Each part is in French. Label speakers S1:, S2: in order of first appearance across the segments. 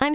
S1: I'm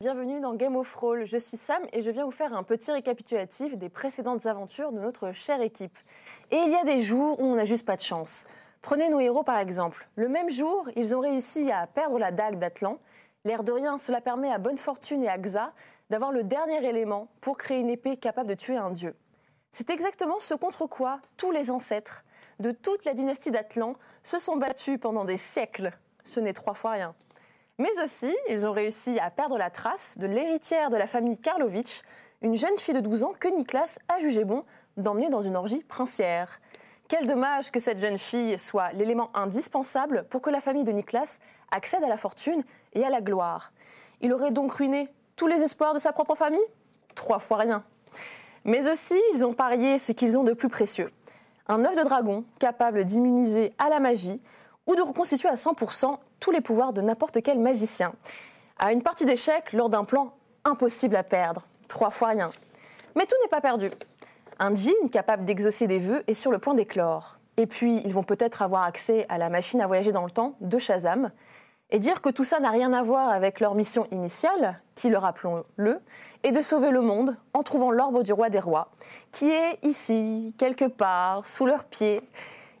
S2: Bienvenue dans Game of Roll, je suis Sam et je viens vous faire un petit récapitulatif des précédentes aventures de notre chère équipe. Et il y a des jours où on n'a juste pas de chance. Prenez nos héros par exemple. Le même jour, ils ont réussi à perdre la dague d'Atlan. L'air de rien, cela permet à Bonne Fortune et à Xa d'avoir le dernier élément pour créer une épée capable de tuer un dieu. C'est exactement ce contre quoi tous les ancêtres de toute la dynastie d'Atlan se sont battus pendant des siècles. Ce n'est trois fois rien. Mais aussi, ils ont réussi à perdre la trace de l'héritière de la famille Karlovitch, une jeune fille de 12 ans que Niklas a jugé bon d'emmener dans une orgie princière. Quel dommage que cette jeune fille soit l'élément indispensable pour que la famille de Niklas accède à la fortune et à la gloire. Il aurait donc ruiné tous les espoirs de sa propre famille Trois fois rien. Mais aussi, ils ont parié ce qu'ils ont de plus précieux. Un œuf de dragon capable d'immuniser à la magie ou de reconstituer à 100% tous les pouvoirs de n'importe quel magicien. À une partie d'échec lors d'un plan impossible à perdre. Trois fois rien. Mais tout n'est pas perdu. Un djinn capable d'exaucer des vœux est sur le point d'éclore. Et puis, ils vont peut-être avoir accès à la machine à voyager dans le temps de Shazam. Et dire que tout ça n'a rien à voir avec leur mission initiale, qui, le rappelons-le, est de sauver le monde en trouvant l'orbe du roi des rois, qui est ici, quelque part, sous leurs pieds.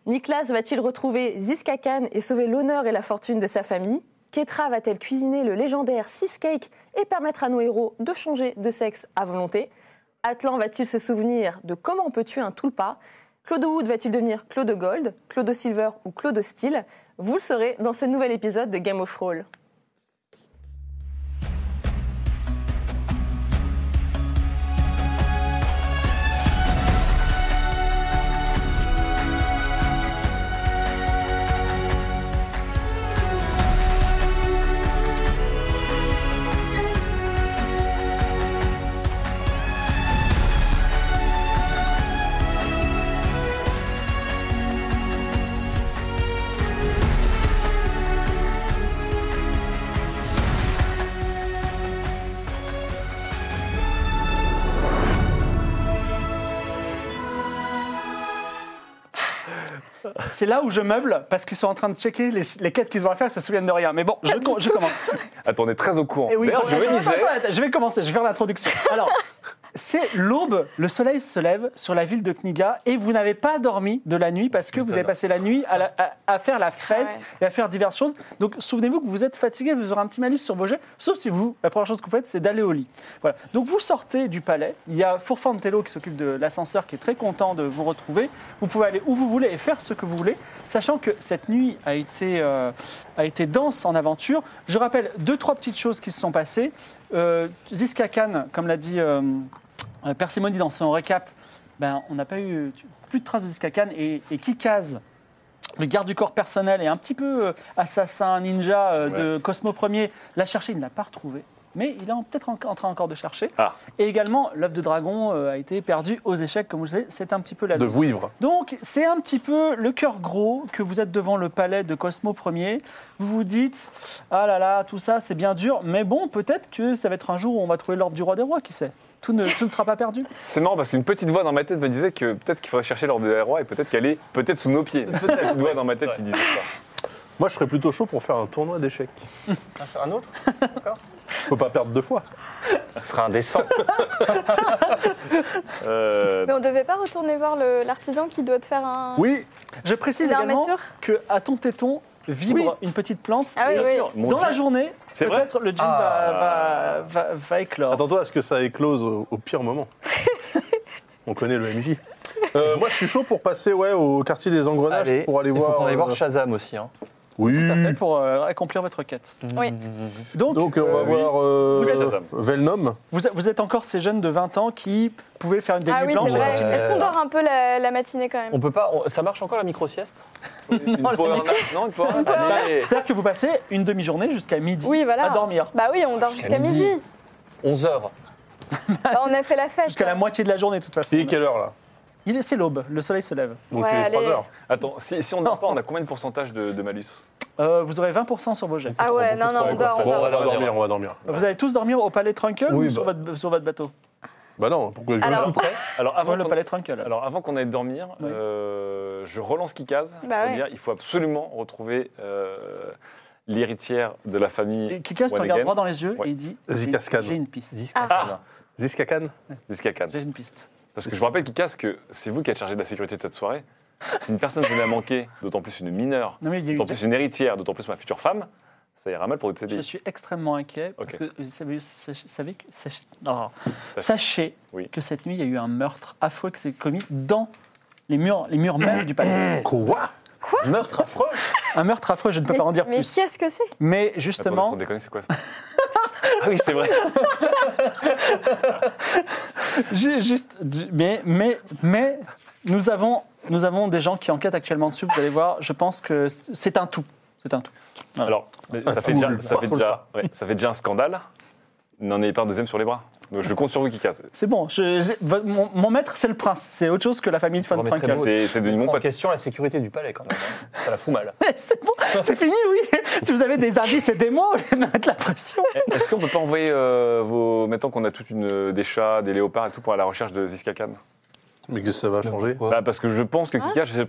S2: Niklas va-t-il retrouver Ziska Khan et sauver l'honneur et la fortune de sa famille Ketra va-t-elle cuisiner le légendaire Six Cake et permettre à nos héros de changer de sexe à volonté Atlan va-t-il se souvenir de comment on peut tuer un Tulpa Claude Wood va-t-il devenir Claude Gold, Claude Silver ou Claude Steel Vous le saurez dans ce nouvel épisode de Game of Roll.
S3: C'est là où je meuble parce qu'ils sont en train de checker les, les quêtes qu'ils vont faire, ils se souviennent de rien. Mais bon, je, com- je commence.
S4: Attends, on est très au courant.
S3: Eh oui,
S4: D'ailleurs,
S3: ils
S4: je
S3: sont-
S4: me
S3: Attends,
S4: disais,
S3: attends, attends, je vais commencer, je vais faire l'introduction. Alors, c'est l'aube, le soleil se lève sur la ville de Kniga et vous n'avez pas dormi de la nuit parce que vous avez passé la nuit à, la- à- à faire la fête
S2: Ah ouais.
S3: et à faire diverses choses. Donc, souvenez-vous que vous êtes fatigué, vous aurez un petit malus sur vos jets, sauf si vous, la première chose que vous faites, c'est d'aller au lit. Voilà. Donc, vous sortez du palais. Il y a Fourfantello qui s'occupe de l'ascenseur qui est très content de vous retrouver. Vous pouvez aller où vous voulez et faire ce que vous voulez, sachant que cette nuit a été, euh, a été dense en aventure. Je rappelle deux, trois petites choses qui se sont passées. Euh, Ziska Khan, comme l'a dit euh, euh, Persimony dans son récap, ben, on n'a pas eu tu- plus de traces de Ziska Khan et, et Kikaz, le garde du corps personnel et un petit peu euh, assassin ninja euh, de Cosmo Ier, l'a cherché, il ne l'a pas retrouvé. Mais il est en- peut-être en, en train encore de chercher.
S4: Ah.
S3: Et également, l'œuf de dragon euh, a été perdu aux échecs, comme vous le savez. C'est un petit
S4: Ah.
S3: peu la
S5: de vouivre.
S3: donc, c'est un petit peu le cœur gros que vous êtes devant le palais de Cosmo Ier. Vous vous dites, ah là là, tout ça, c'est bien dur, mais bon, peut-être que ça va être un jour où on va trouver l'ordre du roi des rois, qui sait. Tout ne, tout ne sera pas perdu.
S4: c'est marrant parce qu'une petite voix dans ma tête me disait que peut-être qu'il faudrait chercher l'ordre des rois et peut-être qu'elle est peut-être sous nos pieds. Une petite voix dans ma tête qui disait ça.
S5: Moi, je serais plutôt chaud pour faire un tournoi d'échecs.
S6: Un autre
S5: Faut pas perdre deux fois.
S6: Ce serait indécent.
S4: Euh,
S7: Mais on devait pas retourner voir le- l'artisan qui doit te faire un.
S5: Oui,
S3: Je précise
S7: Une
S3: également
S7: armature
S3: que à ton téton vibre une petite plante.
S7: Ah oui,
S3: Et
S7: oui.
S4: mon
S3: Dans
S4: Dieu.
S3: la journée,
S4: C'est vrai Ah.
S3: peut-être le jean va, va- va- va éclore.
S5: attends-toi à ce que ça éclose au, au pire moment. On connaît le MJ. Euh, moi, je suis chaud pour passer ouais, au quartier des engrenages
S6: Allez,
S5: pour aller
S6: il faut
S5: voir.
S6: qu'on aille voir
S5: euh,
S6: Shazam aussi. hein.
S5: Oui.
S3: tout à fait pour euh, accomplir votre quête.
S7: Oui.
S3: Donc,
S5: Donc on va
S4: Euh, oui.
S5: voir
S4: Vous
S5: euh,
S4: êtes-
S5: Velnom.
S3: vous, vous êtes encore ces jeunes de 20 ans qui pouvaient faire une des
S7: Ah
S3: nuits
S7: oui, c'est
S3: blanches.
S7: vrai.
S6: Euh,
S7: Est-ce qu'on dort un peu la, la matinée quand même
S6: On peut pas. on- ça marche encore la micro-sieste
S4: Une power nap. Non, une power nap. Allez.
S3: C'est-à-dire que vous passez une demi-journée jusqu'à midi
S7: Oui, voilà.
S3: à dormir.
S7: Bah oui, on dort jusqu'à
S6: midi.
S7: midi.
S6: 11 heures.
S7: Bah, on a fait la fête.
S3: Jusqu'à la moitié de la journée, de toute façon.
S5: Il est quelle heure là
S3: Il est, c'est l'aube, le soleil se lève.
S5: Donc
S7: Ouais,
S5: il est 3
S7: allez.
S5: heures.
S4: Attends, si, si on dort pas, on a combien de pourcentage de, de malus
S3: Euh, vous aurez 20% sur vos jets.
S7: Ah ouais, non, non, on dort.
S5: Bon,
S7: on
S5: on va
S7: dort.
S5: dormir, on va dormir.
S3: Vous allez tous dormir au palais Trunkle
S5: Oui,
S3: ou sur,
S5: bah.
S3: votre, sur votre bateau
S5: Bah non, pourquoi je
S7: Alors,
S4: Alors
S3: Avant
S4: avant
S3: le
S4: qu'on-
S3: palais Trunkle.
S4: Ah, Alors avant qu'on aille dormir,
S3: Oui.
S4: euh, je relance Kikaz.
S7: Bah
S4: C'est-à-dire, il faut absolument retrouver euh, l'héritière de la famille
S3: Et Kikas te
S4: One
S3: regarde
S4: again.
S3: droit dans les yeux
S4: Ouais.
S3: et il dit
S5: Zikaskan.
S3: J'ai j'ai une piste.
S7: ah.
S4: Ah,
S6: Ziskakan.
S5: Ziskakan
S4: Ziskakan.
S3: J'ai une piste.
S4: Parce que je vous rappelle Kikaz que c'est vous qui êtes chargé de la sécurité de cette soirée. Si une personne venait à manquer, d'autant plus une mineure,
S3: Non, mais il y a eu
S4: d'autant plus une héritière, d'autant plus ma future femme, ça ira mal pour votre
S3: Je
S4: CDI.
S3: suis extrêmement inquiet parce
S4: Ok.
S3: que euh, vous savez, sachez, savez que- sachez- alors,
S4: Sachez.
S3: sachez
S4: Oui.
S3: que cette nuit il y a eu un meurtre affreux qui s'est commis dans les murs, les murs même du palais.
S5: Quoi
S6: Meurtre affreux.
S3: Un meurtre affreux, je ne peux pas en dire
S7: mais
S3: plus.
S7: qu'est-ce que c'est
S3: Mais
S4: Attends,
S3: justement,
S4: sans déconner, c'est quoi ça Ah oui, c'est vrai.
S3: ju- juste, ju- mais, mais, mais nous avons, nous avons des gens qui enquêtent actuellement dessus. Vous allez voir, je pense que c'est un tout. C'est un tout.
S4: Alors, mais ça fait,
S5: tout
S4: déjà,
S5: le
S4: ça,
S5: pas,
S4: fait
S5: tout le
S4: déjà, ouais, ça fait déjà un scandale. N'en ayez pas un deuxième sur les bras. Donc, je compte sur vous, Kikaz.
S3: C'est bon. je- je- vo- mon, mon maître, c'est le prince. C'est autre chose que la famille de Von
S6: remettrait
S3: Trunkel.
S6: beau.
S4: C'est c'est devenu mon
S6: En
S4: pote.
S6: question, la sécurité du palais quand même. hein. Ça la fout mal.
S3: C'est bon, c'est fini, oui. Si vous avez des indices et des mots, je vais mettre la pression.
S4: Est-ce qu'on peut pas envoyer euh, vos. Maintenant qu'on a toute une. euh, des chats, des léopards et tout pour aller à la recherche de Ziskakan
S5: Mais qu'est-ce que ça va changer
S6: Pourquoi
S4: Bah, Parce que je pense que Kika, je-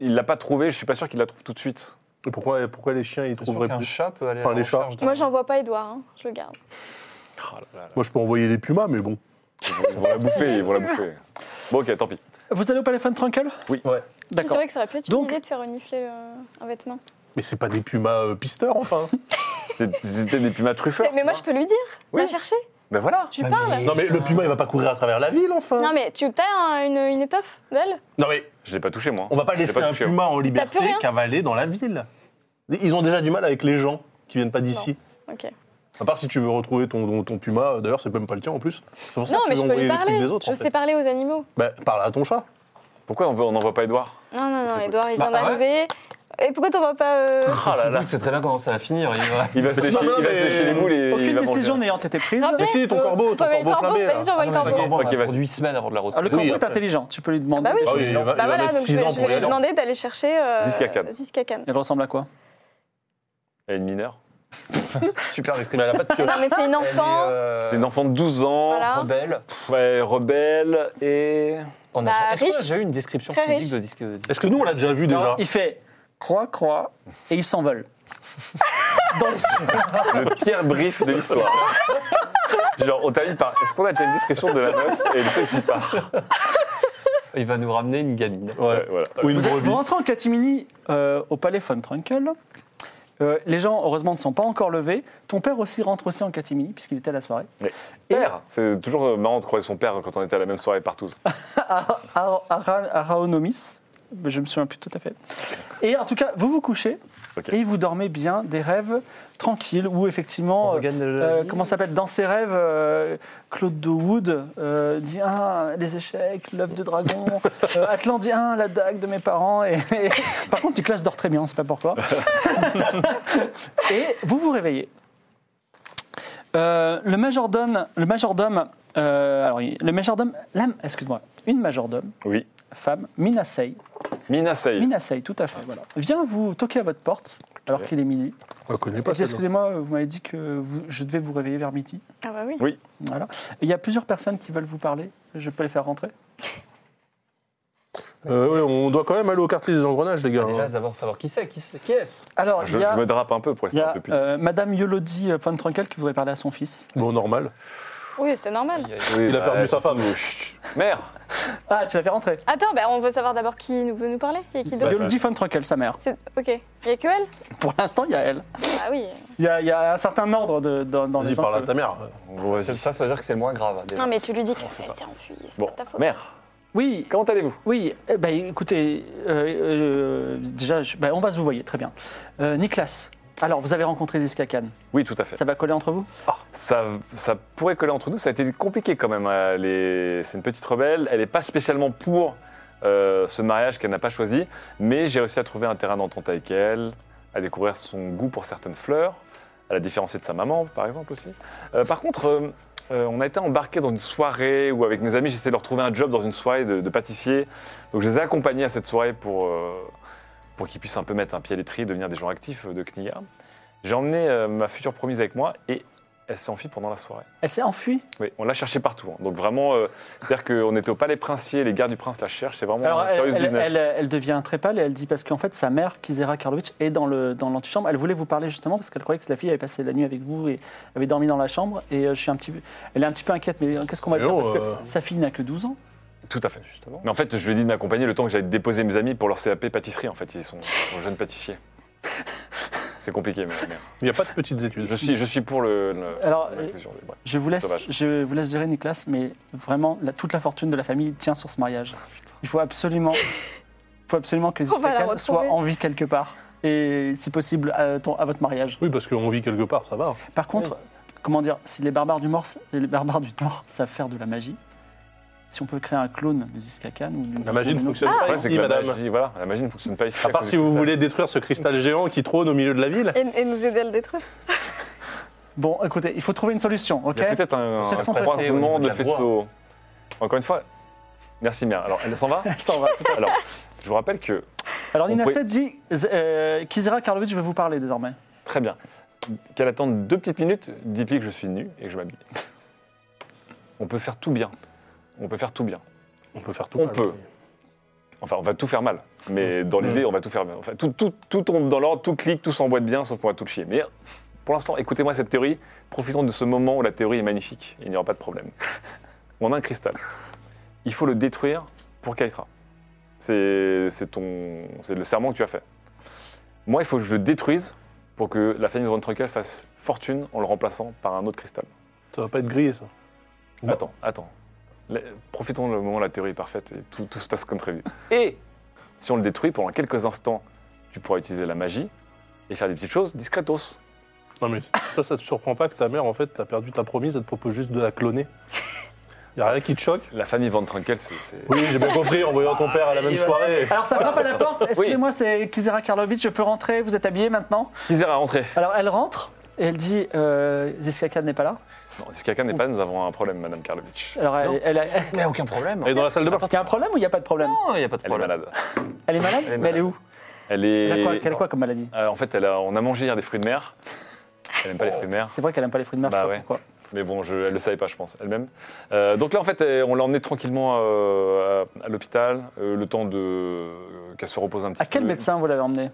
S4: il l'a pas trouvé, je suis pas sûr qu'il la trouve tout de suite.
S5: Et pourquoi, pourquoi les chiens ils
S6: C'est sûr
S5: trouveraient
S6: qu'un
S5: plus
S6: chat peut aller.
S5: Enfin,
S6: à la
S5: les chats.
S6: recherche d'un-
S7: Moi, j'en vois pas Edouard, hein. je le garde.
S5: Moi je peux envoyer les pumas, mais bon.
S4: Ils vont, ils vont la bouffer, ils vont la bouffer. Bon, ok, tant pis.
S3: Vous allez au Palais Fun Tranquille
S6: Ouais.
S7: Si, C'est
S3: D'accord.
S7: vrai que ça aurait pu être une
S3: Donc-
S7: idée de faire renifler le- un vêtement.
S5: Mais c'est pas des pumas euh, pisteurs enfin.
S4: C'est c'est peut-être des pumas truffeurs.
S7: Mais moi, je peux lui dire,
S4: Oui.
S7: va chercher,
S4: Ben voilà
S7: je lui parle.
S5: Non mais le puma il va pas courir à travers la ville enfin.
S7: Non, mais tu t'as un- une, une étoffe d'elle
S5: Non mais
S4: Je l'ai pas touché, moi.
S5: on va pas hein.
S4: Je l'ai
S5: laisser un
S4: touché,
S5: puma en
S7: plus
S5: liberté
S7: rien
S5: cavaler dans la ville. Ils ont déjà du mal avec les gens qui viennent pas d'ici.
S7: Ok.
S5: À part si tu veux retrouver ton, ton, ton puma, euh, d'ailleurs c'est même pas le tien en plus. C'est pour ça
S7: Non,
S5: que
S7: mais
S5: tu
S7: je
S5: veux
S7: peux
S5: envoyer
S7: lui
S5: les trucs
S7: parler.
S5: des autres. en
S7: Je
S5: fait.
S7: sais parler aux animaux.
S5: Bah, parle à ton chat.
S4: Pourquoi on veut- on n'envoie pas Edouard
S7: Non, non, non,
S4: cool.
S7: Edouard, il
S6: Bah,
S7: vient
S6: ah
S7: d'arriver. Et pourquoi t'en vas pas. euh,
S6: Oh
S4: Ah,
S6: là là. Tu sais très bien comment ça va finir. il va-
S4: Il va se
S5: Non,
S4: lécher
S5: non,
S4: il va se
S5: mais-
S4: lécher les moules et. il
S3: Aucune
S4: va manger.
S3: décision n'ayant été prise.
S7: rappeler,
S5: mais si, ton
S7: euh,
S5: corbeau,
S7: faut
S5: ton
S7: envoyer le
S5: corbeau flambé, là.
S7: Vas-y, j'envoie le
S6: Ah non, mais
S7: corbeau.
S6: d'accord,
S4: Ok,
S6: on va
S4: vas-y.
S6: pour 8 semaines avant de la
S3: Ah, le
S6: retrouver.
S5: Oui,
S3: corbeau est
S5: après.
S3: intelligent, tu peux lui demander.
S7: Ah bah oui.
S3: des
S5: Ah
S3: choses.
S5: oui, il va, il
S7: Bah
S5: va
S7: voilà,
S5: mettre
S7: donc je
S5: 6
S7: vais,
S5: ans pour
S7: je vais
S5: y
S7: lui
S5: aller.
S7: demander d'aller chercher. euh,
S4: Ziskakan.
S7: Ziskakan.
S3: Elle ressemble à quoi
S4: Elle est une mineure.
S6: Super description.
S5: Mais elle a pas de pioche.
S7: Non, mais c'est une enfant.
S4: C'est une enfant de 12 ans,
S7: Voilà.
S6: euh, Rebelle.
S4: pff, ouais, rebelle et.
S6: On a
S7: Bah,
S6: jamais- Est-ce qu'on a
S7: riche.
S6: déjà eu une description
S7: Très
S6: physique
S7: riche.
S6: de disque de disque
S5: Est-ce que nous on l'a déjà vu
S3: Non,
S5: déjà
S3: Il fait croix, croix, et il s'envole. Dans les cieux.
S4: Le pire brief de l'histoire. Genre, on termine par est-ce qu'on a déjà une description de la meuf et le truc qui part
S6: Euh, Il va nous ramener une gamine.
S4: Ouais, voilà.
S5: Ou une
S3: Vous, êtes- vous
S5: brebis
S3: rentrez en catimini euh, au palais Von Trunkel. Euh, les gens, heureusement, ne sont pas encore levés. Ton père aussi rentre aussi en catimini, puisqu'il était à la soirée.
S4: Père C'est toujours marrant de croiser son père quand on était à la même soirée partout.
S3: à- à- à- à- Araonomis. Je me souviens plus tout à fait. Et en tout cas, vous vous couchez
S4: Ok.
S3: et vous dormez bien des rêves tranquilles où effectivement,
S6: On regarde le-
S3: euh, comment ça s'appelle dans ses rêves, euh, Claude de Wood euh, dit ah, les échecs, l'œuf de dragon, euh, Atlan dit ah, la dague de mes parents. Et, et- par contre, tu classes dort très bien, on sait pas pourquoi. et vous vous réveillez. Euh, le majordome, le majordome, euh, alors il- le majordome, l'âme, excuse-moi, une majordome
S4: Oui.
S3: femme, Minasei.
S4: Minasei.
S3: Minasei, tout à fait. Voilà. Vient vous toquer à votre porte alors qu'il est midi.
S5: On la connaît
S3: Elle
S5: pas
S3: dit,
S5: celle-là.
S3: Excusez-moi, euh, vous m'avez dit que vous- je devais vous réveiller vers midi.
S7: Ah bah oui.
S3: Voilà. Il y a plusieurs personnes qui veulent vous parler. Je peux les faire rentrer
S5: Euh, ouais, on doit quand même aller au quartier des engrenages, les gars. hein.
S6: Déjà, d'abord savoir qui c'est, qui c'est, qui est-ce
S3: Alors,
S4: Ah, Je,
S3: il y a,
S4: je me drape un peu pour
S3: il y
S4: rester
S3: a,
S4: un peu plus.
S3: euh, Madame Yolodi von Trunkel qui voudrait parler à son fils.
S5: Bon, normal.
S7: Oui, c'est normal.
S4: Oui,
S5: Il a
S4: bah,
S5: perdu
S4: ouais,
S5: sa femme.
S4: Mère
S3: Ah, tu l'as fait rentrer
S7: Attends, bah, on veut savoir d'abord qui nous veut nous parler. Il y a qui
S4: Bah,
S7: d'autre
S3: Yolodi von Trunkel, sa mère.
S7: C'est- Ok. Il y a que elle
S3: Pour l'instant, il y a elle.
S7: Ah oui.
S3: Il y a, il y a un certain ordre de, dans, dans les
S5: Vas-y,
S3: gens
S5: parle à
S3: que-
S5: ta mère.
S4: Bon, vas-y.
S6: Ça, ça veut dire que c'est le moins grave. hein, Déjà.
S7: Non, mais tu lui dis qu'elle s'est enfuie, c'est
S4: Bon,
S7: pas de ta faute.
S4: mère
S3: Oui,
S4: Comment allez-vous
S3: oui. Eh ben, écoutez, euh, euh, déjà, je- ben, on va se vous voyez, très bien. Euh, Nicolas, alors vous avez rencontré Ziska Khan.
S4: Oui, tout à fait.
S3: Ça va coller entre vous
S4: Ça, ça pourrait coller entre nous. Ça a été compliqué quand même. Elle est- C'est une petite rebelle. Elle n'est pas spécialement pour euh, ce mariage qu'elle n'a pas choisi. Mais j'ai réussi à trouver un terrain d'entente avec elle, à découvrir son goût pour certaines fleurs, à la différencier de sa maman, par exemple aussi. Euh, par contre, euh, euh, on a été embarqués dans une soirée où, avec mes amis, j'essayais de leur trouver un job dans une soirée de, de pâtissier. Donc, je les ai accompagnés à cette soirée pour, euh, pour qu'ils puissent un peu mettre un pied à l'étrier, devenir des gens actifs euh, de CNIA. J'ai emmené euh, ma future promise avec moi et elle s'est enfuie pendant la soirée.
S3: Elle s'est enfuie.
S4: Oui, on l'a cherchée partout. hein. Donc vraiment, euh, c'est-à-dire qu'on était au Palais Princier, les gardes du Prince la cherchent, c'est vraiment
S3: Alors,
S4: un
S3: elle,
S4: sérieux
S3: elle,
S4: business.
S3: elle- elle devient très pâle et elle dit parce qu'en fait, sa mère, Kizera Karlovic, est dans le dans l'antichambre. Elle voulait vous parler justement parce qu'elle croyait que la fille avait passé la nuit avec vous et avait dormi dans la chambre. Et euh, je suis un petit, peu- elle est un petit peu inquiète. Mais qu'est-ce qu'on va
S5: Mais
S3: dire
S5: oh,
S3: Parce
S5: euh,
S3: que sa fille n'a que 12 ans.
S4: Tout à fait. Mais en fait, je lui ai dit de m'accompagner le temps que j'allais déposer mes amis pour leur CAP pâtisserie. En fait, ils sont, ils sont jeunes pâtissiers. C'est compliqué, mais mais
S5: Il n'y a pas de petites études.
S4: je suis, je suis pour le. le-
S3: Alors, euh,
S4: l'inclusion, oui, bref.
S3: Je vous laisse,
S4: Sauvage.
S3: je vous laisse gérer Nicolas, mais vraiment, la- toute la fortune de la famille tient sur ce mariage. Il faut absolument, faut absolument que
S7: On va la
S3: Zikakan soit
S7: retrouver.
S3: en vie quelque part, et si possible à, ton- à votre mariage.
S5: Oui, parce qu'on vit quelque part, ça va.
S3: Par contre, comment dire, si les barbares du Nord, les barbares du Nord savent faire de la magie, si on peut créer un clone de Ziskakan ou d'une-
S5: La magie ne
S3: ou d'une autre-
S5: fonctionne
S4: Le
S5: pas
S4: problème, c'est que
S5: ici,
S4: la
S5: madame.
S4: magie- voilà, la magie ne fonctionne pas ici.
S5: À
S4: à
S5: part
S4: cause du
S5: si vous
S4: cristal.
S5: voulez détruire ce cristal géant qui trône au milieu de la ville.
S7: Et, et nous aider à le détruire.
S6: Ah
S3: Bon, écoutez, il faut trouver une solution, ok
S4: Il y a peut-être un,
S3: Elles sont
S4: un
S3: passées au
S6: niveau
S4: croisement
S6: de
S4: de
S6: la voie.
S4: faisceaux. Encore une fois, merci Mère. Alors, elle s'en va
S3: Elle s'en va.
S4: Alors, je vous rappelle que
S3: Alors
S4: On
S3: Nina
S4: pouvait-
S3: Seth dit, Z- euh, Kizera Karlovic, je vais vous parler désormais.
S4: Très bien. Qu'elle attende deux petites minutes, dites-lui que je suis nu et que je m'habille. On peut faire tout bien. On peut faire tout bien.
S5: On peut faire tout.
S4: On
S5: mal
S4: peut.
S5: aussi.
S4: Enfin, on va tout faire mal. Mais dans l'idée, on va tout faire bien. Enfin, tout, tout, tout tombe dans l'ordre, tout clique, tout s'emboîte bien, sauf qu'on va tout chier. Mais pour l'instant, écoutez-moi cette théorie. Profitons de ce moment où la théorie est magnifique. Il n'y aura pas de problème. On a un cristal. Il faut le détruire pour Kaitra. C'est c'est ton- c'est le serment que tu as fait. Moi, il faut que je le détruise pour que la famille Von Truckel fasse fortune en le remplaçant par un autre cristal.
S5: Ça va pas être grillé, ça. Non.
S4: Attends, attends. La- profitons le moment où la théorie est parfaite et tout, tout se passe comme prévu. Et si on le détruit pendant quelques instants, tu pourras utiliser la magie et faire des petites choses discretos.
S5: Non, mais ça, ça te surprend pas que ta mère, en fait, t'as perdu ta promise, elle te propose juste de la cloner. Y a rien qui te choque
S4: La famille Van Trunkel, c'est. c'est-
S5: Oui, j'ai bien compris, en voyant ton père à la même soirée.
S3: Alors ça frappe à la porte. Excusez-moi, c'est Kizera Karlovic, je peux rentrer, vous êtes habillé maintenant
S4: Ils à rentrer.
S3: Alors elle rentre et elle dit euh, Ziskaka n'est pas là.
S4: Non, si quelqu'un n'est pas, nous avons un problème, Madame Karlovitch.
S3: Alors elle, elle a-
S6: Il n'y a aucun problème.
S5: Elle est dans la salle de bain.
S3: il y a un problème ou il n'y a pas de problème
S6: Non, il n'y a pas de
S4: Elle est
S6: problème.
S4: malade.
S3: Elle est malade
S4: Elle est
S3: Mais elle est où
S4: Elle
S3: elle a,
S4: est.
S3: quoi, elle a quoi comme maladie
S4: Euh, en fait, elle a- on a mangé hier des fruits de mer. Elle
S5: Oh.
S4: n'aime pas les fruits de mer.
S3: C'est vrai qu'elle n'aime pas les fruits de mer.
S4: Bah
S3: je sais pas
S4: ouais.
S3: pourquoi.
S4: Mais bon, je, elle le savait pas, je pense, elle-même. Euh, donc là, en fait, elle- on l'a emmenée tranquillement euh, à, à l'hôpital, euh, le temps de euh, qu'elle se repose un petit
S3: À quel
S4: peu.
S3: médecin vous l'avez emmenée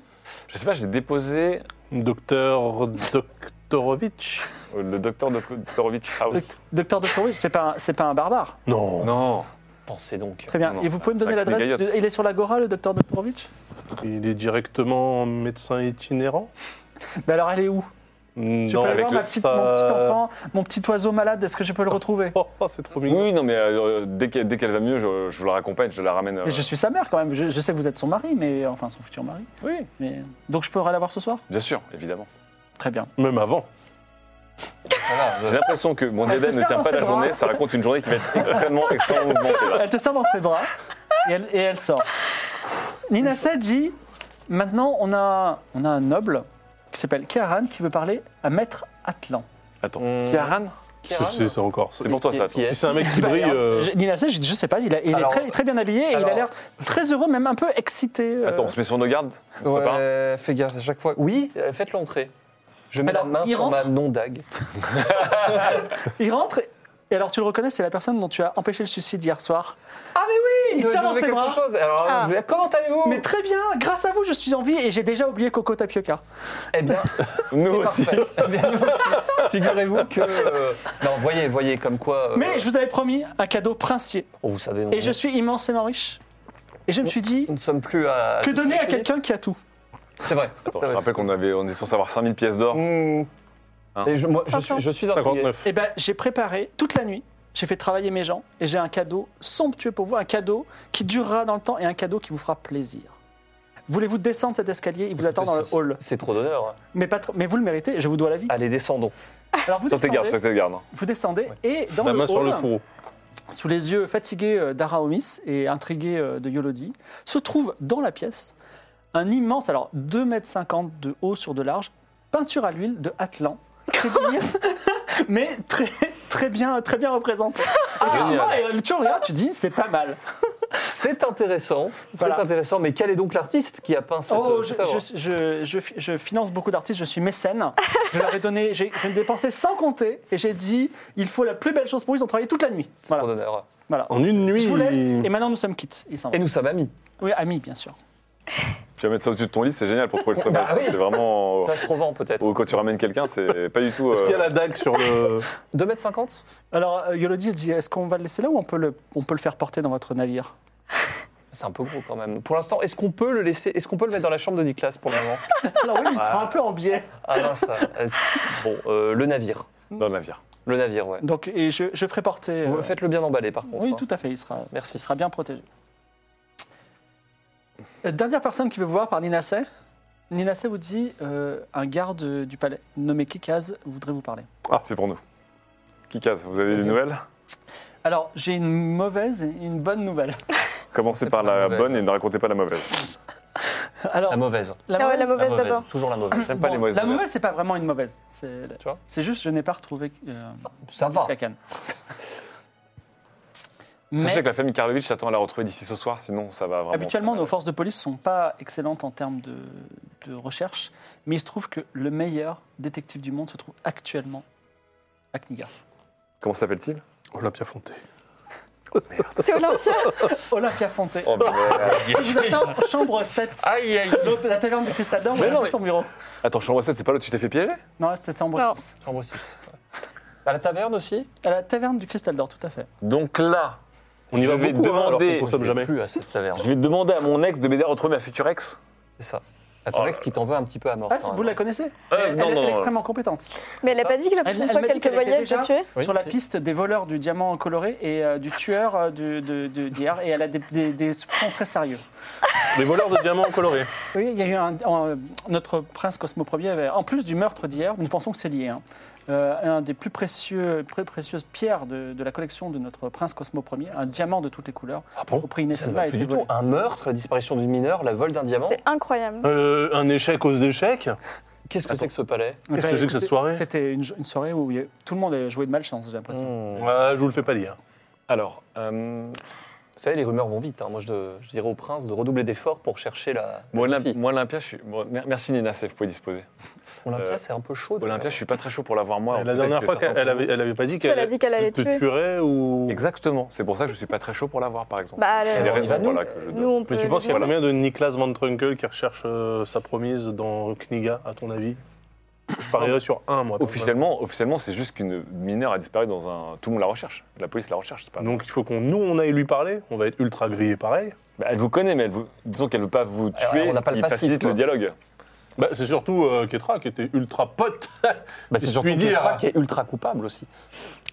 S4: Je sais pas, j'ai déposé
S5: Docteur Doktorovic
S4: euh, le docteur Doktorovic House.
S3: Docteur de Tourville, c'est pas un- c'est pas un barbare.
S5: Non.
S4: Non,
S6: Pensez donc.
S3: Très bien.
S4: Non, non,
S3: et vous
S4: ça-
S3: pouvez me donner
S4: ça crée des
S3: l'adresse
S4: gaillottes.
S3: de- Il est sur l'Agora, le docteur de Tourville
S5: Il est directement médecin itinérant
S3: Mais alors elle est où Je
S5: Mm, Non,
S3: peux aller
S4: avec
S3: voir
S4: le-
S3: ma petite- mon petit enfant, mon petit oiseau malade. Est-ce que je peux le retrouver
S5: Oh, oh, c'est trop mignon.
S4: oui, non, mais euh, dès qu'elle dès qu'elle va mieux, je, je vous la raccompagne, je la ramène. euh,
S3: Mais je suis sa mère quand même. Je, je sais que vous êtes son mari, mais enfin son futur mari.
S4: Oui,
S3: Mais donc je peux aller la voir ce soir
S4: bien sûr, évidemment.
S3: Très bien.
S5: Même avant.
S4: J'ai l'impression que mon
S3: Elle te
S4: éden ne
S3: serre
S4: tient
S3: dans
S4: pas
S3: ses
S4: la
S3: bras.
S4: journée, ça raconte une journée qui va être extrêmement, extrêmement mouvementée. là.
S3: Elle te sort dans ses bras et elle, et elle sort. Nina Sa dit Maintenant, on a, on a un noble qui s'appelle Keharan qui veut parler à Maître Atlan.
S4: Attends,
S6: Mm.
S4: Kiaran
S5: C'est- C'est c'est encore. ça.
S4: C'est pour toi, ça.
S6: Qui- qui
S4: attends.
S5: Si c'est un mec qui
S3: Bah,
S5: brille,
S3: alors,
S5: euh,
S3: je- Nina Sa, je, je sais pas, il, a- il
S6: Alors-
S3: est très, très bien habillé et il a
S6: alors-
S3: l'air très heureux, même un peu excité. euh.
S4: Attends, on se met sur nos gardes On se prépare
S6: Ouais, fais gaffe à chaque fois. Oui, euh, faites l'entrée. Je mets
S3: Alors,
S6: la main
S3: il
S6: sur ma
S3: rentre
S6: non-dague.
S3: Il rentre et- et alors tu le reconnais, c'est la personne dont tu as empêché le suicide hier soir. Ah, mais oui Il
S6: Vous
S3: tient
S6: avez
S3: dans ses
S6: quelque
S3: bras.
S6: chose Alors,
S7: Ah.
S6: je vais- comment allez-vous
S3: Mais très bien, grâce à vous, je suis en vie et j'ai déjà oublié Coco Tapioca.
S6: Eh bien,
S4: Nous
S6: c'est
S4: aussi.
S6: parfait. Eh bien, nous aussi. Figurez-vous que... euh, Non, voyez, voyez, comme quoi... euh,
S3: Mais je vous avais promis un cadeau princier
S6: oh, vous savez, non,
S3: et je suis immensément riche. Et je me suis dit
S6: nous ne sommes plus à...
S3: que donner à quelqu'un qui a tout.
S6: C'est vrai.
S4: Attends,
S6: c'est
S4: je te
S6: vrai.
S4: rappelle qu'on avait, on est censé avoir 5000 pièces d'or.
S6: Mmh.
S4: Hein.
S6: Et je, moi, je suis, je suis intrigué.
S5: 59.
S3: Eh ben, j'ai préparé toute la nuit J'ai fait travailler mes gens et j'ai un cadeau somptueux pour vous, un cadeau qui durera dans le temps et un cadeau qui vous fera plaisir. Voulez-vous descendre cet escalier Il vous attend dans le
S6: C'est-
S3: hall.
S6: C'est trop d'honneur.
S3: Mais, pas trop- mais vous le méritez, je vous dois la
S5: Ah,
S3: vie.
S6: Allez, descendons.
S3: Alors vous
S4: Sur tes gardes,
S3: descendez,
S4: sur tes gardes. hein.
S3: vous descendez et dans
S5: La
S3: le
S5: main
S3: hall,
S5: sur le fourreau.
S3: sous les yeux fatigués euh, d'Araomis et intrigués euh, de Yolodi, se trouve dans la pièce un immense, alors 2,50 mètres de haut sur de large, peinture à l'huile de Atlan, très bien- mais très, très, bien, très bien représentée. Effectivement, et, euh, tu regardes, tu dis, c'est pas mal.
S6: C'est intéressant.
S3: Voilà.
S6: C'est intéressant. Mais quel est donc l'artiste qui a peint cette, euh,
S3: Oh, je,
S6: cette œuvre
S3: je- je- je fi- je finance beaucoup d'artistes, je suis mécène. Je leur ai donné, j'ai- je me dépensais sans compter et j'ai dit, il faut la plus belle chose pour eux, ils ont travaillé toute la nuit.
S6: C'est
S3: Voilà.
S6: trop d'honneur.
S3: voilà.
S5: En une nuit.
S3: Je vous laisse et maintenant nous sommes quittes. Ils s'en vont.
S6: Et nous sommes amis.
S3: Oui, amis, bien sûr.
S4: Tu vas mettre ça au-dessus de ton lit, c'est génial pour trouver le sommeil.
S6: Bah
S4: ça,
S6: oui.
S4: C'est vraiment.
S6: Ça se revend peut-être.
S4: Ou quand tu ramènes quelqu'un, c'est pas du tout.
S5: Est-ce qu'il y a
S4: euh,
S5: la dague sur le.
S6: 2m50
S3: Alors, euh, Yolodi elle dit est-ce qu'on va le laisser là ou on peut le, on peut le faire porter dans votre navire
S6: C'est un peu gros quand même. Pour l'instant, est-ce qu'on peut le laisser Est-ce qu'on peut le mettre dans la chambre de Nicolas pour le moment
S3: Alors, oui, il sera un peu en biais.
S6: Ah mince. ah, euh, Bon, euh, le navire.
S4: Dans le navire.
S6: Le navire, ouais.
S3: Donc, et je, je ferai porter.
S6: Vous
S3: euh,
S6: faites-le bien emballer par contre.
S3: oui,
S6: hein.
S3: tout à fait, il sera, il
S6: Merci.
S3: sera bien protégé. Euh, Dernière personne qui veut vous voir par Ninasset. Ninasset vous dit euh, un garde du palais nommé Kikaz voudrait vous parler.
S4: C'est pour nous. Kikaz, vous avez des nouvelles
S3: Alors, j'ai une mauvaise et une bonne nouvelle.
S4: Commencez
S6: C'est
S4: par
S6: pas la
S4: la
S6: mauvaise.
S4: bonne et ne racontez pas la mauvaise.
S3: Alors,
S6: La mauvaise.
S7: Ah ouais, la mauvaise
S6: La
S7: d'abord.
S6: Toujours la mauvaise.
S4: J'aime pas
S3: bon,
S4: les mauvaises.
S3: la
S4: nouvelles.
S3: mauvaise, c'est pas vraiment une mauvaise. C'est euh,
S6: Tu vois
S3: c'est juste, je n'ai pas retrouvé. euh,
S6: Ça va.
S3: Skakane.
S4: Sachez
S3: Mais
S4: que la famille Karlovitch attend à la retrouver d'ici ce soir, sinon ça va vraiment.
S3: habituellement, nos forces de police ne sont pas excellentes en termes de, de recherche, mais il se trouve que le meilleur détective du monde se trouve actuellement à Kniga.
S4: Comment s'appelle-t-il
S5: Olympia Fonté.
S7: C'est Olympia.
S3: Olympia Fonté.
S6: Oh,
S4: bah,
S6: mais, euh,
S3: Je vous attends, chambre 7.
S6: Aïe, aïe.
S3: L'autre, La taverne du Cristador,
S4: Ah. Mais
S3: mais
S4: non,
S3: non, son bureau.
S4: Attends, chambre 7, c'est pas là où tu t'es fait piéger
S3: Non, c'était chambre
S7: Alors.
S3: 6.
S6: Chambre 6. À la taverne aussi
S3: À la taverne du Cristal d'Or, tout à fait.
S4: Donc là,
S5: On y
S4: Je
S5: va
S4: vais
S5: beaucoup, hein, alors
S4: demander-
S5: qu'on consomme
S6: Je vais
S5: jamais.
S6: plus à cette taverne.
S4: je vais demander à mon ex de m'aider à retrouver ma future ex.
S6: C'est ça. Attends,
S4: Oh
S6: Lex, qui t'en veut un petit peu à mort.
S3: Ah,
S6: quand
S3: vous
S6: même.
S3: la connaissez
S4: Euh,
S3: Elle,
S4: non,
S3: elle-
S4: non,
S3: elle est
S4: non.
S3: extrêmement compétente.
S7: Mais elle a pas dit que la
S3: Elle-
S7: prochaine
S3: elle
S7: fois
S3: m'a dit
S7: qu'elle te
S3: qu'elle était
S7: voyait, elle te
S3: déjà-
S7: tuait
S6: Oui,
S3: sur la
S6: si.
S3: piste des voleurs du diamant coloré et euh, du tueur euh, de- de- de- d'hier, et elle a des- des- des soupçons très sérieux.
S5: Les voleurs de diamants colorés.
S3: Oui, il y a eu un, un- notre prince Cosmo Ier avait, en plus du meurtre d'hier, nous pensons que c'est lié, hein, euh, un des plus précieux, très précieuses pierres de, de la collection de notre prince Cosmo Ier, un diamant de toutes les couleurs,
S6: Ah bon
S3: au prix
S6: Ça ne
S3: inestimable,
S6: va
S3: a
S6: plus
S3: été
S6: du
S3: volé.
S6: tout. Un meurtre, la disparition d'une mineure, la vol d'un diamant.
S7: C'est incroyable.
S5: Euh, un échec aux échecs.
S6: Qu'est-ce que
S5: Attends.
S6: c'est que ce palais
S5: Qu'est-ce que c'est que cette soirée
S3: C'était une, jo- une soirée où il y a- tout le monde a joué de malchance, j'ai l'impression.
S6: Hmm.
S5: Ouais, Bah, je vous le fais pas lire.
S4: Alors, euh,
S6: Vous savez, les rumeurs vont vite. hein. Moi, je, je dirais au prince de redoubler d'efforts pour chercher la.
S4: moi,
S6: la
S4: Olymp-
S6: fille.
S4: moi, Olympia, je suis. bon, mer- merci Nina, c'est- vous pouvez disposer.
S6: Olympia,
S4: euh,
S6: c'est un peu chaud. d'ailleurs.
S4: Olympia, je suis pas très chaud pour l'avoir moi. en
S5: la
S4: contact
S5: dernière
S4: que
S5: fois, qu'elle-
S4: certains
S5: elle avait, elle avait pas dit
S7: qu'elle a dit qu'elle allait
S5: te
S7: tuer.
S5: tuerait ou.
S4: Exactement, c'est pour ça que je suis pas très chaud pour l'avoir par exemple.
S7: Bah,
S4: Il y a
S7: elle-
S4: des
S6: Alors, il va
S4: raisons
S6: nous-
S4: voilà, que je donne.
S7: nous, on peut.
S5: Mais tu penses qu'il y a
S4: Voilà.
S5: combien de Niklas Van Trunkel qui recherche euh, sa promise dans Kniga, à ton avis Je parierais sur un, moi. par exemple.
S4: Officiellement, officiellement c'est juste qu'une mineure a disparu dans un. Tout le monde la recherche. La police la recherche. c'est Pas...
S5: Donc il faut qu'on nous, on aille lui parler. On va être ultra grillé pareil.
S4: Bah, elle vous connaît, mais elle vous... disons qu'elle veut pas vous
S6: Alors,
S4: tuer,
S6: on n'a
S4: ce
S6: pas le
S4: qui
S6: passif,
S4: facilite
S6: quoi.
S4: le dialogue.
S5: Bah, c'est surtout euh, Ketra qui était ultra pote.
S6: Bah, c'est
S5: Je
S6: surtout
S5: puis dire.
S6: Ketra qui est ultra coupable aussi.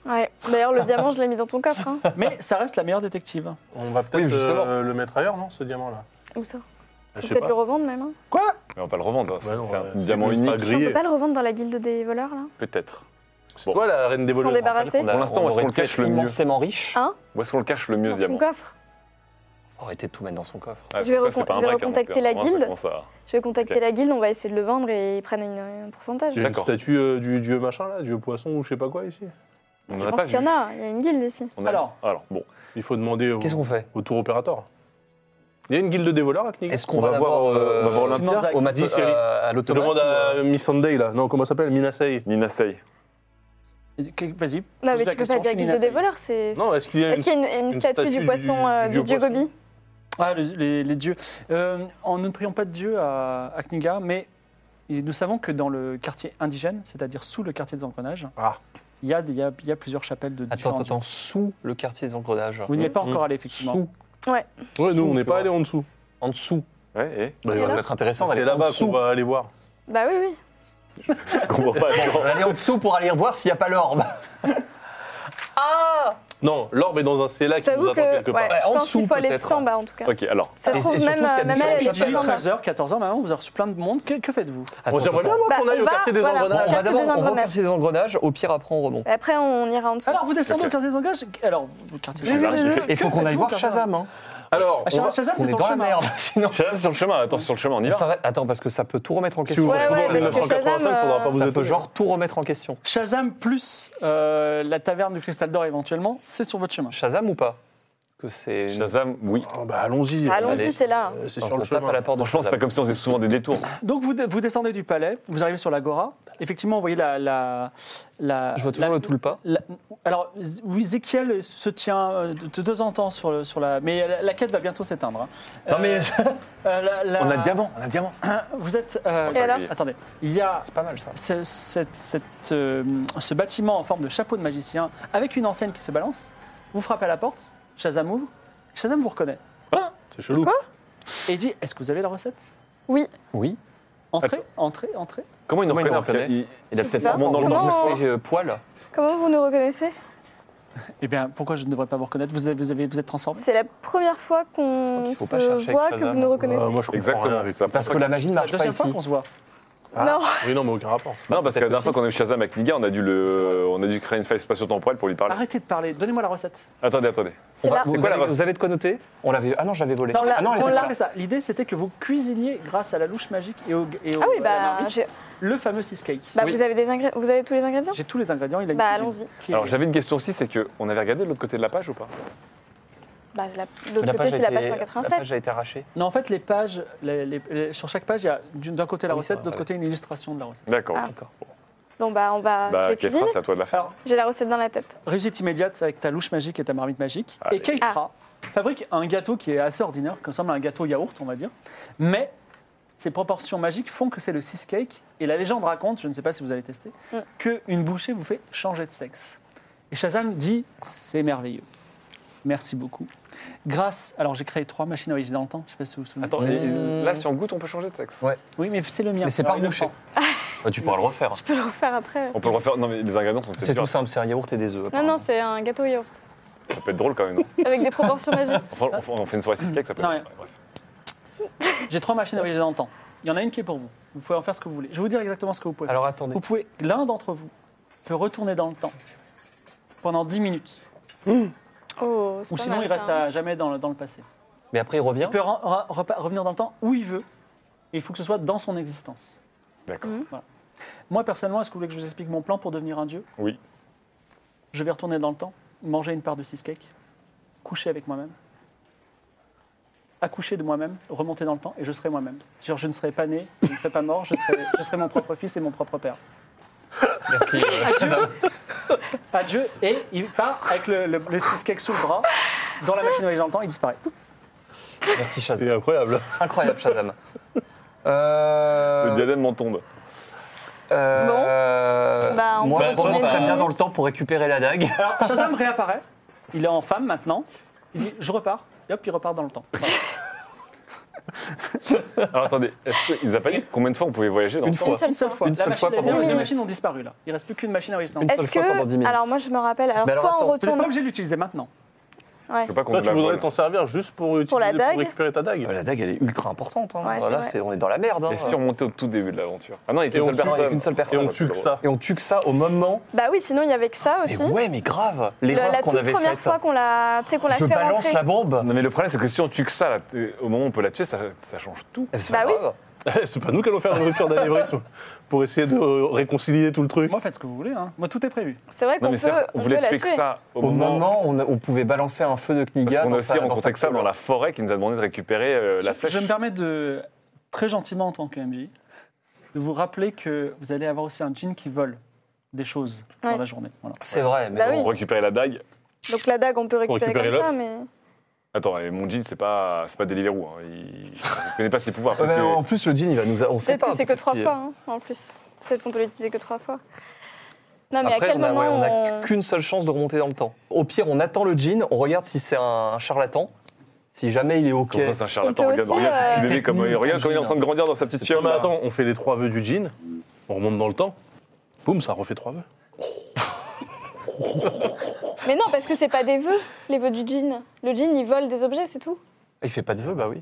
S7: Ouais. D'ailleurs, le diamant, je l'ai mis dans ton coffre. hein.
S3: Mais ça reste la meilleure détective.
S5: on va peut-être
S6: Oui, justement.
S5: euh, le mettre ailleurs, non, ce diamant-là
S7: Où ça
S5: Bah,
S7: Faut peut-être le revendre même. hein.
S5: Quoi
S4: Mais on va pas le revendre, hein, c'est
S5: Bah non,
S4: c'est un
S5: ouais, c'est
S4: diamant
S5: ultra
S4: unique.
S7: Attends, on
S5: grillé.
S7: peut pas le revendre dans la guilde des voleurs là
S4: Peut-être.
S5: C'est toi la reine des
S7: S'en
S5: voleurs.
S7: débarrasser
S6: On a-
S4: Pour l'instant,
S6: on
S4: où est-ce
S6: aurait
S4: qu'on le
S6: pu
S4: cache
S6: être
S4: le mieux
S6: Immensément riche.
S7: Hein
S4: Où est-ce qu'on le cache le mieux ce
S7: Dans son
S4: diamant
S7: coffre.
S6: Faut arrêter de tout mettre dans son coffre.
S4: Ah,
S7: Je
S4: c'est
S7: vais
S4: pas- c'est
S7: recon-
S4: pas
S7: je
S4: un
S7: vais
S4: vrai quarante,
S7: recontacter la
S4: hein, ça
S7: guilde.
S4: commence à-
S7: Je vais contacter
S4: Ok.
S7: la guilde, on va essayer de le vendre et ils prennent une- un pourcentage.
S5: Il y a une
S4: D'accord.
S5: statue euh, du dieu machin là, dieu poisson ou je sais pas quoi ici.
S4: On en
S7: Je
S4: a
S7: pense
S4: pas
S7: qu'il y en
S4: vu.
S7: a, il y a une guilde ici.
S4: On a-
S3: Alors.
S4: alors, bon,
S5: Il faut demander au,
S6: Qu'est-ce qu'on fait
S5: au tour opérateur. Il y a une guilde des voleurs à Kniga
S6: Est-ce qu'on
S4: On
S6: va,
S4: va
S6: d'abord,
S4: voir, euh,
S6: euh,
S4: on va voir
S3: l'Olympia
S6: au matin
S5: Dis, Cyril.
S6: euh, à
S5: Je
S6: l'automate
S5: demande
S6: ou,
S5: à
S6: euh,
S5: Miss Sunday là. Non, comment ça s'appelle Minasei.
S4: Nina Sei.
S3: Que- Vas-y.
S7: Non,
S3: pose
S7: mais
S3: la
S7: tu peux
S3: question,
S7: pas dire
S3: Shinina,
S7: guilde
S3: ça y
S7: des
S3: est.
S7: voleurs, c'est.
S5: Non, est-ce qu'il y a
S7: Est-ce
S5: une
S7: qu'il y a une, une
S5: une
S7: statue,
S5: statue
S7: du
S5: du-
S7: poisson, euh,
S5: du
S7: du, dieu
S5: poisson.
S7: Gobi
S3: Ah, le- les, les dieux. Euh, en ne prions pas de Dieu à, à Kniga, mais nous savons que dans le quartier indigène, c'est-à-dire sous le quartier des engrenages,
S5: Ah.
S3: il y a, des- il y a- il y a plusieurs chapelles de
S6: Attends,
S3: différents
S6: attends,
S3: dieux.
S6: attends, sous le quartier des engrenages.
S3: Vous n'y êtes pas encore allé, effectivement.
S6: Sous,
S5: Ouais, nous,
S6: Sous,
S5: on n'est
S6: tu
S5: pas
S6: vois.
S5: allé en dessous.
S6: en dessous.
S4: Ouais,
S5: Bah,
S7: Et
S6: ça
S7: alors
S6: va être intéressant
S5: C'est
S6: d'aller en
S5: là-bas qu'on
S6: dessous.
S5: va aller voir.
S7: Bah oui, oui.
S4: et Je comprends pas.
S6: On va aller en dessous pour aller voir s'il n'y a pas l'orbe. ah
S5: Non, l'orbe est dans un CELA qui nous
S7: J'avoue
S5: attend quelque
S7: que.
S5: part.
S7: Ouais, je
S6: en
S7: pense qu'il
S6: dessous,
S7: faut aller
S6: peut-être. hein.
S7: tout en bas en tout cas.
S4: Ok, alors.
S7: Ça se
S6: Et- et
S7: trouve,
S6: surtout,
S7: même,
S6: s'il y a
S7: euh,
S6: des
S7: même elle, elle est
S6: différentes
S7: tout en bas.
S3: 13h, 14h, maintenant, vous avez reçu plein de monde. Que, que faites-vous
S6: Attends,
S5: Bon, J'aimerais bien
S6: attends.
S5: moi
S7: Bah,
S5: qu'on aille
S7: on
S5: au
S7: va-
S5: quartier des
S7: voilà.
S6: On
S5: engrenages.
S6: va
S7: Quartier
S6: d'abord
S7: des
S6: on
S7: engrenages.
S6: repasse les engrenages, au pire après on remonte.
S7: Et Après, on ira en dessous.
S3: Alors, vous descendez
S4: Ok.
S3: au quartier des engages. Alors, au quartier des engages.
S6: Et il faut
S3: que
S6: qu'on aille
S3: faites-vous,
S6: voir
S3: Carver
S6: Shazam. Hein.
S5: Alors,
S3: Ah,
S5: on va-
S3: Shazam,
S6: On
S3: c'est
S6: est
S3: son
S6: dans la
S3: chemin.
S6: merde, sinon.
S4: Shazam, c'est sur le chemin. Attends, c'est sur le chemin, on y
S6: On
S4: va.
S6: s'arrête- Attends, parce que ça peut tout remettre en
S5: si vous
S6: question.
S5: voulez
S7: Ouais,
S5: en
S7: ouais, parce que
S5: 1985,
S7: Shazam,
S5: faudra pas vous
S6: ça peut
S5: étonner.
S6: genre tout remettre en question.
S3: Shazam plus euh, la taverne du cristal d'or éventuellement, c'est sur votre chemin.
S6: Shazam ou pas Parce que c'est.
S4: Shazam, oui.
S5: Ah, bah, allons-y.
S7: Allons-y,
S6: Allez.
S7: c'est là.
S5: Euh, C'est
S6: Donc,
S5: sur
S6: on
S5: le
S6: tape
S5: chemin.
S6: à la porte de
S4: Franchement, c'est pas
S6: Shazam.
S4: comme si on faisait souvent des détours.
S3: Donc vous, de- vous descendez du palais, vous arrivez sur l'agora. Effectivement, vous voyez la... la, la
S6: Je vois toujours
S3: la-
S6: le tout le pas.
S3: la- alors, Z- oui, Zéchiel se tient euh, de deux en temps sur, le, sur la... Mais la, la quête va bientôt s'éteindre. hein.
S6: Non, mais-
S3: euh, la- la-
S4: On a un diamant, on a un diamant.
S3: Vous êtes... euh,
S4: Oh, ça,
S7: alors
S4: oui.
S3: attendez, il y a
S6: C'est pas mal ça.
S3: ce, cette- cette, euh, ce bâtiment en forme de chapeau de magicien avec une enseigne qui se balance. Vous frappez à la porte, Shazam ouvre, Shazam vous reconnaît
S5: C'est chelou.
S3: et dit, est-ce que vous avez la recette
S7: Oui.
S6: Oui.
S3: Entrez, entrez, entrez.
S4: Comment il nous
S6: Comment il
S4: reconnaît
S6: nous
S4: après
S6: reconnaît
S4: Il-
S6: Il a
S7: Je sais
S6: peut-être
S7: pas.
S6: un monde dans le
S7: Comment
S6: dos
S7: on-
S6: ses euh, poils.
S7: Comment vous nous reconnaissez
S3: Eh bien, pourquoi je ne devrais pas vous reconnaître vous, avez- vous, avez- vous êtes transformé
S7: C'est la première fois
S6: crois
S7: qu'on
S6: qu'il faut pas
S7: se
S6: chercher avec
S7: voit que
S6: Shazam.
S7: vous nous reconnaissez.
S5: Ah, Moi, je comprends
S4: Exactement,
S5: rien.
S4: c'est ça.
S6: Parce que la magie ne
S3: C'est la
S6: marche pas
S3: deuxième
S6: ici.
S3: fois qu'on se voit.
S7: Non,
S6: Ah,
S5: Oui, non, mais aucun rapport.
S4: Non, parce que la dernière
S6: Peut-être
S4: fois qu'on a eu Shazam avec Niga, on a dû le, on a dû créer une faille spatio-temporelle pour lui parler.
S3: Arrêtez de parler, donnez-moi la recette.
S4: Attendez, attendez.
S7: c'est
S6: On va-
S7: là.
S6: vous,
S4: quoi la
S6: avez,
S4: recette
S6: vous avez de quoi noter On l'avait. Ah non, je l'avais volé.
S3: Non,
S6: ah non,
S3: on
S6: était
S3: l'a
S6: pas là.
S3: fait ça. L'idée, c'était que vous cuisiniez, grâce à la louche magique et au, et au-
S7: Ah oui,
S3: euh,
S7: bah,
S3: Marmite,
S7: j'ai-
S3: le fameux cheesecake.
S7: bah,
S6: Oui.
S7: vous, avez des ingré- vous avez tous les ingrédients
S3: J'ai tous les ingrédients, il a une
S7: Bah,
S3: cuisine
S7: allons-y.
S3: qui est-
S4: Alors j'avais une question aussi, c'est que on avait regardé de l'autre côté de la page ou pas
S7: Bah, c'est la- de
S6: Mais
S7: L'autre côté,
S6: a
S7: c'est la
S6: été-
S7: page
S6: La page
S7: 187.
S6: a été arrachée.
S3: Non, en fait, les pages, les- les- les- sur chaque page, il y a d'une- d'un côté la
S6: Ah oui, ça
S3: recette,
S6: va,
S3: de l'autre
S6: ouais.
S3: côté une illustration de la recette.
S4: D'accord.
S7: Ah.
S6: D'accord.
S7: Bon, bah, on va je
S4: Bah,
S7: vais
S4: Ketra,
S7: cuisiner.
S4: c'est à toi de la faire.
S3: Alors,
S7: J'ai la recette dans la tête.
S3: réussite immédiate avec ta louche magique et ta marmite magique.
S4: Allez.
S3: Et Keitra fabrique un gâteau qui est assez ordinaire, qui ressemble à un gâteau yaourt, on va dire. Mais ses proportions magiques font que c'est le cheesecake. Et la légende raconte, je ne sais pas si vous allez tester,
S7: Mm.
S3: que une bouchée vous fait changer de sexe. Et Shazam dit c'est merveilleux. Merci beaucoup. Grâce, alors j'ai créé trois machines à voyager dans le temps. Je ne sais pas si vous vous souvenez.
S4: Attends,
S6: Mmh.
S4: et- et là si on goûte, on peut changer de sexe.
S6: Ouais.
S3: Oui, mais c'est le mien.
S6: Mais c'est
S3: Alors,
S6: pas
S3: il le
S6: bouché.
S3: prend.
S6: Bah, tu pourras le refaire.
S7: Je peux le refaire après.
S4: On peut le refaire. Non mais les ingrédients sont peut-être
S6: C'est tout
S4: durs.
S6: simple, c'est un yaourt et des œufs.
S7: Non, non, c'est un gâteau yaourt.
S4: Ça peut être drôle quand même. non
S7: Avec des proportions magiques.
S4: Enfin, on, on fait une soirée cheesecake, ça peut.
S3: Non,
S4: être...
S3: mais-
S4: Bref.
S3: J'ai trois machines à voyager dans le temps. Il y en a une qui est pour vous. Vous pouvez en faire ce que vous voulez. Je vais vous dire exactement ce que vous pouvez faire.
S6: Alors attendez.
S3: Vous pouvez, l'un d'entre vous peut retourner dans le temps pendant 10 minutes,
S7: Oh, c'est
S3: ou
S7: pas
S3: sinon
S7: mal,
S3: il
S7: ça,
S3: reste
S7: hein.
S3: à jamais dans le, dans le passé.
S6: Mais après il revient.
S3: Il peut re- re- repa- revenir dans le temps où il veut, et il faut que ce soit dans son existence.
S4: D'accord.
S3: Moi personnellement, est-ce que vous voulez que je vous explique mon plan pour devenir un dieu
S4: Oui.
S3: Je vais retourner dans le temps, manger une part de cheesecake, coucher avec moi-même, accoucher de moi-même, remonter dans le temps, et je serai moi-même. Genre, je ne serai pas né, je ne serai pas mort, je serai, je serai mon propre fils et mon propre père.
S6: Merci. euh, Shazam.
S3: Adieu, et il part avec le, le, le cheesecake sous le bras, dans la machine à voyager dans le temps, il disparaît.
S6: Merci Shazam.
S5: C'est incroyable.
S6: Incroyable Shazam. Euh,
S4: Le diadème m'en tombe.
S6: euh,
S7: Bon. Bah, on
S6: moi,
S7: peut
S6: je
S7: retourner
S6: remonte très
S7: dix
S6: bien dans le
S7: minutes.
S6: temps pour récupérer la dague.
S3: Alors, Shazam réapparaît. Il est en femme maintenant. Il dit Je repars. Et hop, il repart dans le temps. Voilà.
S4: Alors attendez, est-ce qu'ils a pas dit combien de fois on pouvait voyager dans le
S6: Une
S4: temps
S6: fois.
S3: Une seule fois.
S6: Une
S3: la
S6: seule
S3: machine,
S6: fois
S3: les
S6: pendant
S3: deux-
S7: dix
S3: les
S7: minutes.
S3: machines ont disparu là. Il reste plus qu'une machine à voyager dans le temps.
S6: seule
S7: Est-ce
S6: fois pendant dix
S7: que.
S6: minutes.
S7: Alors, moi, je me rappelle. Alors,
S6: Mais alors,
S7: soit on
S6: attends,
S3: Vous n'êtes
S7: retourne.
S3: pas obligé de l'utiliser maintenant.
S7: Ouais.
S4: Je veux pas qu'on
S5: Là,
S4: nous
S5: tu
S4: la
S5: voudrais
S4: vole.
S5: t'en servir juste pour,
S7: Pour la
S5: utiliser-
S7: dague
S5: récupérer ta dague.
S6: Ouais, la dague elle est ultra importante. hein.
S7: Ouais, c'est
S6: Voilà,
S7: vrai.
S6: c'est- on est dans la merde. hein.
S4: Et surmonter au tout début de l'aventure. Ah non, il y a
S5: Et
S4: qu'une
S5: on
S4: seule
S5: tue-
S4: personne.
S6: il y a qu'une seule
S5: Et
S6: personne.
S4: Ah,
S5: on
S4: bah,
S5: tue
S4: c'est
S5: que
S4: drôle.
S5: ça.
S6: Et on tue que ça au moment.
S7: Bah oui, sinon, il y avait que ça
S6: Mais
S7: aussi.
S6: ouais, mais grave.
S7: Le-
S6: L'erreur
S7: la
S6: qu'on
S7: toute
S6: avait
S7: première
S6: faite.
S7: fois qu'on l'a tu sais, qu'on l'a
S6: Je
S7: fait
S6: balance
S7: rentrer.
S6: la bombe.
S4: Non mais le problème c'est que si on tue que ça, là, t- au moment où on peut la tuer, ça, ça change tout.
S6: Eh, c'est
S7: Bah
S6: pas
S7: oui.
S6: grave.
S5: c'est pas nous qui allons faire une rupture d'anévrisme pour essayer de euh, réconcilier tout le truc.
S3: Moi, faites ce que vous voulez. hein. Moi, tout est prévu.
S7: C'est vrai
S4: Non
S7: qu'on
S4: mais
S7: peut,
S4: certes, on
S7: on
S4: voulait
S7: peut la
S4: tuer que
S7: tuer.
S4: ça au,
S6: Au moment, on, a- on pouvait balancer un feu de Kniga.
S4: Parce qu'on
S6: dans
S4: a aussi
S6: sa- dans
S4: rencontré
S6: sa
S4: que ça dans
S6: couleur.
S4: la forêt qui nous a demandé de récupérer euh, la
S3: je,
S4: flèche.
S3: je me permets de, très gentiment en tant que MJ, de vous rappeler que vous allez avoir aussi un jean qui vole des choses dans
S7: Ouais.
S3: la journée. Voilà.
S6: C'est vrai, mais
S7: Bah
S6: bon,
S7: oui.
S4: On récupérait la dague.
S7: Donc, la dague, on peut
S5: Pour
S7: récupérer
S5: récupérer
S7: comme ça, mais.
S4: Attends, et mon jean, c'est pas, c'est pas Deliveroo. Hein. Il ne connaît pas ses pouvoirs.
S6: Ouais,
S4: Peut-être
S6: mais
S4: que-
S6: en plus, le jean, il va nous. a- On sait
S7: Peut-être
S6: pas.
S7: que c'est que
S6: peut-être
S7: trois
S6: qu'il-
S7: fois, hein, en plus. Peut-être qu'on peut l'utiliser que trois fois. Non, mais
S6: Après,
S7: à quel
S6: on a,
S7: moment
S6: ouais, on a
S7: on...
S6: qu'une seule chance de remonter dans le temps. Au pire, on attend le jean, on regarde si c'est un charlatan. Si jamais il est OK.
S4: Comment ça, c'est un charlatan
S7: On peut
S4: Regarde,
S7: aussi,
S4: regarde,
S7: euh,
S4: ce petit bébé, comme,
S6: Technique,
S4: regarde comme il est en
S6: Jean.
S4: train de grandir dans sa petite
S5: Non,
S4: fiole.
S5: mais attends, on fait les trois vœux du jean, on remonte dans le temps, boum, ça refait trois vœux.
S7: Mais non, parce que c'est pas des vœux, les vœux du djinn. Le djinn, il vole des objets, c'est tout.
S6: Il fait pas de vœux, bah oui.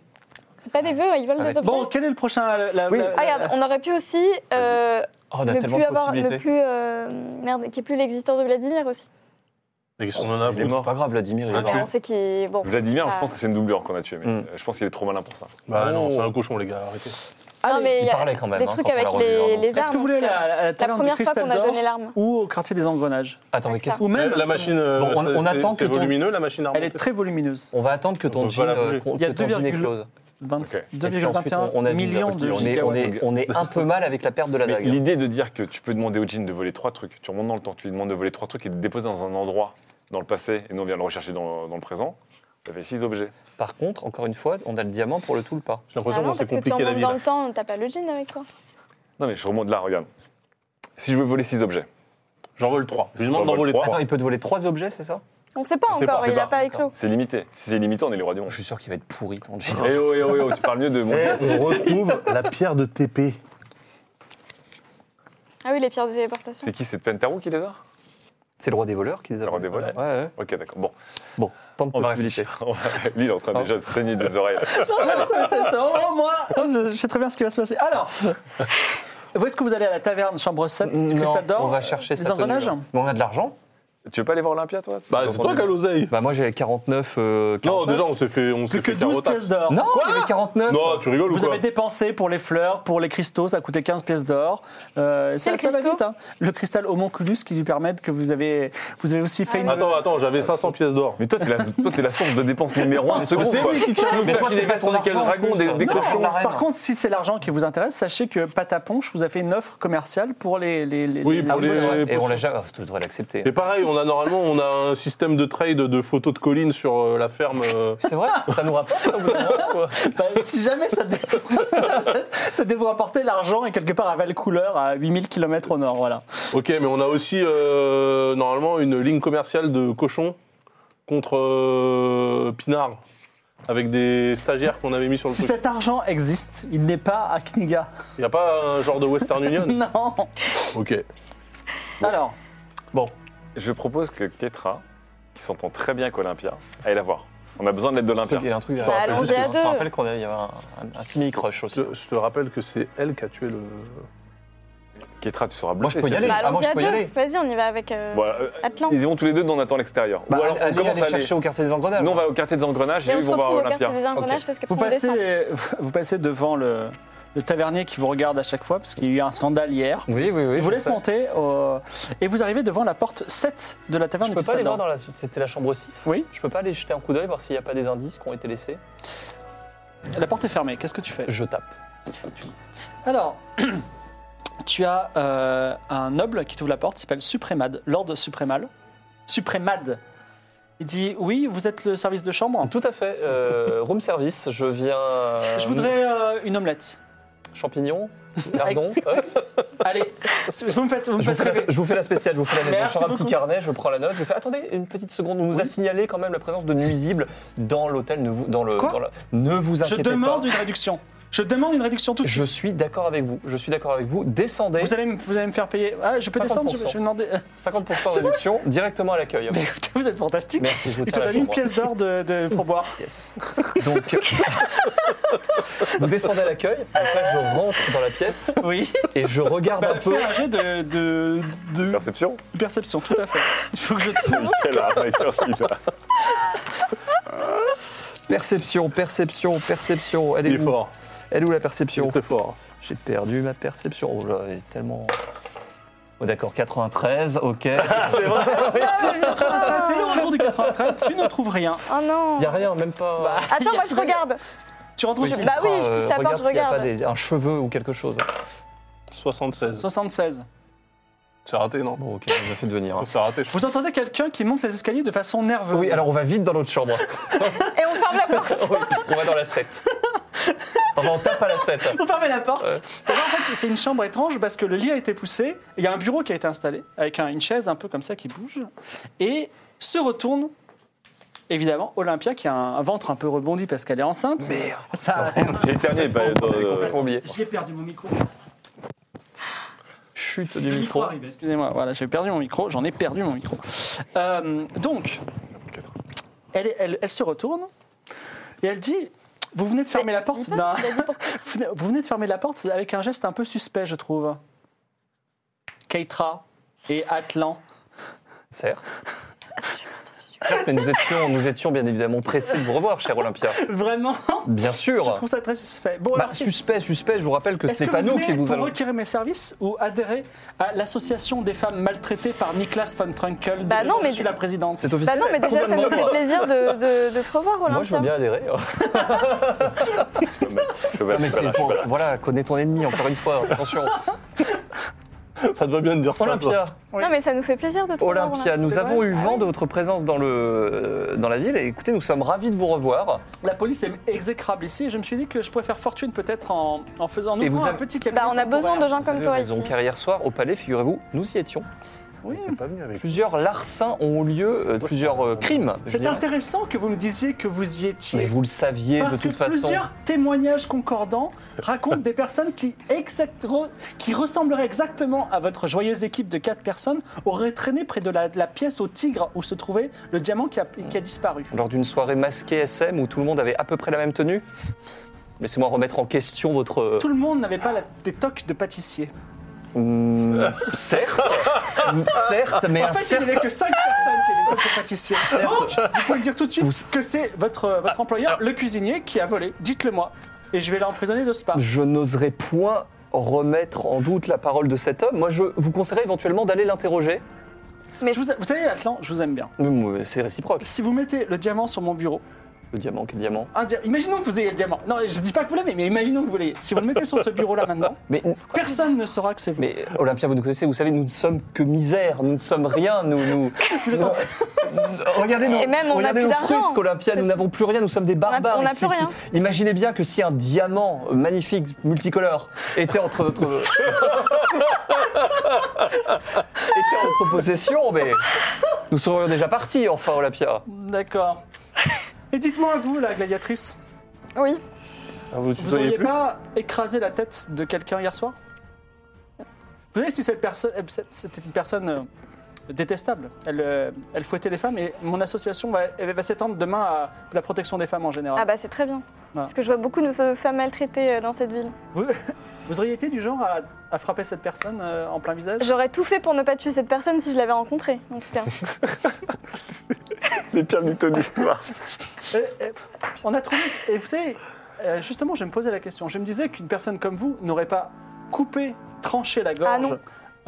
S7: C'est pas des vœux, hein, il vole des
S6: Arrête.
S7: objets.
S3: Bon, quel est le prochain la- la-
S6: Oui.
S3: la-
S7: Ah, regarde, on aurait pu aussi euh,
S6: Oh, on a
S7: ne
S6: tellement
S7: plus
S6: de
S7: avoir, ne
S6: possibilités.
S7: plus, euh, merde, qu'il n'y ait plus l'existence de Vladimir aussi.
S5: Et on en a
S4: Il est
S5: voulu.
S4: mort.
S6: C'est pas grave, Vladimir, il
S5: Ah,
S6: est
S5: tu
S6: mort.
S7: On sait qu'il est... Bon.
S4: Vladimir, je
S7: Ah.
S4: pense que c'est une doublure qu'on a tué, mais
S6: Mm.
S4: je pense qu'il est trop malin pour ça.
S5: Bah non,
S6: Oh.
S5: c'est un cochon, les gars, arrêtez.
S7: Non, mais
S6: il
S7: y a
S6: parlait quand même,
S7: Des
S6: hein,
S7: trucs
S6: quand on
S7: avec
S6: l'a revu, hein,
S7: les,
S6: donc.
S7: les
S3: Est-ce
S7: armes.
S3: que vous
S7: en
S3: voulez
S7: tout cas.
S3: la, la, la
S7: La
S3: taverne du
S7: première fois qu'on a
S3: Crystal
S7: donné
S3: Door
S7: l'arme.
S3: ou au quartier des engrenages
S6: Attends, mais
S7: Avec
S6: qu'est-ce
S7: ça.
S3: Ou
S5: La,
S3: même,
S5: la machine, euh,
S6: Bon, on-
S5: c'est-
S6: on
S5: c'est-
S6: attend que
S5: c'est
S6: ton-
S5: volumineux, la machine
S3: elle
S5: armée.
S3: est très volumineuse.
S6: On va attendre que
S5: On
S6: ton
S5: peut pas
S6: jean
S5: la bouger.
S6: euh, con-
S3: Il y a
S6: que ton jean
S3: 2,1
S6: éclose.
S3: vingt-
S4: Ok.
S6: Et puis ensuite, on-
S3: 2,21
S6: on avise.
S3: millions de
S6: on est, on
S3: gigawatts.
S6: est, on est un peu mal avec la perte de la
S4: Mais
S6: dague. hein.
S4: l'idée de dire que tu peux demander au djinn de voler trois trucs, tu remontes dans le temps, tu lui demandes de voler trois trucs et de les déposer dans un endroit dans le passé et nous on vient le rechercher dans, dans le présent, ça fait six objets.
S6: Par contre, encore une fois, on a le diamant pour le tout le pas.
S5: J'ai
S7: Ah
S5: l'impression
S7: non,
S5: qu'on s'est
S7: parce que tu en
S5: compliqué la
S7: montes
S5: vie.
S7: dans
S5: là.
S7: le temps, t'as pas le djinn avec toi.
S4: Non mais je remonte là, regarde. Si je veux voler six objets,
S5: J'en vole 3. Je lui
S4: J'en
S5: demande d'en
S4: vole
S5: voler
S4: trois.
S5: 3.
S6: Attends, il peut te voler trois objets, c'est ça
S7: On sait pas
S5: On sait
S7: encore,
S5: pas, on
S7: il
S5: sait
S7: n'a
S5: pas
S7: pas éclos.
S4: c'est limité. Si c'est limité, on est les rois du monde.
S6: Je suis sûr qu'il va être pourri ton jean.
S4: Eh oh, eh oh, eh oh, tu parles mieux de mon
S8: Et on retrouve la pierre de TP.
S7: Ah oui, les pierres de téléportation.
S4: C'est qui C'est Pentarou qui les a
S6: C'est le roi des voleurs qui les a
S4: Le roi des
S6: volés.
S4: voleurs.
S6: Ouais, ouais.
S4: Ok, d'accord. Bon,
S6: Bon, tant de
S4: on va
S6: possibilités.
S4: réfléchir. On va- Lui, il est en train déjà de saigner des oreilles.
S3: Non, non, Ah, ça va être ça. Oh, moi, oh, je, je sais très bien ce qui va se passer. Alors, vous est-ce que vous allez à la taverne chambre 7 du
S6: Non,
S3: Cristal d'Or
S6: on va chercher
S3: Les
S6: sa tenue,
S3: engrenages
S6: là. Mais on a de l'argent
S4: Tu veux pas aller voir Olympia, toi
S5: Bah, c'est toi qui as l'oseille.
S6: Bah moi j'ai 49... euh,
S5: Non,
S6: 49.
S5: déjà, on s'est fait. On s'est
S3: Plus que
S5: fait
S3: 12
S5: carottax.
S3: pièces d'or.
S6: Non, il y avait 49
S5: Non, tu rigoles ou
S3: Vous
S5: quoi
S3: avez dépensé pour les fleurs, pour les cristaux, ça a coûté 15 pièces d'or. Euh, ça,
S7: Quel
S3: ça va
S7: cristaux
S3: vite. hein. Le cristal homonculus qui lui permet que vous avez, vous avez aussi fait une.
S5: Attends, attends, j'avais 500 pièces d'or.
S4: Mais toi, t'es la, toi, t'es la source de dépenses numéro un de ce
S5: Mais
S4: groupe.
S5: c'est
S4: quoi.
S5: lui qui tient.
S4: Tu veux
S6: Mais
S4: faire
S6: toi,
S4: des
S6: c'est
S4: dépenses sur
S6: ton
S4: des
S6: argent,
S4: dragons,
S6: en
S4: des,
S6: plus,
S4: des
S6: hein. Non,
S4: cochons.
S6: la reine.
S3: Par contre, si c'est l'argent qui vous intéresse, sachez que Pataponche vous a fait une offre commerciale pour les. les, les-
S5: Oui,
S3: les-
S6: Ah
S5: pour
S6: oui, c'est
S5: les-
S6: vrai.
S5: pour
S6: Et on
S5: ceux-
S6: l'a jamais... Oh, tu devrais l'accepter.
S5: Et pareil, on a normalement on a un système de trade de photos de collines sur euh, la ferme. euh,
S6: C'est vrai, ça nous rapporte au bout d'un moment, quoi.
S3: Bah, si jamais ça devait, ça devait vous apporter l'argent et quelque part à Valcouleur, à 8000 km au nord, voilà.
S5: Ok, mais on a aussi euh, normalement une ligne commerciale de cochons contre euh, Pinard avec des stagiaires qu'on avait mis sur le
S3: Si
S5: truc.
S3: cet argent existe, il n'est pas à Kniga.
S5: Il n'y a pas un genre de Western Union
S3: Non.
S5: Ok.
S3: Alors,
S4: Je propose que Ketra, qui s'entend très bien avec Olympia, aille la voir. On a besoin de l'aide d'Olympia.
S6: Il y a un truc
S7: Bah,
S6: derrière. Bah,
S7: allons-y à
S6: Je
S7: deux.
S6: te rappelle qu'on a- il y avait un, un, un simili-crush aussi.
S5: Je, je te rappelle que c'est elle qui a tué le.
S4: Ketra, tu seras
S6: Moi, je
S4: bluffé.
S6: peux y
S4: si
S6: aller.
S4: elle-
S7: Bah,
S6: Ah, moi,
S7: allons-y
S6: je
S7: à
S6: peux y aller.
S7: deux. Vas-y, on y va avec. euh,
S4: Voilà, euh,
S7: Atlan.
S4: Ils y vont tous les deux, nous on attend à l'extérieur.
S6: Bah,
S4: Ou alors on
S6: allez,
S4: commence
S6: allez
S4: à aller.
S6: chercher au quartier des engrenages.
S4: Nous on va au quartier des engrenages et
S7: Et
S4: eux
S7: on
S4: ils
S7: se
S4: vont voir
S7: retrouve au quartier
S4: Olympia.
S7: des engrenages parce
S3: vous
S7: qu'après on descend.
S3: passez, vous passez devant le, le tavernier qui vous regarde à chaque fois parce qu'il y a eu un scandale hier.
S6: Oui, oui, oui.
S3: Il vous
S6: je
S3: laisse
S6: sais.
S3: monter au- et vous arrivez devant la porte 7 de la taverne du
S6: Je peux pas aller
S3: Cristal
S6: voir
S3: d'Or.
S6: dans la. C'était la chambre 6
S3: Oui.
S6: Je peux pas aller jeter un coup d'œil, voir s'il n'y a pas des indices qui ont été laissés.
S3: La porte est fermée, qu'est-ce que tu fais
S6: Je tape.
S3: Alors, tu as euh, un noble qui t'ouvre la porte, il s'appelle Suprémade, Lord Suprémal. Suprémade. Il dit Oui, vous êtes le service de chambre
S6: Tout à fait. euh, room service, je viens. euh,
S3: Je voudrais euh, une omelette.
S6: Champignons, lardons. hop.
S3: Allez, vous me faites, vous me
S6: je, vous
S3: faites
S6: fais la,
S3: rêver.
S6: je vous fais la spéciale, je vous fais la maison.
S3: Merci
S6: je sors un petit
S3: beaucoup.
S6: carnet, je prends la note, je fais attendez une petite seconde. On nous a signalé quand même la présence de nuisibles dans l'hôtel. Ne vous, dans le,
S3: Quoi
S6: dans la- ne vous
S3: Je
S6: inquiétez
S3: demande
S6: pas.
S3: une réduction. Je demande une réduction tout de
S6: Je
S3: suite.
S6: suis d'accord avec vous. Je suis d'accord avec vous. Descendez.
S3: Vous allez, me- vous allez me faire payer. Ah, je peux descendre, je, vais- je vais demander.
S6: 50% de réduction directement à l'accueil. hein.
S3: Mais écoutez, vous êtes fantastique.
S6: Merci, je vous
S3: Il te
S6: tiens la
S3: donne une
S6: chambre.
S3: pièce d'or de, de pourboire.
S6: Yes. Donc, vous descendez à l'accueil, après je rentre dans la pièce
S3: Oui.
S6: et je regarde un
S3: Bah,
S6: peu.
S3: fais un jet de, de, de
S4: Perception
S3: perception, tout à fait. Il faut que je trouve.
S4: Quel arnaqueur celui-là.
S6: Perception, perception, perception. Elle est,
S5: Il est
S6: où
S5: fort.
S6: Elle est où la
S5: Il est
S6: perception
S5: très fort.
S6: J'ai perdu ma perception. Oh là, elle est tellement. Oh d'accord, 93, ok. Il
S3: C'est le retour du 93, tu ne trouves rien.
S7: Oh non
S6: n'y a rien, même pas.
S3: Bah,
S7: Attends, moi je regarde.
S3: Tu rentres sur
S7: Bah oui, je
S6: Euh,
S7: pousse la porte, je
S6: regarde s'il n'y a pas
S7: regarde.
S6: des- un cheveu ou quelque chose.
S5: 76.
S3: 76.
S5: C'est raté, non
S6: Bon, ok, on me fait devenir. hein.
S5: C'est raté, je
S3: Vous entendez quelqu'un qui monte les escaliers de façon nerveuse.
S6: Oui, alors on va vite dans l'autre chambre.
S7: Et on ferme la porte.
S6: Oui, on va dans la 7. Enfin, on tape à la 7.
S3: On fermait la porte. Et là, en fait, c'est une chambre étrange parce que le lit a été poussé. et Il y a un bureau qui a été installé avec un- une chaise un peu comme ça qui bouge. Et se retourne, évidemment, Olympia qui a un, un ventre un peu rebondi parce qu'elle est enceinte. Merde. Ça, ça-
S4: J'ai éternué. bah, dans-
S6: Complètement oublié.
S3: J'ai perdu mon micro.
S6: chute du micro.
S3: Excusez-moi, voilà, j'ai perdu mon micro, j'en ai perdu mon micro. Euh, donc, elle, elle- elle se retourne et elle dit Vous venez de fermer la porte d'un. Vous venez de fermer la porte avec un geste un peu suspect, je trouve. Keitra et Atlan.
S6: Certes. Certes, Mais nous étions, nous étions bien évidemment pressés de vous revoir, cher Olympia.
S3: Vraiment,
S6: Bien
S3: je
S6: sûr.
S3: trouve ça très suspect. Bon,
S6: Bah,
S3: alors,
S6: suspect, suspect, je vous rappelle que
S3: est-ce
S6: ce n'est
S3: que
S6: pas nous
S3: venez
S6: qui vous
S3: pour
S6: allons.
S3: requérir mes services ou adhérer à l'association des femmes maltraitées par Niklas von Trunkel
S7: Bah non, mais-
S3: je suis la présidente.
S6: C'est
S7: Bah
S6: officiel.
S7: non, mais déjà, ça nous fait
S6: Complètement.
S7: plaisir de, de, de te revoir, Olympia.
S6: Moi, je veux bien adhérer.
S4: Je vais- je vais-
S6: Ah, mais
S4: je vais-
S6: c'est
S4: je
S6: pour-
S4: vais-
S6: Voilà, connais ton ennemi, encore une fois, attention.
S5: Ça te va bien de dire ça. toi.
S6: Olympia,
S7: Non, mais ça nous fait plaisir de te revoir.
S6: Olympia, nous
S3: C'est
S6: avons
S3: vrai
S7: Ah
S6: eu vent de votre présence dans, le, dans la ville et écoutez, nous sommes ravis de vous revoir.
S3: La police est exécrable ici et je me suis dit que je pourrais faire fortune peut-être en, en faisant
S6: Et
S3: nous
S6: vous
S3: un
S6: avez-
S3: petit cabinet.
S7: Bah, on a besoin de gens
S6: Vous
S7: comme
S6: avez
S7: toi
S6: raison,
S7: ici.
S6: car hier soir, au palais, figurez-vous, nous y étions.
S3: Oui.
S8: T'es pas venu avec
S6: Plusieurs larcins ont eu lieu, euh, plusieurs euh, crimes. je
S3: C'est
S6: dirais.
S3: intéressant que vous me disiez que vous y étiez.
S6: Mais vous le saviez
S3: Parce
S6: de toute
S3: que
S6: façon.
S3: plusieurs témoignages concordants racontent des personnes qui, exact- re- qui ressembleraient exactement à votre joyeuse équipe de quatre personnes auraient traîné près de la, de la pièce au tigre où se trouvait le diamant qui a, qui a disparu.
S6: Lors d'une soirée masquée SM où tout le monde avait à peu près la même tenue. Laissez-moi remettre en question votre. euh,
S3: Tout le monde n'avait pas la- des toques de pâtissier.
S6: Hmm, certes, mm, certes, mais
S3: En
S6: un
S3: fait, il n'y
S6: cercle.
S3: avait que cinq personnes qui avaient des toques de pâtissier. Donc, vous pouvez me dire tout de suite que c'est votre, euh,
S6: Ah,
S3: votre employeur, le cuisinier, qui a volé. Dites-le moi. Et je vais l'emprisonner de ce pas.
S6: Je n'oserais point remettre en doute la parole de cet homme. Moi, je vous conseillerais éventuellement d'aller l'interroger.
S7: Mais
S3: Je vous, vous savez, Atlan, je vous aime bien.
S6: Mais moi, C'est réciproque.
S3: Si vous mettez le diamant sur mon bureau,
S6: Le diamant, quel diamant.
S3: un dia- imaginons que vous ayez le diamant. Non, je dis pas que vous l'avez, mais imaginons que vous l'ayez. Si vous le mettez sur ce bureau-là maintenant,
S6: Mais,
S3: personne ne saura que c'est vous.
S6: mais Olympia, vous nous connaissez, vous savez, nous ne sommes que misère, nous ne sommes rien, nous. nous, nous- regardez nos,
S7: Et même, on a
S6: regardez
S7: plus
S6: nos
S7: d'argent.
S6: frusques, Olympia, nous
S7: C'est-
S6: n'avons plus rien, nous sommes des barbares
S7: on a
S6: ici.
S7: plus
S6: Si-
S7: rien.
S6: Imaginez bien que si un diamant magnifique, multicolore, était entre votre. était en votre possession, mais. Nous serions déjà partis, enfin, Olympia.
S3: D'accord. Et dites-moi, vous, la gladiatrice,
S7: Oui.
S5: Ah, Vous,
S3: vous
S5: tutoyez
S3: n'auriez
S5: plus
S3: pas écrasé la tête de quelqu'un hier soir Vous savez, si cette personne. euh, c'est- C'était une personne. euh, Détestable. Elle, euh, elle fouettait les femmes et mon association va, elle va s'étendre demain à la protection des femmes en général.
S7: Ah bah, c'est très bien. Parce que je vois beaucoup de f- femmes maltraitées euh, dans cette ville.
S3: vous, vous auriez été du genre à, à frapper cette personne euh, en plein visage
S7: J'aurais tout fait pour ne pas tuer cette personne si je l'avais rencontrée, en tout cas.
S4: Les pires mythos de l'histoire.
S3: Euh, euh, on a trouvé. Et vous savez, euh, justement, je me posais la question. Je me disais qu'une personne comme vous n'aurait pas coupé, tranché la gorge
S7: Ah non.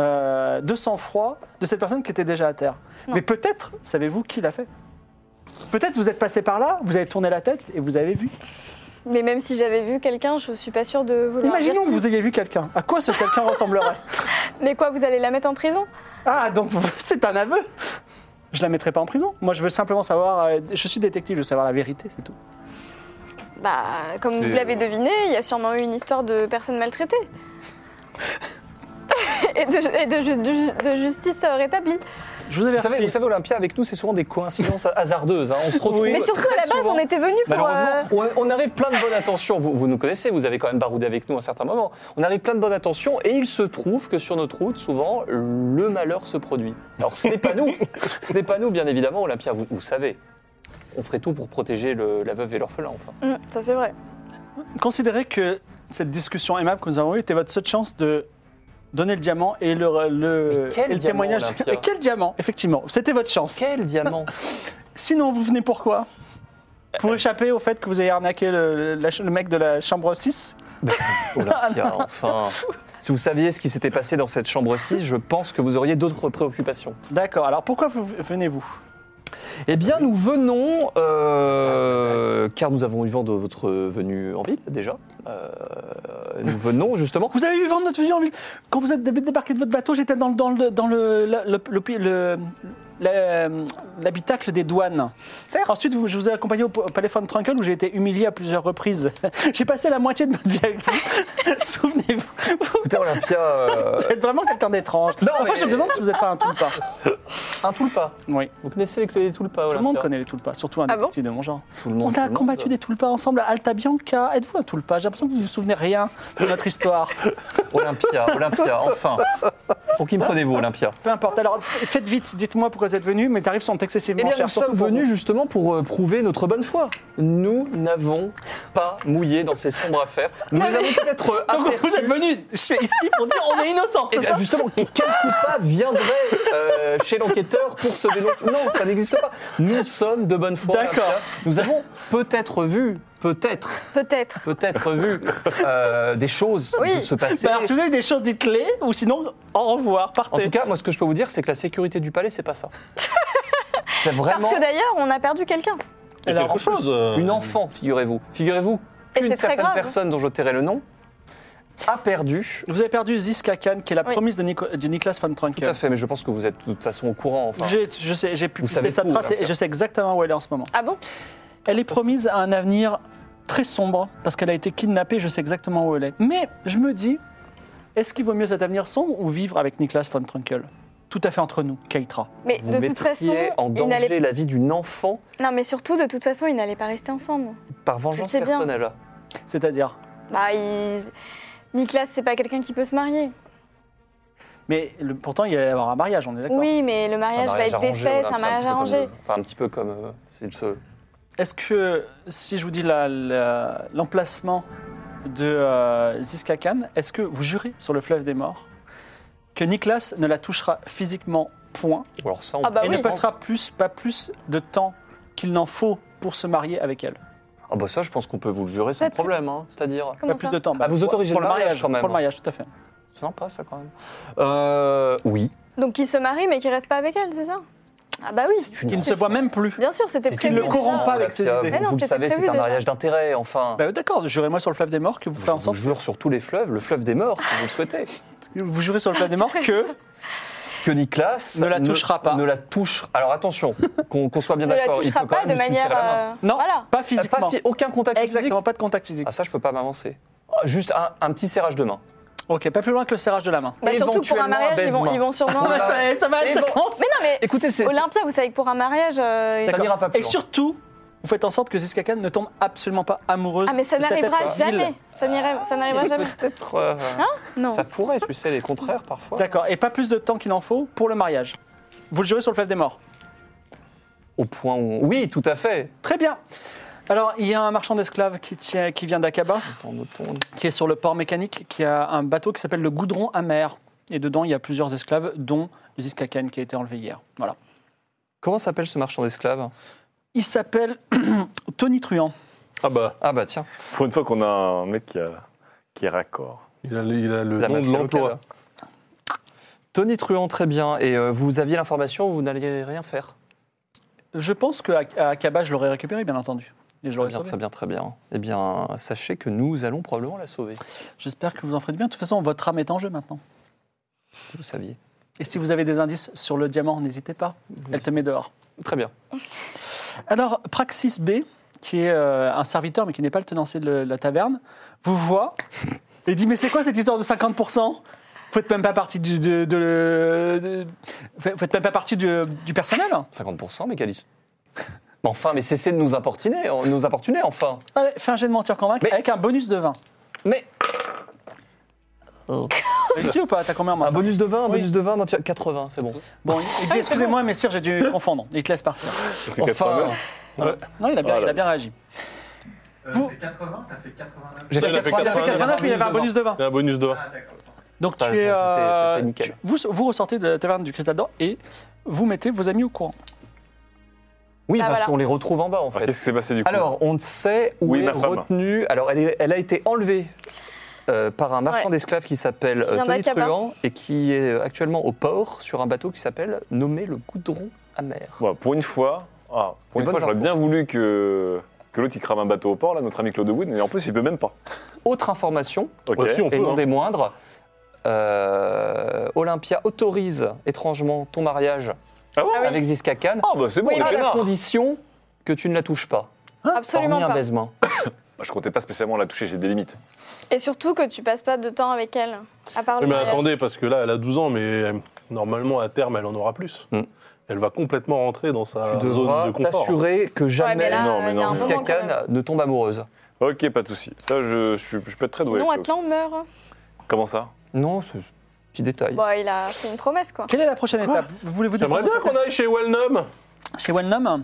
S3: euh, de sang-froid de cette personne qui était déjà à terre.
S7: Non.
S3: Mais peut-être, savez-vous qui l'a fait Peut-être vous êtes passé par là, vous avez tourné la tête et vous avez vu.
S7: Mais même si j'avais vu quelqu'un, je suis pas sûre de vouloir.
S3: Imaginons que
S7: dire-
S3: vous ayez vu quelqu'un. À quoi ce quelqu'un ressemblerait
S7: Mais quoi, vous allez la mettre en prison
S3: Ah, donc c'est un aveu Je la mettrai pas en prison. Moi, je veux simplement savoir. euh, je suis détective, je veux savoir la vérité, c'est tout.
S7: Bah, comme vous
S4: C'est-
S7: l'avez deviné, il y a sûrement eu une histoire de personnes maltraitées. et de, et de ju- de ju- de justice euh, rétablie.
S3: Je vous
S6: Vous
S3: avertis.
S6: savez, vous savez, Olympia, avec nous, c'est souvent des coïncidences hasardeuses. hein. On se retrouve.
S7: Mais surtout, à la base, on était venus pour. euh,
S6: Malheureusement, on, on arrive plein de bonnes intentions. Vous, vous nous connaissez, vous avez quand même baroudé avec nous à un certain moment. On arrive plein de bonnes intentions et il se trouve que sur notre route, souvent, le malheur se produit. Alors ce n'est pas nous, ce n'est pas nous, bien évidemment, Olympia, vous, vous savez. On ferait tout pour protéger le- la veuve et l'orphelin, enfin.
S7: hum, ça, c'est vrai.
S3: Considérez que cette discussion aimable que nous avons eue était votre seule chance de donner le diamant et le, le,
S6: Mais quel
S3: et le
S6: diamant,
S3: témoignage.
S6: Olympia
S3: Et quel diamant, effectivement. C'était votre chance.
S6: Quel diamant
S3: Sinon, vous venez pourquoi Pour échapper au fait que vous avez arnaqué le, la ch- le mec de la chambre 6
S6: Olympia, enfin. Si vous saviez ce qui s'était passé dans cette chambre 6, je pense que vous auriez d'autres préoccupations.
S3: D'accord, alors pourquoi vous venez-vous
S6: Eh bien, nous venons, euh, car nous avons eu vent de votre venue en ville déjà. Euh, nous venons justement.
S3: Vous avez eu vendre notre fusil en ville Quand vous êtes dé- débarqué de votre bateau, j'étais dans, le- dans le, dans le, la- le, le, pi- le- la- l'habitacle des douanes.
S6: Certes.
S3: Ensuite, vous- je vous ai accompagné au, p- au Palais von Trunkel où j'ai été humilié à plusieurs reprises. J'ai passé la moitié de ma vie avec vous. Souvenez-vous, vous
S6: Putain, Olympia, euh,
S3: êtes vraiment quelqu'un d'étrange.
S6: Non,
S3: enfin,
S6: mais-
S3: je me demande si vous n'êtes pas un toulpa.
S6: un tout le pas.
S3: Oui.
S6: Vous connaissez les tout le pas,
S3: Tout le monde connaît les toulpas, surtout un
S7: Ah
S3: des
S7: bon
S3: petits de mon genre.
S6: Tout le monde,
S3: On
S6: tout
S3: a
S6: le monde.
S3: combattu des toulpas ensemble à Alta Bianca. Êtes-vous un toulpa J'ai l'impression que vous vous souvenez rien de notre histoire.
S6: Olympia, Olympia, enfin. Pour qui me prenez-vous, Olympia
S3: Peu importe. Alors, f- faites vite. Dites-moi pourquoi vous êtes venus. Mes tarifs sont excessivement
S6: Eh bien,
S3: chers.
S6: nous
S3: surtout
S6: sommes
S3: pour
S6: venus
S3: vous.
S6: justement pour euh, prouver notre bonne foi. Nous n'avons pas mouillé dans ces sombres affaires. Nous les avons peut-être
S3: Ah Donc,
S6: aperçus.
S3: vous êtes venus chez- ici pour dire on est innocent.
S6: Eh
S3: C'est
S6: bien,
S3: ça
S6: justement, quel coupable viendrait euh, chez l'enquêteur pour se dénoncer Non, ça n'existe pas. Nous sommes de bonne foi.
S3: D'accord.
S6: Olympia. Nous avons peut-être vu, peut-être,
S7: Peut-être.
S6: peut-être vu euh, des choses
S7: Oui.
S6: se passer.
S3: Bah, alors, si vous avez des choses, dites-les, ou sinon, au revoir,
S6: En
S3: partez.
S6: tout cas, moi, ce que je peux vous dire, c'est que la sécurité du palais, c'est pas ça. C'est
S7: Parce
S6: vraiment
S7: que d'ailleurs, on a perdu quelqu'un.
S5: Il y a
S6: Alors, en
S5: quelque
S6: plus,
S5: chose. euh,
S6: une enfant, figurez-vous. Figurez-vous
S7: Et
S6: qu'une
S7: c'est très
S6: certaine
S7: grave. hein.
S6: personne dont je tairai le nom a perdu.
S3: Vous avez perdu Ziska Khan, qui est la
S7: Oui.
S3: promise de, Nico- de Niklas von
S6: Tout
S3: Trunkel.
S6: à fait, mais je pense que vous êtes de toute façon au courant. Enfin,
S3: J'ai- je sais, j'ai pu
S6: Vous
S3: pister
S6: savez
S3: sa
S6: tout, hein.
S3: trace
S6: alors.
S3: et je sais exactement où elle est en ce moment.
S7: Ah bon
S3: Elle est promise à un avenir très sombre parce qu'elle a été kidnappée, je sais exactement où elle est. Mais je me dis, est-ce qu'il vaut mieux cet avenir sombre ou vivre avec Niklas von Trunkel Tout à fait entre nous, Keitra.
S7: Mais
S6: vous
S7: de toute façon,
S6: mettriez en
S7: il n'allait
S6: danger la vie d'une enfant
S7: Non, mais surtout, de toute façon, ils n'allaient pas rester ensemble.
S6: par vengeance
S7: Je le sais bien.
S6: personnelle.
S3: C'est-à-dire.
S7: Bah, ils... Nicolas, c'est pas quelqu'un qui peut se marier.
S3: Mais le- pourtant, il va y avoir un mariage, on est d'accord
S7: Oui, mais le
S6: Un
S7: mariage, va
S6: mariage
S7: être
S6: arrangé,
S7: défait,
S6: voilà,
S7: c'est un
S6: petit
S7: mariage
S6: peu comme
S7: arrangé.
S6: le- Enfin, un petit peu comme. euh, c'est de ce-
S3: Est-ce que si je vous dis la- la- l'emplacement de euh, Ziska Khan, est-ce que vous jurez sur le fleuve des morts que Niklas ne la touchera physiquement point
S6: Ou alors ça, on
S7: Ah bah
S3: et
S7: oui.
S3: ne passera plus, pas plus de temps qu'il n'en faut pour se marier avec elle
S6: Ah bah ça, je pense qu'on peut vous le jurer sans
S7: Pas plus.
S6: problème. hein. C'est-à-dire.
S7: Comment
S3: Pas
S7: ça
S3: plus de temps. bah,
S6: Ah, vous autorisez
S3: pour
S6: le mariage, quand même.
S3: Pour le mariage, tout à fait.
S6: C'est sympa ça quand même. Euh, oui.
S7: Donc, il se marie, mais qu'il reste pas avec elle, c'est ça Ah bah oui.
S3: Qui ne se voit même plus.
S7: Bien sûr, c'était
S6: C'est
S7: prévu.
S3: ne le
S7: déjà.
S3: corrompt pas avec ses
S6: Olympia,
S3: idées.
S7: Mais non,
S6: Vous le
S7: c'était
S6: savez,
S7: prévu
S6: c'est un
S7: déjà.
S6: mariage d'intérêt, enfin.
S3: Bah, D'accord, jurez-moi sur le fleuve des morts que vous ferez
S6: je vous
S3: ensemble.
S6: jure sur tous les fleuves, le fleuve des morts, si vous le souhaitez.
S3: Vous jurez sur le fleuve des morts que
S6: que Niklas
S3: Ne la touchera pas.
S6: Ne la touche. Alors attention, qu'on qu'on soit bien
S7: Ne la
S6: d'accord. il
S7: touchera
S6: peut quand
S7: pas
S6: même
S7: de
S6: lui serrer
S7: manière.
S6: la main.
S7: euh,
S3: non,
S7: Voilà.
S3: pas
S6: Pas
S3: physiquement.
S6: fi- aucun contact physique.
S3: Exactement, pas de contact physique.
S6: Ah ça, je peux pas m'avancer. Ah, Juste un, un petit serrage de main.
S3: Ok, pas plus loin que le serrage de la main.
S7: Bah, surtout que pour
S6: Éventuellement,
S7: un mariage, ils
S6: baisement.
S7: vont, ils vont sûrement.
S3: Ah bah,
S7: euh,
S3: ça, ça va,
S6: Et
S3: ça
S6: bon.
S3: commence.
S7: Mais non, mais
S6: Écoutez, c'est
S7: Olympia, vous savez que pour un mariage. euh,
S6: ça
S3: D'accord.
S6: n'ira pas plus
S3: Et
S6: loin.
S3: surtout, vous faites en sorte que Ziska Khan ne tombe absolument pas amoureuse
S7: Ah, mais ça
S3: de cette
S7: n'arrivera
S3: être
S7: jamais.
S3: vile.
S7: Ça n'ira- ça n'arrivera jamais.
S6: Peut-être. euh,
S7: Ah, Non.
S6: Ça pourrait, tu sais, les contraires parfois.
S3: D'accord, et pas plus de temps qu'il en faut pour le mariage. Vous le jurez sur le fleuve des morts.
S6: Au point où. on- Oui, tout à fait.
S3: Très bien. Alors, il y a un marchand d'esclaves qui, tient- qui vient d'Akaba,
S6: Attends, notons.
S3: qui est sur le port mécanique, qui a un bateau qui s'appelle le Goudron Amer. Et dedans, il y a plusieurs esclaves, dont Ziska Khan qui a été enlevé hier. Voilà.
S6: Comment s'appelle ce marchand d'esclaves
S3: Il s'appelle Tony Truant.
S5: Ah bah,
S6: Ah bah tiens,
S4: Pour une fois qu'on a un mec qui, a- qui est raccord.
S5: il a, il a le
S6: la
S5: nom de
S6: mafia
S5: l'emploi.
S6: locale. Tony Truant, très bien. Et euh, vous aviez l'information, vous n'alliez rien faire.
S3: Je pense qu'à Akaba, je l'aurais récupéré, bien entendu. Et je l'aurais
S6: Très bien,
S3: sauvé.
S6: très bien, très bien. Eh bien, sachez que nous allons probablement la sauver,
S3: J'espère que vous en ferez du bien. De toute façon, votre âme est en jeu maintenant.
S6: si vous saviez.
S3: Et si vous avez des indices sur le diamant, n'hésitez pas. Elle te met dehors.
S6: Très bien.
S3: Alors, Praxis B, qui est euh, un serviteur mais qui n'est pas le tenancier de le- la taverne, vous voit et dit Mais c'est quoi cette histoire de 50% vous faites même pas partie du, de, de- de- vous faites même pas partie du, du personnel.
S6: 50%, mais Calice. Mais Enfin, mais cessez de nous importuner, euh, nous importuner, enfin.
S3: Allez, fais un jet de mentir convaincre
S6: Mais-
S3: avec un bonus de 20.
S6: Mais.
S3: Réussi ou pas T'as combien en
S6: Un
S3: mentir
S6: bonus de 20, un
S3: Oui.
S6: bonus de 20, mentir- 80, c'est bon.
S3: Bon, il dit excusez-moi, messire, j'ai dû confondre. Il te laisse partir. euh,
S4: Parce que 80,
S3: Non, il a bien,
S4: Voilà.
S3: il a bien réagi. Vous-
S9: Vous... 80, t'as fait 89.
S6: j'ai
S5: Il a fait
S3: Il avait 89, il avait un bonus de 20.
S5: Il a un bonus de
S9: Ah, d'accord. ça.
S3: Donc
S6: Ça,
S3: tu
S6: ça,
S3: es,
S6: c'était-
S3: euh,
S6: c'était nickel.
S3: tu- vous, vous ressortez de la taverne du Cristal d'Or et vous mettez vos amis au courant.
S6: Oui,
S7: Ah,
S6: parce
S7: voilà.
S6: qu'on les retrouve en bas, en
S4: Alors,
S6: fait.
S4: qu'est-ce qui s'est passé du coup
S6: Alors, on ne sait où
S4: Oui,
S6: est
S4: ma femme.
S6: retenue. Alors, elle, est- elle a été enlevée euh, par un marchand
S7: Ouais.
S6: d'esclaves qui s'appelle
S7: Qui
S6: euh,
S7: vient
S6: Tony
S7: d'Aqaba.
S6: Truant et qui est euh, actuellement au port sur un bateau qui s'appelle nommé le Goudron Amer.
S4: Bon, pour une fois, ah, pour
S6: Les
S4: une fois
S6: bonnes
S4: j'aurais
S6: infos.
S4: bien voulu que, que l'autre il crame un bateau au port, là, notre ami Claude Wood, mais en plus il peut même pas.
S6: Autre information
S4: Ok.
S5: Ouais, si, on
S6: et
S5: peut,
S6: non
S5: hein.
S6: des moindres. euh, Olympia autorise étrangement ton mariage
S4: Ah bon
S7: Ah oui.
S6: avec Ziskakan,
S4: Ah, bah c'est bon,
S7: Oui,
S4: on est
S6: à la
S4: peinards.
S6: condition que tu ne la touches pas,
S7: Absolument
S6: hormis un
S7: pas.
S6: baisement.
S4: Bah, je comptais pas spécialement la toucher, j'ai des limites.
S7: Et surtout que tu passes pas de temps avec elle, à part
S5: Oui,
S7: le
S5: mais
S7: mariage.
S5: Eh ben, attendez, parce que là, elle a 12 ans, mais euh, normalement, à terme, elle en aura plus.
S6: Hmm.
S5: Elle va complètement rentrer dans sa
S6: tu
S5: zone Bah, de
S6: devras
S5: confort.
S6: t'assurer que
S7: Ouais,
S6: jamais
S7: mais là,
S4: non,
S7: il
S4: mais
S7: y a
S4: non.
S7: un
S4: Jusqu'à
S7: moment quand même.
S6: Ziskakan ne tombe amoureuse.
S4: Ok, pas de souci. Ça, je, je, suis- je peux être très doué.
S7: Sinon,
S4: ça aussi.
S7: Atlan meurt.
S4: Comment ça
S6: Non, c'est petit détail.
S7: Bon, il a fait une promesse, quoi.
S3: Quelle est la prochaine
S5: Quoi
S3: étape Vous voulez vous
S5: J'aimerais bien qu'on aille chez Wellnum,
S3: Chez Wellnum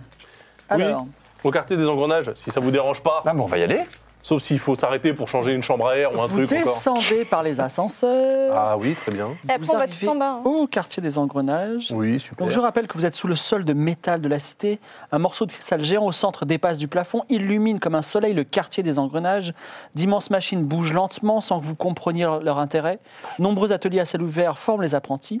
S3: Alors,
S5: au quartier des engrenages, si ça vous dérange pas.
S6: Ah, bon, on va y aller.
S5: Sauf s'il faut s'arrêter pour changer une chambre à air ou un
S3: vous
S5: truc encore.
S3: descendez par les ascenseurs
S5: Ah oui, très bien.
S7: Et après,
S3: Vous
S7: on va
S3: arrivez
S7: tout en bas. hein.
S3: au quartier des engrenages.
S5: Oui, super.
S3: Donc je rappelle que vous êtes sous le sol de métal de la cité. Un morceau de cristal géant au centre dépasse du plafond, illumine comme un soleil le quartier des engrenages. D'immenses machines bougent lentement sans que vous compreniez leur, leur intérêt. Nombreux ateliers à ciel ouvert forment les apprentis.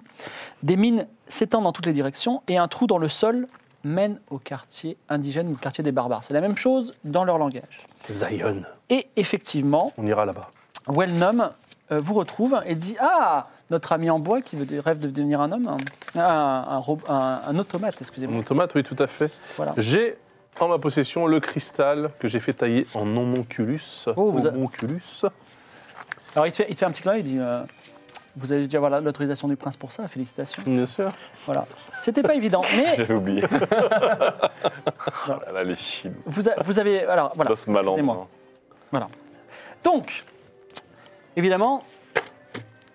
S3: Des mines s'étendent dans toutes les directions et un trou dans le sol mène au quartier indigène ou au quartier des barbares. C'est la même chose dans leur langage.
S5: Zion,
S3: Et effectivement,
S5: on ira là-bas.
S3: Wellnum euh, vous retrouve et dit Ah, notre ami en bois qui veut- rêve de devenir un homme, un, un- un ro- un- un automate,
S5: Mon
S3: excusez-moi.
S5: tomate, oui, tout à fait.
S3: Voilà.
S5: J'ai en ma possession le cristal que j'ai fait tailler en homonculus.
S3: Oh, vous a-
S5: homonculus.
S3: Alors il te fait, il te fait un petit clin d'œil, il dit euh, Vous avez dû avoir la- l'autorisation du prince pour ça, félicitations.
S5: Bien sûr.
S3: Voilà. C'était pas évident, mais
S4: J'avais oublié. Oh là là, les Chinois.
S3: vous, a- vous avez. Alors voilà.
S4: Los Malandres,
S3: excusez-moi.
S4: hein.
S3: Donc, évidemment,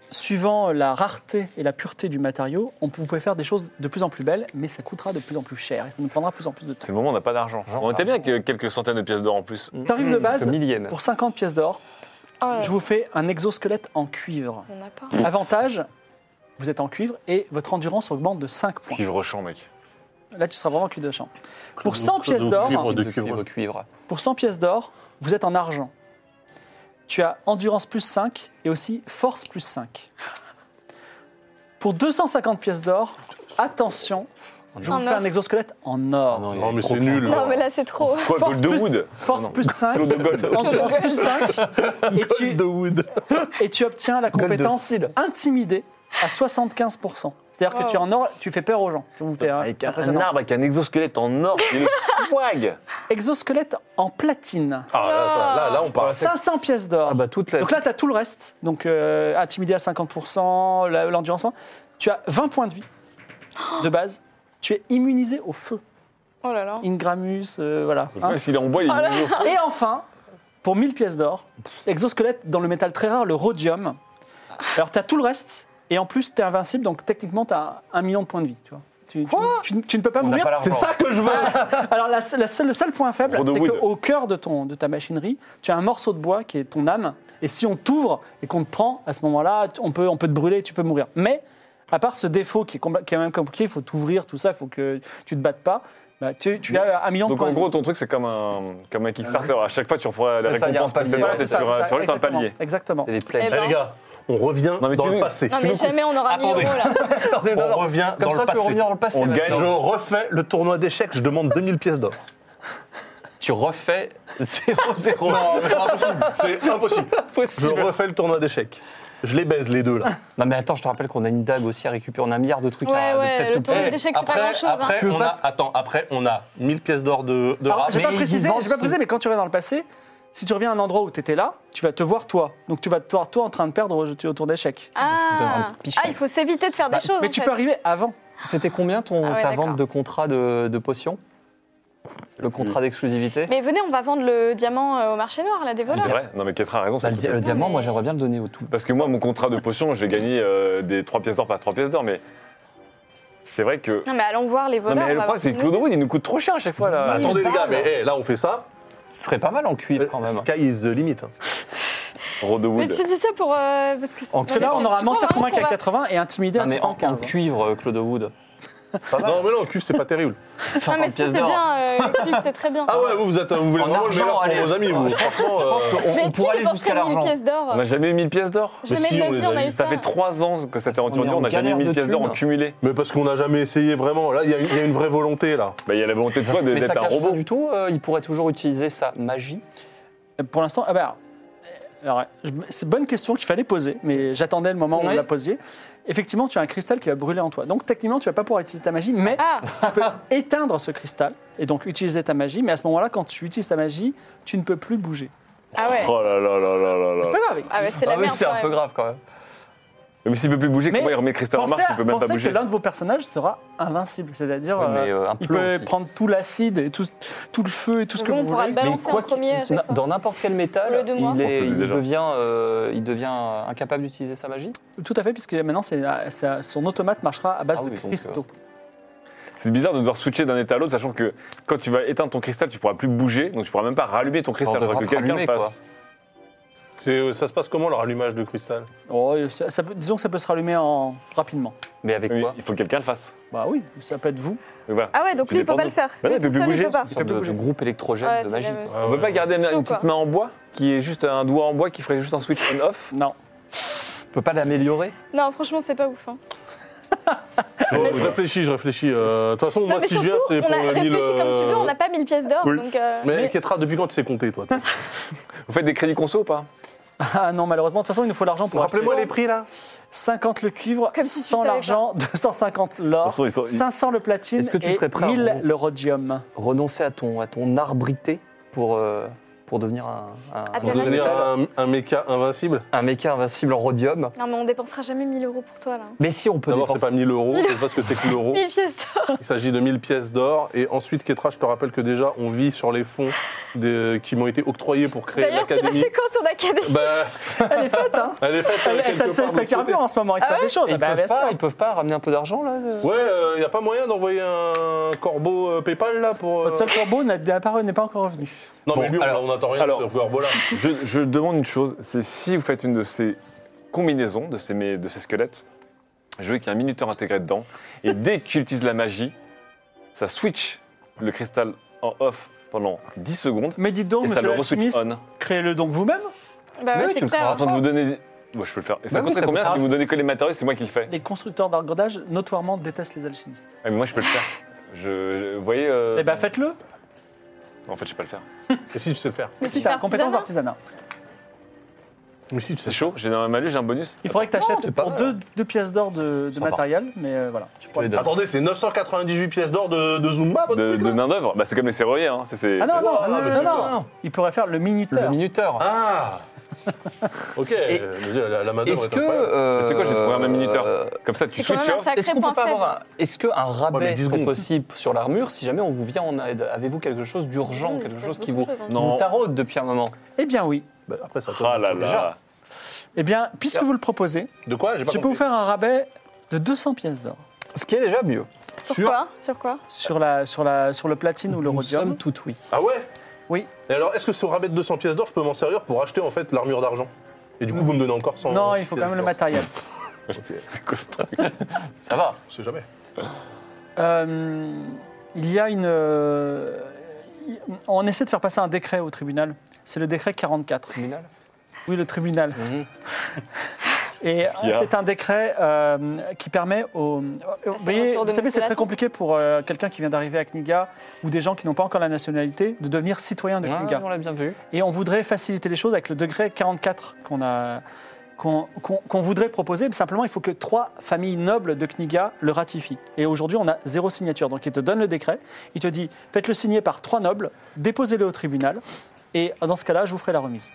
S3: suivant la rareté et la pureté du matériau, on peut- vous pouvez faire des choses de plus en plus belles, mais ça coûtera de plus en plus cher et ça nous prendra de plus en plus de temps.
S4: C'est le moment, on n'a pas d'argent.
S6: Genre,
S4: on était bien
S6: argent.
S4: avec euh, quelques centaines de pièces d'or en plus.
S3: Tarif de
S7: Bah,
S3: base,
S6: Le millième.
S3: pour 50 pièces d'or,
S7: Oh là là,
S3: Je vous fais un exosquelette en cuivre.
S7: On en a pas.
S3: Avantage, vous êtes en cuivre et votre endurance augmente de 5 points.
S4: Cuivre au champ, mec.
S3: Là, tu seras vraiment cul de champ. Pour
S5: Claude-
S3: 100 pièces
S5: Claude
S3: d'or,
S5: Cuivre
S6: Cuivre
S5: de
S6: de
S5: cuivre.
S6: cuivre, cuivre.
S3: pour 100 pièces d'or, vous êtes en argent. Tu as endurance plus 5 et aussi force plus 5. Pour 250 pièces d'or, attention, je vous
S7: En
S3: fais
S7: or.
S3: un exosquelette en or.
S6: il
S5: Non,
S6: est
S5: mais
S6: trop
S5: c'est
S6: plein.
S5: nul.
S7: Non, mais là, c'est trop.
S4: Quoi,
S3: Force
S4: boule de
S3: plus-
S4: wood
S3: Force
S4: Non, non.
S3: plus 5,
S4: Boule de gold.
S3: endurance plus 5 et tu,
S5: De wood.
S3: et tu obtiens la
S6: Gold de
S3: compétence
S6: style.
S3: intimider à 75%. C'est-à-dire que
S7: Wow.
S3: tu es en or, tu fais peur aux gens. Vous, t'es
S4: Avec un,
S3: impressionnant.
S4: arbre, avec un exosquelette en or, c'est le swag
S3: Exosquelette en platine.
S5: Ah, là, ça- là, là, on parle.
S3: 500 pièces d'or.
S6: Ah bah toute la...
S3: Donc là, tu as tout le reste. Donc euh, intimider à 50%, la- l'endurance. Tu as 20 points de vie de base. Tu es immunisé au feu.
S7: Oh là là.
S3: Ingramus, euh, voilà.
S4: Donc,
S3: hein.
S4: Même s'il est en bois, il est
S7: Oh là
S4: mis au fond.
S3: Et enfin, pour 1000 pièces d'or, exosquelette dans le métal très rare, le rhodium. Alors, tu as tout le reste, et en plus, tu es invincible, donc techniquement, tu as un million de points de vie. Tu, vois. Tu, tu- tu ne- tu ne peux pas
S6: n'a
S3: mourir.
S6: pas l'argent.
S5: C'est ça que je veux.
S3: Alors, la, se- la seule- le seul point faible, c'est
S4: Brodowood.
S3: qu'au cœur de, ton, de ta machinerie, tu as un morceau de bois qui est ton âme, et si on t'ouvre et qu'on te prend, à ce moment-là, tu- on peut, on peut te brûler, tu peux mourir. Mais, à part ce défaut qui est, compla- qui est même compliqué, il faut t'ouvrir, tout ça, il faut que tu te battes pas, bah, tu, tu as un million de
S4: Donc
S3: points
S4: en
S3: de vie.
S4: gros, ton truc, c'est comme un, comme un Kickstarter. À chaque fois, tu reprends la
S6: C'est ça, il y a un
S4: récompense précédente
S6: palier. Voilà,
S4: et
S6: c'est
S4: tu
S6: ça,
S4: re- tu relèves un
S3: exactement,
S4: palier.
S3: Exactement.
S6: C'est les plaines.
S7: Eh
S5: Eh,
S7: ben.
S5: les gars, on revient
S4: Non, mais
S5: dans
S4: tu
S5: le
S4: nous-
S5: passé.
S7: Non, mais jamais on aura 1000 euros
S5: Attendez.
S7: là.
S6: Attendez, non,
S5: On
S6: non.
S5: revient
S6: Comme
S5: dans le
S6: ça, tu peux
S5: passé.
S6: revenir dans le passé.
S4: On
S6: maintenant.
S4: gage
S5: Je refais le tournoi d'échecs, je demande 2000 pièces d'or.
S6: Tu refais 0-0.
S5: Non, mais c'est impossible. C'est impossible. Je
S6: Impossible.
S5: refais le tournoi d'échecs. Je les baise les deux là.
S6: Non mais attends, je te rappelle qu'on a une dague aussi à récupérer. On a un milliard de trucs
S7: Ouais,
S6: à de
S7: ouais,
S6: têtes
S7: le
S6: de
S7: tour- Tournoi
S5: Eh,
S7: d'échecs, c'est pas
S5: après-
S7: grand-chose, hein.
S5: Après,
S6: Tu veux
S5: on
S6: pas-
S5: a, attends, après, on a 1000 pièces d'or de, de
S3: Alors,
S5: rap.
S3: Ah, j'ai pas
S6: mais
S3: précisé,
S6: ils
S3: j'ai pas
S6: vendent-
S3: précisé, mais quand tu reviens dans le passé, si tu reviens à un endroit où tu étais là, tu vas te voir toi. Donc tu vas te voir toi en train de perdre au, au tour d'échec.
S6: Je vous donne un
S7: Ah,
S6: petit pichet.
S7: Ah, il faut s'éviter de faire des
S6: Bah,
S7: choses.
S3: Mais
S7: en
S3: tu
S7: fait.
S3: peux arriver avant.
S6: C'était combien ton,
S7: Ah ouais,
S6: ta
S7: d'accord.
S6: vente de contrat de, de potions Le contrat d'exclusivité
S7: Mais venez, on va vendre le diamant euh, au marché noir, là, des
S4: C'est
S7: voleurs.
S4: vrai Non, mais Ketra a raison.
S6: Bah,
S4: c'est
S6: le,
S4: tout
S6: di-
S4: à
S6: le
S4: fait.
S6: diamant,
S7: mais-
S6: moi j'aimerais bien le donner au tout.
S4: Parce que moi, mon contrat de potion, je vais gagner euh, des 3 pièces d'or par 3 pièces d'or, mais c'est vrai que.
S7: Non, mais allons voir les
S4: Non,
S7: voleurs.
S4: mais le
S7: on va
S4: problème, c'est que
S7: voir
S4: Claude
S7: ce
S4: Wood, il nous coûte trop cher à chaque fois. là.
S6: Oui.
S5: Attendez les gars,
S6: parle.
S5: mais eh, là on fait ça.
S6: Ce serait pas mal en cuivre quand même.
S5: Sky is the limit. hein.
S7: qu'ils nous disent.
S4: Rodowood.
S7: Mais tu dis ça pour. euh, parce que
S6: En tout
S3: Parce que là, on aura à
S7: Je crois
S3: mentir
S7: vraiment
S3: convaincre
S7: qu'on
S3: à
S7: va-
S3: 80 et intimider
S6: Ah,
S3: à
S6: mais en, en
S3: 75.
S6: cuivre, euh, Claude Wood. Pas mal.
S5: Non mais non, cuve c'est pas terrible.
S6: 50
S7: Non, mais si,
S6: pièces
S7: c'est
S6: d'or.
S7: bien, euh, le clip, c'est très bien.
S5: Ah ouais, vous, vous êtes, vous voulez
S6: En
S5: vraiment le
S6: argent,
S5: meilleur
S6: allez.
S5: pour vos amis, vous.
S6: Je pense-
S5: Franchement,
S6: je pense
S5: euh,
S6: qu'on
S7: Mais
S6: on
S7: qui
S6: pourra aller
S7: dépenserait
S6: jusqu'à
S7: 1000
S6: l'argent.
S7: pièces d'or
S4: On n'a jamais eu 1000 pièces d'or
S7: Jamais
S5: si,
S7: de
S5: on
S7: notre
S5: les
S7: vie,
S5: a
S7: on a
S5: eu.
S7: eu
S4: Ça
S7: ça.
S4: fait 3 ans que cette aventure
S6: On est
S4: dure, on
S6: en
S4: n'a jamais eu
S6: galère
S4: 1000
S6: de
S4: pièces d'or en
S6: thunes.
S4: cumulé.
S5: Mais parce qu'on n'a jamais essayé vraiment. Là, il y, a une- il y a une vraie volonté là.
S4: Bah, Il y a la volonté de quoi de-
S6: Mais ça
S4: d'être un
S6: cache
S4: robot
S6: rien du tout. euh, il pourrait toujours utiliser sa magie.
S3: Pour l'instant, ah bah, alors, je- c'est une bonne question qu'il fallait poser, mais j'attendais le moment où
S6: Oui.
S3: vous la posiez. effectivement, tu as un cristal qui va brûler en toi. Donc, techniquement, tu vas pas pouvoir utiliser ta magie, mais
S7: Ah
S3: tu peux éteindre ce cristal et donc utiliser ta magie. Mais à ce moment-là, quand tu utilises ta magie, tu ne peux plus bouger.
S7: Ah ouais
S4: Oh là là là là là là.
S3: C'est pas grave.
S7: Ah ouais, c'est
S6: Ah
S7: la
S6: oui,
S7: merde
S6: c'est
S7: quand
S6: un peu
S7: même.
S6: grave quand même.
S4: Mais s'il peut plus bouger,
S3: Mais
S4: comment il remet le cristal en
S3: Pensez,
S4: marche
S3: à-
S4: Il peut même pas
S3: pensez
S4: bouger.
S3: que l'un de vos personnages sera invincible, c'est-à-dire
S6: Ouais, mais,
S3: euh,
S6: euh, un
S3: il
S6: plomb
S3: peut
S6: aussi.
S3: prendre tout l'acide et tout, tout le feu et tout ce que
S7: Bon, on
S3: vous
S7: pourra
S3: voulez.
S7: le balancer
S6: quoi
S7: en
S6: qu'il-
S7: premier à chaque
S6: na-
S7: fois.
S6: dans n'importe quel
S7: Au
S6: métal,
S7: lieu de moi.
S6: il, est-
S4: On faisait
S6: il
S4: déjà.
S6: devient, euh, il devient euh, incapable d'utiliser sa magie.
S3: Tout à fait, puisque maintenant c'est- c'est- son automate marchera à base
S6: Ah
S3: de
S6: oui, donc,
S3: cristaux.
S4: C'est bizarre de devoir switcher d'un état à l'autre, sachant que quand tu vas éteindre ton cristal, tu pourras plus bouger, donc tu pourras même pas rallumer ton cristal.
S6: Alors,
S4: faudra
S6: devra
S4: que quelqu'un le
S6: rallumer,
S4: fasse.
S5: C'est- euh, Ça se passe comment le rallumage de cristal
S3: Oh, ça- ça peut- disons que ça peut se rallumer en, rapidement.
S6: Mais avec
S4: Oui,
S6: quoi
S4: il faut que quelqu'un le fasse.
S3: Bah oui, ça peut être vous.
S4: Donc voilà.
S7: Ah ouais, donc
S4: Tu
S7: lui, il peut
S4: dépends
S7: pas
S4: de-
S7: le faire.
S4: Bah non,
S7: Lui,
S4: il peut
S7: tout
S4: plus
S7: seul, il
S4: bouger.
S7: peut pas.
S6: Une sorte de, de groupe électrogène
S7: Ouais,
S6: de
S7: c'est la
S6: magie.
S7: même
S4: On peut pas garder une,
S7: Chaud,
S4: une
S7: quoi.
S4: petite main en bois qui est juste un doigt en bois qui ferait juste un switch on-off
S3: Non.
S6: On peut pas l'améliorer
S7: Non, franchement, c'est pas ouf. hein.
S5: Oh, Je réfléchis, je réfléchis. euh, De toute façon,
S7: Non,
S5: moi,
S7: mais
S5: si je viens,
S7: surtout,
S5: c'est pour
S7: on a
S5: le
S7: réfléchi
S5: 1000.
S7: comme tu veux, on
S5: euh,
S7: n'a pas 1000 pièces d'or,
S4: cool.
S7: donc... euh,
S5: Mais Ketra, depuis quand tu sais compter, toi
S4: Vous faites des crédits conso ou pas
S3: Ah non, malheureusement, de toute façon, il nous faut l'argent pour
S5: Rappelez-moi
S3: acheter.
S5: les prix, là
S3: 50 le cuivre,
S7: Comme si tu
S3: 100
S7: savais
S3: l'argent, 250 l'or,
S4: De toute façon, ils sont- ils-
S3: 500 le platine
S6: Est-ce que tu
S3: et
S6: serais prêt à
S3: 1000
S6: en-
S3: le rhodium.
S6: Renoncer à ton, à ton arbrité pour, euh, pour devenir un, un,
S7: Ah,
S5: Pour
S7: T'as
S5: devenir
S7: raison.
S5: un, un méca invincible
S6: un méca invincible en rhodium.
S7: Non, mais on dépensera jamais 1000 euros pour toi, là.
S6: Mais si on peut
S5: D'abord, c'est
S6: dépenser-
S5: pas 1000 euros, je sais pas ce que c'est que l'euro.
S7: 1000 pièces d'or
S5: Il s'agit de 1000 pièces d'or. Et ensuite, Ketra, je te rappelle que déjà, on vit sur les fonds des- qui m'ont été octroyés pour créer
S7: D'ailleurs, tu l'as
S5: l'académie.
S7: fait quand, ton académie
S5: Bah,
S3: Elle est faite, hein
S5: elle est faite.
S3: Elle,
S5: euh,
S3: elle- ça,
S5: quelque part
S3: ça
S5: de
S3: carbure en ce moment, il se passe des choses.
S6: Et Ils,
S3: Ah bah,
S6: peuvent
S3: bien
S6: pas,
S3: sûr.
S6: Eh ben, ils peuvent pas ramener un peu d'argent là euh
S5: Ouais, il n'y a pas moyen d'envoyer un corbeau euh, PayPal là pour. euh,
S3: Votre seul corbeau n'a- n'a pas- n'est pas encore revenu.
S5: Non, mais
S4: Bon,
S5: lui, on-
S4: alors-
S5: on n'attend rien
S4: alors-
S5: de ce corbeau là.
S4: je, je demande une chose, c'est si vous faites une de ces combinaisons, de ces, mé- de ces squelettes, je veux qu'il y ait un minuteur intégré dedans, et dès qu'il utilise la magie, ça switch le cristal en off pendant 10 secondes,
S3: Mais dites donc,
S4: et ça
S3: monsieur
S4: le re-switch
S3: l'alchimiste,
S4: on.
S3: créez-le donc vous-même.
S7: Bah
S4: Mais oui,
S7: ouais,
S4: tu
S7: c'est
S4: le feras.
S7: clair.
S4: Attends de vous donner. Moi, je peux le faire. Et ça
S6: Bah oui,
S4: coûterait
S6: ça
S4: combien
S6: coûtera.
S4: si vous donnez que les matériaux C'est moi qui le fais.
S3: Les constructeurs d'engrenage notoirement détestent les alchimistes.
S4: Ah, mais moi, je peux le faire. Je, je- vous voyez. euh,
S3: Eh ben faites-le.
S4: En fait, je sais pas le faire.
S5: Et si tu sais le faire
S7: Mais
S3: Si
S7: tu
S3: tu as
S7: fais
S3: compétence
S7: artisanat.
S3: d'artisanat.
S5: Mais si tu sais
S4: C'est chaud. J'ai un malus, j'ai un bonus.
S3: Il faudrait que tu achètes
S6: c'est pas
S3: pour
S6: mal.
S3: deux, deux pièces d'or de, de
S6: va.
S3: matériel, mais euh, voilà. Tu pourras-
S6: les donne.
S5: Attendez, c'est 998 pièces d'or de, de Zumba votre
S4: De,
S5: truc,
S4: de
S5: là
S4: main d'œuvre. Bah, c'est comme les serruriers. Hein. C'est- c'est-
S3: Ah non, non,
S5: Wow,
S3: non,
S5: mais
S3: non,
S5: c'est
S3: non.
S5: bien.
S3: Il pourrait faire le
S6: Le
S3: minuteur.
S6: minuteur.
S5: Ah Ok, euh, la, la main d'œuvre
S6: Est-ce
S5: est
S6: que.
S5: incroyable.
S6: euh,
S4: Mais c'est quoi, je vais te programmer un minuteur.
S6: euh,
S4: Comme ça, tu
S7: C'est quand
S4: switches
S7: même un
S4: off.
S6: Est-ce
S7: sacré hein.
S6: qu'on peut
S7: point
S6: pas
S7: faible.
S6: avoir un, est-ce que un
S5: Ouais, mais
S6: rabais
S5: dix
S6: serait
S5: secondes.
S6: possible sur l'armure si jamais on vous vient en aide Avez-vous quelque chose d'urgent,
S7: Mmh,
S6: quelque
S7: c'est
S6: chose
S7: pas
S6: qui vous,
S7: beaucoup de choses, hein.
S6: qui
S4: Non.
S6: vous taraude depuis un moment
S3: Eh bien oui.
S5: Bah, Après ça.
S4: Ah là là.
S6: Déjà.
S3: Eh bien, puisque vous le proposez,
S5: De quoi J'ai pas
S3: je peux vous faire un rabais de 200 pièces d'or
S6: Ce qui est déjà mieux.
S7: Sur quoi Sur quoi
S3: sur, la, sur, la, sur le platine ou le
S6: Nous
S3: rhodium.
S6: sommes tout oui.
S5: Ah ouais
S3: Oui.
S5: Et alors, est-ce que ce rabais de 200 pièces d'or, je peux m'en servir pour acheter en fait l'armure d'argent Et du coup, vous me donnez encore 100
S3: Non, il faut quand
S5: pièces
S3: même le
S5: d'or.
S3: matériel.
S6: Ça va.
S5: On sait jamais.
S3: Euh, il y a une. euh, on essaie de faire passer un décret au tribunal. C'est le décret 44.
S6: Tribunal
S3: Oui, le tribunal.
S6: Mhm.
S3: Et
S4: qu'il y a
S3: c'est un décret euh, qui permet aux. Vous, voyez,
S7: retour de
S3: vous savez,
S7: monsieur
S3: c'est très
S7: Latin.
S3: compliqué pour euh, quelqu'un qui vient d'arriver à Kniga ou des gens qui n'ont pas encore la nationalité de devenir citoyen de
S6: Ah,
S3: Kniga.
S6: on l'a bien vu.
S3: Et on voudrait faciliter les choses avec le degré 44 qu'on a- qu'on- qu'on- qu'on voudrait proposer. Mais simplement, il faut que trois familles nobles de Kniga le ratifient. Et aujourd'hui, on a zéro signature. Donc, il te donne le décret. Il te dit faites-le signer par trois nobles, déposez-le au tribunal. Et dans ce cas-là, je vous ferai la remise.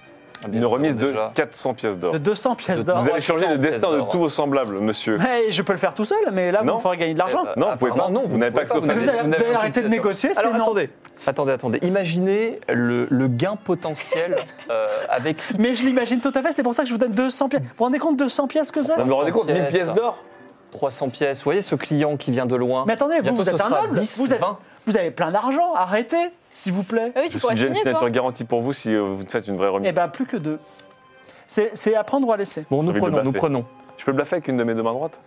S4: Une remise de
S6: Déjà.
S4: 400 pièces d'or.
S3: De 200 pièces
S6: De-
S3: d'or.
S4: Vous allez changer le
S6: 300 pièces
S4: destin de
S6: d'or.
S4: tous vos semblables, monsieur.
S3: Ouais, je peux le faire tout seul, mais là,
S4: Non.
S3: vous me ferez gagner de l'argent.
S6: Eh ben,
S4: Non, vous pouvez
S6: apparemment,
S4: pas.
S6: Non,
S4: Vous n'avez pas
S6: pouvez
S4: accès au
S6: vous
S4: fait.
S6: n'avez-
S3: euh, Vous allez-
S6: vous n'avez
S3: vous allez
S6: pas
S3: arrêter de
S6: accès.
S3: négocier,
S6: Alors
S3: sinon-
S6: attendez, attendez, attendez. Imaginez le, le gain potentiel euh, avec.
S3: Mais je l'imagine tout à fait, c'est pour ça que je vous donne 200 pièces. Vous vous rendez compte 200 pièces que c'est
S4: Vous vous rendez
S6: 400
S4: compte 1000
S6: pièces.
S4: pièces d'or
S6: 300 pièces. Vous voyez ce client qui vient de loin.
S3: Mais attendez, vous,
S6: Bientôt,
S3: vous
S6: ce
S3: êtes un
S6: sera
S3: noble,
S6: 10,
S3: vous êtes-
S6: 20.
S3: Vous avez plein d'argent, arrêtez, s'il vous plaît.
S7: Ah
S4: Je
S7: Oui, tu
S4: suis
S7: pourras
S4: déjà une
S7: signer,
S4: signature
S7: toi.
S4: garantie pour vous si euh, vous faites une vraie
S3: Eh
S4: remise.
S3: bien, plus que deux. C'est c'est à prendre ou à laisser.
S6: Bon,
S4: J'ai
S6: nous
S4: envie de
S6: prenons, nous
S4: baffer.
S6: prenons.
S3: ben.
S4: Je peux blaffer avec une de mes deux mains droites
S7: Ah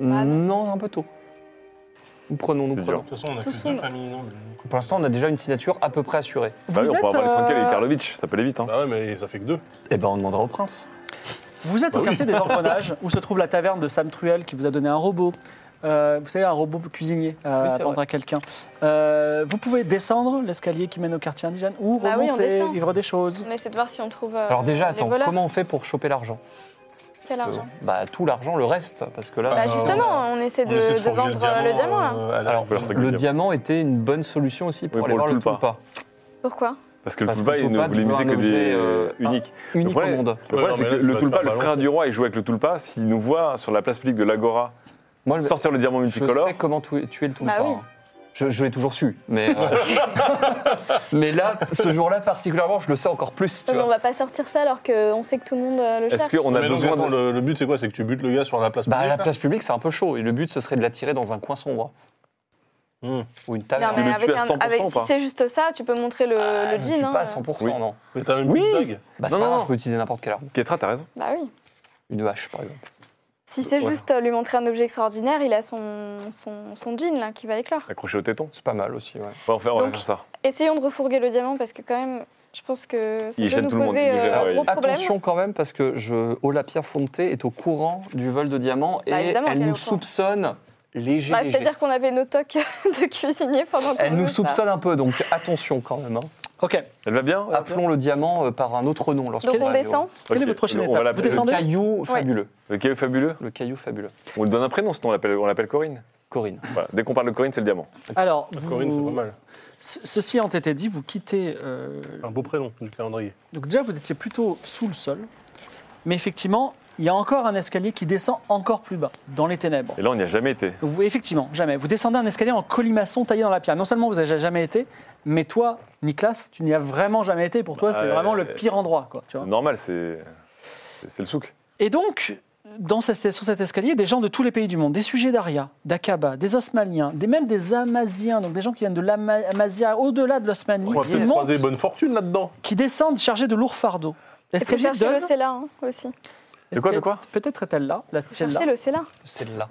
S7: bah.
S6: Non, un peu tôt. Nous prenons, nous
S4: C'est
S6: prenons.
S4: dur.
S5: De toute façon, on a
S7: que deux sombre.
S5: familles
S6: Pour l'instant, on a déjà une signature à peu près assurée.
S4: Bah oui, on pourra parler tranquille avec
S3: euh,
S4: Karlovitch, ça peut aller vite. Hein.
S5: Bah ouais, mais ça fait que deux.
S6: Eh ben, on demandera au prince.
S7: Euh,
S3: Vous êtes au quartier des engrenages, où se trouve la taverne de Sam Truel qui vous a donné un robot. Euh, vous savez, un robot cuisinier euh,
S6: Oui,
S3: à
S6: c'est
S3: vendre
S6: vrai.
S3: à quelqu'un. Euh, vous pouvez descendre l'escalier qui mène au quartier indigène ou
S7: Bah oui, on
S3: remonter,
S7: descend.
S3: vivre des choses.
S7: On essaie de voir si on trouve. euh,
S6: Alors déjà,
S7: les
S6: attends,
S7: voleurs.
S6: comment on fait pour choper l'argent
S7: quel argent
S6: Bah, tout l'argent, le reste, parce que là.
S7: Bah,
S6: euh,
S7: justement, on essaie de, de vendre euh, le diamant, là.
S6: Alors,
S4: faut leur faire
S6: le
S4: gagner.
S6: diamant était une bonne solution aussi pour
S4: Oui,
S6: aller
S4: pour
S6: voir
S4: le
S6: le
S4: tulpa.
S6: tulpa.
S7: Pourquoi
S4: Parce que le
S6: Parce
S4: tulpa,
S6: que
S4: il ne
S6: tulpa
S4: voulait
S6: doit
S4: miser que
S6: avoir un
S4: des
S6: objet, euh,
S4: euh, uniques.
S6: Unique
S4: problème-
S6: au monde.
S4: Le
S5: Ouais,
S4: problème,
S5: non,
S4: c'est
S5: mais
S4: que
S5: là,
S4: le
S5: tu vas te
S4: tulpa,
S5: faire
S4: le frère du roi, il joue avec le tulpa. S'il nous voit sur la place publique de l'Agora
S6: Moi, le-
S4: sortir le diamant
S6: je
S4: multicolore,
S6: sais comment tu- tuer le tulpa.
S7: Bah oui.
S6: hein. Je, je l'ai toujours su, mais, euh, mais là, ce jour-là particulièrement, je le sais encore plus. Tu
S7: Non, mais
S6: vois.
S7: on va pas sortir ça alors qu'on sait que tout le monde euh, le
S4: est-ce
S7: cherche.
S4: qu'on a besoin de.
S5: le, le but, c'est quoi C'est que tu butes le gars sur la place
S6: Bah, à
S5: publique,
S6: la
S7: hein.
S5: là
S6: place publique, c'est un peu chaud. Et le but, ce serait de l'attirer dans un coin sombre.
S5: Hmm.
S6: Ou une
S7: Non,
S6: taverne.
S4: Tu
S7: mais
S4: le
S7: avec
S4: tues à
S7: un-
S4: 100%
S7: avec-
S4: ou
S7: si
S4: pas
S7: c'est juste ça, tu peux montrer le,
S6: Ah,
S7: le
S6: je
S7: jean.
S6: tue
S7: hein.
S6: pas à 100%,
S4: Oui.
S6: non.
S5: Mais t'as même
S4: Oui.
S5: plus de dague.
S6: Bah, c'est
S4: Non, non,
S6: pas grave,
S4: non.
S6: je peux utiliser n'importe quelle arme.
S4: Ketra, t'as raison.
S7: Bah oui.
S6: Une hache, par exemple.
S7: Si c'est
S4: Voilà.
S7: juste euh, lui montrer un objet extraordinaire, il a son, son, son jean là, qui va l'éclore.
S4: Accroché au téton.
S6: C'est pas mal aussi, ouais.
S4: Ouais, on fait- on va
S7: Donc,
S4: faire ça.
S7: Essayons de refourguer le diamant parce que quand même, je pense que ça
S4: Il
S7: peut
S4: gêne
S7: nous
S4: tout le monde,
S7: poser
S4: il nous gêne,
S7: euh,
S4: ouais,
S7: un gros
S4: il-
S7: problème.
S6: Attention quand même, parce que je... Olapia Fonte est au courant du vol de diamants et
S7: Bah, évidemment
S6: elle
S7: qu'elle est
S6: nous
S7: au courant.
S6: soupçonne léger,
S7: Bah,
S6: léger.
S7: C'est-à-dire qu'on avait nos tocs de cuisinier pendant qu'on
S6: Elle nous
S7: faisait ça.
S6: soupçonne un peu, donc attention quand même. hein.
S3: Ok.
S4: Elle va bien Olapia
S6: Appelons le diamant euh, par un autre nom.
S7: Donc
S6: lorsqu'il
S7: on
S6: va aller
S7: descend.
S4: Ok,
S3: est votre prochaine
S4: on va
S3: étape
S4: l'appeler.
S3: Vous
S6: au- Le
S3: descendez
S6: caillou fabuleux.
S4: Le caillou fabuleux.
S6: Le caillou fabuleux.
S4: On lui donne un prénom, sinon on l'appelle on l'appelle Corinne.
S6: Corinne.
S4: Voilà. Dès qu'on parle de Corinne, c'est le diamant.
S3: Alors,
S5: Ah, Corinne,
S3: vous-
S5: c'est pas mal.
S3: ce- ceci ayant été dit, vous quittez euh,
S5: Un beau prénom du calendrier.
S3: Donc déjà, vous étiez plutôt sous le sol, mais effectivement, il y a encore un escalier qui descend encore plus bas, dans les ténèbres.
S4: Et là, on n'y a jamais été.
S3: Donc vous- effectivement, jamais. Vous descendez un escalier en colimaçon taillé dans la pierre. Non seulement vous n'avez jamais été, mais toi, Nicolas, tu n'y as vraiment jamais été. Pour toi, c'est
S4: Ouais.
S3: vraiment le pire endroit. Quoi, tu
S4: Bah, euh, C'est
S3: vois.
S4: normal, c'est c'est- c'est le souk.
S3: Et donc, dans cette- sur cet escalier, des gens de tous les pays du monde, des sujets d'Aria, d'Akaba, des Osmaliens, des, même des Amaziens, donc des gens qui viennent de l'Amazia au-delà de l'Osmanie,
S5: On va
S3: qui,
S5: peut-être
S3: montent,
S5: croiser bonne fortune là-dedans.
S3: qui descendent chargés de lourds fardeaux.
S7: Il faut
S3: L'escalier
S7: chercher
S3: donne-
S7: le Cella hein, aussi.
S4: De quoi, de quoi
S3: Peut-être est-elle là, la
S7: Faut
S3: là.
S7: Chercher le Cella.
S6: C'est là.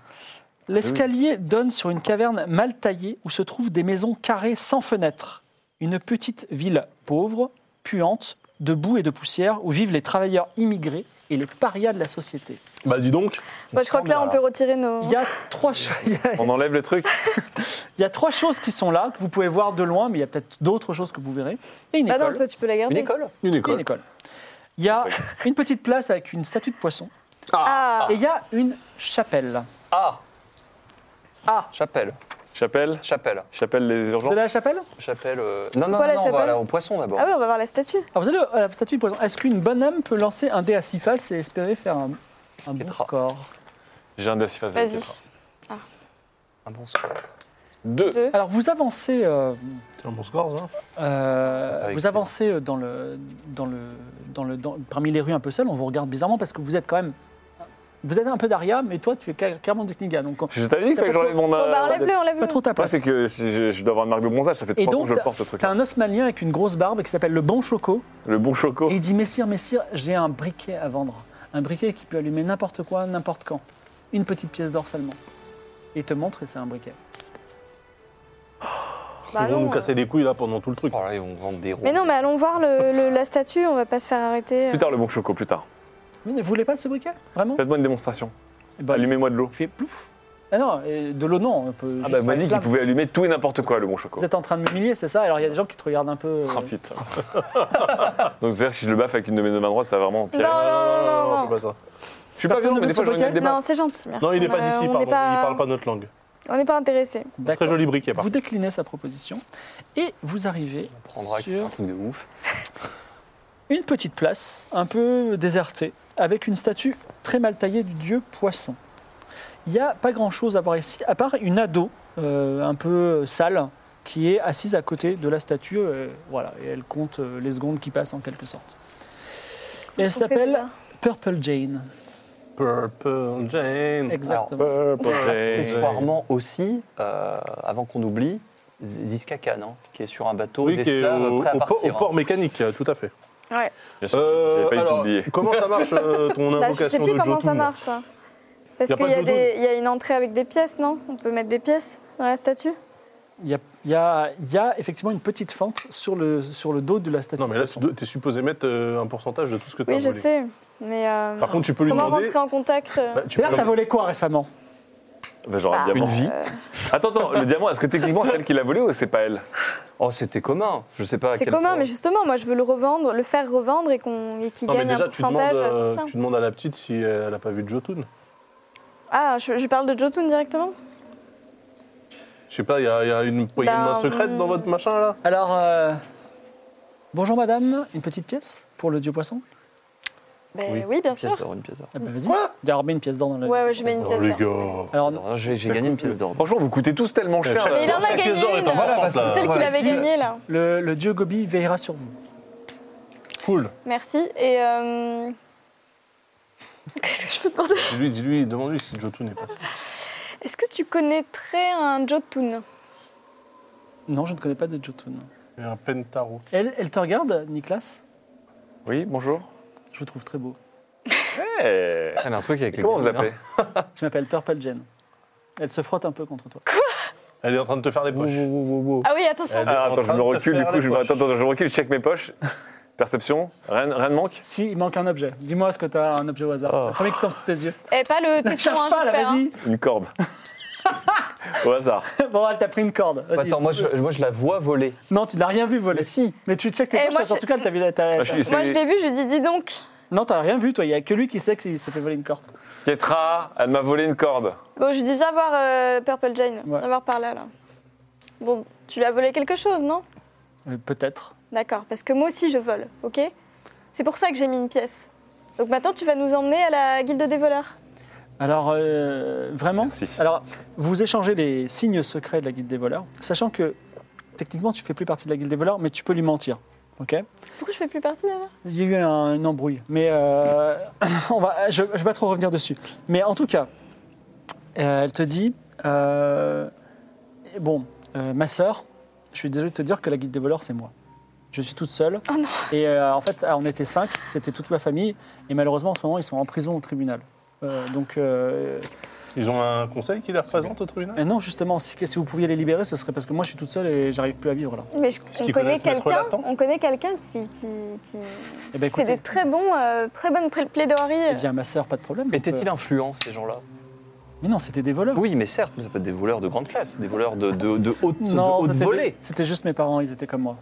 S3: L'escalier donne sur une caverne mal taillée où se trouvent des maisons carrées sans fenêtres. Une petite ville pauvre, puante, de boue et de poussière où vivent les travailleurs immigrés et les parias de la société.
S5: Bah dis donc,
S7: Bah, je crois que là, on peut retirer nos.
S3: Il y a trois, cho- il y a-
S4: On enlève le truc
S3: il y a trois choses qui sont là, que vous pouvez voir de loin, mais il y a peut-être d'autres choses que vous verrez. Et une
S7: Bah non,
S3: école.
S7: toi, tu peux la garder.
S6: Une école
S5: une
S3: Et une
S5: école.
S3: école. Il y a une petite place avec une statue de poisson.
S7: Ah,
S3: Et il y a une chapelle.
S6: Ah
S3: Ah.
S6: Chapelle.
S4: Chapelle
S6: Chapelle.
S4: Chapelle les
S3: Vous
S4: urgences
S3: allez à la chapelle
S6: Chapelle. euh, Non, non,
S7: quoi, la
S6: non, non, on va
S7: chapelle
S6: aller au poisson d'abord.
S7: Ah oui, on va voir la statue.
S3: Alors, vous allez à la statue de poisson. Est-ce qu'une bonne âme peut lancer un dé à six faces et espérer faire un, un bon
S6: Petra.
S3: score
S4: J'ai un dassif à
S7: Vas-y.
S6: Un bon soir.
S4: Deux.
S5: Ah,
S7: Deux.
S3: Alors vous avancez, euh,
S5: C'est un bon score, ça.
S3: euh,
S6: Avec
S3: vous
S6: des-
S3: avancez euh, dans le, dans le, dans le, dans- parmi les rues un peu seules. On vous regarde bizarrement parce que vous êtes quand même, vous êtes un peu d'Aria, mais toi tu es ca- clairement de Kniga, donc on-
S4: Je t'avais dit qu'il fallait que j'enlève mon.
S7: Bon, bah,
S4: euh,
S7: enlève-le, enlève-le.
S3: hein, pas trop ta
S4: Moi,
S3: place.
S4: c'est que si je, je dois avoir une marque de bronzage, ça fait
S3: Et
S4: trois ans
S3: donc,
S4: que je le
S3: t'as
S4: porte ce truc
S3: t'as un osmanien avec une grosse barbe qui s'appelle le Bon Choco,
S4: Le bon choco.
S3: et il dit Messire, Messire, j'ai un briquet à vendre. Un briquet qui peut allumer n'importe quoi, n'importe quand. Une petite pièce d'or seulement. Et il te montre et c'est un briquet.
S7: Bah
S5: Ils vont
S7: non,
S5: nous casser les couilles là pendant tout le truc.
S6: Oh là, ils vont vendre des ronds.
S7: Mais non, mais allons voir le- le- la statue, on va pas se faire arrêter. euh.
S4: Plus tard, le bon choco, plus tard.
S3: Mais vous voulez pas de ce briquet Vraiment
S4: Faites-moi une démonstration.
S3: Eh ben,
S4: Allumez-moi de l'eau.
S3: Il fait plouf. Ah non, et de l'eau non. On peut
S4: Ah
S3: juste
S4: bah, on
S3: faire
S4: m'a dit
S3: une
S4: qu'il
S3: flamme.
S4: pouvait allumer tout et n'importe quoi, le bon choco.
S3: Vous êtes en train de m'humilier, c'est ça Alors il y a des gens qui te regardent un peu. euh,
S4: Ah, putain. Donc, c'est-à-dire que si je le baffe avec une de mes deux mains droites, ça va vraiment empirer.
S5: Ah,
S7: Non, non, non, non, non.
S5: fais pas ça.
S4: Je suis pas
S3: Personne
S4: violent,
S3: ne
S4: mais
S3: veut
S4: des
S3: de
S4: fois,
S3: son
S4: j'en ai des
S3: briquet
S4: débats.
S7: Non, Ah, c'est gentil, merci.
S5: Non, il n'est pas
S7: Euh,
S5: d'ici,
S7: on
S5: pardon.
S7: n'est
S5: Il parle pas notre langue.
S7: On n'est pas intéressé.
S3: D'accord.
S5: Très joli briquet, par
S3: Vous déclinez sa proposition et vous arrivez
S6: On prendra que c'est
S3: sur
S6: un truc de ouf.
S3: une petite place un peu désertée avec une statue très mal taillée du dieu poisson. Il n'y a pas grand chose à voir ici, à part une ado euh, un peu sale qui est assise à côté de la statue. euh, voilà, et elle compte euh, les secondes qui passent en quelque sorte. Et elle
S7: On fait
S3: s'appelle
S7: déjà.
S3: Purple Jane.
S5: Purple Jane.
S3: Exactement.
S5: euh,
S6: Accessoirement aussi, euh, avant qu'on oublie, Z- Ziska Khan, hein, qui est sur un bateau
S5: Oui, qui est
S6: d'esclaves
S5: au,
S6: prêt à
S5: au port,
S6: partir. hein.
S5: au port mécanique, euh, tout à fait.
S7: Ouais.
S4: Bien sûr,
S6: Euh,
S4: J'avais pas du tout
S5: Euh, alors,
S4: oublié.
S5: comment ça marche euh, ton
S7: Bah, je
S5: invocation
S7: sais plus
S5: de
S7: comment
S5: Jotun
S7: ça marche. ça. Parce
S5: Y a
S7: qu'il
S5: pas
S7: y, a
S5: de
S7: des- y a une entrée avec des pièces, non On peut mettre des pièces dans la statue
S3: Il y a, il y a- il y a effectivement une petite fente sur le, sur le dos de la statue.
S5: Non, mais là,
S3: de poisson.
S5: tu es supposé mettre euh, un pourcentage de tout ce que tu as
S7: Oui, je sais. Mais euh,
S5: Par contre, tu peux lui
S7: comment
S5: demander.
S7: rentrer en contact euh,
S5: Bah, tu peux
S3: D'ailleurs,
S5: leur-
S3: t'as volé quoi récemment
S4: Enfin, genre un
S7: Bah,
S4: diamant.
S6: Une vie.
S7: Euh,
S4: Attends, attends, le diamant, est-ce que techniquement c'est elle qui l'a volé ou c'est pas elle
S6: Oh, c'était commun. Je sais pas à
S7: c'est
S6: quel
S7: commun,
S6: point.
S7: mais justement, moi, je veux le revendre, le faire revendre et qu'on et qu'il
S5: Non, mais
S7: gagne
S5: déjà,
S7: un
S5: tu demandes,
S7: pourcentage euh,
S5: euh,
S7: sur ça.
S5: tu demandes à la petite si elle a pas vu de Jotun.
S7: Ah, je, je parle de Jotun directement
S5: Je sais pas, il y, a il y a une poignée de main
S7: Ben,
S5: secrète dans
S7: hum.
S5: votre machin là
S3: Alors, euh, bonjour madame, une petite pièce pour le dieu poisson
S7: Ben
S6: Oui.
S7: oui, bien
S6: Une pièce
S7: sûr.
S6: d'or, une pièce d'or.
S3: ah bah, Vas-y, viens, remets une pièce d'or dans le.
S7: Ouais, ouais, je mets une
S5: Oh
S7: pièce
S5: les
S7: d'or.
S5: gars
S3: Alors,
S6: Alors, J'ai j'ai gagné une pièce d'or.
S4: Franchement, vous coûtez tous
S6: Euh,
S4: tellement cher.
S5: Chaque-
S4: là.
S7: Mais il en a
S5: Chaque pièce
S7: gagné
S5: d'or est
S7: une.
S5: importante,
S7: Voilà,
S5: là.
S7: C'est celle qu'il
S6: Ouais,
S7: avait
S6: si.
S7: gagnée, là.
S3: le, le dieu Gobi veillera sur vous.
S5: Ah, Cool
S7: Merci. Et. euh, Qu'est-ce que je peux te demander
S5: Dis-lui, dis-lui, demande-lui si Jotun est passé.
S7: Est-ce que tu connaîtrais un Jotun
S3: Non, je ne connais pas de Jotun.
S5: Il y a un pentaro.
S3: Elle, elle te regarde, Nicolas
S4: Oui, bonjour.
S3: Je vous trouve très beau.
S4: Eh,
S6: Elle a un truc avec le
S4: Comment vous
S6: Gobi,
S4: appelez
S3: Je m'appelle Purple Jen. Elle se frotte un peu contre toi.
S5: Elle est en train de te faire des poches.
S3: Mmh.
S7: Ah oui, attention.
S3: Euh,
S5: Elle est
S4: Ah,
S5: en
S4: Attends, je
S5: train
S4: me
S5: de te
S4: recule, du
S5: faire
S4: coup,
S5: les
S4: je, me-
S5: poches.
S4: attends, attends, je me recule, je check mes poches. Perception, rien, rien ne manque
S3: Si, il manque un objet. Dis-moi ce que t'as, un objet au hasard.
S4: Oh.
S3: Le premier qui tombe sous tes yeux.
S7: Eh, pas le.
S3: Ne
S7: tétouage,
S3: cherche pas, là,
S7: j'espère, hein.
S3: vas-y.
S4: Une corde. Au hasard.
S3: Bon, elle t'a pris une corde. Vas-y.
S6: hein. Attends, moi je, moi je la vois voler.
S3: Non, tu n'as rien vu voler.
S6: Mais si.
S3: Mais tu checkes tes
S7: Eh,
S3: poches,
S7: moi,
S3: parce qu'en
S7: je-
S3: tout cas, t'as vu la t'as-
S4: Ah, je suis-
S7: Moi,
S4: c'est-
S7: je l'ai vu, je dis, dis donc.
S3: Non, t'as rien vu, toi. Il n'y a que lui qui sait qu'il s'est fait voler une corde.
S4: Ketra, elle m'a volé une corde.
S7: Bon, je lui dis, viens voir euh, Purple Jane.
S3: Ouais.
S7: Viens voir par là, là. Bon, tu lui as volé quelque chose, non
S3: Euh, Peut-être.
S7: D'accord, parce que moi aussi, je vole, ok C'est pour ça que j'ai mis une pièce. Donc maintenant, tu vas nous emmener à la guilde des voleurs.
S3: Alors, euh, vraiment
S4: Merci.
S3: Alors, vous échangez les signes secrets de la guilde des voleurs, sachant que techniquement, tu fais plus partie de la guilde des voleurs, mais tu peux lui mentir. Ok
S7: Pourquoi je fais plus partie là
S3: Il y a eu un, une embrouille, mais euh, on va, je ne vais pas trop revenir dessus. Mais en tout cas, euh, elle te dit euh, Bon, euh, ma sœur, je suis désolé de te dire que la guide des voleurs, c'est moi. Je suis toute seule.
S7: Oh non.
S3: Et euh, en fait, ah, on était cinq, c'était toute ma famille. Et malheureusement, en ce moment, ils sont en prison au tribunal. Euh, donc, euh,
S5: Ils ont un conseil qui les représente au tribunal
S3: et non, justement, si, si vous pouviez les libérer, ce serait parce que moi, je suis toute seule et j'arrive plus à vivre là.
S7: Mais je- on,
S5: qu'ils
S7: connaît
S5: connaissent Maître
S7: quelqu'un,
S5: Latent
S7: on connaît quelqu'un qui, qui- qui
S3: Eh bien,
S7: fait
S3: écoutez,
S7: des très bons, euh, très bonnes pla- plaidoiries.
S3: eh bien, ma sœur, pas de problème.
S6: Mais
S3: on peut-
S6: étaient-ils influents ces gens-là
S3: Mais non, c'était des voleurs.
S6: Oui, mais certes, mais ça peut être des voleurs de grande classe, des voleurs de, de, de haute, de haute
S3: c'était-
S6: volée.
S3: C'était juste mes parents, ils étaient comme moi.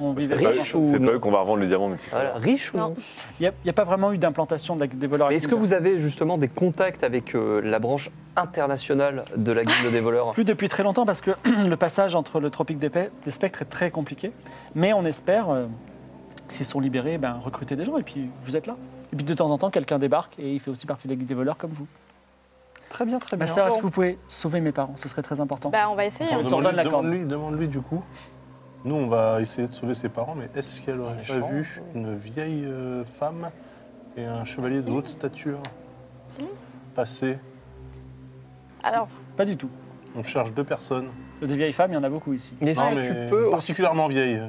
S3: On
S4: C'est
S3: vivait
S4: pas,
S6: riche
S4: eux-
S6: ou
S4: c'est pas
S6: non
S4: eux qu'on va revendre le diamant, mais c'est-
S6: Voilà, riche ou
S7: Non.
S6: non,
S3: Il n'y a, pas vraiment eu d'implantation de la- des voleurs.
S6: Mais est-ce que vous avez justement des contacts avec euh, la branche internationale de la guilde des voleurs
S3: plus depuis très longtemps parce que le passage entre le tropique des, pa- des spectres est très compliqué. Mais on espère, euh, s'ils sont libérés, ben, recruter des gens et puis vous êtes là. Et puis de temps en temps, quelqu'un débarque et il fait aussi partie de la guilde des voleurs comme vous.
S6: Très bien, très
S3: Ma sœur, est-ce que vous pouvez sauver mes parents Ce serait très important.
S7: Bah, on va essayer.
S3: Attends,
S7: hein.
S3: on t'en donne la
S5: Demande-lui,
S3: corde.
S5: demande-lui, demande-lui du coup. Nous, on va essayer de sauver ses parents, mais est-ce qu'elle
S6: Un
S5: aurait pas
S6: échange,
S5: vu une vieille euh, femme et un chevalier de haute stature
S7: Si.
S5: passer
S7: Alors,
S3: Pas du tout.
S5: On cherche deux personnes.
S3: Des vieilles femmes, il y en a beaucoup ici.
S6: Est-ce
S5: Non,
S6: que
S5: mais
S6: tu peux aussi...
S5: particulièrement vieille euh,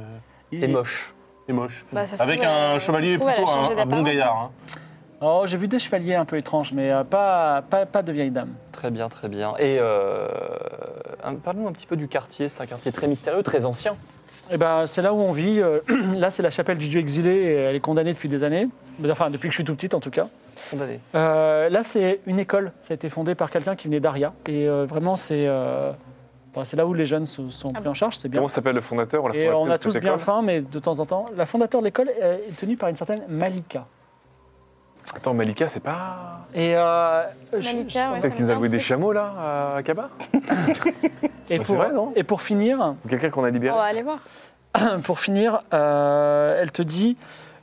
S3: Il-
S6: Et moche.
S5: et moche.
S7: Bah, ça se
S5: Avec
S7: trouve,
S5: un
S7: elle-
S5: chevalier
S7: ça se trouve, elle a
S5: plutôt
S7: changé
S5: un, un bon
S7: d'apparence.
S5: gaillard. hein.
S3: Oh, j'ai vu des chevaliers un peu étranges, mais euh, pas, pas, pas de vieilles dames.
S6: Très bien, très bien. Et euh, un- parle-nous un petit peu du quartier. C'est un quartier très mystérieux, très ancien.
S3: Eh ben, c'est là où on vit. euh, là, c'est la chapelle du dieu exilé. et Elle est condamnée depuis des années. Enfin, depuis que je suis tout petite, en tout cas.
S6: Condamné.
S3: Euh, là, c'est une école. Ça a été fondé par quelqu'un qui venait d'Aria. Et euh, vraiment, c'est euh, bah, c'est là où les jeunes sont, sont
S7: Ah
S3: pris en charge. C'est bien.
S4: Comment s'appelle le fondateur ou la
S3: Et on a
S4: fondatrice de
S3: tous
S4: cette
S3: bien
S4: école
S3: faim, mais de temps en temps, la fondateur de l'école est tenue par une certaine Malika.
S4: Attends, Malika, c'est pas.
S3: Et, euh, je-
S7: Malika, ouais, ça
S4: C'est
S7: me
S4: qui nous
S7: fait
S4: a
S7: un
S4: loué des
S7: truc.
S4: chameaux, là, à Kaba
S3: je- et
S4: Ah, C'est
S3: pour,
S4: vrai, non
S3: et pour finir,
S4: Ou Quelqu'un qu'on a
S7: on
S4: libéré
S7: va aller voir.
S3: pour finir, euh, elle te dit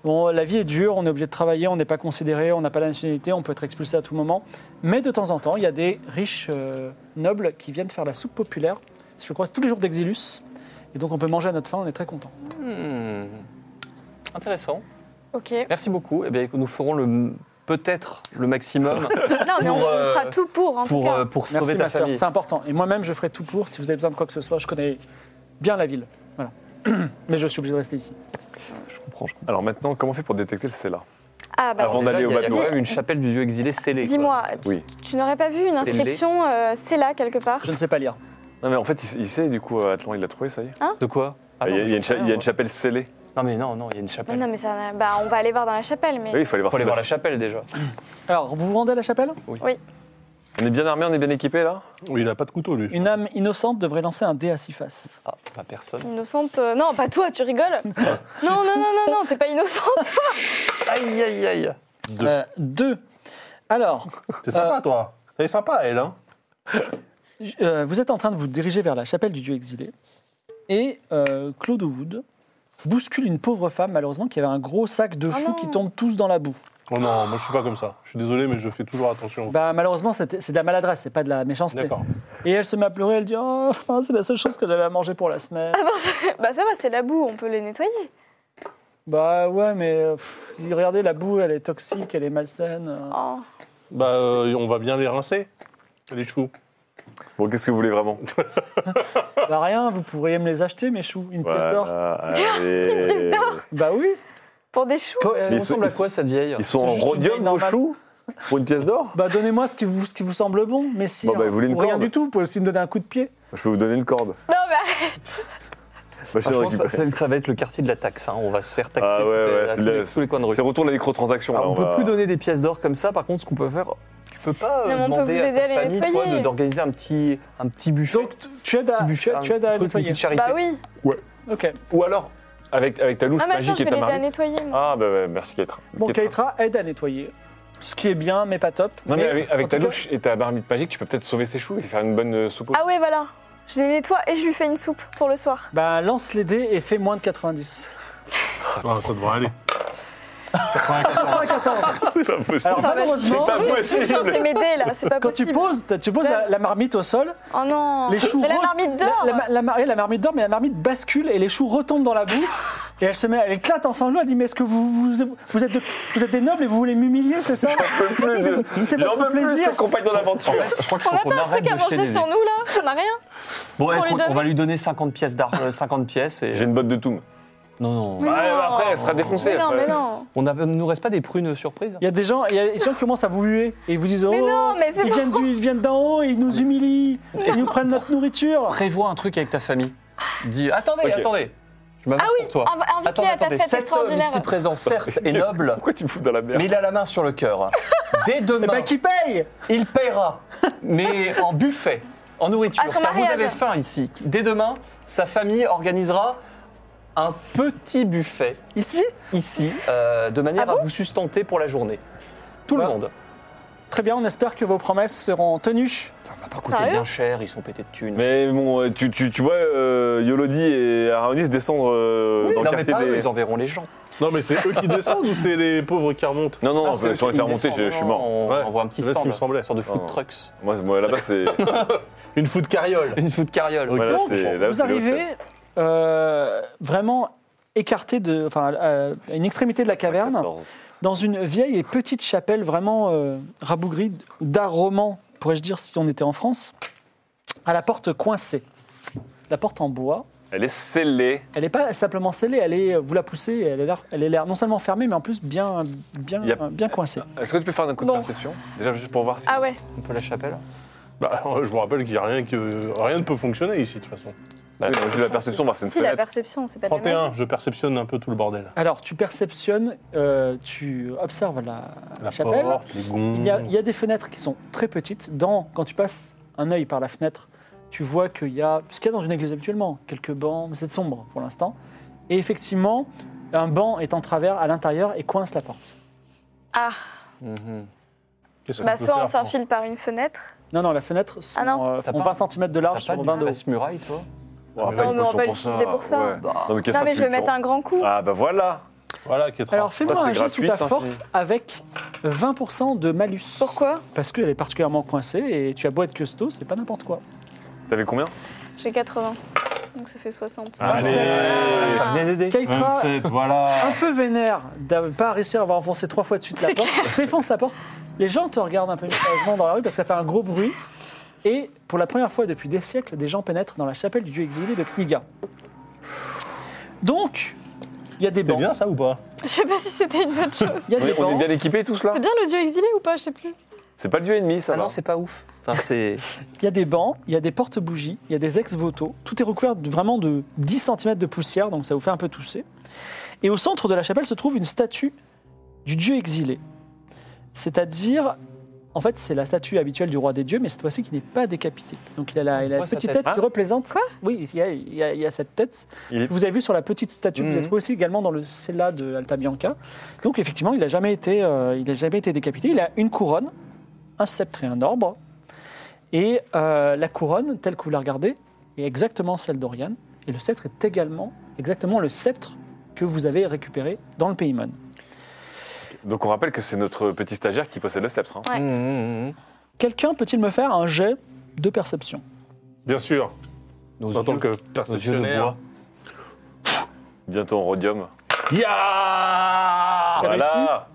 S3: bon, la vie est dure, on est obligé de travailler, on n'est pas considéré, on n'a pas la nationalité, on peut être expulsé à tout moment. Mais de temps en temps, il y a des riches euh, nobles qui viennent faire la soupe populaire. Je crois que c'est tous les jours d'Exilus. Et donc on peut manger à notre faim, on est très content.
S6: Hmm. Intéressant.
S7: Ok.
S6: Merci beaucoup. Eh bien, écoute, nous ferons le peut-être le maximum
S7: Non, mais on,
S6: Pour, euh,
S7: on fera tout pour, en tout
S6: pour,
S7: cas.
S6: euh, pour
S3: Merci
S6: sauver
S3: ma
S6: ta
S3: sœur,
S6: famille.
S3: c'est important. Et moi-même, je ferai tout pour. Si vous avez besoin de quoi que ce soit, je connais bien la ville. Voilà. Mais je suis obligé de rester ici.
S6: Je comprends, je comprends.
S4: Alors maintenant, comment on fait pour détecter le Cella
S7: Ah, bah,
S4: Avant
S6: Déjà,
S4: d'aller au
S6: il y a- Il y a
S4: bateau.
S6: quand même une chapelle du dieu exilé scellée. quoi.
S7: dis-moi, tu,
S4: Oui.
S7: tu n'aurais pas vu une
S6: C'est
S7: inscription euh, C'est là, quelque part
S3: Je ne sais pas lire.
S4: Non, mais en fait, il, il sait, du coup, euh, Atlan, il l'a trouvé, ça y est.
S6: De quoi Ah
S4: il, y a,
S6: non,
S4: il y a une,
S6: j'en
S4: cha-
S6: sais rien,
S4: il y a une
S6: moi.
S4: chapelle scellée.
S6: Non, mais non, non, il y a une
S7: Mais
S6: chapelle.
S7: Non, mais ça, n'a- bah, on va aller voir dans la chapelle, mais...
S4: Oui, il faut aller voir
S6: Faut aller
S4: Cella.
S6: voir la chapelle déjà.
S3: Alors, vous vous rendez à la chapelle
S7: Oui.
S4: On est bien armé, on est bien équipé là
S5: Oui, Oh, il a pas de couteau, lui.
S3: Une âme innocente devrait lancer un dé à six faces.
S6: Ah, pas personne.
S7: Innocente. euh, non, pas toi, tu rigoles. non, non, non, non, non, t'es pas innocente.
S6: Aïe, aïe, aïe.
S5: Deux.
S3: Euh, deux. Alors,
S5: T'es sympa,
S7: Ah.
S5: toi. Elle est sympa, elle, hein
S3: j- euh, vous êtes en train de vous diriger vers la chapelle du dieu exilé et euh, Claude Wood bouscule une pauvre femme, malheureusement, qui avait un gros sac de
S7: Ah
S3: choux
S7: non.
S3: qui tombe tous dans la boue.
S5: Oh non, moi, je suis pas comme ça. Je suis désolé, mais je fais toujours attention.
S3: Bah, malheureusement, c'était- c'est de la maladresse, c'est pas de la
S7: Bah,
S3: méchanceté.
S5: D'accord.
S3: Et elle se met à pleurer, elle dit Oh, c'est la seule chose que j'avais à manger pour la semaine.
S7: bah ça va, c'est la boue, on peut les nettoyer.
S3: Bah ouais, mais euh, pff, regardez, la boue, elle est toxique, elle est malsaine. euh.
S7: Oh.
S5: Bah, euh, on va bien les rincer, les choux.
S4: Bon, qu'est-ce que vous voulez vraiment
S3: Bah rien, vous pourriez me les acheter, mes choux, une pièce d'or.
S4: Voilà, allez.
S7: pièce d'or.
S3: Bah oui,
S7: Pour des choux.
S6: Quoi, elle
S4: Mais ils
S6: ressemble
S4: sont-
S6: à quoi cette vieille
S4: Ils sont
S3: C'est
S4: en
S3: juste une
S4: rhodium,
S3: taille
S4: vos
S3: normale.
S4: choux Pour une pièce d'or
S3: bah donnez-moi ce, qui vous- ce qui vous semble bon, mais si.
S4: Bon, bah,
S3: hein,
S4: vous voulez une
S3: ou rien
S4: corde
S3: du tout, vous pouvez aussi me donner un coup de pied.
S4: Je peux vous donner une corde.
S7: Non, mais arrête.
S4: Bah, je sais
S6: Franchement,
S4: récupérer.
S6: ça, ça- ça va être le quartier de la taxe. hein. On va se faire taxer
S4: Ah ouais,
S6: toutes les-
S4: ouais,
S6: à
S4: c'est
S6: tous,
S4: de la-
S6: les, tous les coins de rue.
S4: C'est retour à l'élecrotransaction.
S6: Ah,
S4: là,
S6: on peut
S4: va-
S6: plus donner des pièces d'or comme ça. Par contre, ce qu'on peut faire, tu peux pas
S7: Non,
S6: euh,
S7: mais on peut
S6: demander
S7: vous
S6: à
S7: aider à
S6: ta
S7: les
S6: famille toi,
S7: nettoyer.
S6: de- d'organiser un petit, un petit buffet.
S3: Donc tu- tu aides à,
S6: petit buffet,
S3: tu,
S6: un
S3: tu aides à
S6: truc, une
S3: nettoyer.
S6: petite charité.
S7: Bah oui.
S3: Ok.
S4: Ou alors, avec, avec ta louche
S7: Ah, mais attends,
S4: magique
S7: je
S4: et
S7: vais
S4: ta
S7: l'aider à
S4: marmite.
S7: nettoyer. moi.
S4: Ah, bah, bah, merci, Keitra.
S3: Bon, Keitra aide à nettoyer. Ce qui est bien, mais pas top.
S4: Non, mais avec, avec
S3: en
S4: ta
S3: tout cas-
S4: louche et ta marmite magique, tu peux peut-être sauver ses choux et faire une bonne euh, soupe. aux
S7: Ah ouais, voilà. Je les nettoie et je lui fais une soupe pour le soir.
S3: Bah lance les dés et fais moins de 90.
S5: Ah, ça devrait aller.
S3: 94
S7: bah,
S4: choux. C'est pas possible.
S3: Alors malheureusement,
S4: C'est pas
S7: Je
S4: possible.
S7: suis censée m'aider là, c'est pas
S3: quand tu
S7: possible.
S3: poses, tu poses la, la marmite au sol,
S7: Oh non.
S3: les choux
S7: Mais la
S3: re-
S7: marmite
S3: la-
S7: d'or.
S3: La, ma- la mar- la marmite d'or, mais la marmite bascule et les choux retombent dans la boue. Et elle se met, elle éclate en sanglots. Elle dit mais est-ce que vous vous, vous êtes de- vous êtes des nobles et vous voulez m'humilier, c'est ça
S4: euh,
S3: C'est- C'est
S4: J'en
S3: votre
S4: veux plus,
S3: plaisir.
S4: tes compagnons d'aventure.
S6: Je crois qu'il
S7: On
S6: faut
S7: a
S6: qu'on
S7: pas un
S6: arrête
S7: truc à
S6: de jeter
S7: manger
S6: des.
S7: sur nous là On a rien
S6: Bon,
S7: pour lui
S6: écoute, on va
S7: donner.
S6: lui donner 50 pièces d'or, euh, 50 pièces et.
S4: J'ai une botte de toum.
S6: Non, non.
S7: Mais
S4: Ouais,
S7: non.
S4: bah, après, elle sera défoncée.
S7: Mais non, mais
S4: après.
S7: non.
S6: On a- il ne nous reste pas des prunes surprises
S3: Il y a des gens, il y a des gens qui commencent à vous huer et ils vous disent oh
S7: Mais non, mais c'est
S3: ils viennent du- ils viennent d'en haut, ils nous humilient, ils nous prennent notre nourriture.
S6: Prévois un truc avec ta famille. Dis, attendez,
S4: Ok.
S6: attendez. Je m'avance
S7: Ah oui,
S6: pour toi.
S7: inv- invite-les
S6: Attendez,
S7: à ta
S6: attendez.
S3: euh,
S7: fête
S6: Cet homme ici
S7: extraordinaire.
S6: présent, certes, est noble,
S4: Pourquoi tu me fous dans la merde
S6: mais il Eh ben, a la main sur le cœur. Dès
S3: Et
S6: demain,
S3: bah qui paye
S6: il paiera, mais en buffet, en nourriture.
S7: À son
S6: car vous
S7: mariage.
S6: avez faim ici. Dès demain, sa famille organisera un petit buffet
S3: Ici
S6: ici, euh, de manière
S7: Ah bon
S6: à vous sustenter pour la journée. Tout le
S3: Ouais.
S6: monde.
S3: Très bien, on espère que vos promesses seront tenues.
S6: Ça va pas coûter
S7: Sérieux
S6: bien cher, ils sont pétés de thunes.
S4: Mais bon, euh, tu, tu, tu vois euh, Yolodi et Araonis descendre euh, dans le
S6: non, mais
S4: quartier
S6: pas eux,
S4: des.
S6: ils enverront les gens.
S5: Non, mais c'est eux qui descendent ou c'est les pauvres qui remontent
S4: Non, non,
S6: Ah, c'est
S4: si
S6: eux
S4: on les
S6: qui
S4: fait remonter, je,
S6: descendent.
S4: je suis mort. Ah,
S6: On,
S5: Ouais,
S6: on voit un petit
S5: c'est ce qui
S6: stand,
S5: me semblait.
S6: sorte de food
S4: Non.
S6: trucks.
S4: Moi, c'est- moi, là-bas, c'est.
S5: Une food carriole.
S6: Une food carriole. oui.
S4: Voilà,
S3: Donc,
S4: c'est- là,
S3: vous
S4: c'est le
S3: arrivez euh, vraiment écarté de, enfin, à à une extrémité de la caverne,
S4: 14.
S3: dans une vieille et petite chapelle vraiment euh, rabougrie d'art roman, pourrais-je dire, si on était en France, à la porte coincée. La porte en bois.
S4: Elle est scellée.
S3: Elle n'est pas simplement scellée, elle est, vous la poussez, et elle est l'air, elle est l'air non seulement fermée, mais en plus bien, bien,
S4: Il y a-
S3: bien coincée.
S4: Est-ce que tu peux faire un coup de
S7: Bon.
S4: perception Déjà, juste pour voir si.
S7: Ah ouais.
S6: Un peu la chapelle.
S5: Bah, euh, je vous rappelle qu'il n'y a rien que rien ne peut fonctionner ici de toute
S7: Bah,
S5: façon.
S4: Oui, non, juste la perception, voir si c'est une
S7: Si la
S4: fenêtre.
S7: perception, c'est pas de la
S5: 31,
S7: magie.
S5: je perceptionne un peu tout le bordel.
S3: Alors, tu perceptionnes, euh, tu observes la,
S5: La
S3: chapelle.
S5: porte, les gonds.
S3: Il y, a, il y a des fenêtres qui sont très petites. Dans, quand tu passes un œil par la fenêtre, tu vois qu'il y a, ce qu'il y a dans une église habituellement, quelques bancs, mais c'est sombre pour l'instant. Et effectivement, un banc est en travers à l'intérieur et coince la porte.
S7: Ah,
S5: Qu'est-ce
S7: bah
S5: qu'on peut
S7: soit on
S5: faire
S4: hein.
S7: s'infile par une fenêtre.
S3: Non, non, la fenêtre sont,
S7: Ah non.
S3: euh,
S6: T'as
S3: font
S6: pas-
S3: 20 cm de large
S6: T'as
S3: sur
S6: pas
S3: 20
S6: de
S3: de haut.
S6: passe muraille, toi
S4: On va
S5: Non,
S4: pas
S7: mais
S4: une
S7: on
S4: potion
S7: va pas l'utiliser pour ça.
S4: ouais. Non, mais, qu'est-ce
S7: Non
S4: que
S7: mais
S4: tu
S7: je vais
S4: le
S7: mettre
S4: sens
S7: un grand coup.
S4: Ah bah voilà
S5: Voilà, Kétra.
S3: Alors fais-moi
S4: Ah, Ça, c'est
S3: un jet sous
S4: gratuit,
S3: ta
S4: ça,
S3: force avec 20% de malus.
S7: Pourquoi
S3: Parce qu'elle est particulièrement coincée et tu as beau être custo, c'est pas n'importe quoi.
S4: T'avais combien
S7: J'ai 80. Donc ça fait 60.
S5: Allez
S6: Ça venait d'aider.
S3: Keitra,
S5: 27, voilà.
S3: un peu vénère de pas réussir à avoir enfoncé trois fois de suite la
S7: C'est
S3: porte, défonce la porte. Les gens te regardent un peu mystérieusement dans la rue parce que ça fait un gros bruit. Et pour la première fois depuis des siècles, des gens pénètrent dans la chapelle du dieu exilé de Kniga. Donc, il y a des
S5: C'est
S3: bancs.
S5: bien ça ou pas
S7: Je sais pas si c'était une bonne chose.
S3: Il y a
S4: on
S3: des
S4: est, on est
S3: bancs.
S4: bien équipés tous là
S7: C'est bien le dieu exilé ou pas Je sais plus.
S4: C'est pas le dieu ennemi ça
S6: Ah
S4: va
S6: non, c'est pas ouf. Enfin, c'est.
S3: Il y a des bancs, il y a des portes-bougies, il y a des ex-voto. Tout est recouvert de- vraiment de 10 cm de poussière, donc ça vous fait un peu tousser. Et au centre de la chapelle se trouve une statue du dieu exilé. C'est-à-dire En fait, c'est la statue habituelle du roi des dieux, mais cette fois-ci qui n'est pas décapité. Donc il a la, il a la
S6: Pourquoi sa
S3: petite
S6: tête
S3: tête qui
S4: Ah.
S3: représente.
S7: Quoi
S3: Oui, il y, a, il y a- il y a cette tête
S4: Il est-
S3: que vous avez vue sur la petite statue que vous
S4: Mhm.
S3: avez trouvée aussi également dans le cella de Alta Bianca. Donc effectivement, il n'a jamais été, euh, il a jamais été décapité. Il a une couronne, un sceptre et un orbre. Et euh, la couronne, telle que vous la regardez, est exactement celle d'Oriane. Et le sceptre est également exactement le sceptre que vous avez récupéré dans le Paymon.
S4: Donc on rappelle que c'est notre petit stagiaire qui possède le sceptre. hein.
S7: Ouais.
S6: Mmh, mmh, mmh.
S3: Quelqu'un peut-il me faire un jet de perception
S5: Bien sûr,
S6: Nos
S5: en tant
S6: yeux-
S5: que
S6: nos yeux de
S5: perceptionnaire.
S6: bois.
S4: Bientôt en rhodium.
S5: Ya
S3: C'est réussi
S4: Voilà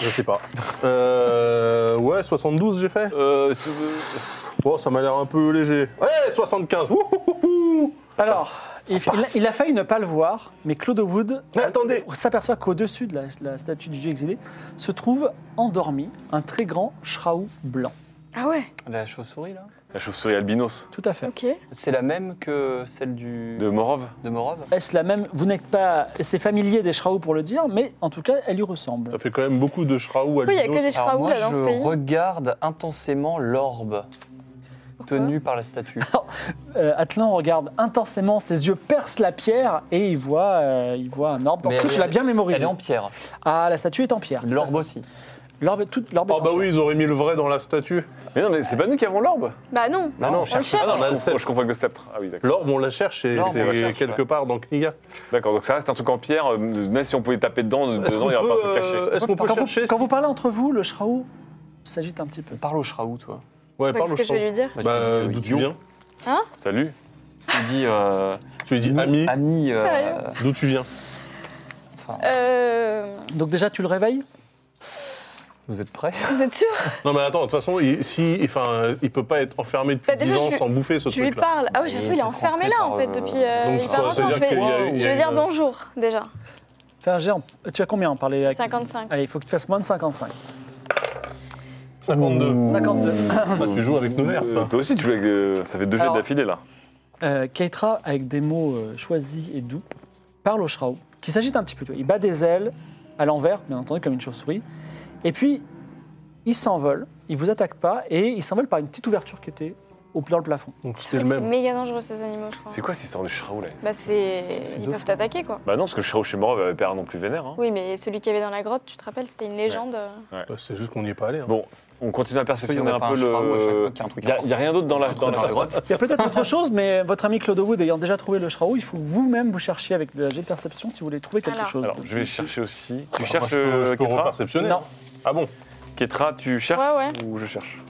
S5: Je sais pas. Euh, ouais, 72 j'ai fait.
S4: Euh, tu veux-
S5: Bon, ça m'a l'air un peu léger. Ouais, 75. Wouhouhou.
S3: Alors, il, il a- il a failli ne pas le voir, mais Claude Wood
S5: Mais attendez.
S3: s'aperçoit qu'au-dessus de la, la statue du dieu exilé se trouve endormi un très grand shraou blanc.
S7: Ah ouais,
S6: La chauve-souris, là
S4: La chauve-souris albinos
S3: Tout à fait.
S7: ok.
S6: C'est la même que celle du...
S4: de Morov.
S6: de Morov
S3: Est-ce la même Vous n'êtes pas. C'est familier des shraou pour le dire, mais en tout cas, elle lui ressemble.
S5: Ça fait quand même beaucoup de Shraou à
S7: Pourquoi il n'y a
S5: l'huile.
S7: que des
S6: Alors
S7: Shraou
S6: moi,
S7: là dans
S6: je
S7: ce pays
S6: regarde intensément l'orbe tenu par la statue.
S3: Euh, Atlan regarde intensément, ses yeux percent la pierre et il voit, euh, il voit un orbe.
S6: Mais
S3: En tout
S6: elle
S3: cas,
S6: est-
S3: tu l'as bien
S6: Elle est
S3: mémorisé.
S6: en pierre.
S3: Ah, la statue est en pierre.
S6: L'orbe aussi.
S3: L'orbe est toute. l'orbe est
S5: Ah
S3: en
S5: bah
S3: pierre.
S5: oui, ils auraient mis le vrai dans la statue.
S4: Mais non, mais c'est pas nous qui avons l'orbe
S7: Bah non,
S6: Bah
S7: on
S6: non,
S7: le cherche.
S5: Ah non,
S4: Je
S5: bah, le
S4: confonds-
S5: sceptre.
S4: Je confonds avec le sceptre. Ah oui, d'accord.
S5: L'orbe, on la cherche et
S6: L'orbe, on la
S5: c'est
S6: cherche,
S5: quelque
S6: ouais.
S5: part dans Kniga.
S4: D'accord, donc ça reste un truc en pierre, euh, même si on pouvait taper dedans,
S5: Est-ce
S4: dedans il
S5: qu'on
S4: n'y aura pas un
S5: peut,
S4: truc caché.
S5: euh, est-ce qu'on peut
S3: quand, vous,
S5: chercher
S3: quand
S5: si-
S3: vous parlez entre vous, le shraou s'agite un petit peu.
S6: Parle au Shraou, toi.
S5: Ouais,
S7: Ouais,
S5: parle
S7: Qu'est-ce
S5: au
S7: que je
S5: Shraou.
S7: vais lui dire
S6: Bah, tu
S5: Bah,
S6: dis,
S5: euh,
S6: euh,
S5: d'où tu
S6: idiot.
S5: viens
S4: Salut
S6: Tu dis... euh,
S5: Tu lui dis ami,
S6: Ami... euh,
S7: Sérieux
S5: d'où tu viens
S6: enfin,
S7: Euh.
S3: Donc déjà, tu le réveilles
S6: vous êtes prêts
S7: Vous êtes sûr
S5: Non mais attends, de toute façon, il, si, enfin, euh, il peut pas être enfermé depuis
S7: Bah, déjà,
S5: 10 ans
S7: je lui-
S5: sans bouffer ce
S7: Je lui
S5: truc-là.
S7: parle. Ah oui,
S6: Il
S7: j'avoue,
S6: est
S7: il est
S6: peut-être
S7: enfermé
S6: rentré
S7: là
S6: par,
S7: en fait
S6: euh,
S7: depuis euh,
S5: Donc,
S7: hyper
S5: ça, ça
S7: longtemps.
S5: veut
S7: Je
S5: dire qu'il y a-
S7: vais-
S5: il y
S7: je
S5: a
S7: vais dire
S5: une- euh,
S7: bonjour déjà.
S3: Fais un géant. Tu as combien en parler avec-
S7: 55.
S3: Allez, il faut que tu fasses moins de 55.
S5: 52.
S3: 52.
S5: Bah, tu joues avec nos nerfs.
S4: Euh,
S5: quoi.
S4: Toi aussi, tu joues avec, euh, ça fait deux jets
S3: Alors-
S4: d'affilée là.
S3: Euh, Keitra, avec des mots euh, choisis et doux, parle au Shraou, qui s'agite un petit peu. Il bat des ailes à l'envers, bien entendu, comme une chauve-souris. Et puis, il s'envole, il vous attaque pas, et il s'envole par une petite ouverture qui était au dans le plafond.
S5: Donc c'était
S7: C'est
S5: le même.
S7: méga dangereux ces animaux, je crois.
S4: C'est quoi cette histoire du Shraou là
S7: Bah c'est.
S6: fait
S7: Ils
S6: deux
S7: peuvent
S6: fois.
S7: t'attaquer quoi.
S4: Bah non, parce que le Shraou chez Morov avait pas un nom plus vénère. hein.
S7: Oui, mais celui qui avait dans la grotte, tu te rappelles, c'était une légende. euh.
S5: Bah, c'est juste qu'on n'y est pas allé. hein.
S4: Bon, On continue à
S6: Il y
S4: perceptionner
S6: aurait
S4: un
S6: pas
S4: peu
S6: un Shraou à chaque fois
S4: le.
S6: qu'il y a un truc
S4: Il n'y a, rien d'autre dans la, dans la-
S6: grotte.
S3: Il y a peut-être autre chose, mais votre ami Claude Wood ayant déjà trouvé le Shraou, il faut vous-même vous chercher avec de la jet de perception si vous voulez trouver quelque
S7: Alors.
S3: chose.
S4: Alors, je vais chercher aussi. Tu
S5: Bah, moi,
S4: cherches
S5: je peux, je
S4: euh,
S5: peux
S4: Ketra
S5: reperceptionner.
S3: Non.
S5: Ah bon
S4: Ketra, tu cherches
S7: Ouais, ouais.
S4: ou je cherche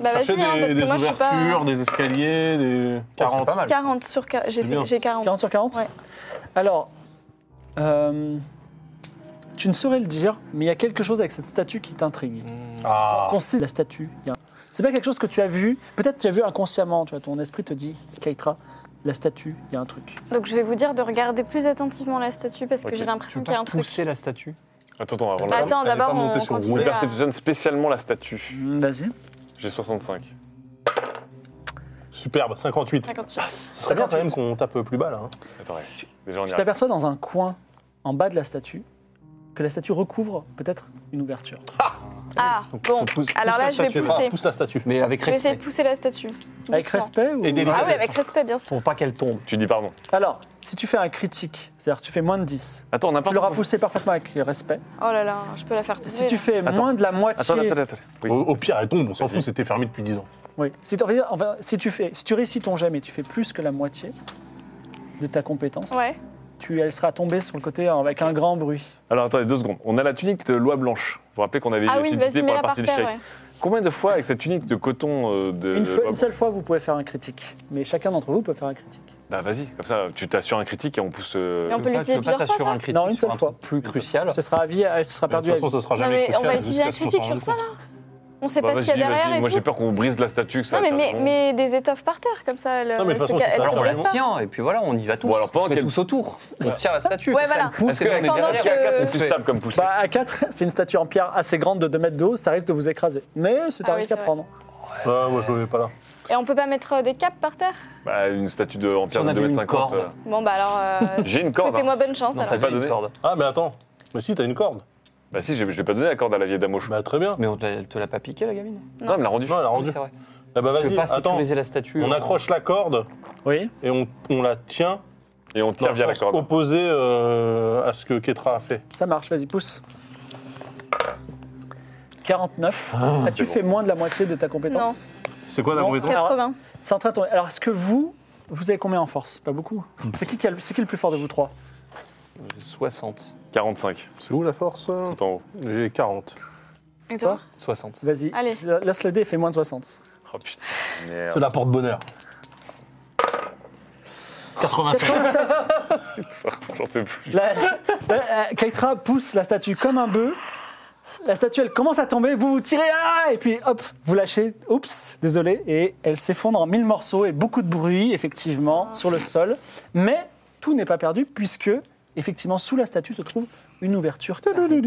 S7: Bah
S5: Chercher
S7: vas-y, hein, parce
S5: des, des
S7: que moi je suis
S5: ouvertures,
S7: pas.
S5: des escaliers, des... 40.
S6: pas mal.
S7: 40 sur 40. J'ai
S5: C'est
S7: fait-
S5: bien.
S7: j'ai 40.
S3: 40 sur 40
S7: Ouais.
S3: Alors, euh, tu ne saurais le dire, mais il y a quelque chose avec cette statue qui t'intrigue.
S5: Ah.
S3: Consiste la statue. il y a- C'est pas quelque chose que tu as vu, peut-être tu as vu inconsciemment, tu vois, ton esprit te dit, Keitra, la statue, il y a un truc.
S7: Donc je vais vous dire de regarder plus attentivement la statue parce que
S4: Ok,
S7: j'ai
S6: Tu
S7: l'impression
S6: veux
S7: qu'il y a
S6: pas
S7: un truc.
S6: pousser la statue
S4: Attends, attends, avant
S7: Bah,
S4: la.
S7: attends,
S5: Elle est pas
S7: d'abord on
S5: montée sur
S7: continue
S4: On
S5: roulette.
S7: à-
S4: perceptionne spécialement la statue.
S3: Vas-y.
S4: J'ai 65.
S5: Superbe, 58.
S7: 58.
S5: Ce serait bien quand même qu'on tape plus bas là. hein.
S4: Attends, ouais. déjà on y
S3: Tu
S4: arrive.
S3: t'aperçois dans un coin, en bas de la statue, que la statue recouvre peut-être une ouverture.
S7: Ah,
S6: Donc,
S7: bon.
S6: faut pousse-
S7: Alors
S6: pousse la
S7: là, je vais
S6: statue.
S7: pousser.
S5: Pousse la statue.
S6: Mais avec
S7: Je vais essayer
S6: respect,
S7: de pousser la statue.
S3: Avec
S7: Doucement.
S3: respect ou...
S5: Et des-
S7: Ah oui, avec respect, bien sûr.
S6: pour pas qu'elle tombe.
S4: Tu dis pardon.
S3: Alors, si tu fais un critique, c'est-à-dire que tu fais moins de 10,
S4: Attends, on a pas.
S3: tu l'auras poussé parfaitement avec respect.
S7: Oh là là, je peux la faire tomber. hein.
S3: Si tu
S7: là.
S3: fais
S4: Attends.
S3: moins de la moitié
S4: Attends, attends, attends. Oui.
S5: Au, au pire, elle tombe, on s'en
S4: Vas-y.
S5: fout, c'était fermé depuis 10 ans.
S3: Oui. Si, t'en fais- enfin, si tu fais, si tu réussis ton jamais, tu fais plus que la moitié de ta compétence.
S7: Ouais.
S3: Tu, elle sera tombée sur le côté avec un grand bruit.
S4: Alors attendez deux secondes. On a la tunique de loi blanche. Vous vous rappelez qu'on avait
S7: Ah
S4: aussi
S7: oui,
S4: utilisé
S7: vas-y,
S4: pour la
S7: mets-la par
S4: partie du
S7: terre,
S4: chèque.
S7: ouais.
S4: Combien de fois avec cette tunique de coton euh, de
S3: une,
S4: de
S3: fois-
S4: loi
S3: une seule fois, vous pouvez faire un critique, mais chacun d'entre vous peut faire un critique.
S4: blanche Bah vas-y, comme ça tu t'assures un critique et on pousse. euh,
S7: Et on peut
S6: Tu peux
S7: l'utiliser
S6: pas- tu peux
S7: plusieurs
S6: pas
S7: fois,
S6: t'assurer
S7: ça
S6: un critique
S3: Non, une
S6: sur
S3: seule
S6: un
S3: fois.
S6: truc plus crucial.
S3: Ce sera à vie, elle sera
S5: De
S3: perdue.
S5: toute
S3: à vie.
S5: façon, ça sera
S7: Non,
S5: jamais
S7: mais on va
S5: crucial
S7: utiliser un
S5: jusqu'à ce qu'on
S7: critique
S5: s'en
S7: sur
S5: rende
S7: ça,
S5: compte.
S7: là On sait
S4: Bah,
S7: pas ce qu'il
S4: vas-y,
S7: y a derrière
S4: vas-y.
S7: et
S4: Moi j'ai
S7: tout.
S4: peur qu'on brise la statue. Que ça
S7: Non, mais
S4: fasse
S7: mais-
S4: bon.
S7: mais des étoffes par terre, comme ça, elle
S5: Non, mais de toute façon,
S7: elle
S5: ça,
S6: Alors
S7: se
S6: on la
S7: blesse pas.
S6: tient et puis voilà, on y va tous.
S4: Bon, alors, pendant
S6: on se met
S4: qu'elle-
S6: tous autour. On tire la statue.
S7: Ouais,
S6: comme ça,
S7: voilà.
S6: elle pousse,
S4: Parce que
S6: et nous, on est
S4: avec
S7: pendant
S6: derrière.
S4: K4,
S7: que-
S4: c'est plus
S6: Fait.
S4: stable comme poussée.
S3: Bah, à 4, c'est une statue en pierre assez grande de 2 mètres de haut, ça risque de vous écraser. Mais c'est un
S7: Ah oui,
S3: risque
S7: c'est
S3: à
S7: vrai.
S3: prendre.
S5: Ah, moi je le mets pas là.
S7: Et on peut pas mettre euh, des capes par terre
S4: Bah, une statue de en
S6: Si
S4: pierre
S6: on
S4: de
S6: avait
S4: 2
S6: une
S4: m
S6: corde.
S7: Bon, bah alors. euh,
S4: J'ai une corde. hein.
S7: Souhaitez-moi bonne chance
S6: Non,
S7: alors.
S6: t'as
S4: pas
S6: pas de
S4: donné.
S6: corde.
S5: Ah, mais attends. Mais si, t'as une corde.
S4: Bah si, je je l'ai pas donné la corde à la vieille dame au chou.
S5: Bah très bien.
S6: Mais on te l'a- elle te l'a pas piqué, la gamine
S4: non, elle me l'a rendu.
S5: Non, elle a
S6: Oui,
S5: rendu.
S6: C'est vrai.
S5: Ah bah
S6: Tu veux
S5: vas-y,
S6: pas
S5: attends.
S6: sécuriser la statue
S5: On
S6: hein.
S5: accroche la corde
S3: Oui.
S5: et on, on la tient
S4: Et on
S5: dans
S4: tire
S5: le
S4: via la
S5: sens
S4: corde.
S5: opposé euh, à ce que Ketra a fait.
S3: Ça marche, vas-y, pousse. 49. As-tu fait moins de la moitié de ta compétence
S5: C'est quoi ta
S3: Non.
S5: compétence
S3: Alors-
S7: 80.
S3: C'est en train de tomber. Alors, est-ce que vous, vous avez combien en force Pas beaucoup. C'est qui, qui a le- c'est qui le plus fort de vous trois
S6: 60.
S4: 45,
S5: C'est où la force
S4: tout en haut.
S5: J'ai 40.
S7: Et toi
S6: 60.
S3: Vas-y,
S7: Allez.
S3: la- laisse le dé et fais moins de 60.
S4: Oh putain, merde.
S5: Cela porte bonheur. 87.
S3: 87
S4: J'en peux plus.
S3: la, la- euh, Keitra pousse la statue comme un bœuf. La statue, elle commence à tomber, vous vous tirez, ah, et puis hop, vous lâchez, oups, désolé, et elle s'effondre en mille morceaux et beaucoup de bruit, effectivement, sur le sol. Mais tout n'est pas perdu, puisque, effectivement, sous la statue se trouve une ouverture. qui arrive.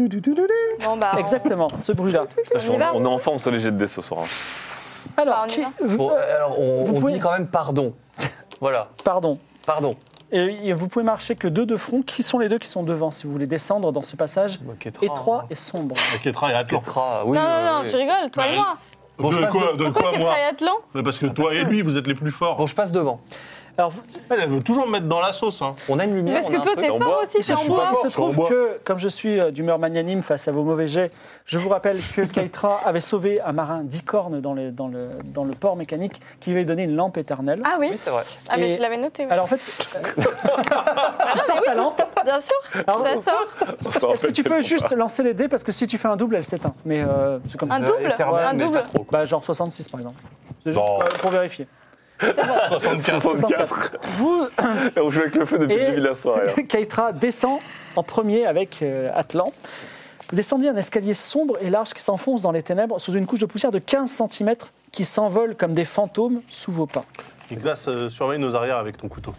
S7: Bon, bah. on-
S3: Exactement, ce bruit-là.
S4: Putain, je suis-
S7: On y va
S4: on est en forme sur les jets de dés ce soir. hein.
S3: Alors,
S7: Bah, on y
S3: qui-
S7: va.
S3: vous- euh,
S6: Bon, alors on,
S3: Vous
S6: on
S3: pouvez-
S6: dit quand même pardon. voilà,
S3: pardon,
S6: pardon.
S3: et vous pouvez marcher que deux de front. Qui sont les deux qui sont devant, si vous voulez descendre dans ce passage
S6: hein.
S3: étroit et sombre
S5: Ketra est athlète.
S6: Ketra, oui.
S7: Non,
S6: euh,
S7: non, non,
S6: oui.
S7: tu rigoles, toi et moi.
S6: Bon, je
S5: de
S6: passe
S5: quoi,
S6: de-
S5: de
S7: Pourquoi
S5: quoi,
S7: t'es
S5: moi
S7: triathlon
S5: Mais Parce que toi et lui, vous êtes les plus forts.
S6: Bon, je passe devant.
S3: Alors, vous-
S5: Elle, elle veut toujours me mettre dans la sauce. Hein.
S6: On a une lumière.
S7: Parce
S6: on
S7: que
S6: a un
S7: toi,
S6: peu-
S7: t'es
S4: en
S7: fort
S4: bois.
S7: aussi, t'es en
S5: Je
S7: bois.
S5: suis
S3: Il
S5: fort,
S3: se
S5: je suis en
S3: trouve
S5: bois.
S3: que, comme je suis euh, d'humeur magnanime face à vos mauvais jets, je vous rappelle que Keitra avait sauvé un marin d'icorne dans le, dans, le, dans le port mécanique qui lui avait donné une lampe éternelle.
S7: Ah oui
S6: Oui, c'est vrai.
S7: Ah, mais
S3: Et-
S7: je l'avais noté, oui.
S3: Alors en fait, c'est- tu sors ta lampe.
S7: Bien sûr,
S3: Alors,
S7: Ah
S3: Oh,
S7: ça sort.
S4: On s'en
S3: est-ce que
S4: rappelle
S3: tu
S4: tellement
S3: peux juste lancer les dés parce que si tu fais un double, elle s'éteint. Mais euh, c'est comme
S7: Un
S3: ça.
S7: double
S6: Éternel,
S7: Un
S6: mais
S7: double
S6: pas trop, quoi.
S3: Bah, genre 66 par exemple. C'est juste euh,
S5: Bon.
S3: pour, pour vérifier.
S4: pas. 64.
S3: Vous,
S4: On joue avec le feu depuis
S3: Et-
S4: le début de la soirée. hein.
S3: Keitra descend en premier avec euh, Atlan. Vous descendez un escalier sombre et large qui s'enfonce dans les ténèbres sous une couche de poussière de 15 cm qui s'envole comme des fantômes sous vos pas.
S5: Nicolas, euh, surveille nos arrières avec ton couteau.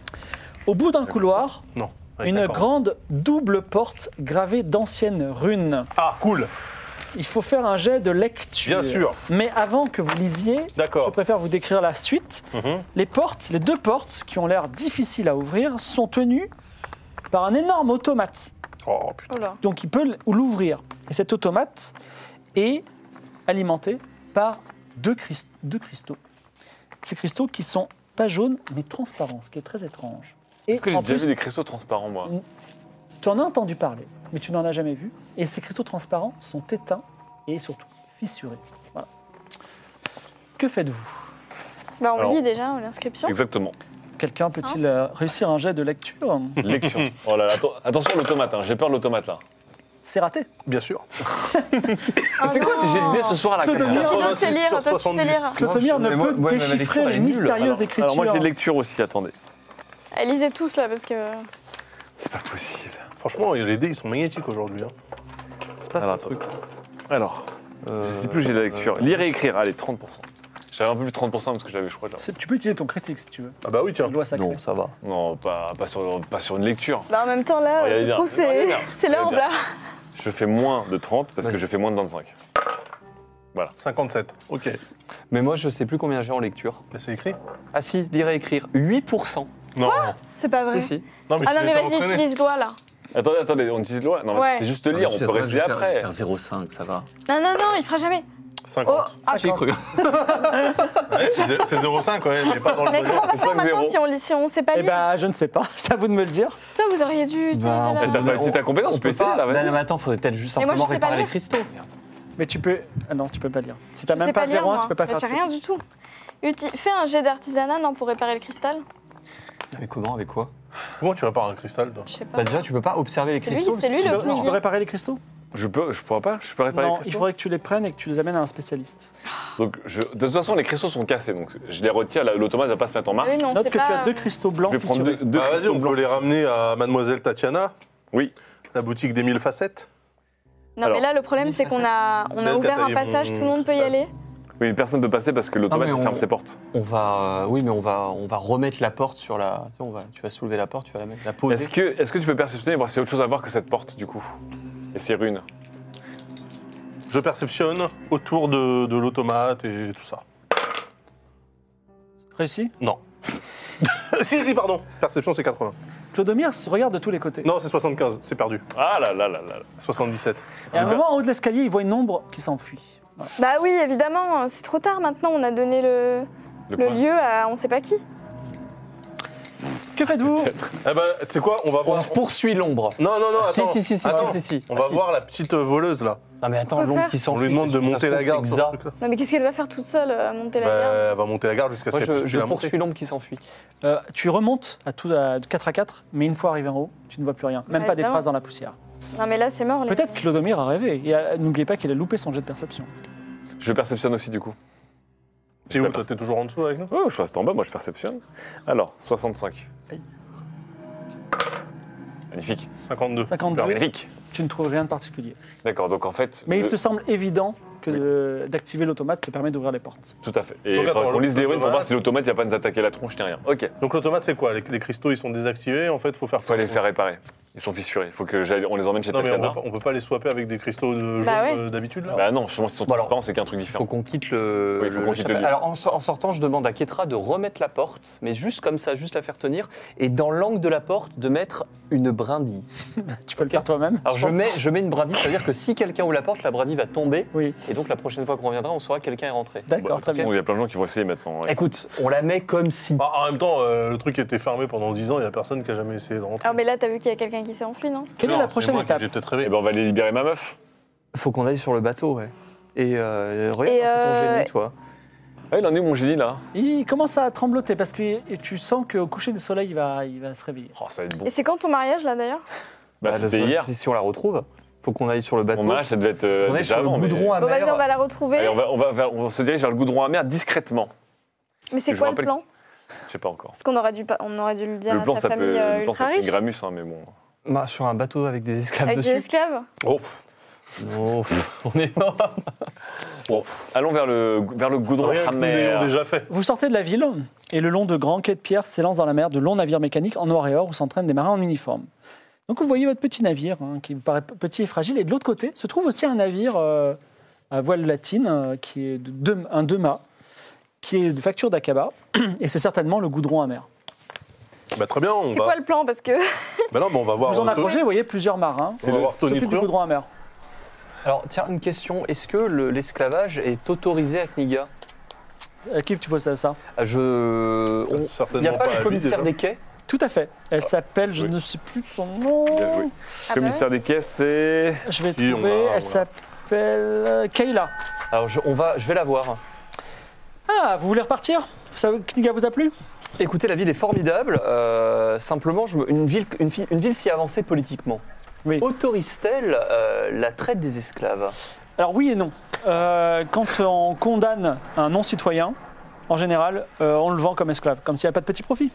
S3: Au bout d'un couloir,
S5: Non. avec
S3: une
S5: la corde.
S3: grande double porte gravée d'anciennes runes.
S5: Ah, cool.
S3: Il faut faire un jet de lecture.
S5: Bien sûr.
S3: Mais avant que vous lisiez, je
S5: D'accord.
S3: préfère vous décrire la suite.
S5: Mhm.
S3: Les portes, les deux portes qui ont l'air difficiles à ouvrir, sont tenues par un énorme automate.
S5: Oh, putain.
S7: Oh là.
S3: Donc il peut l- l'ouvrir. Et cet automate est alimenté par deux, crist- deux cristaux. Ces cristaux qui sont pas jaunes, mais transparents, ce qui est très étrange. Et
S4: Est-ce que j'ai
S3: en
S4: déjà
S3: plus,
S4: vu des cristaux transparents, moi
S3: tu en as entendu parler, mais tu n'en as jamais vu. Et ces cristaux transparents sont éteints et surtout fissurés. Voilà. Que faites-vous
S7: Bah, on
S4: Alors.
S7: lit déjà euh, l'inscription.
S4: Exactement.
S3: Quelqu'un peut-il euh, réussir un jet de lecture
S4: Lecture. Oh là là, atten- attention à l'automate, hein. j'ai peur de l'automate là.
S3: C'est raté.
S5: Bien sûr.
S4: c'est quoi ces jets de dés ce soir à la
S3: Peu de
S4: carte
S3: merde.
S7: Toi, tu
S5: 86
S7: sais lire,
S5: sur
S7: toi, tu sais
S5: 70.
S7: lire.
S3: Clotomir ne
S6: mais moi-
S3: peut
S6: moi, ma lecture,
S3: déchiffrer
S6: elle
S3: les
S6: est nulle.
S3: mystérieuses écritures.
S4: Alors moi j'ai de lecture aussi, attendez.
S7: Eh, Lisez tous là, parce que.
S4: C'est pas possible.
S5: Franchement, les dés, ils sont magnétiques aujourd'hui. hein.
S6: C'est pas
S4: Alors,
S6: ça le
S4: attends.
S6: truc.
S4: Alors, je
S3: euh,
S4: sais plus j'ai de la lecture. Lire et écrire, allez, 30%. J'avais un peu plus de 30% parce que j'avais, je crois. genre-
S3: C'est- Tu peux utiliser ton critique si tu veux.
S5: Ah bah oui, tiens.
S3: Loi sacrée.
S6: Non, ça va.
S4: Non, pas, pas, sur, pas sur une lecture.
S7: Bah, en même temps, là,
S4: Regardez
S7: euh, ça se
S4: bien. Regardez
S7: trouve, c'est
S4: bien.
S7: c'est l'orbe là.
S4: Regardez Je fais moins de 30 parce que
S6: Vas-y.
S4: je fais moins de 25.
S5: 57. Ok.
S6: Mais moi, je sais plus combien j'ai en lecture.
S5: Là, c'est écrit
S6: Ah si, lire et écrire, 8%.
S5: Non.
S7: C'est pas vrai.
S6: Si, si.
S5: non, mais,
S7: Ah
S5: tu l'es
S7: non, mais
S5: pas
S7: vas-y,
S5: entraîné.
S7: utilise loi là.
S4: Attendez, attendez, on utilise loi. Non, mais
S7: Ouais.
S4: c'est juste
S6: Ah,
S4: lire, on peut réviser après.
S9: 0,5, ça va.
S7: Non, non, non, il fera jamais. Oh,
S5: 50.
S7: ah,
S6: J'ai cru.
S5: Ouais, c'est zé- c'est 0,5 quand même, mais pas dans le
S7: mais
S5: bonheur.
S7: comment on va faire
S4: 5-0.
S7: maintenant si on lit, si on sait pas
S3: Eh
S7: lire
S3: ben, je ne sais pas. C'est à vous de me le dire.
S7: Ça, vous auriez dû. utiliser
S6: Bah,
S7: la-
S4: Eh, T'as pas utilisé ta compétence, tu peux essayer là,
S6: Non,
S4: vas-y.
S6: non, mais attends, faudrait peut-être juste
S7: Mais moi,
S6: simplement
S7: je sais pas
S6: réparer les
S7: lire.
S6: cristaux.
S3: Mais tu peux. Ah non, tu peux pas lire. Si t'as
S7: Je sais
S3: même pas,
S7: lire,
S3: 0
S7: moi.
S3: tu peux pas
S7: Bah,
S3: faire.
S7: J'ai
S3: de
S7: rien
S3: critique.
S7: du tout. Uti- Fais un jet d'artisanat, non, pour réparer le cristal
S6: Mais comment, avec quoi
S5: Comment tu répares un cristal, toi
S7: Je sais pas.
S6: Bah déjà, tu peux pas observer les
S7: C'est lui,
S6: cristaux.
S7: c'est lui,
S6: parce
S7: le
S3: Tu
S6: que-
S3: peux- Tu
S7: Olivier.
S3: peux réparer les cristaux
S4: Je peux, je pourrais pas, je peux réparer
S3: Non,
S4: les
S3: il
S4: cristaux.
S3: faudrait que tu les prennes et que tu les amènes à un spécialiste.
S4: Donc, je- de toute façon, les cristaux sont cassés, donc je les retire, la- l'automate va pas se mettre en
S7: Ah
S4: marche.
S7: oui, mais on
S3: Note
S7: sait
S3: que tu
S7: pas,
S3: as deux
S7: euh,
S3: cristaux blancs
S4: Je vais prendre
S3: fissurés.
S4: deux, deux
S5: Ah, Vas-y,
S4: cristaux
S5: on peut
S4: blancs.
S5: les ramener à Mademoiselle Tatiana,
S4: Oui.
S5: la boutique des mille facettes.
S7: Non, mais
S4: Alors,
S7: là, le problème, c'est qu'on a, on a
S5: Celle qui a
S7: ouvert un
S5: taillé
S7: passage,
S5: mon
S7: tout le monde peut y
S5: cristal.
S7: aller.
S4: Oui, mais personne ne peut passer parce que l'automate
S6: Non, mais on-
S4: ferme ses portes.
S6: On va, euh, oui, mais on va, on va remettre la porte sur la. tu sais, On va, tu vas soulever la porte, tu vas la mettre, la poser.
S4: Est-ce que, est-ce que tu peux perceptionner et voir si c'est autre chose à voir que cette porte, du coup Et ces runes
S5: Je perceptionne autour de, de l'automate et tout ça.
S3: Réussi
S5: si, si, pardon. Perception, c'est 80.
S3: Clodomir se regarde de tous les côtés.
S5: Non, c'est 75, c'est perdu.
S4: Ah là là là là.
S5: 77.
S3: Et à un moment, en haut de l'escalier, il voit une ombre qui s'enfuit. Voilà.
S7: Bah oui, évidemment, c'est trop tard maintenant, on a donné le, le
S4: quoi
S7: lieu à on sait pas qui.
S3: Que faites-vous
S5: Eh ben, tu sais quoi, on va
S6: On
S5: voir.
S6: poursuit l'ombre.
S5: Non, non, non,
S6: Si,
S5: attends.
S6: si, si, si,
S5: attends.
S6: si, si, si.
S5: On
S6: Ah,
S5: va
S6: si.
S5: voir la petite euh, voleuse là.
S6: Non mais attends,
S7: Quoi
S6: l'ombre
S7: faire
S6: qui s'en
S5: On lui demande de monter la garde. sur ce truc-là.
S7: Non mais qu'est-ce qu'elle va faire toute seule à monter la garde
S5: Bah, elle va monter la garde jusqu'à ce
S6: Moi,
S5: qu'elle
S6: je,
S5: puisse
S6: je
S5: la monter.
S6: poursuis l'ombre qui s'enfuit.
S3: Euh, Tu remontes à tout à 4 à 4, mais une fois arrivé en haut, tu ne vois plus rien. Même
S7: Ouais,
S3: pas des
S7: évidemment.
S3: traces dans la poussière.
S7: Non mais là c'est mort. les-
S3: Peut-être que Clodomir a rêvé. Et euh, n'oubliez pas qu'il a loupé son jet de perception.
S4: Je perceptionne aussi du coup.
S5: T'es où toi T'es toujours en dessous avec nous
S4: Oh, je reste en bas, moi je perceptionne. Alors, 65. Magnifique.
S5: 52.
S6: Ah
S3: 52.
S5: Super.
S4: Magnifique.
S3: Tu ne trouves rien de particulier.
S4: D'accord, donc en fait.
S3: Mais il
S4: le-
S3: te semble évident que de- d'activer l'automate te permet d'ouvrir les portes.
S4: Tout à fait. Et
S5: Donc,
S4: il faudra
S5: attends,
S4: qu'on lise les ruines pour
S5: l'automate.
S4: voir si l'automate ne va pas nous attaquer la tronche ni rien. Ok,
S5: Donc l'automate, c'est quoi les, les cristaux, ils sont désactivés. En fait, faut faire.
S4: faut les faire réparer. Ils sont fissurés. Faut que j'aille- on les emmène chez
S5: Non, mais on
S4: Tatiana.
S5: peut, pas, on peut pas les swapper avec des cristaux de
S7: Bah
S5: jaunes,
S7: ouais.
S5: euh, d'habitude là.
S4: Bah non, justement, s'ils sont
S6: Bon, alors-
S4: transparents, c'est qu'un truc
S6: Faut
S4: différent.
S6: qu'on quitte le.
S4: Oui, faut
S6: le-
S4: qu'on
S6: le
S4: quitte
S6: chapelle.
S4: le lieu.
S6: Alors en, so- en sortant, je demande à Ketra de remettre la porte, mais juste comme ça, juste la faire tenir, et dans l'angle de la porte de mettre une brindille.
S3: Tu peux le faire toi-même.
S6: Alors je
S3: pense.
S6: mets, je mets une brindille, c'est-à-dire que si quelqu'un ouvre la porte, la brindille va tomber,
S3: Oui,
S6: et donc la prochaine fois qu'on reviendra, on saura que quelqu'un est rentré.
S4: Bah,
S3: d'accord,
S4: de
S3: très
S4: toute
S3: bien.
S4: façon, Il y a plein de gens qui vont essayer maintenant. ouais. Ah.
S6: Écoute, on la met comme si.
S5: Bah, en même temps, euh, le truc était fermé pendant 10 ans, il n'y a personne qui a jamais essayé de rentrer.
S7: Ah mais là t'as vu qu'il y a quelqu'un qui s'est enfui non
S3: Quelle est
S5: Non,
S3: la
S5: c'est
S3: prochaine
S5: moi qui-
S3: étape
S5: J'ai peut-être
S4: Eh
S5: rêvé.
S4: ben, on va aller libérer ma meuf.
S6: Faut qu'on aille sur le bateau, ouais. Et euh, regarde
S7: Et
S6: un peu ton
S7: euh,
S6: génie, toi.
S4: Ah, il en est où, mon génie là
S3: Il commence à trembloter parce que tu sens qu'au coucher du soleil, il va, il va se réveiller.
S4: Oh, ça va être bon.
S7: Et c'est quand ton mariage là d'ailleurs
S4: Bah,
S6: Bah,
S4: c'était
S6: la-
S4: hier.
S6: Si, si on la retrouve, faut qu'on aille sur le bateau.
S4: Mon match, ça devait être euh,
S6: on est
S4: déjà
S6: sur le
S4: avant. mais-
S6: goudron
S7: Bon vas-y
S6: amer.
S7: on va la retrouver.
S4: Allez, on va, on, va, vers- on se dirige vers le goudron amer discrètement.
S7: Mais c'est
S4: je
S7: quoi le
S4: rappelle-
S7: plan
S4: Je sais pas encore.
S7: Parce qu'on aurait dû pas- on aurait dû le dire
S4: Le plan,
S7: à
S4: ça
S7: sa famille
S4: peut.
S7: euh,
S4: Le plan,
S7: ultra
S4: ça peut
S7: riche.
S4: Gramus, hein, mais bon.
S6: Bah, sur un bateau avec des esclaves
S7: Avec des
S6: dessus.
S7: esclaves
S5: Oh,
S6: Oh, pff, on est mort.
S4: Bon, allons vers le, vers le goudron
S5: rien que nous
S4: amer.
S5: l'ayons déjà fait.
S3: Vous sortez de la ville et le long de grands quais de pierre s'élancent dans la mer de longs navires mécaniques en noir et or où s'entraînent des marins en uniforme. Donc vous voyez votre petit navire hein, qui vous paraît p- petit et fragile et de l'autre côté se trouve aussi un navire euh, à voile latine euh, qui est de deux- un deux mâts qui est de facture d'Akaba et c'est certainement le goudron amer.
S5: Bah très bien, on
S7: C'est
S5: va.
S7: quoi le plan Parce que
S5: Bah non, mais on va voir.
S3: Vous en
S5: Anthony.
S3: approchez, vous voyez plusieurs marins.
S5: On va
S3: le-
S5: voir Tony
S3: s'occupent du
S5: Truant.
S3: goudron amer.
S6: Alors, tiens, une question. Est-ce que le- l'esclavage est autorisé à Kniga
S3: À qui tu poses ça, ça
S6: Ah, Je. on- Il n'y
S5: Certainement
S6: a pas
S5: pas à hein.
S6: le
S5: lui,
S6: commissaire
S5: déjà.
S6: des quais
S3: Tout à fait. Elle
S5: Ah,
S3: s'appelle, je
S4: oui.
S3: ne sais plus son nom.
S4: Bien joué.
S7: Ah bah
S4: Commissaire des caisses, c'est.
S3: Je vais trouver.
S5: Si, on va- on va.
S3: Elle s'appelle euh, Kayla.
S6: Alors, je, on va, je vais la voir.
S3: Ah, vous voulez repartir ça, Kniga vous a plu
S6: Écoutez, la ville est formidable. euh, simplement, je me- une, ville, une, fi- une ville si avancée politiquement,
S3: Oui.
S6: autorise-t-elle euh, la traite des esclaves
S3: Alors oui et non. Euh, quand on condamne un non-citoyen, en général, euh, on le vend comme esclave, comme s'il n'y a pas de petit profit.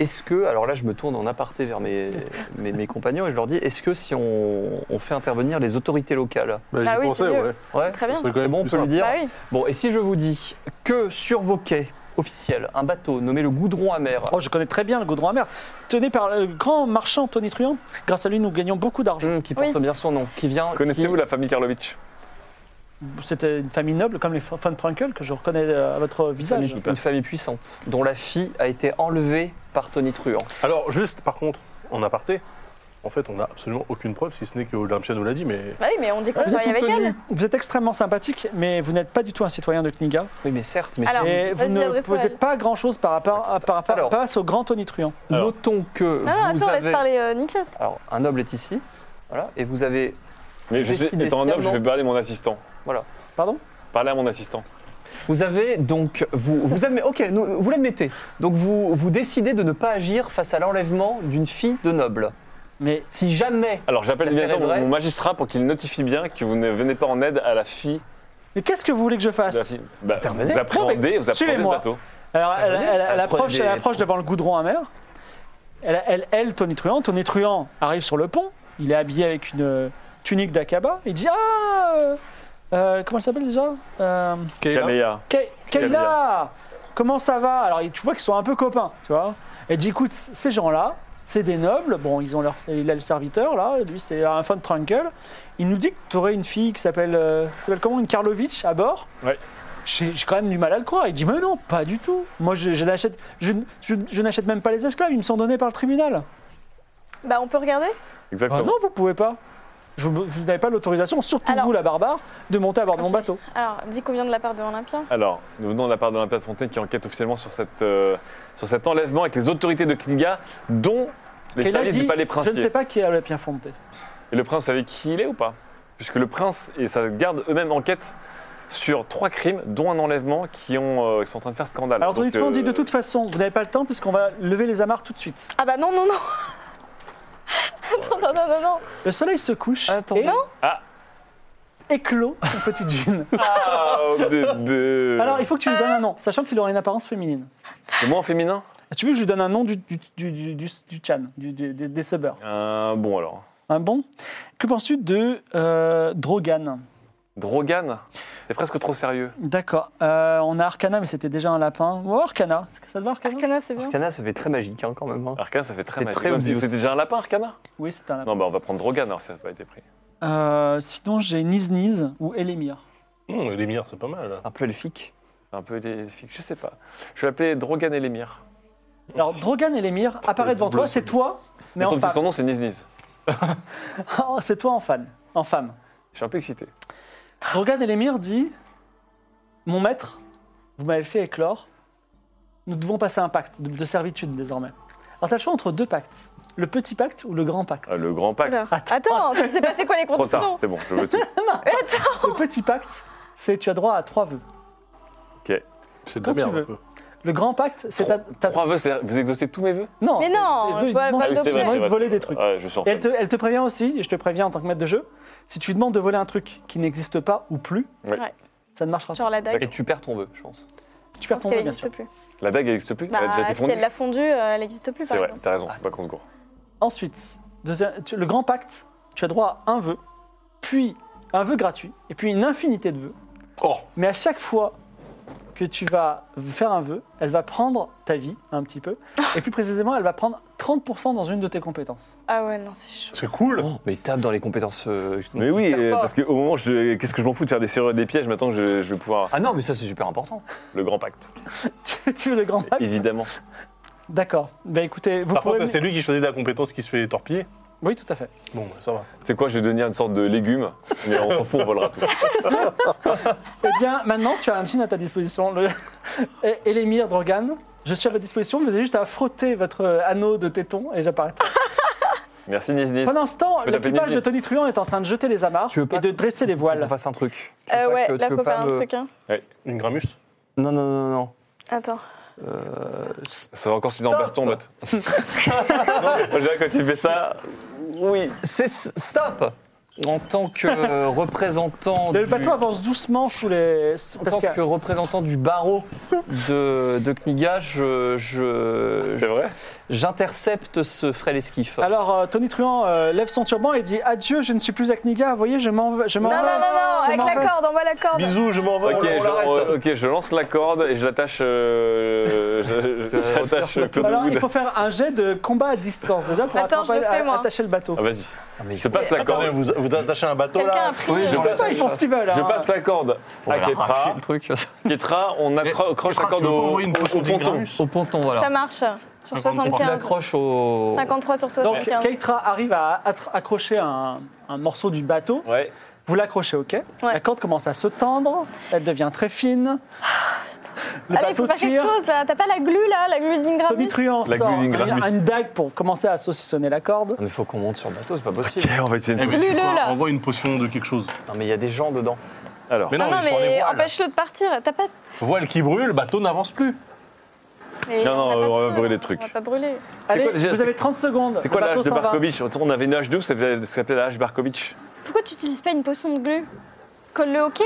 S6: Est-ce que, alors là, je me tourne en aparté vers mes, mes, mes compagnons et je leur dis est-ce que si on, on fait intervenir les autorités locales
S5: Bah,
S7: Bah
S5: j'y
S7: oui,
S5: pensais,
S7: c'est mieux.
S5: ouais.
S6: Ouais,
S7: Très bien.
S5: Ce serait quand
S6: c'est
S5: même
S6: bon, on
S5: plus
S6: peut le
S5: simple.
S6: dire.
S7: Bah oui.
S6: Bon, et si je vous dis que sur vos quais officiels, un bateau nommé le Goudron Amer.
S3: Oh, je connais très bien le goudron amer. Tenu par le grand marchand Tony Truant, grâce à lui, nous gagnons beaucoup d'argent.
S6: hum, Qui porte
S7: Oui.
S6: bien son nom, qui vient.
S4: Connaissez-vous
S6: qui-
S4: la famille Karlovitch
S3: C'était une famille noble, comme les von Trunkel, que je reconnais euh, à votre visage.
S6: famille- une famille puissante, dont la fille a été enlevée par Tony Truant.
S5: Alors juste, par contre, en aparté, en fait, on n'a absolument aucune preuve, si ce n'est que Olympia nous l'a dit, mais
S7: Bah oui, mais on dit qu'on
S3: Vous
S7: travaille
S3: êtes,
S7: avec
S3: soutenu.
S7: elle.
S3: Vous êtes extrêmement sympathique, mais vous n'êtes pas du tout un citoyen de Kniga.
S6: Oui, mais certes, mais
S7: Alors,
S3: et vous
S7: vas-y,
S3: ne
S7: adresse-toi à
S3: posez
S7: elle.
S3: pas grand-chose par rapport à, par rapport-
S6: Alors.
S3: face au grand Tony Truant.
S4: Alors.
S6: notons que
S7: Non, non,
S6: vous
S7: attends,
S6: avez.
S7: laisse parler euh, Nicolas.
S6: Alors, un noble est ici, voilà, et vous avez.
S4: Mais je sais,
S6: Décidé,
S4: étant un homme, je
S6: sciemment.
S4: vais parler à mon assistant.
S3: Pardon
S4: Parler à mon assistant.
S6: Vous avez donc. Vous, vous admettez. Ok, nous- vous l'admettez. Donc, vous, vous décidez de ne pas agir face à l'enlèvement d'une fille de noble.
S3: Mais
S6: Si jamais.
S4: Alors j'appelle
S6: L'affaire
S4: immédiatement
S6: est vraie.
S4: mon magistrat pour qu'il notifie bien que vous ne venez pas en aide à la fille.
S3: Mais qu'est-ce que vous voulez que je
S4: de la
S3: fasse
S4: fille. Bah,
S6: Intervenez.
S4: vous appréhendez, vous appréhendez le
S3: suivez-moi.
S4: bateau.
S3: Alors, elle,
S6: Intervenez.
S3: elle- elle
S6: Elle
S3: approche,
S6: prend
S3: elle
S6: des-
S3: approche devant le goudron amer. Elle, elle, elle Tony Truant. Tony Truant arrive sur le pont. Il est habillé avec une euh, tunique d'Akaba. Il dit Ah euh, euh, Comment elle s'appelle déjà euh,
S4: Caméa.
S3: Kay-
S4: Kayla. hein.
S3: Kayla Comment ça va Alors, tu vois qu'ils sont un peu copains, tu vois. Elle dit Écoute, ces gens-là, c'est des nobles. Bon, ils ont leur, il a le serviteur, là. Lui, c'est un fan Trunkel. Il nous dit que tu aurais une fille qui s'appelle. euh, qui s'appelle comment Une Karlovitch à bord.
S4: Ouais.
S3: Je J'ai j'ai quand même du mal à le croire. Il dit Mais non, pas du tout. Moi, je, je l'achète- je n- je- je n'achète même pas les esclaves, ils me sont donnés par le tribunal.
S7: Bah, on peut regarder
S3: Ah
S4: Exactement.
S3: non, vous pouvez pas. Je vous, vous n'avez pas l'autorisation, surtout
S7: Alors-
S3: vous, la barbare, de monter à bord de mon
S7: Ok.
S3: bateau.
S7: Alors, dis combien de la part de l'Olympien
S4: Alors, nous venons de la part de l'Olympia de Fontaine qui enquête officiellement sur, cette, euh, sur cet enlèvement avec les autorités de Kniga, dont les
S3: Et là,
S4: services
S3: il
S4: du
S3: dit,
S4: palais
S3: Je ne
S4: princier.
S3: sais pas qui est à la pierre Fontaine.
S4: Et le prince savait qui il est ou pas Puisque le prince et sa garde eux-mêmes enquêtent sur trois crimes, dont un enlèvement, qui, ont, euh, qui sont en train de faire scandale.
S3: Alors,
S4: Donc,
S3: Tony Tron dit
S4: euh,
S3: De toute façon, vous n'avez pas le temps puisqu'on va lever les amarres tout de suite.
S7: Ah bah non, non, non Non, non, non, non,
S6: Ah.
S7: non
S3: Le soleil se couche
S6: Attends.
S3: et
S4: Ah.
S3: éclot une petite dune.
S4: Ah, oh, bébé
S3: Alors, il faut que tu lui donnes un nom, sachant qu'il aura une apparence féminine. Ah,
S4: C'est moi en féminin
S3: Tu veux que je lui donne un nom du, du, du, du, du, du Chan, du- du- des, des subbers
S4: Euh, Bon, alors.
S3: Un bon Que penses-tu de euh, Drogan
S4: Drogan C'est presque trop sérieux.
S3: D'accord. Euh, on a Arcana, mais c'était déjà un lapin. Oh, Arcana. Est-ce que ça te va, Arcana
S7: Arcana, c'est bien.
S6: Arcana, ça fait très magique hein, quand même.
S3: Ah.
S6: hein.
S4: Arcana, ça fait très
S6: C'est
S4: magique.
S6: très
S4: Comme si
S6: obvious.
S4: C'était déjà un lapin, Arcana
S3: Oui, c'était un lapin.
S4: Non, bah on va prendre Drogan alors si ça n'a pas été pris.
S3: Euh, sinon, j'ai Nizniz ou Elémir.
S5: Hum, L'émir, c'est pas mal.
S6: Un peu elfique.
S4: C'est un peu des je sais pas. Je vais appeler Drogan et l'émir.
S3: Alors, Drogan et Elémir apparaît devant toi, c'est toi, mais
S4: Mais son,
S3: en
S4: petit- son
S3: femme.
S4: nom, c'est Nizniz.
S3: Oh, c'est toi en fan, en femme.
S4: Je suis un peu excité.
S3: Drogan et l'émir dit Mon maître, vous m'avez fait éclore. Nous devons passer un pacte de, de servitude désormais. Alors, t'as le choix entre deux pactes le petit pacte ou le grand pacte.
S4: Ah, le grand pacte.
S7: Alors,
S3: Attends.
S7: Attends, tu sais pas c'est quoi les
S4: Trop tard,
S7: conditions
S4: c'est bon, je veux tout.
S3: Le petit pacte, c'est tu as droit à trois vœux.
S5: C'est de
S3: Quand
S5: la
S3: tu
S5: merde
S3: veux.
S5: un peu.
S3: Le grand pacte, c'est ta. ta-
S4: Trois vœux, c'est- vous exaucez tous mes vœux
S3: Non,
S7: Mais
S3: c'est-
S7: non,
S3: tes vœux, ils
S7: pas-
S3: demandent-
S7: pas
S4: Ah oui, c'est
S3: ils
S4: vrai,
S3: demandent
S4: c'est
S3: de
S4: vrai.
S3: voler des trucs.
S4: Ouais, je suis
S3: Et
S4: en fait.
S3: elle te, elle te prévient aussi, et je te préviens en tant que maître de jeu, si tu demandes de voler un truc qui n'existe pas ou plus,
S4: Ouais.
S7: Ouais.
S3: ça ne marchera pas.
S7: Genre la dague,
S6: Et tu perds ton vœu, je pense.
S3: Tu
S7: je
S3: perds
S7: pense
S3: ton
S7: qu'elle
S3: vœu, bien sûr.
S7: n'existe plus.
S4: La dague, elle n'existe plus Elle a déjà
S7: Bah,
S4: été
S7: si
S4: fondue
S7: elle l'a fondue, euh, elle n'existe plus,
S4: C'est
S7: par
S4: vrai,
S7: exemple.
S4: t'as raison, faut pas qu'on se gourre.
S3: Ensuite, deuxième- tu- le grand pacte, tu as droit à un vœu, puis un vœu gratuit, et puis une infinité de vœux.
S5: Oh,
S3: Mais à chaque fois que tu vas faire un vœu, elle va prendre ta vie un petit peu,
S5: Ah.
S3: et plus précisément, elle va prendre 30% dans une de tes compétences.
S7: Ah ouais, non, c'est chaud.
S5: c'est cool.
S6: Oh, mais tape dans les compétences. euh,
S4: Mais oui,
S6: perds pas.
S4: parce qu'au moment, qu'est-ce que je m'en fous de faire des serrures des pièges Maintenant, je, vais pouvoir.
S6: Ah non, mais ça c'est super important.
S4: Le grand pacte,
S3: Tu- tu veux le
S4: Ah.
S3: grand pacte
S4: évidemment.
S3: D'accord. Ben écoutez, vous
S5: Par
S3: pourrez...
S5: contre, c'est lui qui choisit la compétence qui se fait torpiller.
S3: Oui, tout à fait.
S5: Bon, bah, ça va.
S4: C'est quoi, je vais devenir une sorte de légume, mais on s'en fout, on volera tout.
S3: Eh bien, maintenant, tu as un jean à ta disposition. Le... Et- Et l'émir Drogan, je suis à votre disposition. Vous avez juste à frotter votre euh, anneau de téton et j'apparaîtrai.
S4: Merci Niz Niz.
S3: Pendant ce temps,
S4: peux t'appeler
S3: l'équipage de
S4: Nice.
S3: Tony Truant est en train de jeter les amarres
S6: Tu veux pas
S3: et de dresser les
S6: On
S3: voiles.
S6: fasse un truc. Tu veux
S7: Euh,
S6: pas
S7: ouais,
S6: que- tu
S7: là,
S6: veux
S7: faut
S6: pas
S7: faire un
S6: me-
S7: truc, hein.
S5: Une gramus
S6: Non, non, non, non, non.
S7: Attends.
S6: Euh,
S4: Ça va encore si dans le baston, bot. Moi, je dirais quand tu fais ça,
S6: Oui, c'est stop En tant que euh, représentant.
S3: Le
S6: du-
S3: bateau avance doucement sous les.
S6: En
S3: Parce
S6: tant
S3: que
S6: que représentant du barreau de, de Kniga, je, je-
S4: c'est vrai.
S6: j'intercepte ce frêle esquif.
S3: alors euh, Tony Truant euh, lève son turban et dit adieu, je ne suis plus à Kniga. Voyez, je m'en vais. Je m'en
S7: Non, non, non,
S3: vais.
S7: non,
S3: Je
S7: avec
S3: m'en
S7: la
S3: vais.
S7: corde, on voit la corde.
S5: Bisous, je m'en vais.
S4: Ok,
S5: on
S4: je,
S5: l'arrête.
S4: euh, ok, je lance la corde et je l'attache. euh, je- je- J'attache euh, Claude
S3: Alors, il
S4: Wood.
S3: faut faire un jet de combat à distance déjà pour
S7: Attends, je le
S3: attraper-
S7: fais,
S3: a-
S7: moi.
S3: attacher le bateau.
S4: Ah, vas-y.
S6: Ah, mais
S4: Je passe la
S5: Attendez,
S4: corde.
S5: vous, vous attachez un bateau
S7: Quelqu'un
S5: là
S7: a pris.
S6: Oui,
S7: euh,
S6: je
S3: Je sais
S6: passe-
S3: pas, ils font ce qu'ils veulent.
S4: Je
S3: hein.
S4: passe la corde
S5: Oh
S4: à
S6: Ah.
S4: Ketra.
S6: le truc.
S4: Ketra, on accro- accroche la
S5: Ketra, tu
S4: corde
S5: veux pas
S4: au,
S5: ouvrir une poche
S4: au
S5: de
S4: ponton.
S5: Gramus
S6: Au ponton,
S7: Ça
S6: voilà.
S7: marche. Sur
S6: On
S7: 75.
S6: l'accroche au.
S7: 53 sur
S3: Donc
S7: 75.
S3: Keitra arrive à attra- accrocher un, un morceau du bateau.
S4: Ouais.
S3: Vous l'accrochez, ok La corde commence à se tendre, elle devient très fine. le
S7: Ah, Allez, il
S3: bateau
S7: faut faire quelque
S3: tire.
S7: chose là. T'as pas la glu là, la glu
S3: Tony
S7: d'Ingramus
S3: Truant
S4: La
S3: sort
S4: Gluing Gramus.
S3: un- une dague pour commencer à saucissonner la corde.
S6: Non, mais faut qu'on monte sur le bateau, c'est pas possible.
S4: Ok, on va essayer
S5: Eh,
S4: de.
S5: mais c'est
S7: Glu-le,
S5: quoi
S7: là.
S5: Envoie une potion de quelque chose.
S6: Non, mais il y a des gens dedans.
S4: Alors,
S5: Mais
S7: Ah Non,
S5: non,
S7: non,
S5: mais, sur les
S7: mais
S5: voiles.
S7: empêche-le de partir. T'as pas.
S5: Voile qui brûle, bateau n'avance plus.
S7: mais
S4: Non,
S7: on
S4: non,
S7: a pas
S4: on
S7: de
S4: va
S7: feu,
S4: brûler les
S7: on
S4: trucs.
S7: va pas brûler.
S3: Allez,
S4: quoi déjà,
S3: vous
S4: c'est-
S3: avez 30 secondes.
S4: c'est quoi
S3: le
S4: la
S3: bateau
S4: hache de
S3: s'en va.
S4: Barkovitch On avait une hache douce, ça s'appelait ça s'appelait la hache Barkovitch.
S7: Pourquoi tu utilises pas une potion de glu Colle-le au quai.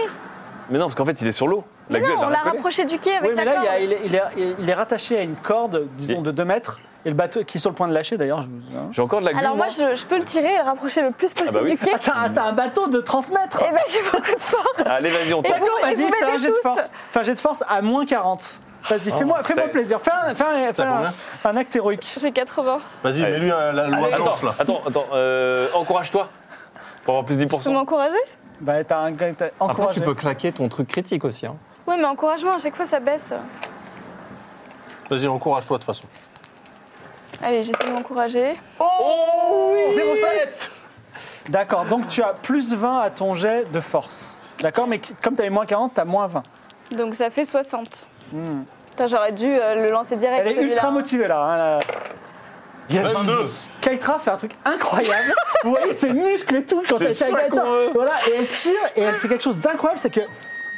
S4: Mais non, parce qu'en fait, il est sur l'eau. La
S7: Non,
S4: gueule,
S7: on l'a
S4: collé.
S7: rapproché du quai
S3: Oui,
S7: avec
S3: mais
S7: la
S3: là, il, y a-
S7: corde.
S3: il est, il est- il est rattaché à une corde, disons,
S4: Il-
S3: de 2 mètres. Et le bateau qui est sur le point de lâcher, d'ailleurs. je vous- hein.
S4: J'ai encore de la gueule.
S7: Alors moi, je, je peux le tirer et le rapprocher le plus possible
S4: Ah bah oui.
S7: du quai.
S3: Attends, ah, c'est un bateau de 30 mètres
S7: Eh ben, j'ai beaucoup de force.
S4: Allez, vas-y, on tente.
S7: vous-
S3: D'accord,
S7: et
S3: vas-y,
S7: vous
S3: fais un
S7: m'aidez
S3: jet de
S7: tous.
S3: force. Fais un jet de force à moins 40. Vas-y, fais-moi fais
S4: ça-
S3: plaisir. Fais un, fais un- fais un-
S5: combien
S3: un acte héroïque.
S7: J'ai 80.
S5: Vas-y,
S4: Allez.
S5: mets-lui un- la loi blanche
S4: Attends,
S5: là.
S4: attends, attends. euh, Encourage-toi. Pour avoir plus
S7: Tu peux
S4: 10%.
S7: m'encourager
S3: Bah, t'as un t'as-
S6: Après, tu
S3: encouragé.
S6: peux claquer ton truc critique aussi. hein.
S7: Ouais, mais encouragement, à chaque fois ça baisse.
S5: Vas-y, encourage-toi de toute façon.
S7: Allez, j'essaie de m'encourager.
S3: Oh, 07 D'accord, donc tu as plus 20 à ton jet de force. D'accord, mais qui- comme tu avais moins 40, tu as moins 20.
S7: Donc ça fait 60. Putain, J'aurais dû euh, le lancer direct.
S3: Elle est
S7: celui-là,
S3: ultra
S7: hein.
S3: motivée là. hein, la-
S4: Yes.
S3: Kaitra fait un truc incroyable. Vous voyez ses muscles et tout quand
S4: C'est
S3: elle
S4: ça
S3: s'agate.
S4: qu'on veut.
S3: Voilà, et elle tire et elle fait quelque chose d'incroyable, c'est que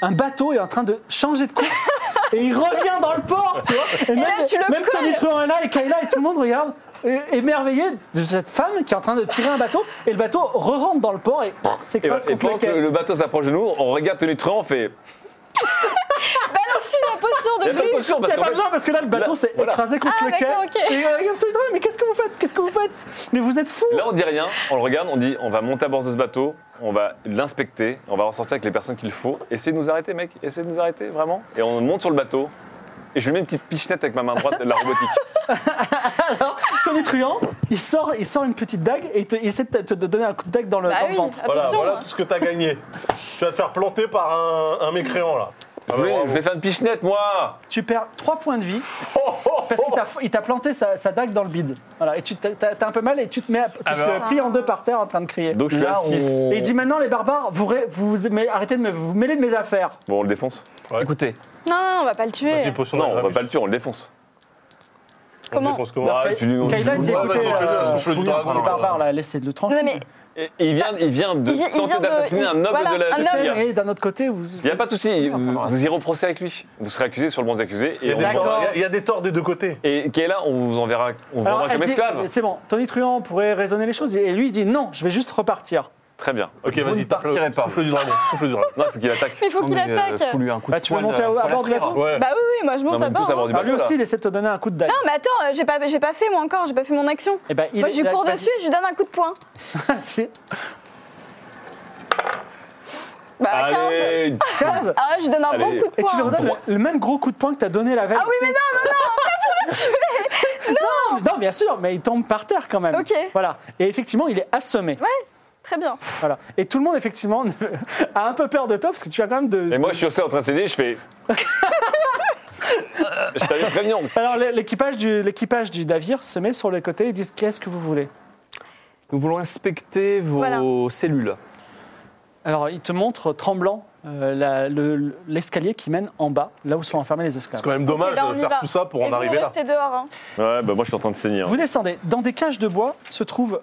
S3: un bateau est en train de changer de course et il revient dans le port, tu vois. Et même,
S7: tu le
S3: même
S7: colles.
S3: Tony Truant est là et Kayla et tout le monde regarde é- émerveillé de cette femme qui est en train de tirer un bateau et le bateau re-rentre dans le port et pff,
S4: Et,
S3: s'écrase
S4: voilà, et pendant
S3: contre
S4: que
S3: la
S4: le,
S3: quai.
S4: le bateau s'approche de nous, on regarde Tony Truant, on fait.
S7: Balance-lui Bah la posture
S4: Il
S7: de
S4: n'y a pas de
S7: glu.
S4: caution
S3: Il
S4: parce
S3: n'y a
S4: qu'en
S3: pas
S4: fait,
S3: besoin parce que là le bateau
S4: là,
S3: s'est
S4: voilà.
S3: écrasé contre
S7: Ah,
S3: le quai.
S7: d'accord, ok.
S3: Et euh, regarde tout le temps, mais qu'est-ce que vous faites Qu'est-ce que vous faites Mais vous êtes fous
S4: là on dit rien, on le regarde, on dit on va monter à bord de ce bateau, on va l'inspecter, on va ressortir avec les personnes qu'il faut. Essayez de nous arrêter, mec, essayez de nous arrêter, vraiment. Et on monte sur le bateau. Et je lui mets une petite pichenette avec ma main droite, la robotique.
S3: Tony Truant, il sort, il sort une petite dague et il, te- il essaie de te, de donner un coup de dague dans le,
S7: Bah
S3: dans le
S7: oui,
S3: ventre.
S5: Voilà,
S7: attention.
S5: voilà tout ce que t'as gagné. tu vas te faire planter par un, un mécréant là.
S4: Je
S5: Ah bah,
S4: voulais-
S5: bravo.
S4: je vais faire une pichenette, moi
S3: Tu perds 3 points de vie parce qu'il t'a- il t'a planté sa, sa dague dans le bide. Voilà, et tu t'as- t'as t'as un peu mal et tu te mets, à- tu
S4: bah.
S3: te plies en deux par terre en train de crier.
S4: Donc je suis
S6: Là,
S4: à 6.
S6: on-
S3: Et il dit maintenant les barbares, vous, ré- vous, mais arrêtez de me vous mêler de mes affaires.
S4: Bon, on le défonce
S6: Écoutez,
S7: Non, non, on va pas le tuer.
S5: Vas-y, potion
S4: Non, on va
S5: d'Agramus.
S4: pas le tuer, on le défonce.
S7: Comment
S5: On défonce comment
S4: Ah,
S3: Kay-
S4: tu dis non,
S3: Kayla
S4: tu
S3: dit
S4: dis non,
S3: écoutez,
S4: vas-y, on fait
S3: euh,
S4: le-
S5: on fait le
S3: les
S5: dragon, là.
S3: barbares là, laissez-le tranquille.
S7: Non, mais
S4: Et il vient, il vient de
S7: Il vient- il
S4: tenter
S7: vient de-
S4: d'assassiner
S7: il-
S4: un noble
S7: voilà,
S4: de la
S7: un
S4: justice.
S7: noble.
S4: Il y a-
S3: Et d'un autre côté, vous.
S4: Il n'y a pas de souci, vous, vous irez au procès avec lui. Vous serez accusé sur le bon accusé.
S5: Il y,
S4: Et,
S5: a
S4: on
S5: des
S4: vous
S5: torts,
S4: enverra-
S5: il y a- il y a des torts des deux côtés.
S4: et qui est là, on vous enverra, on vous
S3: Alors,
S4: enverra
S3: elle
S4: comme
S3: dit-
S4: esclave.
S3: C'est bon, Tony Truant pourrait raisonner les choses et lui il dit non, je vais juste repartir.
S4: Très bien.
S5: Ok,
S6: Vous ne
S5: vas-y, tape le-
S6: partirez pas.
S5: Souffle du dragon. Souffle du dragon.
S4: Non, il faut qu'il attaque.
S7: il faut qu'il
S6: mais, euh,
S7: attaque.
S6: faut lui un coup de
S3: Bah, tu veux
S6: poing,
S3: monter à-
S6: euh,
S3: à
S6: pour la
S3: bord du
S6: frire.
S3: bateau
S5: Ouais.
S7: Bah oui, oui, moi je
S4: Non,
S7: monte à
S4: mais tous
S7: bord.
S4: à bord
S7: hein.
S4: du
S3: Alors, lui
S4: bateau. là.
S3: aussi il essaie de te donner un coup de dague.
S7: Non, mais attends, euh, j'ai pas, j'ai pas fait moi encore, j'ai pas fait mon action.
S3: Eh ben, il
S7: moi,
S3: est-
S7: je lui
S3: il a-
S7: cours
S3: vas-y.
S7: dessus et je lui donne un coup de poing.
S3: C'est
S7: Bah, 15.
S4: Allez
S3: 15
S7: Ah, ouais, je lui donne un
S4: Allez.
S7: bon coup de
S3: Et tu lui
S7: poing.
S3: redonnes le, le même gros coup de poing que t'as donné la veille.
S7: Ah oui, mais non, non, non
S3: non Non, bien sûr, mais il tombe par terre quand même.
S7: Ok.
S3: Voilà. Et effectivement, il est assommé.
S7: Très bien.
S3: Voilà. Et tout le monde, effectivement, a un peu peur de toi parce que tu as quand même de.
S4: Et moi, je suis aussi en train de t'aider, je fais. je t'avais prévenu.
S3: Alors, l'é- l'équipage du, l'équipage du navire se met sur le côté et disent Qu'est-ce que vous voulez
S6: Nous voulons inspecter vos
S7: Voilà.
S6: cellules.
S3: Alors, il te montre tremblant euh, la- le- l'escalier qui mène en bas, là où sont enfermés les esclaves.
S5: C'est quand même dommage
S7: Ok, là, Eh ben, on
S5: de
S7: y
S5: faire
S7: va.
S5: tout ça pour
S7: et
S5: en
S7: vous,
S5: arriver là.
S7: restez dehors. hein.
S4: Ouais, bah moi, je suis en train de saigner. hein.
S3: Vous descendez. Dans des cages de bois se trouvent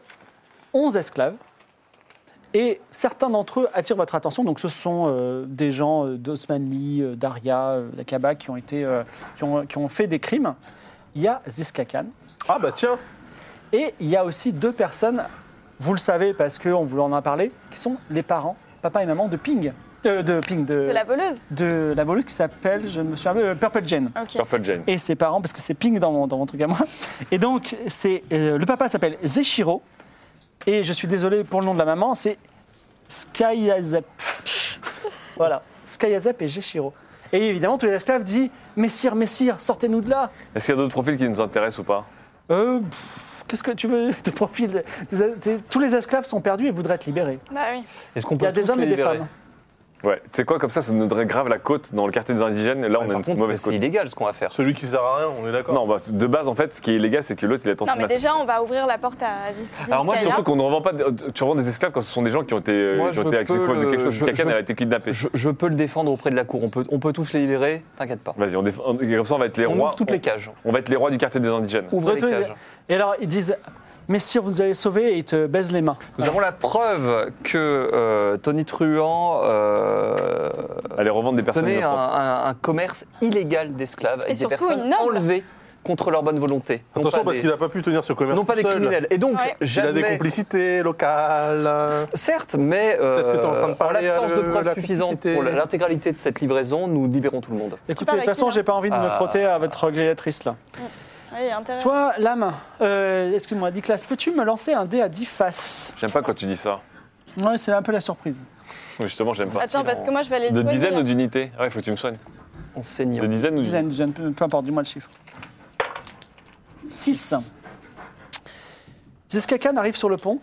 S3: 11 esclaves. Et certains d'entre eux attirent votre attention. Donc, ce sont euh, des gens euh, d'Osmanli, euh, d'Aria, euh, d'Akaba qui, ont été, euh, qui, ont, qui ont fait des crimes. Il y a Ziska Khan.
S5: Ah bah tiens,
S3: Et il y a aussi deux personnes, vous le savez parce qu'on vous en a parlé, qui sont les parents, papa et maman de Ping. Euh, de Ping, de,
S7: De la voleuse.
S3: de la voleuse qui s'appelle, je me souviens, euh, Purple Jane
S7: Ok.
S4: Purple Jane.
S3: et ses parents, parce que c'est ping dans mon, dans mon truc à moi. Et donc, c'est euh, le papa s'appelle Zeshiro, et je suis désolé pour le nom de la maman, c'est Skyazep. voilà, Skyazep et Zeshiro. Et évidemment, tous les esclaves disent Messire, Messire, sortez-nous de là
S4: Est-ce qu'il y a d'autres profils qui nous intéressent ou pas
S3: Euh, pff, Qu'est-ce que tu veux de profil Tous les esclaves sont perdus et voudraient être libérés.
S7: Bah oui.
S6: Est-ce qu'on
S3: Il y a des
S6: tous
S3: hommes
S6: les
S3: et des
S6: libérer
S3: femmes.
S4: Ouais. Tu sais quoi, comme ça, ça nous donnerait grave la côte dans le quartier des indigènes. Et là, on a
S6: Par
S4: une
S6: contre, c'est-
S4: mauvaise
S6: c'est
S4: côte.
S6: illégal ce qu'on va faire.
S5: celui qui sert à rien, on est d'accord.
S4: Non, bah, de base, en fait, ce qui est illégal, c'est que l'autre, il est tenté
S7: Non,
S4: de
S7: mais
S4: massacrer.
S7: déjà, on va ouvrir la porte à Aziz.
S6: Alors moi,
S7: Zizkaya.
S4: Surtout qu'on ne revend pas. des- Tu revends des esclaves quand ce sont des gens qui ont été, euh,
S6: Moi,
S4: qui ont
S6: je
S4: été accusés de
S6: peux
S4: cause de quelque
S6: le-
S4: chose.
S6: je-
S4: Kakan,
S6: je-
S4: elle a été kidnappée.
S6: Je, je peux le défendre auprès de la cour. On peut, on peut tous les libérer, t'inquiète pas.
S4: Vas-y, on défend. on- Comme ça, on va être les
S6: on
S4: rois.
S6: ouvre toutes
S4: on-
S6: les cages.
S4: On va être les rois du quartier des indigènes.
S6: Ouvrez
S3: Ouvrez-toi
S6: les
S3: les-
S6: cages.
S3: Et alors, ils disent Messire, vous nous avez sauvés, et ils te baisent les mains.
S6: Nous avons la preuve que euh, Tony Truant euh,
S4: Allez, revendre des personnes
S6: tenait un,
S4: innocentes.
S6: un- un commerce illégal d'esclaves avec des
S7: surtout une
S6: personnes
S7: noble.
S6: enlevées contre leur bonne volonté. Non
S5: Attention
S6: pas
S5: parce
S6: des-
S5: qu'il a pas pu tenir ce commerce
S6: non pas
S5: tout
S6: des
S5: seul.
S6: criminels. Et donc,
S7: Ouais.
S5: Il a des
S6: jamais,
S5: complicités locales.
S6: Certes, mais euh,
S5: Peut-être que t'es en train de parler
S6: l'absence
S5: à
S6: de
S5: le-
S6: preuves
S5: la
S6: suffisantes
S5: complicité.
S6: pour l'intégralité de cette livraison, nous libérons tout le monde.
S3: Écoutez,
S7: parles
S3: de toute
S7: avec qui,
S3: façon,
S7: là
S3: j'ai pas envie de me
S6: Ah.
S3: frotter à votre gladiatrice là.
S7: Oui, intérêt.
S3: Toi, Lame, euh, excuse-moi, Diclas, peux-tu me lancer un dé à 10 faces
S4: J'aime pas quand tu dis ça.
S3: Ouais, c'est un peu la surprise.
S4: Justement, j'aime pas.
S7: Attends, parce que moi, je vais aller
S4: De
S7: soigner, hein.
S4: dizaines
S7: là.
S4: ou d'unités Ah ouais, faut que tu me soignes.
S6: En
S4: De
S6: saignant.
S4: dizaines ou d'unités
S3: Dizaine, dizaine, peu, peu importe, dis-moi le chiffre. 6. Ziskakan arrive sur le pont.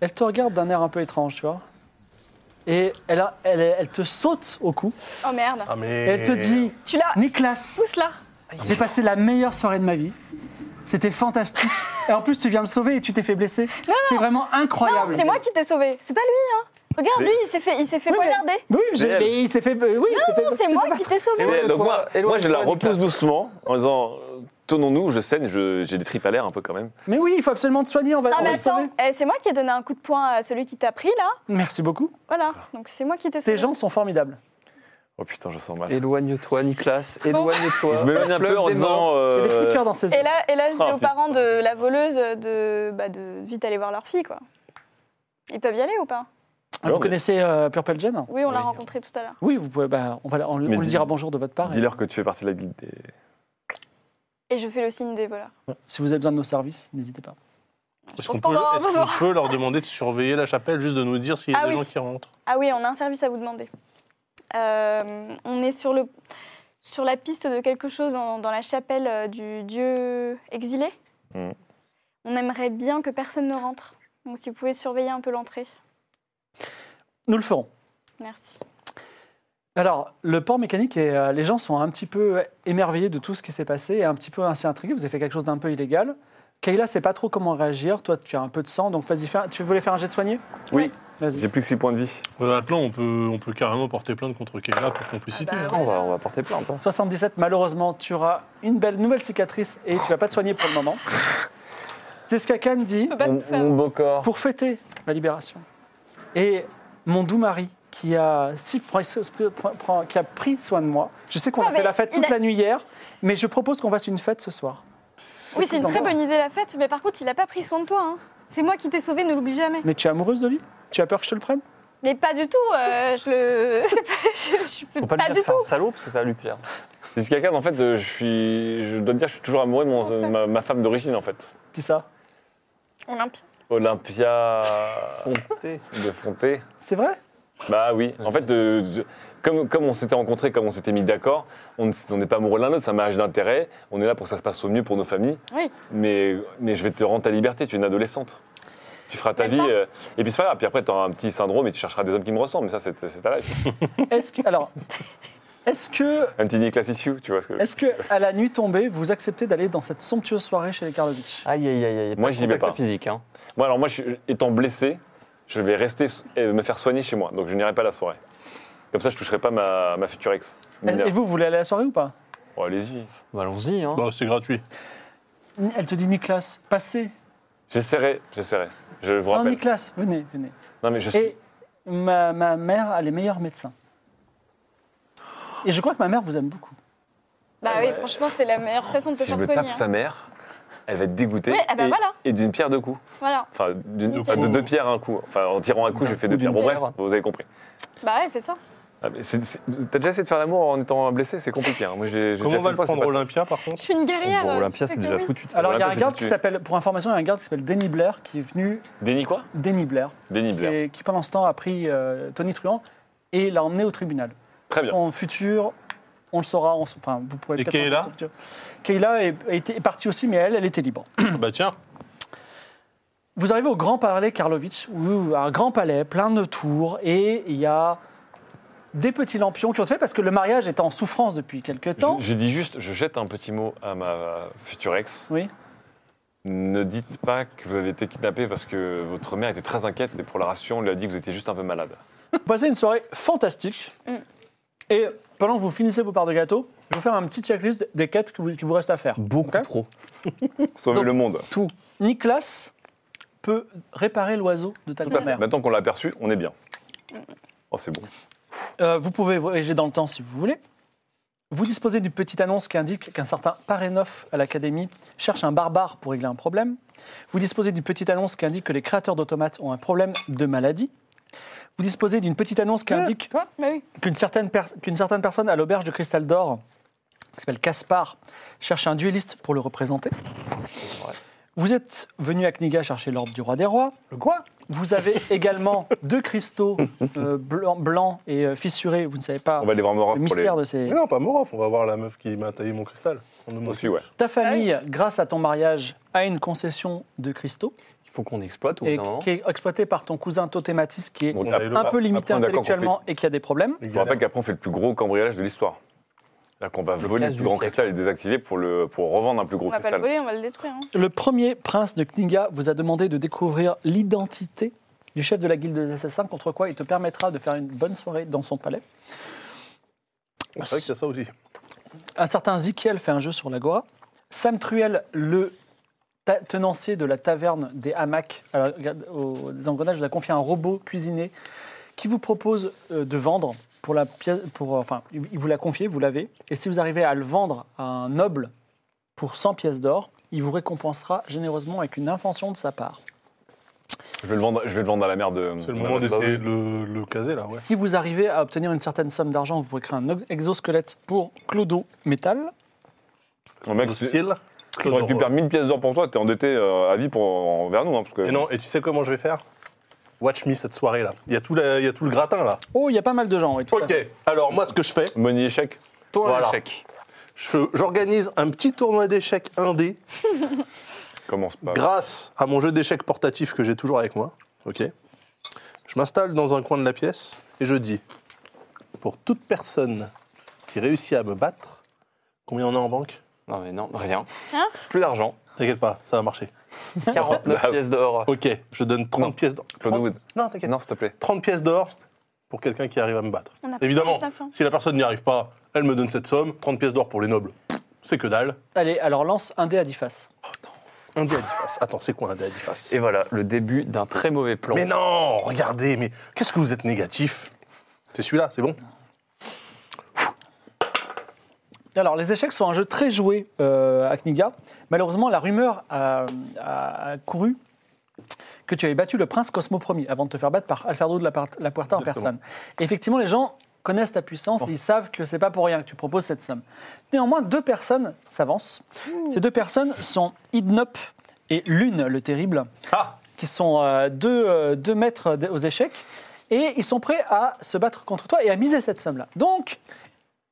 S3: Elle te regarde d'un air un peu étrange, tu vois. et elle, a- elle, elle te saute au cou.
S7: Oh merde.
S5: Ah, mais...
S3: Et elle te dit
S7: Tu l'as.
S3: Nicolas,
S7: Pousse là.
S3: j'ai passé la meilleure soirée de ma vie. C'était fantastique. et en plus, tu viens me sauver et tu t'es fait blesser. T'es vraiment
S7: Non,
S3: incroyable.
S7: c'est moi qui t'ai sauvé. C'est pas lui, hein. Regarde,
S4: C'est-
S7: lui, il s'est fait, il s'est fait
S3: Oui, mais-
S7: poignarder.
S3: Oui, j'ai-
S4: C'est elle.
S3: mais il s'est fait. euh, Oui, il s'est fait-
S7: C'est moi
S3: pas-
S7: qui t'ai sauvé.
S4: Et ouais, donc
S6: toi,
S4: moi, moi, je
S6: éloigne-toi,
S4: la
S6: Nicolas.
S4: repousse doucement en disant euh, tenons-nous, je saigne, je- j'ai des tripes à l'air un peu quand même.
S3: Mais oui, il faut absolument te soigner, on va,
S7: Non,
S3: on
S7: mais
S3: va te sauver.
S7: attends, eh, c'est moi qui ai donné un coup de poing à celui qui t'a pris, là.
S3: Merci beaucoup.
S7: Voilà, donc c'est moi qui t'ai
S3: Ces
S7: sauvé.
S3: gens sont formidables.
S4: Oh putain, je sens mal.
S6: Éloigne-toi, Nicolas.
S7: Bon.
S6: Éloigne-toi.
S4: je m'éloigne un peu
S6: Fleuve
S4: en
S6: des morts.
S4: disant.
S3: Il y a des petits
S4: euh,
S3: cœurs dans ces
S7: Et
S3: yeux.
S7: là, et là je dis
S4: Ah,
S7: aux
S4: putain.
S7: parents de la voleuse de, bah, de vite aller voir leur fille, quoi. Ils peuvent y aller ou pas
S3: Ah, Vous
S4: Alors, mais-
S3: connaissez euh, Purple Jen
S7: Oui, on l'a
S4: Oui.
S7: rencontré tout à l'heure.
S3: Oui, vous pouvez. Bah, on va, la- on,
S4: Mais
S3: on lui
S4: dis-
S3: dira bonjour de votre part. et-
S4: Dis-leur que tu fais partie de la guilde des.
S7: Et je fais le signe des voleurs.
S3: si vous avez besoin de nos services, n'hésitez pas.
S5: Est-ce
S7: pense
S5: qu'on
S7: qu'on
S5: peut,
S7: va en
S5: est-ce qu'on
S7: besoin.
S5: peut leur demander de surveiller la chapelle, juste de nous dire s'il y a
S7: Ah
S5: des
S7: oui.
S5: gens qui rentrent
S7: Ah oui, on a un service à vous demander. Euh, on est sur, le, sur la piste de quelque chose dans, dans la chapelle euh, du dieu exilé.
S4: Mhm.
S7: On aimerait bien que personne ne rentre. Donc si vous pouvez surveiller un peu l'entrée.
S3: Nous le ferons.
S7: Merci.
S3: Alors, le port mécanique, et, euh, les gens sont un petit peu émerveillés de tout ce qui s'est passé et un petit peu ainsi intrigués. Vous avez fait quelque chose d'un peu illégal. Kayla sait pas trop comment réagir. Toi, tu as un peu de sang, donc vas-y, fais un- tu voulais faire un jet de soigné
S4: Oui,
S3: Vas-y.
S4: j'ai plus que 6 points de vie.
S5: Euh, Atlan, on peut, on peut carrément porter plainte contre Kayla pour complicité.
S7: Ah bah
S5: hein.
S6: On va, on va porter plainte. hein.
S3: 77, malheureusement, tu auras une belle nouvelle cicatrice et tu vas pas te soigner pour le moment. C'est ce qu'Akan dit.
S7: On peut pas
S6: Mon,
S7: tout faire.
S6: mon beau corps.
S3: pour fêter ma libération. Et mon doux mari, qui a, si- pre- pre- qui a pris soin de moi, je sais qu'on
S7: Ouais,
S3: a fait
S7: mais
S3: la fête
S7: il
S3: toute
S7: a-
S3: la nuit hier, mais je propose qu'on fasse une fête ce soir.
S7: Oui, c'est
S3: Qu'est-ce que
S7: une très
S3: vous en
S7: bonne idée la fête, mais par contre, il n'a pas pris soin de toi. hein. C'est moi qui t'ai sauvé, ne l'oublie jamais.
S3: Mais tu es amoureuse de lui Tu as peur que je te le prenne
S7: Mais pas du tout, euh, je le. c'est pas- je, je suis
S6: Faut
S7: pas,
S6: pas lui dire
S7: du
S6: que c'est un
S7: tout.
S6: salaud parce que ça va lui plaire.
S4: Parce qu'à en fait, euh, je suis. Je dois te dire, je suis toujours amoureux de mon- de ma, ma femme d'origine en fait.
S3: Qui ça
S7: Olympia.
S4: Olympia.
S6: Fonté.
S4: de Fonté.
S3: C'est vrai
S4: Bah oui, en fait, euh, je- comme, comme on s'était rencontrés, comme on s'était mis d'accord, on ne- on n'est pas amoureux l'un de l'autre, c'est un mariage d'intérêt, on est là pour que ça se passe au mieux pour nos familles.
S7: Oui.
S4: Mais, mais je vais te rendre ta liberté, tu es une adolescente. Tu feras ta
S7: Mais
S4: vie.
S7: pas.
S4: euh, et puis c'est pas grave, puis après tu auras un petit syndrome et tu chercheras des hommes qui me ressemblent, mais ça c'est c'est ta life.
S3: Est-ce que. Alors. Est-ce que,
S4: Un petit Nicolas Issue, tu vois ce que.
S3: est-ce que, à la nuit tombée, vous acceptez d'aller dans cette somptueuse soirée chez les Karlovitch
S6: Aïe, aïe, aïe, aïe.
S4: Moi, j'y vais
S6: contact
S4: pas.
S6: physique. Hein.
S4: Moi alors, moi je suis- étant blessé, je vais rester so- et me faire soigner chez moi, donc je n'irai pas à la soirée. Comme ça je toucherai pas ma, ma future ex.
S3: Euh, Et vous, vous voulez aller à la soirée ou pas
S4: Oh, allez-y.
S6: Bah, Allons-y. Hein.
S5: Bah, c'est gratuit.
S3: Elle te dit Nicolas, passez.
S4: J'essaierai, j'essaierai. Je vous
S3: Non,
S4: rappelle.
S3: Nicolas, venez, venez.
S4: Non mais je suis.
S3: Et ma, ma mère a les meilleurs médecins. Et je crois que ma mère vous aime beaucoup.
S7: Bah oui, franchement, c'est la meilleure façon de te
S4: Si je
S7: faire
S4: me
S7: soigner.
S4: tape
S7: hein.
S4: sa mère, elle va être dégoûtée.
S7: Oui,
S6: ah bah
S7: eh ben
S4: et,
S7: voilà.
S4: et d'une pierre deux coups.
S7: Voilà.
S4: Enfin, d'une-
S7: Nickel.
S4: enfin, de deux pierres à un coup. Enfin, en tirant un coup, j'ai fait deux
S6: Ou d'une
S4: pierres. Bon, bref,
S6: pierre.
S4: vous avez compris.
S7: Bah ouais, fais ça.
S4: Ah, mais c'est- c'est- T'as déjà essayé de faire l'amour en étant blessé C'est compliqué. hein. Moi, j'ai j'ai
S5: Comment
S4: déjà
S5: on
S4: fait
S5: va
S4: une
S5: le
S4: fois, c'est
S5: prendre
S4: pas-
S5: Olympia, par
S7: Je
S5: contre
S7: suis une guerrière.
S6: Bon,
S7: euh,
S6: Olympia,
S7: tu sais
S6: c'est
S7: que
S6: déjà
S7: oui.
S6: foutu.
S3: Alors, il y a
S4: Olympia,
S3: un
S4: Ah, c'est
S3: garde
S4: foutu.
S3: qui s'appelle, pour information, il y a un garde qui s'appelle Denis Blair, qui est venu,
S4: Denis quoi
S3: Denis Blair,
S4: Denis
S3: qui,
S4: Blair.
S3: est- qui, pendant ce temps a pris euh, Tony Truant et l'a emmené au tribunal.
S4: Très bien.
S3: Son futur, on le saura, on s- enfin, vous pourrez
S5: Et
S3: peut-être
S5: Kayla
S3: entendre son futur. Kayla est, est- est partie aussi, mais elle, elle était libre.
S5: Bah, tiens.
S3: Vous arrivez au Grand Palais Karlovitch, où un grand palais plein de tours, et il y a des petits lampions qui ont fait, parce que le mariage est en souffrance depuis quelques temps.
S4: Je- J'ai dit juste, je jette un petit mot à ma future ex.
S3: Oui.
S4: Ne dites pas que vous avez été kidnappé parce que votre mère était très inquiète et pour la rassurer, on lui a dit que vous étiez juste un peu malade.
S3: Passez une soirée fantastique.
S7: Mm.
S3: Et pendant que vous finissez vos parts de gâteau, je vais vous faire un petit checklist des quêtes qui vous, qui vous restent à
S4: Mm.
S3: faire.
S6: Beaucoup
S3: Ok.
S6: trop.
S4: Sauver le monde.
S3: Tout. Nicolas peut réparer l'oiseau de ta
S4: Tout à fait.
S3: grand-mère.
S4: Maintenant qu'on l'a aperçu, on est bien. Oh, c'est bon.
S3: Euh, vous pouvez voyager dans le temps si vous voulez. Vous disposez d'une petite annonce qui indique qu'un certain Parénof à l'Académie cherche un barbare pour régler un problème. Vous disposez d'une petite annonce qui indique que les créateurs d'automates ont un problème de maladie. Vous disposez d'une petite annonce qui indique
S7: Quoi Bah oui.
S3: qu'une certaine, per- qu'une certaine personne à l'auberge de Cristal d'Or, qui s'appelle Caspar, cherche un duelliste pour le représenter. Vous êtes venu à Kniga chercher l'orbe du roi des rois. Le quoi Vous avez également deux cristaux euh, blancs blancs et euh, fissurés. Vous ne savez pas
S4: On va aller voir Morov
S3: le
S4: pour les.
S3: mystère de ces...
S5: Mais non, pas Morov, on va voir la meuf qui m'a taillé mon cristal. On ne
S4: Aussi, ouais.
S3: Ta famille, grâce à ton mariage, a une concession de cristaux.
S6: Il faut qu'on exploite au bout
S3: et
S6: d'un moment.
S3: qui est exploité par ton cousin Totematis qui est
S4: Donc,
S5: On
S4: ap-
S5: avait le-
S3: un peu limité
S4: après, on est d'accord qu'on
S3: intellectuellement et qui a des problèmes.
S4: Je vous rappelle qu'après, on fait le plus gros cambriolage de l'histoire. C'est-à-dire qu'on va voler
S6: casse
S4: le plus
S6: du
S4: grand
S6: siècle.
S4: cristal et le désactiver pour, le, pour revendre un plus gros
S7: On va pas le
S4: cristal.
S7: voler, on va le détruire. hein.
S3: Le premier prince de Kninga vous a demandé de découvrir l'identité du chef de la guilde des assassins, contre quoi il te permettra de faire une bonne soirée dans son palais.
S5: C'est vrai qu'il y a ça aussi.
S3: Un certain Zikiel fait un jeu sur l'agora. Sam Truel, le ta- tenancier de la taverne des hamacs à la- regarde, au- des engrenages, vous a confié un robot cuisiné qui vous propose euh, de vendre pour la pièce. Pour, euh, enfin, il il vous l'a confié, vous l'avez. Et si vous arrivez à le vendre à un noble pour 100 pièces d'or, il vous récompensera généreusement avec une invention de sa part.
S4: Je vais le vendre, je vais le vendre à la mère de.
S5: C'est le
S4: de-
S5: moment
S4: de-
S5: d'essayer de le, le caser là, ouais.
S3: Si vous arrivez à obtenir une certaine somme d'argent, vous pouvez créer un exosquelette pour Clodo Métal.
S4: Mon mec,
S5: Le
S4: si-
S5: style.
S4: si on récupère 1000 pièces d'or pour toi, t'es endetté euh, à vie pour, envers nous. hein, parce que...
S5: Et non, et tu sais comment je vais faire Watch me cette soirée là. Il y a tout, la- il y a tout le gratin là.
S3: Oh, il y a pas mal de gens, oui, tout à
S5: Ok,
S3: fait.
S5: alors moi ce que je fais,
S4: Money échec.
S6: Toi,
S5: Voilà.
S6: l'échec.
S5: je- j'organise un petit tournoi d'échecs indé
S4: Commence pas.
S5: grâce à mon jeu d'échecs portatif que j'ai toujours avec moi. Ok. Je m'installe dans un coin de la pièce et je dis pour toute personne qui réussit à me battre, combien on a en banque
S6: Non, mais non, rien.
S7: Hein
S6: Plus d'argent.
S5: T'inquiète pas, ça va marcher.
S6: 49 pièces d'or.
S5: Ok, je donne 30
S4: Non.
S5: pièces d'or.
S4: Bah, Claude Wood.
S5: Non, t'inquiète.
S4: Non, s'il te plaît.
S5: 30 pièces d'or pour quelqu'un qui arrive à me battre.
S7: On a pas
S5: Évidemment,
S7: de plan.
S5: si la personne n'y arrive pas, elle me donne cette somme, 30 pièces d'or pour les nobles. C'est que dalle.
S3: Allez, alors lance un dé à 10 faces.
S5: Un dé à 10 faces. Attends, c'est quoi un dé à 10 faces
S6: Et voilà, le début d'un très mauvais plan.
S5: Mais non, regardez, mais qu'est-ce que vous êtes négatif C'est celui-là, c'est bon
S3: Alors, les échecs sont un jeu très joué euh, à Kniga. Malheureusement, la rumeur a, a- a couru que tu avais battu le prince Cosmo Ier avant de te faire battre par Alfredo de la, Par- la Puerta en personne. Et effectivement, les gens connaissent ta puissance et ils savent que c'est pas pour rien que tu proposes cette somme. Néanmoins, deux personnes s'avancent. Ces deux personnes sont Idnop et Lune, le terrible, qui sont euh, deux, euh, deux maîtres d- aux échecs. Et ils sont prêts à se battre contre toi et à miser cette somme-là. Donc,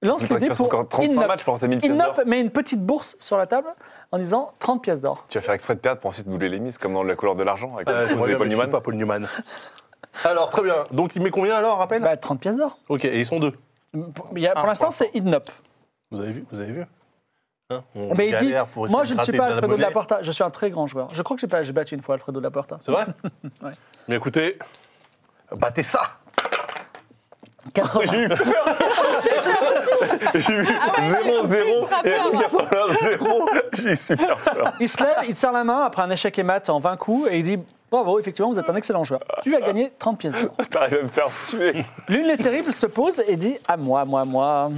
S3: lance
S4: Putain,
S3: le
S4: tu
S3: dé
S4: passes
S3: pour
S4: encore 35
S3: Idnop.
S4: matchs pour tes 1000 pièces d'or.
S3: Innop met une petite bourse sur la table en disant 30 pièces d'or.
S4: Tu vas faire exprès de perdre pour ensuite doubler les mises, comme dans la couleur de l'argent. Avec
S5: Euh,
S4: la pose
S5: moi,
S4: des
S5: bien, mais
S4: Paul
S5: je
S4: Newman.
S5: suis pas Paul Newman. Alors, très bien. Donc, il met combien alors, rappel
S3: Bah, 30 pièces d'or.
S5: Ok, et ils sont deux.
S3: Pour, il y a- pour
S5: Un
S3: l'instant,
S5: point.
S3: c'est Idnop.
S5: Vous avez vu Vous avez vu Hein On
S3: Ah, Mais il dit
S5: galère pour essayer
S3: Moi,
S5: de
S3: je ne
S5: gratter
S3: suis pas
S5: de la
S3: Alfredo de la
S5: monnaie.
S3: Porta, je suis un très grand joueur. Je crois que j'ai pas- j'ai battu une fois Alfredo de la Porta.
S5: C'est vrai
S3: Ouais. Bah,
S5: Mais écoutez, battez ça
S3: 80.
S4: J'ai eu peur. J'ai eu
S7: Ah
S4: 0, 0
S7: ultra hein.
S4: et
S7: peur.
S4: 0. J'ai eu super peur.
S3: Il se lève, il te serre la main après un échec et mat en 20 coups et il dit Bravo, effectivement, vous êtes un excellent joueur. Tu as gagné 30 pièces d'or.
S4: T'arrives à me faire suer.
S3: L'une des terribles se pose et dit À moi, moi, moi.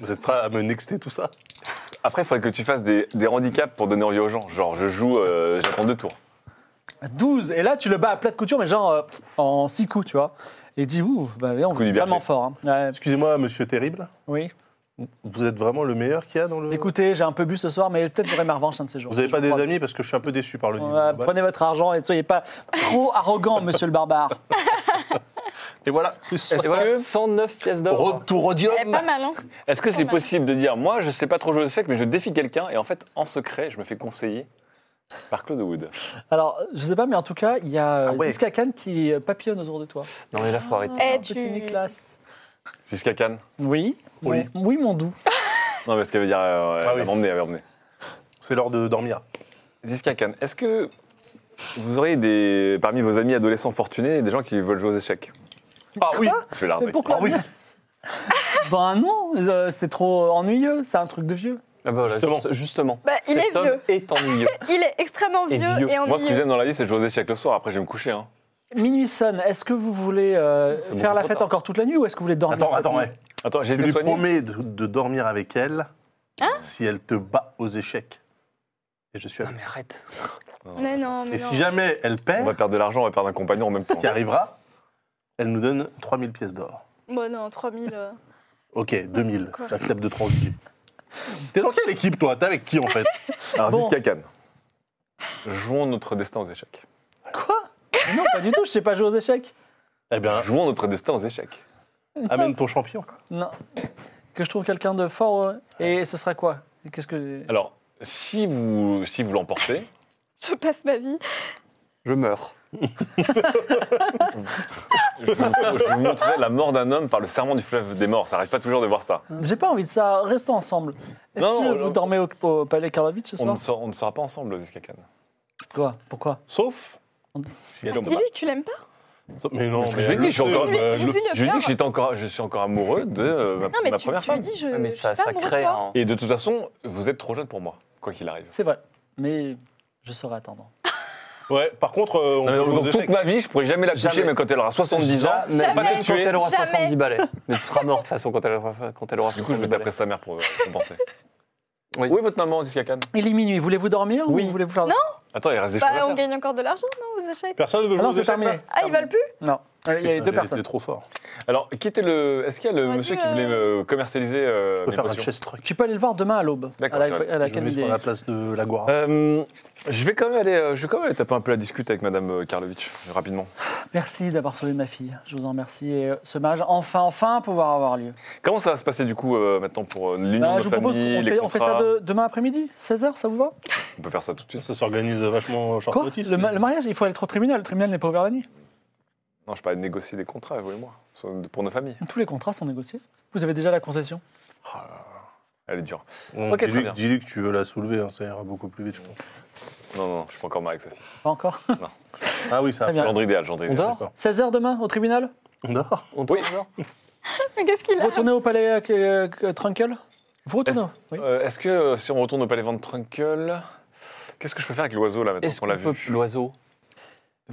S5: Vous êtes prêts à me nexter tout ça
S4: Après, il faudrait que tu fasses des, des handicaps pour donner envie aux gens. Genre, je joue, euh, j'attends deux tours.
S3: 12. Et là, tu le bats à plat de couture, mais genre euh, en 6 coups, tu vois. Et il dit Ouh, bah, on
S4: Coup
S3: vous
S4: du
S3: vraiment
S4: berger.
S3: fort. hein. Ouais,
S5: Excusez-moi, monsieur Terrible,
S3: oui.
S5: vous êtes vraiment le meilleur qu'il y a dans le...
S3: Écoutez, j'ai un peu bu ce soir, mais peut-être j'aurai ma revanche un de ces jours.
S5: vous n'avez
S3: Je
S5: pas des
S3: crois.
S5: amis parce que je suis un peu déçu par le niveau.
S3: Ouais,
S5: global.
S3: prenez votre argent et ne soyez pas trop arrogant, monsieur le barbare.
S5: Et voilà, plus
S6: Et voilà, 109 pièces d'or.
S5: Retour Rhodium
S7: Elle est pas mal, hein
S4: Est-ce que c'est
S7: mal.
S4: possible de dire, moi, je sais pas trop jouer au sec, mais je défie quelqu'un et en fait, en secret, je me fais conseiller par Claude Wood.
S3: Alors, je sais pas, mais en tout cas, il y a euh,
S5: Ah ouais.
S3: Ziska Khan qui euh, papillonne autour de toi.
S6: Non, mais là, faut arrêter.
S7: Eh,
S3: Petit
S7: tu-
S3: Nicolas.
S4: Jusqu'à Cannes.
S3: Oui.
S5: Oui.
S3: Mon- Oui, mon doux.
S4: Non, mais ce qu'elle veut dire, euh, elle
S5: Ah
S4: va
S5: oui.
S4: m'emmener, elle va m'emmener.
S5: C'est l'heure de dormir.
S4: Ziska Khan, est-ce que vous auriez des, parmi vos amis adolescents fortunés des gens qui veulent jouer aux échecs
S5: Ah oui
S4: Je vais la
S3: Mais
S4: harder.
S3: pourquoi oui. Ben non, euh, c'est trop ennuyeux, c'est un truc de vieux.
S6: Ah bah voilà,
S5: Justement.
S6: juste- justement.
S7: Bah, il
S6: Cet
S7: est
S6: homme
S7: vieux.
S6: est ennuyeux.
S7: Il est extrêmement
S6: Et
S7: vieux
S6: vieux.
S7: et
S4: Moi, ce que
S7: ennuyeux.
S4: j'aime dans la vie, c'est de jouer aux échecs le soir. Après, je vais me coucher. hein.
S3: Minuit sonne, est-ce que vous voulez euh,
S4: beaucoup
S3: faire la
S4: trop
S3: fête
S4: tard.
S3: encore toute la nuit ou est-ce que vous voulez dormir
S5: Attends,
S3: cette
S5: attends,
S3: nuit
S5: ouais.
S4: Attends, j'ai
S5: Tu
S4: été
S5: lui
S4: soigné.
S5: promets de, de dormir avec elle
S7: Hein
S5: si elle te bat aux échecs. Et je suis
S6: Non,
S5: avec
S6: Ah, mais arrête.
S7: Mais non, Ah, mais
S5: Et
S7: non.
S5: si jamais elle
S4: On va
S5: perd,
S4: perdre de l'argent, on va perdre un compagnon en même
S5: ce
S4: temps.
S5: qui arrivera, elle nous donne 3000 pièces d'or.
S7: Bon, non, 3000. euh,
S5: Ok, 2000.
S7: Quoi
S5: J'accepte de transiger. T'es dans quelle équipe, toi T'es avec qui, en fait
S4: Alors,
S3: Bon.
S4: Ziska Khan, jouons notre destin aux échecs.
S3: Quoi Non, pas du tout, je sais pas jouer aux échecs.
S5: Eh bien,
S4: Jouons notre destin aux échecs.
S5: amène ton champion.
S3: Non. Que je trouve quelqu'un de fort euh, et ce sera quoi Qu'est-ce que.
S4: Alors, si vous, si vous l'emportez,
S7: Je passe ma vie.
S6: Je meurs.
S4: Je vous, je vous montrerai la mort d'un homme par le serment du fleuve des morts. Ça arrive pas toujours de voir ça.
S3: hein? J'ai pas envie de ça. Restons ensemble. Est-ce
S4: Non,
S3: que
S4: non,
S3: vous
S4: non.
S3: dormez au, au palais Karlovitch ce
S4: On ne,
S3: soir
S4: sort- on ne sera pas ensemble aux escacanes.
S3: Quoi Pourquoi
S5: Sauf.
S4: Si elle- on peut pas.
S7: Dis-lui, tu l'aimes pas
S5: sauf- Mais non,
S4: Parce que
S5: mais
S4: je l'ai
S5: elle
S4: dit,
S5: le
S4: je suis encore- euh,
S5: sait,
S7: Lui-
S5: bah,
S7: lui-
S5: le-
S7: lui- le
S4: Je lui ai
S7: peur.
S4: dit que j'étais encore, je suis encore amoureux de euh, ma,
S7: Non, mais
S4: ma
S7: tu,
S4: première
S7: tu
S4: femme.
S7: dis, je.
S6: Ah, mais
S7: Euh, je
S6: ça,
S7: suis pas
S6: ça
S7: amoureux de
S6: crée.
S7: toi.
S6: hein.
S4: Et de toute façon, vous êtes trop jeune pour moi, quoi qu'il arrive.
S3: C'est vrai. Mais je saurais attendre.
S5: Ouais, par contre, euh,
S4: Non,
S5: on
S4: mais
S5: joue aux
S4: donc, toute
S5: échecs.
S4: ma vie, je pourrais jamais la coucher,
S6: Jamais.
S4: mais quand elle aura 70 ans,
S6: Jamais.
S4: elle va te
S7: Jamais.
S6: Quand
S4: tuer.
S6: elle aura
S7: Jamais.
S6: 70 balais. Mais tu seras morte de toute façon quand elle aura, quand elle aura
S4: Du coup, je
S6: 70
S4: vais
S6: balais.
S4: taper sa mère pour euh, compenser.
S6: Oui.
S4: Oui. votre maman, Ziskakane
S3: Il est minuit. Voulez-vous dormir
S6: Oui.
S3: ou voulez-vous faire
S7: Non.
S4: Attends, il reste des choses
S7: Bah,
S4: à
S7: on
S4: faire.
S7: gagne encore de l'argent, non, aux échecs
S5: Personne ne veut
S3: Ah
S5: jouer
S3: non,
S5: aux
S3: c'est
S5: échecs.
S3: terminé.
S5: là
S3: C'est
S7: Ah, ils
S3: terminé.
S7: valent plus
S3: Non. Euh, Il y avait deux
S4: J'ai-
S3: personnes.
S4: il est trop fort. Alors, qui était le. Est-ce qu'il y a le
S7: J'aurais
S4: monsieur
S7: dû,
S4: qui voulait
S7: euh,
S4: me commercialiser euh,
S5: Je peux
S4: mes
S5: faire un
S4: potions
S5: chest truck.
S3: Tu peux aller le voir demain à l'aube.
S4: D'accord,
S3: À
S4: je
S3: la-
S4: vais-
S3: à
S5: Je me
S3: l'Académie
S5: mets sur
S3: des-
S5: la place de la Guara.
S4: Euh, je vais quand même aller, euh, je vais quand même aller taper un peu la discute avec Madame euh, Karlovitch euh, rapidement.
S3: Merci d'avoir sauvé ma fille. Je vous en remercie. Et euh, ce mariage, enfin, enfin, pouvoir avoir lieu.
S4: Comment ça va se passer du coup euh, maintenant pour euh, l'union
S3: Bah,
S4: de
S3: je vous
S4: famille,
S3: propose, on
S4: les
S3: fait, on fait ça
S4: contrats
S3: de- demain après-midi, 16h, ça vous va
S4: On peut faire ça tout de suite.
S5: Ça s'organise vachement short
S3: Quoi
S5: notice,
S3: le,
S5: mais-
S3: ma- le mariage, il faut aller au tribunal. Le tribunal n'est pas ouvert la nuit.
S4: Non, je parlais de négocier des contrats, vous et moi, sur- pour nos familles.
S3: Tous les contrats sont négociés. Vous avez déjà la concession.
S4: Elle est dure.
S5: Bon,
S4: Ok, très
S5: dis-lui
S4: bien.
S5: dis-lui que tu veux la soulever, hein, ça ira beaucoup plus vite, je pense.
S4: Non, non, je suis pas encore marié avec sa fille.
S3: Pas encore.
S5: Ah oui, ça
S3: Très
S5: a
S3: bien.
S4: Gendre idéal, gendre
S6: On
S4: idéal.
S6: dort
S5: D'accord.
S3: 16h demain au tribunal
S5: On dort
S6: On
S4: Oui.
S6: dort
S7: Mais qu'est-ce qu'il a
S3: Retournez au palais euh, euh, euh, Trunkle Vous retournez oui.
S4: Euh, Est-ce que euh, si on retourne au palais Van Trunkle, qu'est-ce que je peux faire avec l'oiseau là maintenant
S6: Est-ce
S4: qu'on
S6: qu'on
S4: l'a
S6: peut
S4: vu
S6: l'oiseau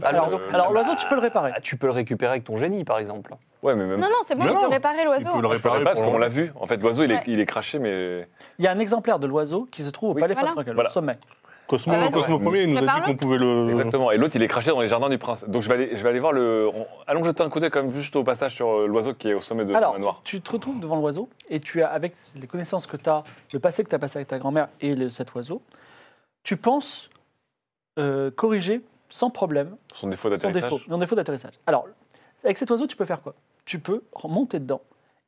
S6: Ah,
S3: Alors,
S4: l'oiseau.
S3: alors, l'oiseau, tu peux le réparer.
S6: Ah, tu peux le récupérer avec ton génie, par exemple.
S4: Ouais, mais même.
S7: Non, non, c'est bon,
S5: Mais
S7: il peut
S5: non,
S7: réparer l'oiseau.
S5: il peut le
S4: Je parlais
S5: réparer
S4: pas parce
S5: pour
S4: qu'on
S5: le-
S4: l'a vu. En fait, l'oiseau, il, est,
S7: Ouais.
S4: il est craché, mais.
S3: Il y a un exemplaire de l'oiseau qui se trouve au palais
S7: Voilà.
S3: Trunkle, au sommet.
S5: Cosmo,
S7: Ah, vas-y.
S5: Cosmo Premier, il nous a dit
S7: Prépare-le.
S5: qu'on pouvait
S3: Mmh.
S5: le.
S4: Exactement. Et l'autre, il est craché dans les jardins du prince. Donc je vais aller, je vais aller voir le. on- Allons jeter un coup d'œil quand même juste au passage sur euh, l'oiseau qui est au sommet de
S3: Alors,
S4: la noire.
S3: tu te retrouves devant l'oiseau et tu as, avec les connaissances que tu as, le passé que tu as passé avec ta grand-mère et le- cet oiseau, tu penses euh, corriger sans problème
S4: Son défaut
S3: son
S4: d'atterrissage.
S3: défaut, son défaut d'atterrissage. Alors, avec cet oiseau, tu peux faire quoi Tu peux monter dedans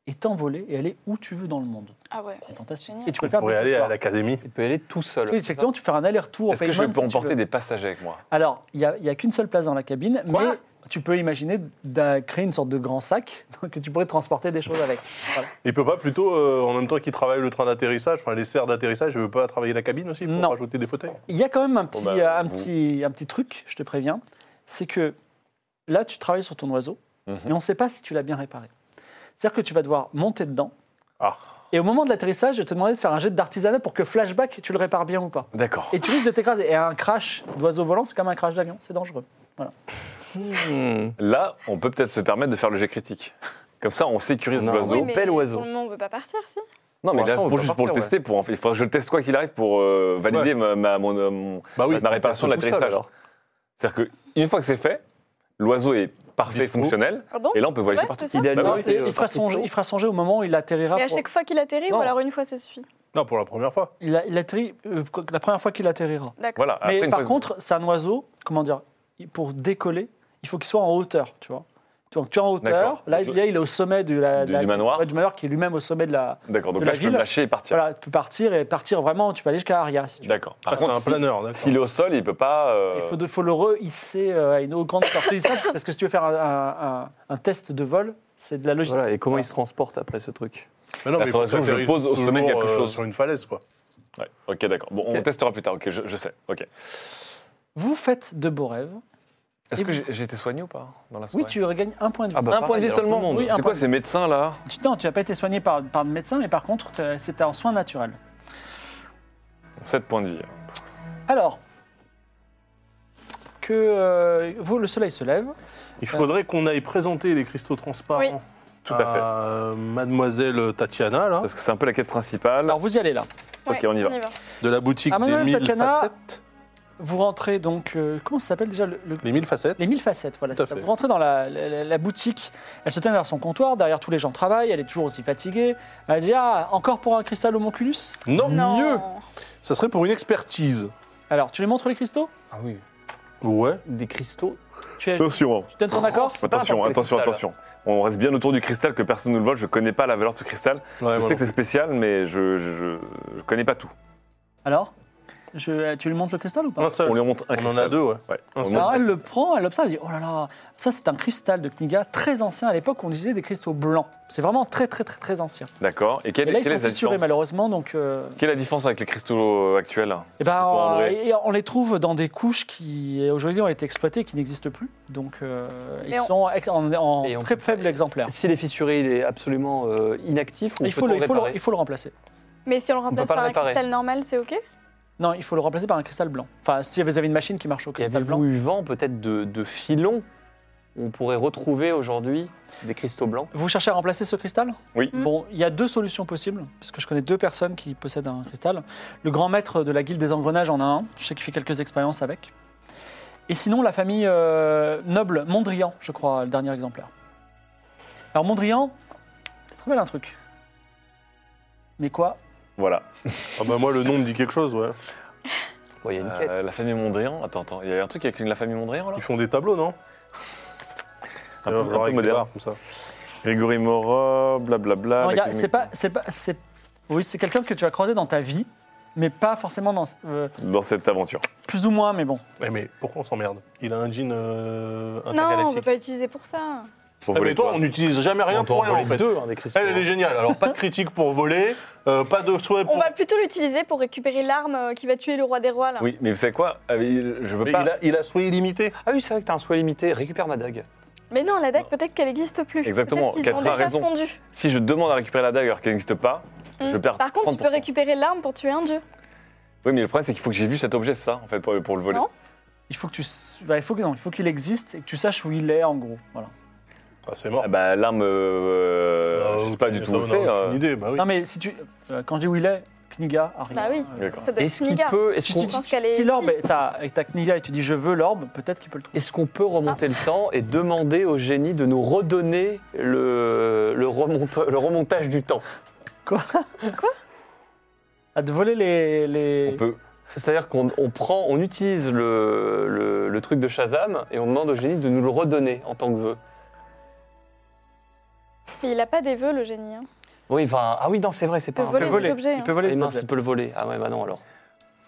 S3: et t'envoler et aller où tu veux dans le monde.
S7: Ah ouais.
S3: C'est fantastique.
S7: génial.
S3: Et tu peux
S5: On
S3: le faire
S5: pourrait
S3: dès ce
S5: aller à
S3: soir.
S5: l'académie.
S6: Il peut y aller tout seul.
S3: Oui, effectivement, tu fais un aller-retour. au
S4: Est-ce que je
S3: Payman,
S4: peux
S3: si tu
S4: emporter
S3: veux.
S4: des passagers avec moi
S3: Alors, il n'y a, il y a qu'une seule place dans la cabine, mais tu peux imaginer d'un- créer une sorte de grand sac que tu pourrais transporter des choses avec. Voilà.
S5: Il peut pas plutôt, euh, en même temps qu'il travaille le train d'atterrissage, enfin les serres d'atterrissage, il veut pas travailler la cabine aussi pour
S3: Non.
S5: rajouter des fauteuils
S3: Il y a quand même un petit,
S4: Bon, bah,
S3: euh, un,
S4: vous-
S3: petit, un petit truc, je te préviens, c'est que là, tu travailles sur ton oiseau,
S4: Mhm.
S3: mais on ne sait pas si tu l'as bien réparé. C'est-à-dire que tu vas devoir monter dedans,
S5: Ah,
S3: et au moment de l'atterrissage, je vais te demander de faire un jet d'artisanat pour que flashback, tu le répares bien ou pas.
S4: D'accord.
S3: Et tu risques de t'écraser. Et un crash d'oiseau volant, c'est comme un crash d'avion, c'est dangereux.
S6: Hmm.
S4: Là, on peut peut-être se permettre de faire le jet critique. Comme ça, on sécurise
S6: Non,
S4: l'oiseau.
S7: Oui,
S6: Oiseau,
S7: mais
S6: bel oiseau.
S7: Pour le moment, on veut pas partir, si
S4: Non, mais
S6: Pour
S4: là,
S6: l'instant, on
S4: pour,
S6: peut
S4: juste
S6: pas
S4: pour le
S6: partir,
S4: tester, pour, il faudra que je le teste quoi qu'il arrive pour euh, valider ma, ma- mon, euh, mon-
S5: bah oui.
S4: ma réparation de
S6: tout seul,
S4: l'atterrissage.
S6: alors.
S4: C'est-à-dire qu'une fois que c'est fait, l'oiseau est parfait,
S5: Dispo.
S4: fonctionnel,
S7: Ah bon
S4: et là on peut voyager
S7: Ouais,
S4: partout.
S7: c'est ça. Il
S6: a
S4: Bah
S6: une
S4: oui.
S6: note.
S3: Et
S6: euh,
S3: il, fera
S6: par
S3: son,
S6: question.
S3: il fera son jet au moment où il atterrira.
S7: Mais à
S3: pour-
S7: chaque fois qu'il atterrit,
S3: Non.
S7: ou alors une fois, ça suffit.
S5: Non, pour la première fois.
S3: il, a- il atterrit euh, la première fois qu'il atterrira.
S7: D'accord.
S4: Voilà. Ah, après,
S3: Mais
S4: une
S3: par
S4: fois que-
S3: contre, c'est un oiseau, comment dire, il- pour décoller, il faut qu'il soit en hauteur, tu vois. Donc tu es en hauteur,
S4: D'accord.
S3: là,
S4: Donc,
S3: il- là, il est au sommet de la,
S4: du-
S3: la-
S4: du manoir.
S3: ouais, du manoir qui est lui-même au sommet de la...
S4: D'accord, donc
S3: de la
S4: là je peux
S3: ville.
S4: me lâcher et partir.
S3: Voilà, tu peux partir et partir vraiment, tu peux aller jusqu'à Aria. si tu veux.
S4: D'accord. Par
S5: Ah, c'est
S4: contre,
S5: un
S4: si-
S5: planeur, d'accord.
S4: s'il est au sol, il peut pas. euh,
S3: Il faut, de- faut le rehisser euh, à une grande partie du sol, parce que si tu veux faire un, un- un- un test de vol, c'est de la logistique.
S6: Voilà, et comment il se transporte après ce truc
S5: Mais non,
S4: Bah,
S5: mais il
S4: faudrait
S5: faut
S4: toujours que je
S5: t'atterrisses
S4: pose au sommet
S5: toujours,
S4: quelque
S5: euh,
S4: chose.
S5: Sur une falaise, quoi.
S4: ouais. Ok, d'accord. Bon, on
S6: Ok.
S4: testera plus tard. Ok, je, je sais. Ok.
S3: Vous faites de beaux rêves.
S4: Est-ce
S3: Et
S4: que
S3: vous-
S4: j'ai j'ai été soigné ou pas dans la
S3: Oui,
S4: soirée
S3: tu regagnes un point de vie.
S6: Ah bah,
S4: Un point de
S6: pareil,
S4: vie
S6: alors, tout le
S4: seulement.
S6: monde.
S3: Oui, un
S4: C'est quoi
S3: point.
S4: ces médecins là
S3: Tu non, tu n'as pas été soigné par, par le médecin, mais par contre, t'as- c'était en soins naturels.
S4: 7 points de vie.
S3: Alors, que euh, vous, le soleil se lève,
S5: Il faudrait qu'on aille présenter les cristaux transparents
S7: Oui.
S4: Tout
S5: Euh,
S4: à fait.
S5: à mademoiselle Tatiana, là,
S4: Parce que c'est un peu la quête principale.
S3: alors vous y allez là.
S4: Ok, on y va.
S5: de la boutique
S3: Ah,
S5: des
S3: mademoiselle
S5: mille
S3: Tatiana.
S5: facettes.
S3: Vous rentrez donc, euh, comment ça s'appelle déjà le, le-
S5: Les mille facettes.
S3: Les mille facettes, voilà.
S5: Tout à
S3: c'est ça.
S5: fait.
S3: Vous rentrez dans la, la- la- la boutique, elle se tient derrière son comptoir, derrière tous les gens travaillent, elle est toujours aussi fatiguée. Elle dit Ah, encore pour un cristal homonculus
S5: Non,
S7: Non.
S5: mieux. Ça serait pour une expertise.
S3: Alors, tu les montres les cristaux
S6: Ah oui.
S5: Ouais.
S6: Des cristaux.
S3: tu, as-
S4: Attention. hein.
S3: tu donnes ton accord C'est pas
S4: Attention,
S3: n'importe
S4: attention,
S6: cristal,
S4: attention. On reste bien autour du cristal que personne ne le vole. Je connais pas la valeur de ce cristal.
S5: Ouais,
S4: je sais que c'est spécial, mais je, je, je- je connais pas tout.
S3: quoi. Alors Je- tu lui montres le cristal ou pas
S5: Un seul.
S4: On lui montre un
S5: On en
S4: cristal.
S5: a deux, ouais.
S4: Ouais.
S5: Un
S4: On
S5: seul.
S4: montre-
S3: Alors elle le prend, elle l'observe, elle dit Oh là là, ça c'est un cristal de Kniga très ancien. À l'époque, on utilisait des cristaux blancs. C'est vraiment très, très, très, très ancien.
S4: D'accord. Et quelle,
S3: Et là, ils
S4: quelle
S3: sont
S4: est la
S3: fissurés
S4: différence
S3: malheureusement, donc. euh,
S4: Quelle est la différence avec les cristaux euh, actuels
S3: eh ben,
S4: Pour en
S3: euh,
S4: vrai.
S3: et on les trouve dans des couches qui aujourd'hui ont été exploitées et qui n'existent plus. Donc euh, ils
S7: Mais on-
S3: sont ex- en, en
S6: Et on
S3: très
S6: peut-
S3: faible exemplaire.
S6: Si les fissurés, il est absolument euh, inactif, ou
S3: Il faut,
S6: peut-on
S3: le, il, faut le-
S6: réparer
S3: il faut le remplacer.
S7: Mais si on le remplace
S6: pas le
S7: par un
S6: réparer.
S7: cristal normal, c'est OK
S3: Non, il faut le remplacer par un cristal blanc. Enfin, si vous avez une machine qui marche au
S6: Et
S3: cristal blanc.
S6: avez-vous eu vent peut-être de, de filons On pourrait retrouver aujourd'hui des cristaux blancs.
S3: Vous cherchez à remplacer ce cristal
S4: Oui.
S7: Mm.
S3: Bon, il y a deux solutions possibles, parce que je connais deux personnes qui possèdent un cristal. Le grand maître de la guilde des engrenages en a un, je sais qu'il fait quelques expériences avec. Et sinon, la famille euh, noble, Mondrian, je crois, le dernier exemplaire. Alors Mondrian, c'est très bel un truc. Mais quoi
S4: Voilà.
S5: Ah bah moi, le nom me dit quelque chose, ouais.
S6: Bon, il y a une
S4: Euh,
S6: quête.
S4: la famille Mondrian. Attends, attends. Il y a un truc avec la famille Mondrian là
S5: Ils font des tableaux, non
S4: Un peu,
S5: Euh,
S4: un peu
S5: avec des
S4: moderne.
S5: barres comme ça.
S4: Grégory Moreau, blablabla.
S3: Non, il y a-
S4: la clinique-
S3: c'est pas, c'est pas, c'est, oui, c'est quelqu'un que tu vas croiser dans ta vie, mais pas forcément dans, euh,
S4: Dans cette aventure.
S3: plus ou moins, mais bon.
S5: Ouais, mais pourquoi on s'emmerde Il a un jean euh,
S7: Non, on peut
S5: intergalactique.
S7: pas l'utiliser pour ça.
S4: Faut
S5: Ah, mais
S4: voler
S5: toi,
S4: quoi.
S5: on n'utilise jamais rien
S6: On peut
S5: pour rien,
S6: voler
S5: en fait.
S6: deux, hein, des cristaux.
S5: Elle, elle est géniale. Alors, pas de critique pour voler, euh, pas de souhait pour...
S7: On va plutôt l'utiliser pour récupérer l'arme euh, qui va tuer le roi des rois, là.
S4: Oui, mais vous savez quoi Euh, il- Je veux
S5: Mais
S4: pas.
S5: il, a, il a souhait illimité.
S6: Ah oui, c'est vrai que t'as un soin limité. Récupère ma dague.
S7: Mais non, la dague, peut-être qu'elle n'existe plus.
S4: Exactement,
S7: Peut-être qu'ils
S4: Catra
S7: l'ont
S4: a
S7: déjà
S4: raison.
S7: fondue.
S4: Si je demande à récupérer la dague alors qu'elle n'existe pas, je
S7: Mm.
S4: perds
S7: Par contre, tu peux
S4: 30%.
S7: récupérer l'arme pour tuer un dieu.
S4: Oui, mais le problème, c'est qu'il faut que j'ai vu cet objet, c'est ça, en fait, pour, pour le voler.
S7: Non.
S3: Il faut que tu, s- bah, il faut que non, il faut qu'il existe et que tu saches où il est en gros. Voilà.
S5: Ah, c'est mort.
S4: Ah bah, l'arme, euh,
S5: Ah,
S4: je sais
S5: aucune-
S4: pas du tout
S5: non,
S4: où
S5: non,
S4: c'est. euh,
S5: aucune idée, bah oui.
S3: Non mais si tu, euh, quand je dis où il est, Kniga arrive.
S7: Bah oui.
S3: Euh,
S4: D'accord.
S7: Ça doit être
S6: Est-ce qu'il
S7: Niga.
S6: peut. Est-ce
S3: si
S6: qu'on
S3: tu
S7: Je pense qu'elle est
S3: si l'orbe
S7: ici.
S3: est à, est à Kniga et tu dis je veux l'orbe, peut-être qu'il peut le trouver.
S6: est-ce qu'on peut remonter le temps et demander au génie de nous redonner le, le, remonte- le remontage du temps
S3: À te voler les, les-
S4: On peut.
S6: C'est-à-dire qu'on on prend, on utilise le, le- le truc de Shazam et on demande au génie de nous le redonner en tant que vœu.
S7: Mais il n'a pas des vœux, le génie. hein.
S6: Oui, enfin, ah oui, non, c'est vrai, c'est pas
S7: peut
S6: un
S3: il
S7: voler
S3: peut
S7: des
S6: vœu.
S3: voler.
S7: objets,
S3: il
S7: hein.
S3: peut
S6: Ah,
S3: voler
S6: et
S3: des
S6: mince, il
S3: objets.
S6: peut le voler. Ah ouais, bah non alors.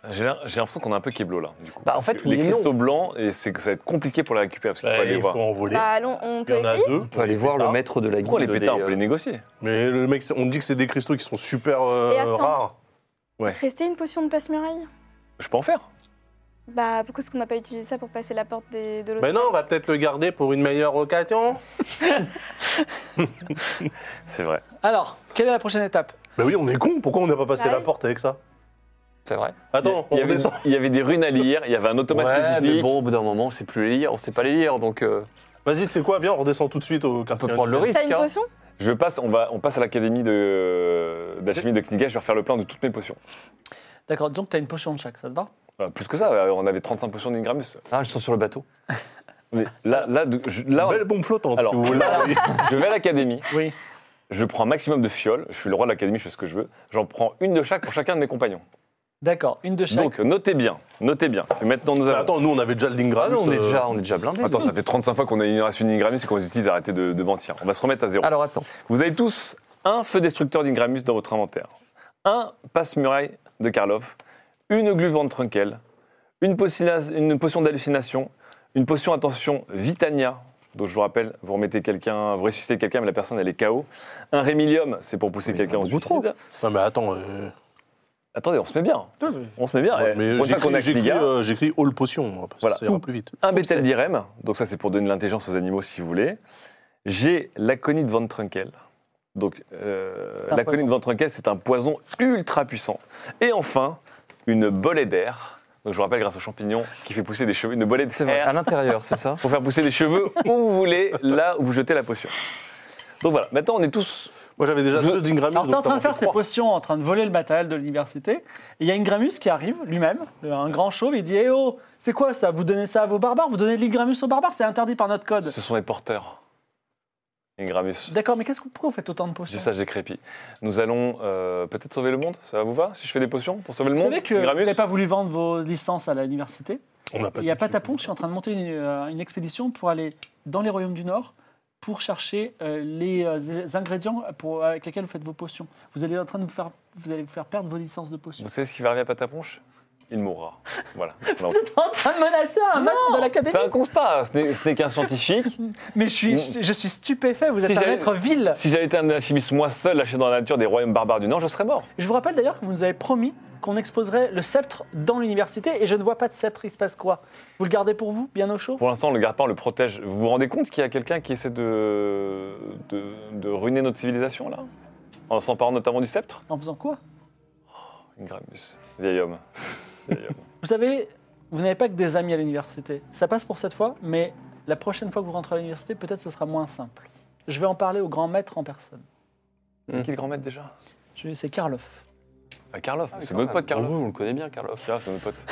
S4: J'ai l'im- j'ai l'impression qu'on a un peu Keblo là. Du coup.
S6: Bah, en fait,
S4: les
S6: oui et non.
S4: cristaux blancs, et c'est que ça va être compliqué pour la récupérer parce qu'il faut
S5: Bah,
S4: aller
S5: il
S4: voir.
S5: faut en voler.
S7: Bah, allons, on
S5: il y
S7: peut
S5: en a
S7: essayer.
S5: deux.
S6: On peut aller voir le maître de la guilde.
S4: Pourquoi les
S6: des,
S4: pétards On peut
S6: euh,
S4: les négocier.
S5: Mais le mec, c'est- on dit que c'est des cristaux qui sont super euh,
S7: Et attends.
S5: rares.
S7: Rester une potion de passe-muraille
S4: Je peux en faire.
S7: Bah, pourquoi est-ce qu'on n'a pas utilisé ça pour passer la porte des- de l'autre
S5: Ben non, on va peut-être le garder pour une meilleure occasion.
S4: C'est vrai.
S3: Alors, quelle est la prochaine étape
S5: Ben oui, on est con. Pourquoi on n'a pas passé
S7: Bah
S5: la
S7: oui.
S5: porte avec ça
S6: C'est vrai.
S5: Attends,
S4: il, y
S5: on
S4: avait,
S5: descend.
S4: il y avait des runes à lire, il y avait un automate
S6: Ouais, mais
S4: scientifique.
S6: bon, au bout d'un moment, on sait plus les lire, on sait pas les lire, donc euh,
S5: Vas-y, tu sais quoi Viens, on redescend tout de suite au
S6: on peut
S5: quartier.
S6: prendre le
S5: industriel.
S6: risque.
S7: T'as une
S6: hein.
S7: potion
S4: Je passe, on, va, on passe à l'académie de- d'alchimie de Kniga, je vais refaire le plein de toutes mes potions.
S3: D'accord, disons que tu as une potion de chaque, ça te va
S4: Voilà, plus que ça, euh, on avait 35 potions d'Ingramus.
S6: Ah, elles sont sur le bateau.
S4: Mais là, là, de- je, là,
S5: Belle bombe flottante,
S4: Alors,
S5: si vous voulez.
S4: là, je vais à l'académie,
S3: Oui.
S4: je prends un maximum de fioles, je suis le roi de l'académie, je fais ce que je veux. J'en prends une de chaque pour chacun de mes compagnons.
S3: D'accord, une de chaque.
S4: Donc, notez bien, notez bien. Et maintenant, nous
S5: Mais
S4: avons.
S5: Attends, nous, on avait déjà le Dingramus.
S6: Ah non, on est
S5: euh,
S6: déjà, on est déjà blindé.
S4: Attends, ça fait 35 fois qu'on a une ration d'Ingramus et qu'on les utilise, arrêtez de, de mentir. On va se remettre à zéro.
S6: Alors attends.
S4: Vous avez tous un feu destructeur d'Ingramus dans votre inventaire, un passe-muraille de Karloff, une gluvante de Trunkel, une, pocina- une potion d'hallucination, une potion attention Vitania, dont je vous rappelle, vous remettez quelqu'un, vous ressuscitez quelqu'un, mais la personne elle est KO. Un Rémilium, c'est pour pousser quelqu'un au
S6: beaucoup
S4: suicide.
S5: Non,
S6: trop.
S5: mais attends. euh,
S4: Attendez, on se met bien. On se met bien.
S5: moi, je
S4: Eh,
S5: mets-
S4: prochaine fois qu'on a
S5: J'écris j'écris,
S4: Kniga,
S5: euh, j'écris All Potion, moi, parce
S4: Voilà.
S5: que ça ira plus vite.
S4: un Bethel d'Irem, donc ça c'est pour donner de l'intelligence aux animaux si vous voulez. J'ai l'aconite Van Trunkel. Donc euh,
S3: C'est un
S4: l'aconite Van Trunkel, c'est un poison ultra puissant. Et enfin, une bolée d'air. Donc je vous rappelle, grâce aux champignons, qui fait pousser des cheveux, une bolée
S6: C'est vrai, à
S4: d'air
S6: l'intérieur, c'est ça
S4: pour faire pousser des cheveux où vous voulez, là où vous jetez la potion. Donc voilà, maintenant on est tous.
S5: Moi, j'avais déjà
S4: Je-
S5: deux Dingramus.
S3: Alors, t'es en
S5: donc ça
S3: train de
S5: m'en
S3: faire
S5: fait
S3: ces
S5: trois.
S3: potions, en train de voler le matériel de l'université. Et il y a Ingramus qui arrive lui-même, le- un grand chauve, il dit Eh oh, c'est quoi ça Vous donnez ça à vos barbares Vous donnez de l'Ingramus aux barbares C'est interdit par notre code.
S4: Ce sont les porteurs. Ingramus.
S3: D'accord, mais qu'est-ce que, pourquoi vous faites autant de potions
S4: J'ai ça, j'ai crépi. Nous allons euh, peut-être sauver le monde, ça vous va Si je fais des potions pour sauver le
S3: Vous
S4: monde
S3: savez que vous
S4: Ingramus
S3: n'avez pas voulu vendre vos licences à l'université.
S5: On n'a pas
S3: Il y a
S5: tout de
S3: Patapon, je suis en train de monter une, euh, une expédition pour aller dans les royaumes du Nord pour chercher euh, les, euh, les ingrédients pour, avec lesquels vous faites vos potions. Vous allez en train de vous faire, vous allez vous faire perdre vos licences de potions.
S4: Vous savez ce qui va arriver à Pataponche il mourra. Voilà.
S3: Vous êtes en train de menacer un maître de
S4: C'est un
S3: l'académie
S4: constat, ce n'est- ce n'est qu'un scientifique.
S3: Mais je suis, je, je suis stupéfait, vous êtes
S4: Si
S3: un
S4: j'avais-
S3: maître vil.
S4: Si j'avais été un alchimiste moi seul lâché dans la nature des royaumes barbares du Nord, je serais mort.
S3: Je vous rappelle d'ailleurs que vous nous avez promis qu'on exposerait le sceptre dans l'université et je ne vois pas de sceptre, il se passe quoi Vous le gardez pour vous, bien au chaud
S4: Pour l'instant, on le garde pas, on le protège. Vous vous rendez compte qu'il y a quelqu'un qui essaie de, de, de ruiner notre civilisation, là En s'emparant notamment du sceptre
S3: En faisant quoi
S4: Ingramus, vieil homme. Vieil homme.
S3: Vous savez, vous n'avez pas que des amis à l'université. Ça passe pour cette fois, mais la prochaine fois que vous rentrez à l'université, peut-être ce sera moins simple. Je vais en parler au grand maître en personne.
S6: Hmm.
S4: C'est qui le grand maître déjà
S3: Je- C'est Karloff.
S4: Ah, Karloff, c'est
S6: Quand
S4: notre pote
S6: même.
S4: Karloff.
S6: Vous, vous le connaissez bien, Karloff.
S4: Karloff, c'est notre pote.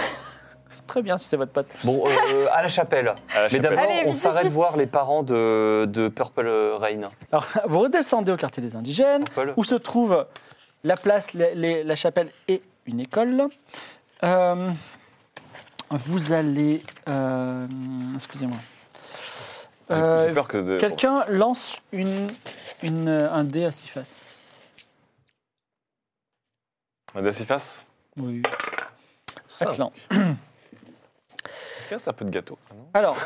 S3: Très bien si c'est votre pote.
S6: Bon, euh, à la chapelle.
S4: À la
S6: Mais
S4: chapelle.
S6: d'abord,
S7: Allez,
S6: on
S7: vite,
S6: s'arrête
S7: vite.
S6: voir les parents de, de Purple Rain.
S3: Alors, vous redescendez au quartier des indigènes,
S6: Purple.
S3: où se trouve la place, les- les- la chapelle et une école. Euh, vous allez... euh, Excusez-moi.
S4: J'ai-
S3: Euh,
S4: J'ai peur que de...
S3: Quelqu'un lance une, une, euh, un dé à six faces.
S4: On a six faces.
S3: Oui.
S5: Cinq.
S3: Ah,
S4: Est-ce qu'il reste un peu de gâteau Ah non
S3: Alors,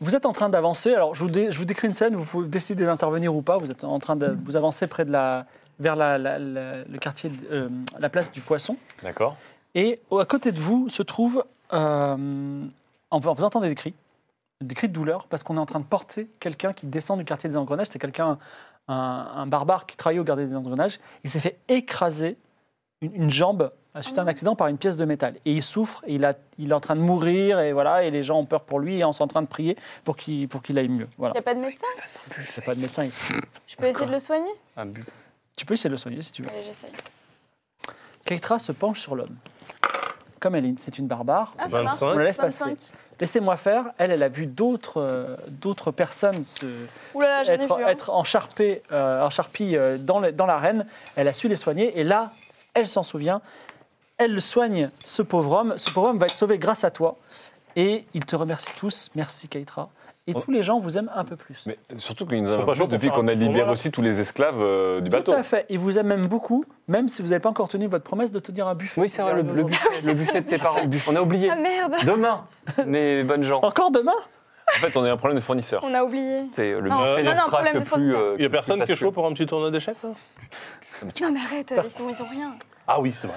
S3: vous êtes en train d'avancer. Alors, je vous, dé- je vous décris une scène. Vous pouvez décider d'intervenir ou pas. Vous êtes en train de vous avancer près de la, vers la, la- la- le quartier, de- euh, la place du Poisson.
S4: D'accord.
S3: Et au- à côté de vous se trouve, euh, enfin, vous entendez des cris, des cris de douleur, parce qu'on est en train de porter quelqu'un qui descend du quartier des engrenages. C'est quelqu'un, un, un barbare qui travaillait au quartier des engrenages. Il s'est fait écraser une, une jambe suite à un accident par une pièce de métal. Et il souffre, et il, a- il est en train de mourir, et voilà, et les gens ont peur pour lui, et on est en train de prier pour qu'il pour qu'il aille mieux.
S7: Il n'y
S3: Voilà.
S7: a pas de médecin
S3: C'est pas de médecin ici.
S7: Je peux essayer de le soigner
S4: Un but.
S3: Tu peux essayer de le soigner si tu veux.
S7: Allez, j'essaye.
S3: Keitra se penche sur l'homme. Comme elle est- c'est une barbare,
S7: Ah, ça marche.
S5: 25.
S3: on la laisse passer.
S7: 25.
S3: Laissez-moi faire. Elle, elle a vu d'autres euh, d'autres personnes se,
S7: Oula, j'en ai vu.
S3: être,
S7: hein.
S3: être encharpées, euh, encharpie, euh, dans, le- dans l'arène. Elle a su les soigner. Et là, elle s'en souvient. Elle soigne ce pauvre homme. Ce pauvre homme va être sauvé grâce à toi. Et il te remercie tous. Merci, Keitra. Et
S6: Oh.
S4: On-
S3: tous les gens vous aiment un peu plus.
S4: Mais surtout qu'ils nous
S5: pas
S4: inventent
S5: chaud pour
S4: depuis
S5: faire un
S4: qu'on a
S5: petit tournoi,
S4: libéré
S5: là
S4: aussi tous les esclaves euh, du
S3: Tout
S4: bateau.
S3: à fait. Ils vous aiment même beaucoup, même si vous n'avez pas encore tenu votre promesse de tenir un buffet.
S6: Oui, c'est vrai, le, le buffet, le buffet de tes parents. On a oublié.
S7: Ah merde
S6: Demain, mes bonnes gens.
S3: Encore demain
S4: En fait, on a un problème de fournisseur.
S7: On a oublié.
S6: C'est le
S7: Non,
S6: buffet
S7: non, non,
S6: ne sera
S7: problème
S6: que
S7: de
S6: plus.
S7: fournisseur.
S6: euh,
S5: Il n'y a
S6: que
S5: personne
S6: plus
S5: qui est
S6: fastueux.
S5: chaud pour un petit tournoi d'échecs là
S7: Non, mais arrête, ils sont- ils ont rien.
S5: Ah oui, c'est vrai.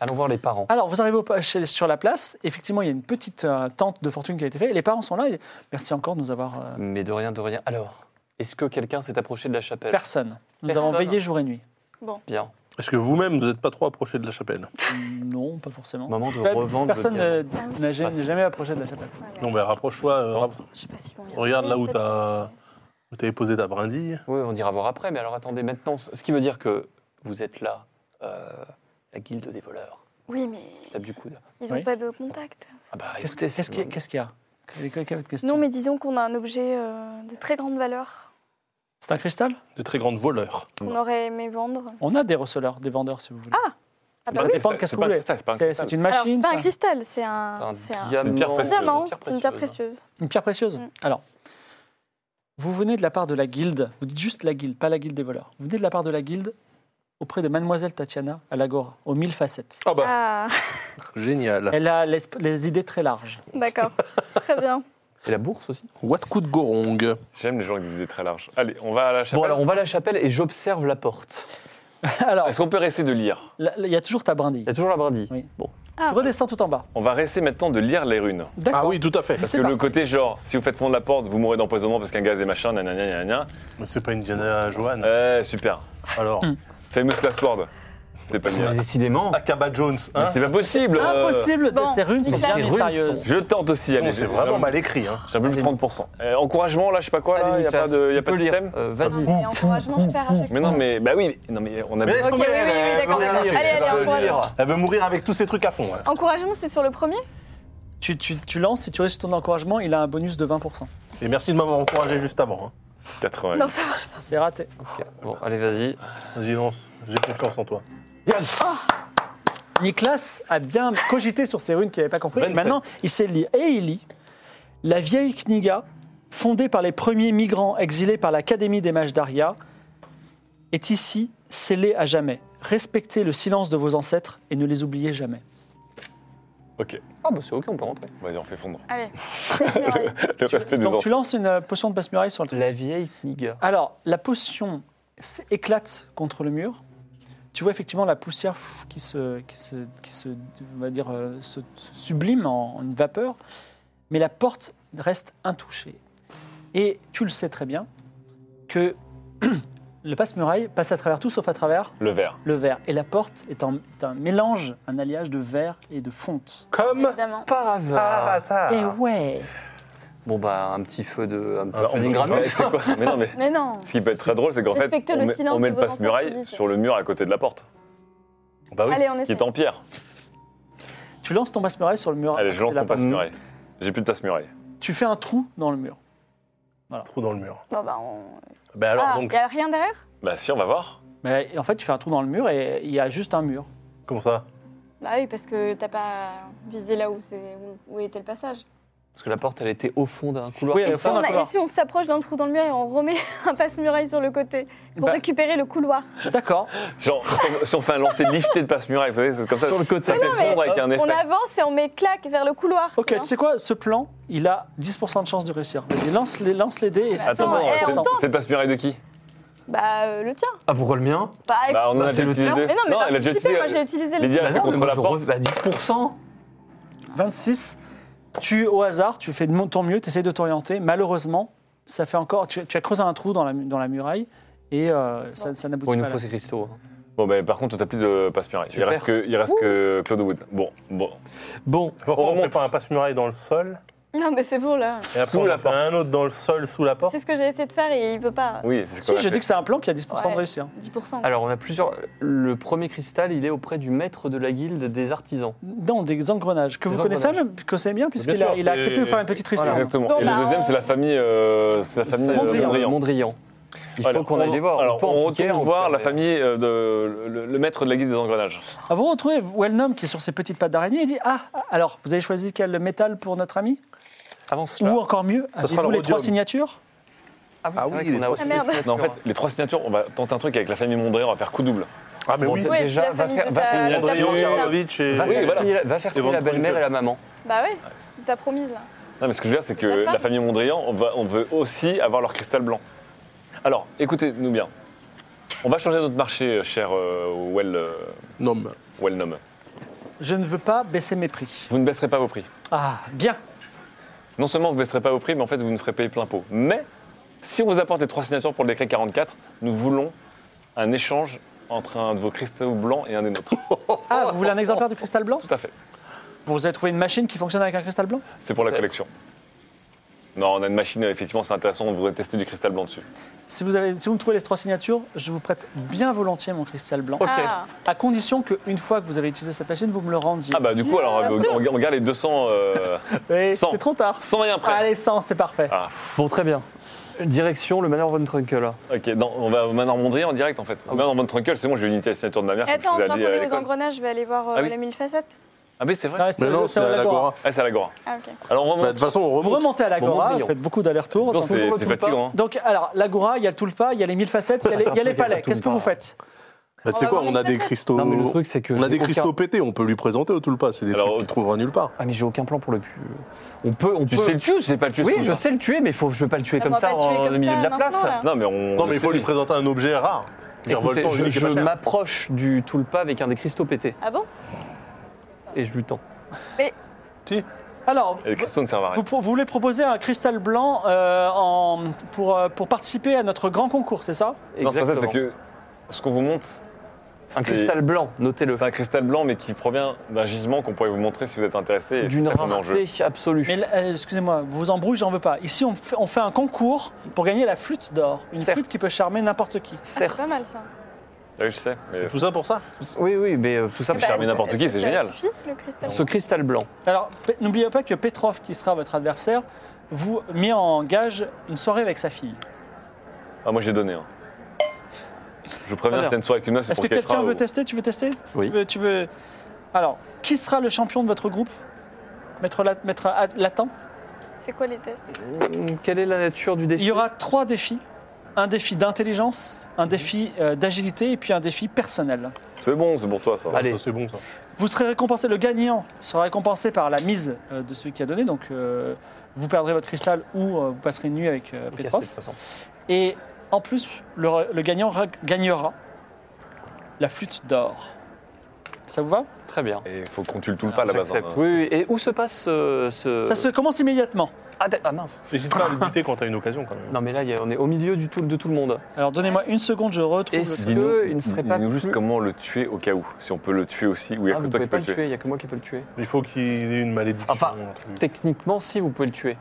S6: Allons voir les parents.
S3: Alors, vous arrivez au pa- chez- sur la place. Effectivement, il y a une petite euh, tente de fortune qui a été faite. Et les parents sont là. Ils- Merci encore de nous avoir. euh,
S6: Mais de rien, de rien. Alors, est-ce que quelqu'un s'est approché de la chapelle
S3: Personne. Nous
S6: Euh, Personne.
S3: avons veillé jour et nuit.
S6: Bien.
S5: Est-ce que vous-même, vous n'êtes pas trop approché de la chapelle
S3: non, pas forcément.
S6: Moment de
S3: Pas-
S6: revendre.
S3: Personne
S6: le diamant.
S3: ne- n'a jamais,
S6: Passe.
S3: n'est jamais approché de la chapelle.
S5: Non, ben rapproche-toi. euh,
S4: Attends.
S5: rapp-
S7: Je sais pas si bon.
S5: Regarde là où t'as- où t'avais posé ta brindille.
S6: Oui, on ira voir après. Mais alors, attendez, maintenant, ce ce qui veut dire que vous êtes là, euh, la guilde des voleurs.
S7: Oui, mais
S6: Tape du coude.
S7: ils ont
S3: Oui.
S7: pas de contact.
S6: Ah bah,
S3: Qu'est-ce que-
S6: écoutez,
S3: qu'est-ce qui- qu'est-ce qu'il y a Quelle quelle est votre question
S7: Non, mais disons qu'on a un objet euh, de très grande valeur
S3: C'est un cristal
S5: De très grandes voleurs.
S7: qu'on aurait aimé vendre.
S3: On a des receleurs, des vendeurs, si vous voulez.
S7: Ah, Ah bah
S3: Ça
S7: oui.
S3: dépend de
S4: C'est
S3: qu'est-ce que
S4: pas
S3: vous
S4: un
S3: voulez.
S4: cristal, c'est pas un
S3: C'est-
S4: cristal.
S3: C'est une
S7: Alors,
S3: machine,
S7: c'est pas un
S3: ça.
S7: cristal, c'est
S6: C'est un
S7: un, c'est un
S6: diamant.
S4: pierre précieuse.
S7: diamant, c'est une pierre précieuse.
S3: une pierre précieuse.
S7: Mm.
S3: Alors, vous venez de la part de la guilde. Vous dites juste la guilde, pas la guilde des voleurs. Vous venez de la part de la guilde auprès de Mademoiselle Tatiana à l'Agora, aux mille facettes.
S5: Ah bah,
S7: Ah,
S5: génial.
S3: Elle a les, les idées très larges.
S7: d'accord. Très bien.
S6: Et la bourse aussi.
S5: What coup de gorong
S4: J'aime les gens qui des idées très larges. Allez, on va à la chapelle.
S6: Bon, alors, on va à la chapelle et j'observe la porte.
S3: Alors,
S4: Est-ce qu'on peut essayer de lire
S3: là, là, il y a toujours ta brindille.
S6: Il y a toujours la brindille.
S3: Oui.
S6: Bon.
S7: Ah.
S3: Tu redescends tout en bas.
S4: On va essayer maintenant de lire les runes.
S3: D'accord.
S5: Ah oui, tout à fait.
S4: Parce
S3: C'est
S4: que le
S3: parti.
S4: côté genre, si vous faites fondre la porte, vous mourrez d'empoisonnement parce qu'un gaz est machin, nanana, nanana.
S5: Mais c'est pas une Diana Joanne.
S4: Eh, super.
S5: Alors,
S4: Famous Last Word. C'est pas
S6: Mais
S4: bien.
S6: décidément.
S5: Akaba Jones,
S4: Mais
S5: hein
S4: C'est pas possible. euh.
S3: Impossible
S7: Bon.
S3: Ces runes sont
S7: Mais
S3: bien
S6: ces runes sont-
S3: mystérieuses.
S4: Je tente aussi. Allez,
S5: Non, c'est vraiment mal écrit. Hein.
S4: J'ai un peu plus de 30%. Euh, encouragement, là, je sais pas quoi, là, il
S6: Allez,
S4: n'y a pas
S6: Nicolas,
S4: de, y a
S6: tu
S4: pas de
S6: peux lire.
S4: système.
S6: Euh,
S7: Non,
S6: Vas-y.
S7: mais encouragement, je perds à chaque
S4: Mais
S7: fois.
S4: non, mais, bah oui, mais- non, mais on a
S5: Mais laisse
S7: Ok, oui,
S5: tomber,
S7: oui,
S5: elle,
S7: oui,
S5: elle
S7: d'accord,
S5: veut rien
S7: d'accord.
S5: lire.
S7: Allez, allez,
S5: Elle veut
S7: encouragement.
S5: lire. Elle veut mourir avec tous ces trucs à fond. hein.
S7: Encouragement, c'est sur le premier
S3: Tu, tu- tu lances, si tu réussis ton encouragement, il a un bonus de 20%.
S5: Et merci de m'avoir encouragé juste avant. hein.
S4: 80.
S7: Non, ça marche
S3: C'est raté.
S6: Ok. Bon, allez, vas-y.
S5: Vas-y, lance. J'ai confiance en toi.
S3: Ah. Nicolas a bien cogité sur ces runes qu'il n'avait pas compris.
S5: 27.
S3: Maintenant, il sait lire. Et il lit la vieille Kniga, fondée par les premiers migrants exilés par l'Académie des mages d'Aria, est ici scellée à jamais. Respectez le silence de vos ancêtres et ne les oubliez jamais.
S4: Ok,
S6: Ah bah c'est ok, on peut rentrer.
S4: vas-y, on fait fondre.
S7: Allez. Passe-muraille.
S4: Le respect des
S3: Donc
S4: enfants.
S3: tu lances une euh, potion de passe-muraille sur le truc.
S6: La vieille Niga.
S3: Alors, la potion s- éclate contre le mur. Tu vois effectivement la poussière pff, qui se, qui se, qui se, on va dire, euh, se- se sublime en, en une vapeur. Mais la porte reste intouchée. Et tu le sais très bien que le passe-muraille passe à travers tout sauf à travers
S4: Le verre.
S3: le verre. Et la porte est un, est un mélange, un alliage de verre et de fonte.
S5: Comme
S7: Évidemment.
S6: Par
S5: par
S6: hasard.
S5: hasard.
S3: Eh ouais
S6: Bon bah un petit feu de un petit
S4: Bah,
S6: feu
S4: on-
S6: d'Ingramus.
S4: mais c'est quoi Mais non, mais
S7: Mais non.
S4: ce qui peut être très drôle, c'est qu'en fait,
S7: Respectez
S4: on
S7: le
S4: met,
S7: silence
S4: on met
S7: de
S4: le
S7: vos
S4: passe-muraille
S7: enfants,
S4: sur le mur à côté de la porte. Bah
S5: Ah
S4: oui,
S7: Allez, en
S4: qui
S7: effet.
S4: est en pierre.
S3: Tu lances ton passe-muraille sur le
S7: Ah.
S3: mur.
S4: Allez, je lance
S3: et la
S4: mon
S3: porte.
S4: passe-muraille. J'ai plus de passe-muraille.
S3: Tu fais un trou dans le mur.
S5: Trou dans le mur.
S7: Bon, bah, on...
S5: Ben alors,
S7: Ah,
S5: donc,
S7: y a rien derrière
S4: Bah si, on va voir.
S3: Mais en fait, tu fais un trou dans le mur et il y a juste un mur.
S5: comment ça
S7: Bah oui, parce que t'as pas visé là où, c'est- où- où était le passage.
S6: Parce que la porte elle était au fond d'un couloir.
S3: Oui, elle est
S7: Et
S3: au
S7: si,
S3: fond
S7: on
S3: d'un
S7: a- et
S3: couloir.
S7: si on s'approche d'un trou dans le mur et on remet un passe-muraille sur le côté pour
S3: Bah,
S7: récupérer le couloir
S3: D'accord.
S4: Genre, si on- si on fait un lancer lifté de passe-muraille, vous savez, c'est comme ça.
S6: Sur le côté. Ah
S4: Ça fait
S7: non, mais
S4: fondre avec un
S7: On
S4: effet.
S7: avance et on met claque vers le couloir.
S3: Ok,
S7: tu vois.
S3: tu sais quoi Ce plan, il a 10% de chance de réussir. Vas-y, lance les, lance les dés et c'est
S4: Attends,
S7: Attends, eh,
S4: c'est-
S7: on tente.
S4: c'est le passe-muraille de qui
S7: Bah euh, le tien.
S6: Ah pourquoi le mien
S7: Bah, écoute-
S4: Bah on en a déjà
S6: c'est le
S4: utilisé
S6: tien.
S4: deux.
S7: mais non, mais
S4: Non, elle a déjà
S7: participer,
S4: utilisé.
S7: moi j'ai utilisé le
S4: Lydia,
S7: tien.
S4: elle fait contre la porte.
S6: Bah 10%.
S3: 26. Tu, au hasard, tu fais de mon- ton mieux, tu essaies de t'orienter. Malheureusement, ça fait encore. Tu, tu as creusé un trou dans la, mu- dans la muraille et euh, ça, ça n'aboutit
S6: Bon, il nous
S3: pas. là.
S6: faut ces cristaux. hein.
S4: Bon, bah par contre, t'as plus de passe-muraille. Il
S6: Super.
S4: reste que, il reste que Claude Wood. Bon, bon.
S6: Bon,
S5: Pourquoi
S4: On
S5: on,
S4: remonte.
S5: fait pas un passe-muraille dans le sol
S7: Non mais c'est bon là.
S5: et après
S4: Sous
S5: on
S4: la
S5: en fait
S4: porte.
S5: un autre dans le sol sous la porte
S7: C'est ce que j'ai essayé de faire et il veut pas. euh,
S4: Oui, c'est ce qu'on
S3: Si,
S4: a
S3: j'ai
S4: fait.
S3: dit que c'est un plan qui a 10%
S7: Ouais.
S3: de réussir.
S7: 10%.
S6: alors on a plusieurs. Le premier cristal, il est auprès du maître de la guilde des artisans.
S3: Dans des engrenages que
S6: Des
S3: vous connaissez
S6: engrenages.
S3: même, que c'est bien, puisqu'il
S5: sûr,
S3: a, il a
S5: c'est-
S3: accepté de faire une petite
S4: Voilà,
S3: ristourne.
S4: Exactement.
S7: Bon,
S4: Et
S7: bah,
S4: le deuxième,
S7: on-
S4: c'est la famille, euh, c'est la famille euh,
S3: Mondrian.
S4: Mondrian.
S6: Mondrian. Il
S4: Alors,
S6: faut qu'on aille les voir.
S4: Alors,
S6: peut en
S4: on
S6: piquer,
S4: retourne
S6: peut
S4: voir
S6: en
S4: la
S6: faire.
S4: famille euh, de le, le maître de la guide des engrenages.
S3: Ah, vous retrouvez Wellnum qui est sur ses petites pattes d'araignée et dit Ah, alors, vous avez choisi quel métal pour notre ami
S6: Avance.
S4: Ah,
S3: Ou encore mieux, avez-vous
S5: sera le
S3: les trois
S5: rhodium.
S3: signatures
S5: Ah oui, les trois
S7: Ah, merde.
S4: Non, en fait, les trois signatures, on va tenter un truc avec la famille Mondrian, on va faire coup double.
S5: Ah mais oui,
S7: Ouais, c'est
S6: déjà,
S7: la
S6: va
S7: famille
S6: faire-
S7: de
S6: va
S7: ta- de
S6: faire
S7: ta
S4: Mondrian,
S7: famille, là.
S5: Bah, Karlovitch et...
S6: Va
S4: Oui,
S6: faire
S4: voilà.
S6: signer la- va faire
S5: Et
S6: signer la
S5: Ventronique.
S6: belle-mère et la maman.
S7: Bah ouais, il t'a promis là.
S4: Non, mais ce que je veux dire, c'est que
S7: La femme.
S4: la famille Mondrian, on, va- on veut aussi avoir leur cristal blanc. Alors, écoutez-nous bien. On va changer notre marché, euh, cher euh, Well, euh,
S5: Non, mais-
S4: Wellnum.
S3: Je ne veux pas baisser mes prix.
S4: Vous ne baisserez pas vos prix.
S3: Ah, bien.
S4: Non seulement vous ne baisserez pas vos prix, mais en fait, vous nous ferez payer plein pot. Mais si on vous apporte les trois signatures pour le décret 44, nous voulons un échange entre un de vos cristaux blancs et un des nôtres.
S3: Ah,
S4: Oh,
S3: vous voulez un exemplaire de cristal blanc
S4: Tout à fait.
S3: Vous avez trouvé une machine qui fonctionne avec un cristal blanc
S4: C'est pour la
S6: Peut-être.
S4: collection. Non, on a une machine, effectivement, c'est intéressant, on voudrait tester du cristal blanc dessus.
S3: si vous, avez, si vous me trouvez les trois signatures, je vous prête bien volontiers mon cristal blanc.
S6: Ok.
S7: Ah,
S3: À condition qu'une fois que vous avez utilisé cette machine, vous me le rendiez.
S4: Ah bah du coup, alors
S7: Bien
S4: on,
S7: sûr.
S4: on- on garde les 200 euh,
S3: Oui,
S4: cent.
S3: c'est trop tard.
S4: sans rien près.
S3: Allez, 100, c'est parfait.
S4: Ah,
S6: Bon, très bien. Direction le manoir Von Trunkel.
S4: ok, non, on va au Manoir Mondrian en direct en fait. Au Manoir Mondrian, c'est bon, j'ai une signature de ma mère.
S7: Et
S4: comme je
S7: Ah Attends,
S4: vous ai
S7: tant qu'on
S4: dit à
S7: est aux
S4: l'école.
S7: engrenages, je vais aller voir euh,
S4: Ah oui.
S7: les mille facettes.
S4: Ah mais c'est vrai.
S3: Ouais, c'est-
S5: Mais non,
S3: c'est
S5: c'est
S3: à
S5: à l'agora.
S4: Ah, c'est à l'Agora.
S7: Ah ok.
S4: Alors on
S5: Bah, De
S4: remonte.
S5: toute façon, on
S3: Vous
S5: remonte.
S3: remontez à l'Agora,
S6: Mondrian.
S3: vous faites beaucoup d'allers-retours.
S4: Non,
S3: Donc,
S4: c'est
S6: toujours le
S4: c'est
S6: tout pas.
S4: fatigant. hein.
S3: donc, alors, l'Agora, il y a le Toulpa, il y a les mille facettes, il y a les, il y a les palais. Qu'est-ce que vous faites
S5: Bah, tu sais
S7: On
S5: quoi,
S7: va
S5: on a
S7: remonter.
S5: des cristaux...
S6: Non, mais le truc, c'est que.
S5: On a
S6: j'ai
S5: des
S6: aucun-
S5: cristaux pétés, on peut lui présenter au tout le pas, c'est des
S4: Alors,
S5: trucs qu'il trouvera nulle part.
S6: Ah, mais j'ai aucun plan pour le. pu- On peut. On
S4: Tu
S6: peut...
S4: sais le tuer ou tu sais pas le tuer ce
S6: Oui,
S4: truc-là
S6: je sais le tuer, mais faut, je veux pas le tuer
S7: Ah,
S6: comme
S7: on va
S6: ça
S7: pas le tuer
S6: en- au
S7: comme
S6: milieu
S7: ça,
S6: de la
S7: maintenant,
S6: place.
S7: là.
S4: Non mais on.
S5: Non, mais il faut
S4: c'est-
S5: lui présenter un objet rare.
S6: Écoutez,
S5: Virevoltant,
S6: je,
S5: c'est
S6: je
S5: pas cher.
S6: m'approche du tulpa avec un des cristaux pétés
S7: Ah bon
S6: et je lui tends.
S3: Alors,
S4: Et Les cristaux ne servent à
S3: Vous,
S4: rien.
S3: pro- vous voulez proposer un cristal blanc euh, en- pour, euh, pour participer à notre grand concours, c'est ça
S4: Non, c'est pas ça, c'est
S6: Exactement.
S4: que ce qu'on vous montre.
S6: Un
S4: c'est-
S6: cristal blanc, notez-le.
S4: C'est un cristal blanc, mais qui provient d'un gisement qu'on pourrait vous montrer si vous êtes intéressé. et c'est
S6: D'une
S4: ça qu'on met en jeu.
S6: rareté absolue.
S3: Mais là, euh, excusez-moi, vous vous embrouillez, j'en veux pas. Ici, on fait, on fait un concours pour gagner la flûte d'or. Une
S6: Certes.
S3: flûte qui peut charmer n'importe qui.
S7: Ah, C'est
S6: Certes.
S7: pas mal ça.
S4: Ah Oui, je sais. Mais
S5: C'est tout ça pour ça
S6: Oui, oui, mais euh, tout ça
S7: Eh
S6: pour
S7: ben,
S4: charmer
S7: ça-
S4: n'importe qui, c'est
S7: ça
S4: génial.
S7: suffit, le cristal.
S6: Ce cristal blanc.
S3: Alors, pe- n'oubliez pas que Petrov, qui sera votre adversaire, vous met en gage une soirée avec sa fille.
S4: ah, moi j'ai donné. hein. Je vous préviens,
S3: Alors,
S4: c'est une soirée avec une meuf, c'est
S3: Est-ce
S4: pour
S3: que quelqu'un
S4: Ketra
S3: veut
S4: ou-
S3: tester Tu veux tester
S6: Oui.
S3: Tu veux, tu veux- Alors, qui sera le champion de votre groupe Maître, La- Maître A- Latin
S7: C'est quoi les tests
S6: Hum, Quelle est la nature du
S3: Il
S6: défi
S3: y aura trois défis. Un défi
S6: Mhm.
S3: d'intelligence, un défi euh, d'agilité et puis un défi personnel.
S4: C'est bon, c'est pour toi ça.
S6: Allez.
S5: Ça, C'est bon ça.
S3: Vous serez récompensé, le gagnant sera récompensé par la mise euh, de celui qui a donné, donc euh, vous perdrez votre cristal ou euh, vous passerez une nuit avec euh,
S6: Il casse de
S3: Petrov.
S6: toute façon.
S3: Et en plus, le, le gagnant ra- gagnera la flûte d'or. Ça vous va
S6: Très bien.
S4: Et il faut qu'on tue le tout
S6: Ah,
S4: le pas là-bas.
S6: J'accepte.
S4: hein.
S6: Oui, oui. Et où se passe euh, ce.
S3: Ça se commence immédiatement.
S6: Ah, d'ac- ah, mince.
S5: N'hésite pas à le buter quand t'as une occasion quand même.
S6: Non, mais là, il y a- on est au milieu du tout, de tout le monde.
S3: Alors donnez-moi une seconde, je retrouve
S6: Et
S3: le
S6: si-
S3: truc.
S4: Dis-nous
S6: il ne serait pas
S4: dis-nous juste
S6: plus-
S4: comment le tuer au cas où. Si on peut le tuer aussi, ou il n'y a
S6: Ah,
S4: que
S6: vous
S4: toi qui
S6: pouvez
S4: peux
S6: pas
S4: le
S6: le
S4: tuer.
S6: tuer, il n'y a que moi qui peux le tuer.
S5: Il faut qu'il ait une malédiction.
S6: Enfin,
S5: un truc.
S6: Techniquement, si vous pouvez le tuer.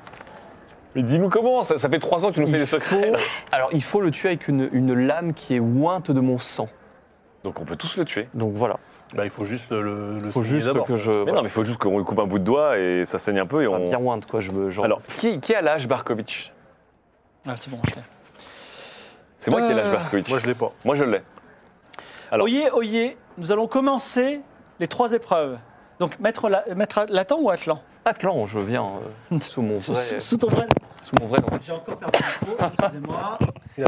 S4: Mais dis-nous comment ça, ça fait trois ans que tu nous fais des secrets. là.
S6: Alors, il faut le tuer avec une, une lame qui est ointe de mon sang.
S4: Donc on peut tous le tuer.
S6: Donc voilà.
S5: Bah, il faut juste le, le
S6: Il faut
S5: soigner
S6: juste
S5: d'abord.
S6: que je.
S4: Mais non, mais il faut juste qu'on lui coupe un bout de doigt et ça saigne un peu et
S6: Enfin,
S4: on.
S6: bien ointe, quoi. Je me, genre-
S4: Alors, qui, qui a l'âge Barkovitch
S3: Ah, c'est bon, je l'ai.
S4: C'est moi qui ai l'âge
S3: Euh,
S4: Barkovitch.
S5: Moi je l'ai pas.
S4: Moi je l'ai. Alors-
S3: Oyez, oyez, nous allons commencer les trois épreuves. Donc mettre, la, mettre Latan ou Atlan
S6: Atlan, je viens euh, sous mon
S3: Sous-
S6: vrai,
S3: sous, sous ton vrai.
S6: sous mon vrai nom.
S9: J'ai encore perdu le micro, excusez-moi.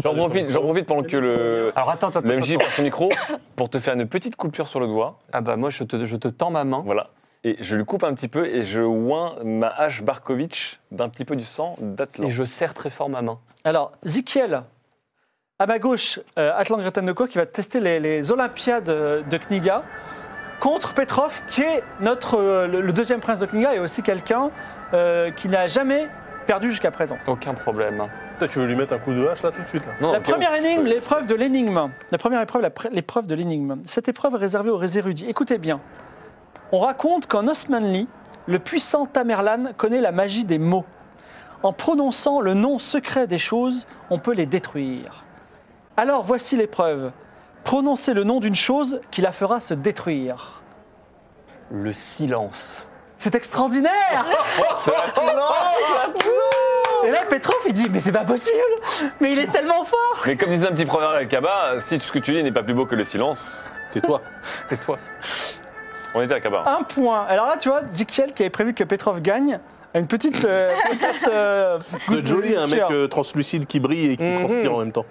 S4: J'en profite, j'en profite pendant que le.
S6: Alors attends, attends,
S4: Le
S6: attends,
S4: MJ
S6: attends.
S4: prend son micro pour te faire une petite coupure sur le doigt.
S6: Ah bah moi je te, je te tends ma main.
S4: Voilà. Et je lui coupe un petit peu et je oins ma hache Barkovitch d'un petit peu du sang d'Atlan.
S6: Et je serre très fort ma main.
S3: Alors, Zikiel, à ma gauche, euh, Atlan Gretanoko qui va tester les, les Olympiades de, de Kniga contre Petrov qui est notre, euh, le, le deuxième prince de Kniga et aussi quelqu'un euh, qui n'a jamais perdu jusqu'à présent.
S6: Aucun problème.
S5: Putain, tu veux lui mettre un coup de hache là tout de suite là.
S6: Non,
S3: La
S6: au cas où.
S3: première énigme, l'épreuve de l'énigme. La première épreuve, la pré- l'épreuve de l'énigme. Cette épreuve est réservée aux érudits. Écoutez bien. On raconte qu'en Osmanli, le puissant Tamerlan connaît la magie des mots. En prononçant le nom secret des choses, on peut les détruire. Alors voici l'épreuve. Prononcez le nom d'une chose qui la fera se détruire.
S6: Le silence.
S3: C'est extraordinaire Et là, Petrov, il dit, mais c'est pas possible Mais il est tellement fort
S4: Mais comme disait un petit proverbe d'Akaba, si ce que tu dis n'est pas plus beau que le silence,
S5: Tais-toi.
S6: Tais-toi.
S4: on était à Akaba.
S3: Un point. Alors là, tu vois, Zikiel, qui avait prévu que Petrov gagne, a une petite... euh, petite euh,
S5: De joli, un mec
S3: sueur.
S5: euh, translucide qui brille et qui
S6: Mhm.
S5: transpire en même temps.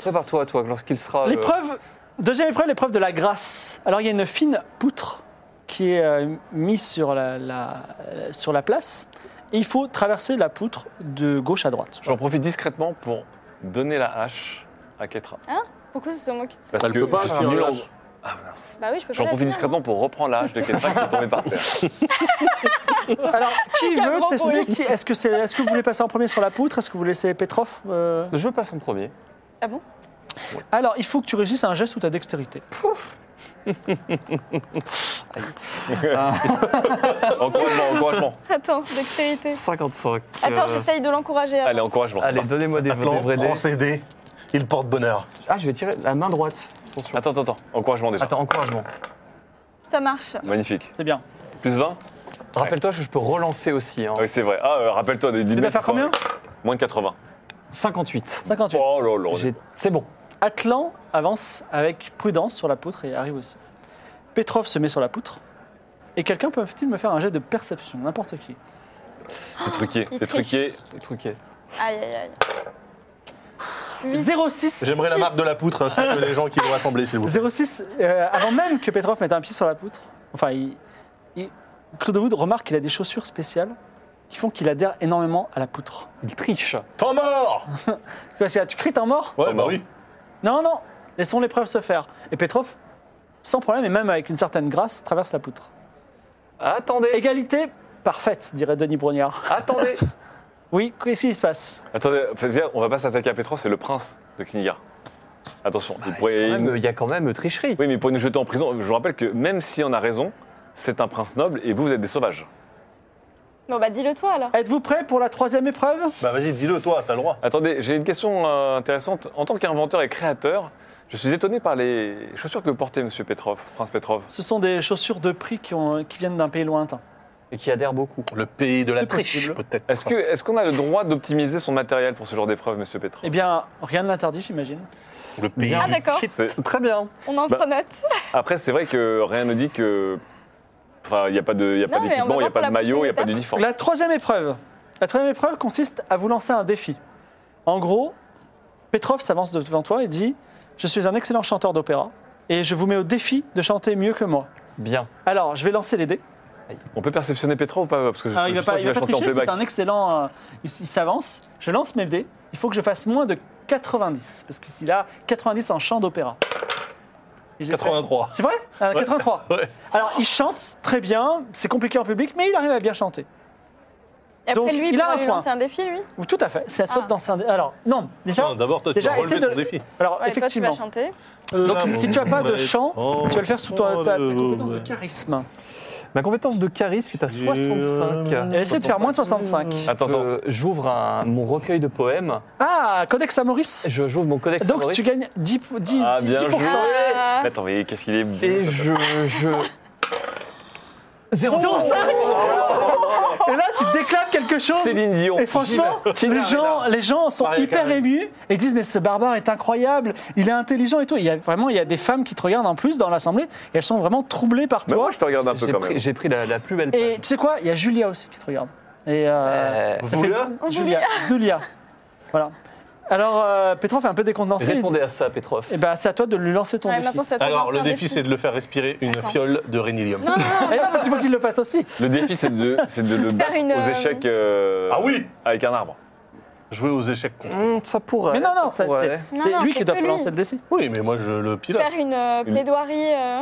S6: Prépare-toi à toi lorsqu'il sera. euh,
S3: L'épreuve, deuxième épreuve, l'épreuve de la grâce. Alors il y a une fine poutre qui est euh, mise sur la, la- euh, sur la place. Et il faut traverser la poutre de gauche à droite.
S4: J'en profite discrètement pour donner la hache à Ketra.
S7: Pourquoi ce soit moi qui te
S4: Parce
S5: Elle
S4: que
S5: peut pas
S4: je suis
S5: faire
S4: nul
S5: la
S4: en-
S5: hache.
S4: Ah, mince.
S7: Bah oui, je peux pas.
S4: J'en profite
S7: la faire, moi.
S4: discrètement pour reprendre la hache de Ketra qui est tombée par terre.
S3: Alors qui
S7: Quel
S3: veut
S7: grand
S3: tester
S7: bruit.
S3: qui- Est-ce que, c'est, est-ce que vous voulez passer en premier sur la poutre Est-ce que vous laissez Petrov euh,
S6: Je passe en premier.
S7: Ah bon
S3: Alors il faut que tu réussisses un geste ou ta dextérité.
S4: encouragement, encouragement.
S7: Attends, dextérité.
S6: 55.
S7: Attends,
S6: euh,
S7: j'essaye de l'encourager. hein. avant.
S4: Allez, encouragement.
S6: Allez, donnez-moi des, des vrais dés.
S8: procédé, il porte bonheur.
S6: Ah, je vais tirer la main droite. Attention.
S4: Attends, attends, attends. Encouragement déjà.
S6: Attends, encouragement.
S7: Ça marche.
S4: Magnifique.
S3: C'est bien.
S4: Plus 20
S6: Rappelle-toi que je peux relancer aussi. hein.
S4: Ah Oui, c'est vrai. Ah, euh, rappelle-toi de
S3: Tu
S4: de-
S3: vas faire combien Ah,
S4: Moins de 80.
S6: 58.
S3: 58.
S4: Oh là là.
S6: J'ai- C'est bon.
S3: Atlan avance avec prudence sur la poutre et arrive aussi. Petrov se met sur la poutre. Et quelqu'un peut-il me faire un jet de perception N'importe qui.
S4: C'est truqué.
S7: il
S4: C'est
S7: triche.
S4: truqué.
S6: C'est truqué.
S7: Aïe, aïe, aïe. Oui.
S3: 06
S5: J'aimerais la marque de la poutre ainsi que les gens qui l'ont assemblée s'il vous plaît.
S3: 06, euh, avant même que Petrov mette un pied sur la poutre, enfin, il, il- Claude Wood remarque qu'il a des chaussures spéciales qui font qu'il adhère énormément à la poutre.
S6: Il triche.
S5: Temps mort
S3: Quoi, c'est- ah, Tu cries en mort
S5: Ouais,
S4: Temps
S5: bah
S4: mort.
S5: oui.
S3: Non, non, laissons l'épreuve se faire. Et Petrov, sans problème et même avec une certaine grâce, traverse la poutre.
S6: Attendez.
S3: Égalité parfaite, dirait Denis Brognard.
S6: Attendez.
S3: Oui, qu'est-ce qui se passe
S4: Attendez, faites gaffe, on va pas s'attaquer à Petro, c'est le prince de Kniga. Attention,
S3: Ah,
S4: il pourrait.
S6: Quand
S3: euh,
S6: même, Il y a quand même tricherie.
S4: Oui, mais il pourrait nous jeter en prison. Je vous rappelle que même si on a raison, c'est un prince noble et vous, vous êtes des sauvages.
S7: Bon, bah dis-le toi alors.
S3: Êtes-vous prêt pour la troisième épreuve
S5: Bah vas-y, dis-le toi, t'as le droit.
S4: Attendez, j'ai une question euh, intéressante. En tant qu'inventeur et créateur, je suis étonné par les chaussures que portait Monsieur Petrov, Prince Petrov.
S3: Ce sont des chaussures de prix qui, ont- qui viennent d'un pays lointain.
S6: Et qui adhère beaucoup.
S4: Ah,
S5: Le pays de la
S3: C'est
S5: triche,
S3: possible.
S5: peut-être.
S4: Est-ce que- est-ce qu'on a le droit d'optimiser son matériel pour ce genre d'épreuve, Monsieur Petrov
S3: Eh bien, rien ne l'interdit, j'imagine.
S5: Le pays
S7: Ah
S5: du-
S7: d'accord,
S4: C'est-
S6: Très bien.
S7: on en
S4: Bah,
S7: prend note.
S4: Après, c'est vrai que rien ne dit que. Enfin, il n'y a pas de- il y a pas
S7: Non, mais
S4: d'équipement, il
S7: on va
S4: n'y a
S7: voir pour
S4: pas de
S7: la
S4: maillot, il n'y a
S7: prochaine
S4: pas d'uniforme.
S3: La troisième épreuve. La troisième épreuve consiste à vous lancer un défi. En gros, Petrov s'avance devant toi et dit Je suis un excellent chanteur d'opéra et je vous mets au défi de chanter mieux que moi.
S6: Bien.
S3: Alors, je vais lancer les dés.
S4: On peut perceptionner Petra ou pas Parce que je,
S3: Alors, il
S4: je
S3: va
S4: sens
S3: pas, il
S4: qu'il
S3: va pas
S4: chanter en
S3: tricher, c'est
S4: playback.
S3: un excellent. euh, il s- il s'avance. Je lance mes dés. Il faut que je fasse moins de 90, parce qu'il a 90 en chant d'opéra. Et j'ai fait-
S8: 83.
S3: C'est vrai Ah, 83.
S8: Ouais.
S3: Alors, il chante très bien, c'est compliqué en public, mais il arrive à bien chanter.
S7: Et après,
S3: Donc,
S7: lui, il
S3: il a
S7: pourra
S3: un
S7: lui
S3: point.
S7: lancer un défi, lui.
S3: Ou Tout à fait, c'est à toi
S7: Ah.
S3: de danser un dé- Alors, non, déjà,
S8: Non, D'abord, toi, tu
S3: déjà
S8: vas relever
S3: essaie de.
S8: ton défi.
S3: Alors,
S7: Ouais, toi, tu
S3: effectivement.
S7: vas chanter.
S3: Donc, si tu n'as pas de chant,
S8: Oh,
S3: tu vas le faire sous ta, ta- ta
S8: oh,
S3: compétence de
S8: ouais.
S3: charisme.
S6: Ma compétence de charisme est à 65.
S3: Et essaie de faire moins de 65.
S4: Attends, attends.
S6: Euh, J'ouvre un- mon recueil de poèmes.
S3: Ah, Codex Amoris
S6: Je- J'ouvre mon codex.
S3: Donc,
S6: Amoris.
S3: tu gagnes 10, 10,
S4: Ah, bien
S3: 10%.
S4: joué.
S7: Ah.
S4: Attends, mais qu'est-ce qu'il est bon,
S6: Et
S4: ça.
S6: je. je...
S3: 0,5 Et là, tu déclames quelque chose.
S4: Céline Dion.
S3: Et franchement, les gens, les gens sont
S8: Maria
S3: hyper
S8: Carey.
S3: émus et disent mais ce barbare est incroyable, il est intelligent et tout. Il y a vraiment il y a des femmes qui te regardent en plus dans l'assemblée et elles sont vraiment troublées par
S4: Mais
S3: toi.
S4: moi, je te regarde un peu
S6: J'ai
S4: quand même.
S6: pris, j'ai pris la, la plus belle
S3: Et
S6: page.
S3: tu sais quoi, il y a Julia aussi qui te regarde. Et euh,
S6: Euh,
S3: ça
S5: Julia
S3: fait- Julia, Julia. voilà. Alors euh, Petrov fait un peu décondensé.
S6: répondez à ça, Petrov.
S3: Et ben c'est à toi de lui lancer ton
S7: Ouais,
S3: défi.
S7: maintenant, c'est à toi de
S5: Alors,
S7: lancer
S5: le
S7: un
S5: défi, c'est de le faire respirer une
S7: Attends.
S5: fiole de rhénilium.
S7: Non, non, non,
S3: Et non, parce qu'il faut qu'il le fasse aussi.
S4: Le défi, c'est de, c'est de le battre
S7: une,
S4: aux
S7: euh,
S4: échecs euh,
S5: Ah oui
S4: avec un arbre.
S5: Jouer aux échecs contre.
S3: Mm.
S6: Hum, ça pourrait.
S3: Mais non, non,
S6: ça
S3: ça-
S6: pourrait.
S3: c'est
S7: Non,
S3: c'est
S7: non,
S3: lui
S7: c'est
S3: qui doit
S7: que lui.
S3: lancer le défi.
S5: Oui, mais moi, je le pilote.
S7: faire une euh, plaidoirie. euh,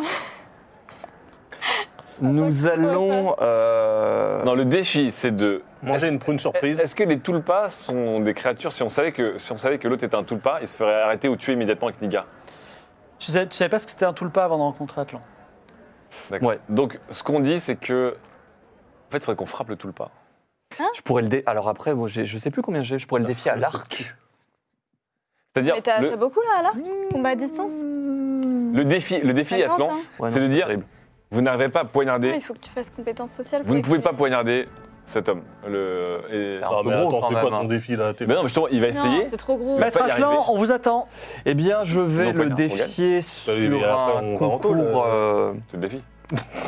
S6: Nous allons. euh,
S4: Non, le défi, c'est de.
S5: Manger une prune
S3: Euh,
S5: surprise.
S4: Est-ce que les tulpas sont des créatures Si on savait que, si on savait que l'autre était un tulpa, il se ferait arrêter ou tuer immédiatement avec Niga.
S3: Tu savais, tu savais pas ce que c'était un tout le pas avant de rencontrer Atlan.
S4: D'accord.
S6: Ouais.
S4: Donc, ce qu'on dit, c'est que. En fait, il faudrait qu'on frappe le tulpa.
S6: Je pourrais le dé. Alors après, moi, j'ai- je sais plus combien j'ai. Je pourrais le défier à l'arc.
S4: C'est-à-dire,
S7: Mais t'as
S4: le,
S7: t'as beaucoup là,
S3: Mmh.
S7: là Combat à distance
S4: le défi, le défi
S7: 50,
S4: Atlan,
S7: hein.
S6: Ouais,
S4: c'est
S6: non,
S4: de dire
S6: terrible.
S4: vous n'arrivez pas à
S7: Non,
S4: poignarder,
S7: Il faut que tu fasses compétence sociale.
S4: vous ne pouvez pas
S7: pour.
S4: poignarder cet homme. Le, et-
S3: euh,
S6: C'est
S5: Non,
S6: un peu
S5: Ah, mais
S6: gros
S5: attends,
S6: quand
S5: c'est
S6: même,
S5: quoi
S6: hein.
S5: ton défi là T'es-
S4: Mais ben non, mais justement, il va
S7: Non,
S4: essayer.
S7: c'est trop gros.
S4: Bah,
S3: Maître
S4: pas y arriver.
S3: Atlan, on vous attend.
S6: Eh bien, je vais
S4: Non, pas
S6: le
S4: bien, on
S6: défier
S5: Bah oui, mais
S6: sur
S5: après,
S6: un
S5: on va en call,
S6: concours euh,
S4: C'est le défi.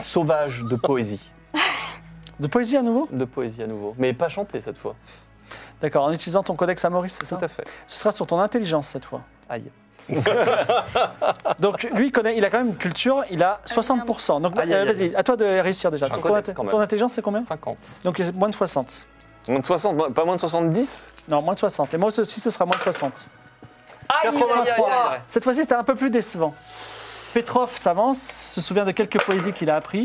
S6: sauvage de poésie.
S3: De poésie à nouveau
S6: De poésie à nouveau. Mais pas chanté cette fois.
S3: D'accord, en utilisant ton codex Amoris, c'est ça
S6: Tout à fait.
S3: Ce sera sur ton intelligence cette fois.
S6: Aïe.
S3: Donc lui, il, connaît, il a quand même une culture, il
S6: Ah,
S3: a 60%. Donc
S6: Aïe, aïe,
S3: euh,
S6: aïe.
S3: vas-y, à toi de réussir déjà.
S6: J'ai un
S3: Ton,
S6: codex,
S3: ton
S6: quand même.
S3: ton intelligence, c'est combien
S6: 50.
S3: Donc euh, moins de 60.
S4: Moins de 60, moins- pas moins de 70
S3: Non, moins de 60. Et moi aussi, ce sera moins de 60.
S6: Aïe,
S3: 83. Cette fois-ci, c'était un peu plus décevant. Petrov s'avance, se souvient de quelques poésies qu'il a appris.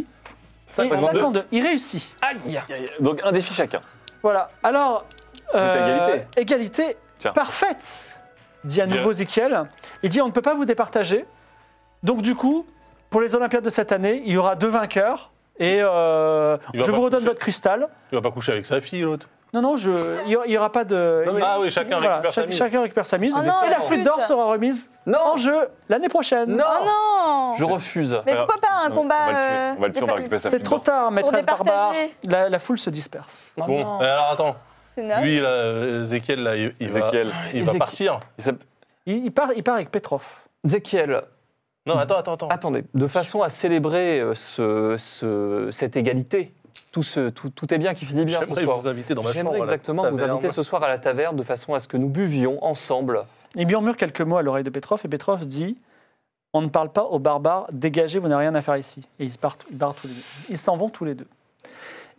S3: Et
S5: 52.
S3: 52, il réussit.
S6: Aïe
S4: Donc, un défi chacun.
S3: Voilà. Alors, euh,
S4: à égalité.
S3: égalité
S4: Tiens.
S3: parfaite, dit à nouveau Zikiel. Il dit on ne peut pas vous départager. Donc du coup, pour les Olympiades de cette année, il y aura deux vainqueurs. Et euh,
S5: Il va
S3: je
S5: pas
S3: vous redonne
S5: coucher.
S3: votre cristal.
S5: Tu vas pas coucher avec sa fille, l'autre.
S3: Non, non, je- il n'y aura pas de...
S5: Non, mais-
S3: il-
S5: Ah oui, chacun récupère sa
S3: chaque-
S5: mise.
S3: Chacun récupère sa mise.
S7: Oh non,
S3: et la
S7: la
S3: flûte
S7: flûte.
S3: d'or sera remise
S6: Non
S3: en jeu l'année prochaine.
S6: Non
S7: Oh non
S6: Je refuse.
S7: Mais pourquoi pas un
S4: Non,
S7: combat
S4: On va le tuer,
S7: euh,
S4: on va, le tuer, on va récupérer sa
S3: C'est
S4: fibre.
S3: trop tard, maîtresse
S7: départager.
S3: barbare. La, la foule se disperse.
S5: bon, euh, alors attends.
S7: C'est naze.
S5: Lui, là, euh, Ezekiel, là, il, il va,
S4: Ezekiel.
S5: il va
S3: Ezekiel.
S5: partir.
S4: Il s'appelle-
S3: Il, il part, il part avec Petrov.
S6: Zekiel,
S5: Non, attends, attends, attends.
S6: attendez. De façon à célébrer euh, ce, ce- cette égalité, tout, ce, tout, tout est bien qui finit bien ce
S5: J'aimerais
S6: soir.
S5: vous inviter dans ma chambre.
S6: J'aimerais
S5: à la
S6: exactement vous
S5: taverne.
S6: inviter ce soir à la taverne de façon à ce que nous buvions ensemble.
S3: Il murmure quelques mots à l'oreille de Petrov et Petrov dit On ne parle pas aux barbares, dégagez, vous n'avez rien à faire ici. Et ils se partent- ils barrent tous les deux. Ils s'en vont tous les deux.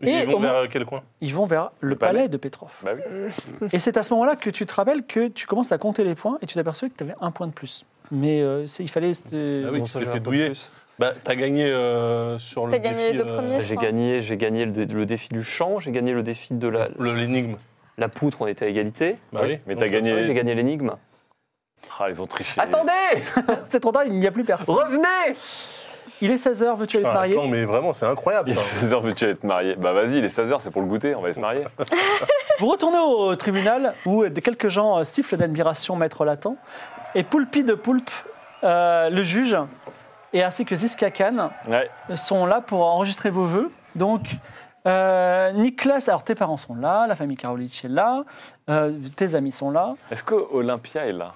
S3: Et
S5: Ils
S3: au
S5: vont
S3: moment-
S5: vers quel coin
S3: Ils vont vers le,
S4: Le
S3: palais.
S4: palais.
S3: de Petrov.
S4: Bah oui.
S3: Et c'est à ce moment-là que tu te rappelles que tu commences à compter les points et tu t'aperçois que tu avais un point de plus. Mais euh, c'est- il fallait. euh,
S5: Ah oui,
S6: Bon,
S5: tu
S6: ça,
S5: t'es
S6: j'ai un
S5: fait
S6: peu
S5: douiller.
S6: plus.
S5: Bah, t'as gagné euh, sur le.
S7: T'as gagné
S5: défi,
S7: les deux premiers.
S6: J'ai
S7: crois.
S6: gagné, j'ai gagné le, dé- le défi du chant, j'ai gagné le défi de la,
S5: le- L'énigme.
S6: la poutre, on était à égalité.
S5: Bah oui.
S4: Mais
S5: Donc,
S4: t'as gagné.
S6: Ouais, J'ai gagné l'énigme.
S4: Ah, ils ont triché.
S6: Attendez
S3: C'est trop tard, il n'y a plus personne.
S6: Revenez
S3: Il est 16h, veux-tu aller te
S5: putain,
S3: marier
S5: attends, mais vraiment, c'est incroyable.
S4: Il est
S5: ça.
S4: 16h, veux-tu aller te marier Bah vas-y, il est 16h, c'est pour le goûter, on va aller se marier.
S3: Vous retournez au tribunal où euh, quelques gens euh, sifflent d'admiration Maître Latin et Poulpi de Poulpe, euh, le juge, et ainsi que Ziska Khan
S4: Ouais.
S3: sont là pour enregistrer vos vœux. Donc, euh, Nicolas, alors tes parents sont là, la famille Karolic est là, euh, tes amis sont là,
S4: Est-ce que Olympia est là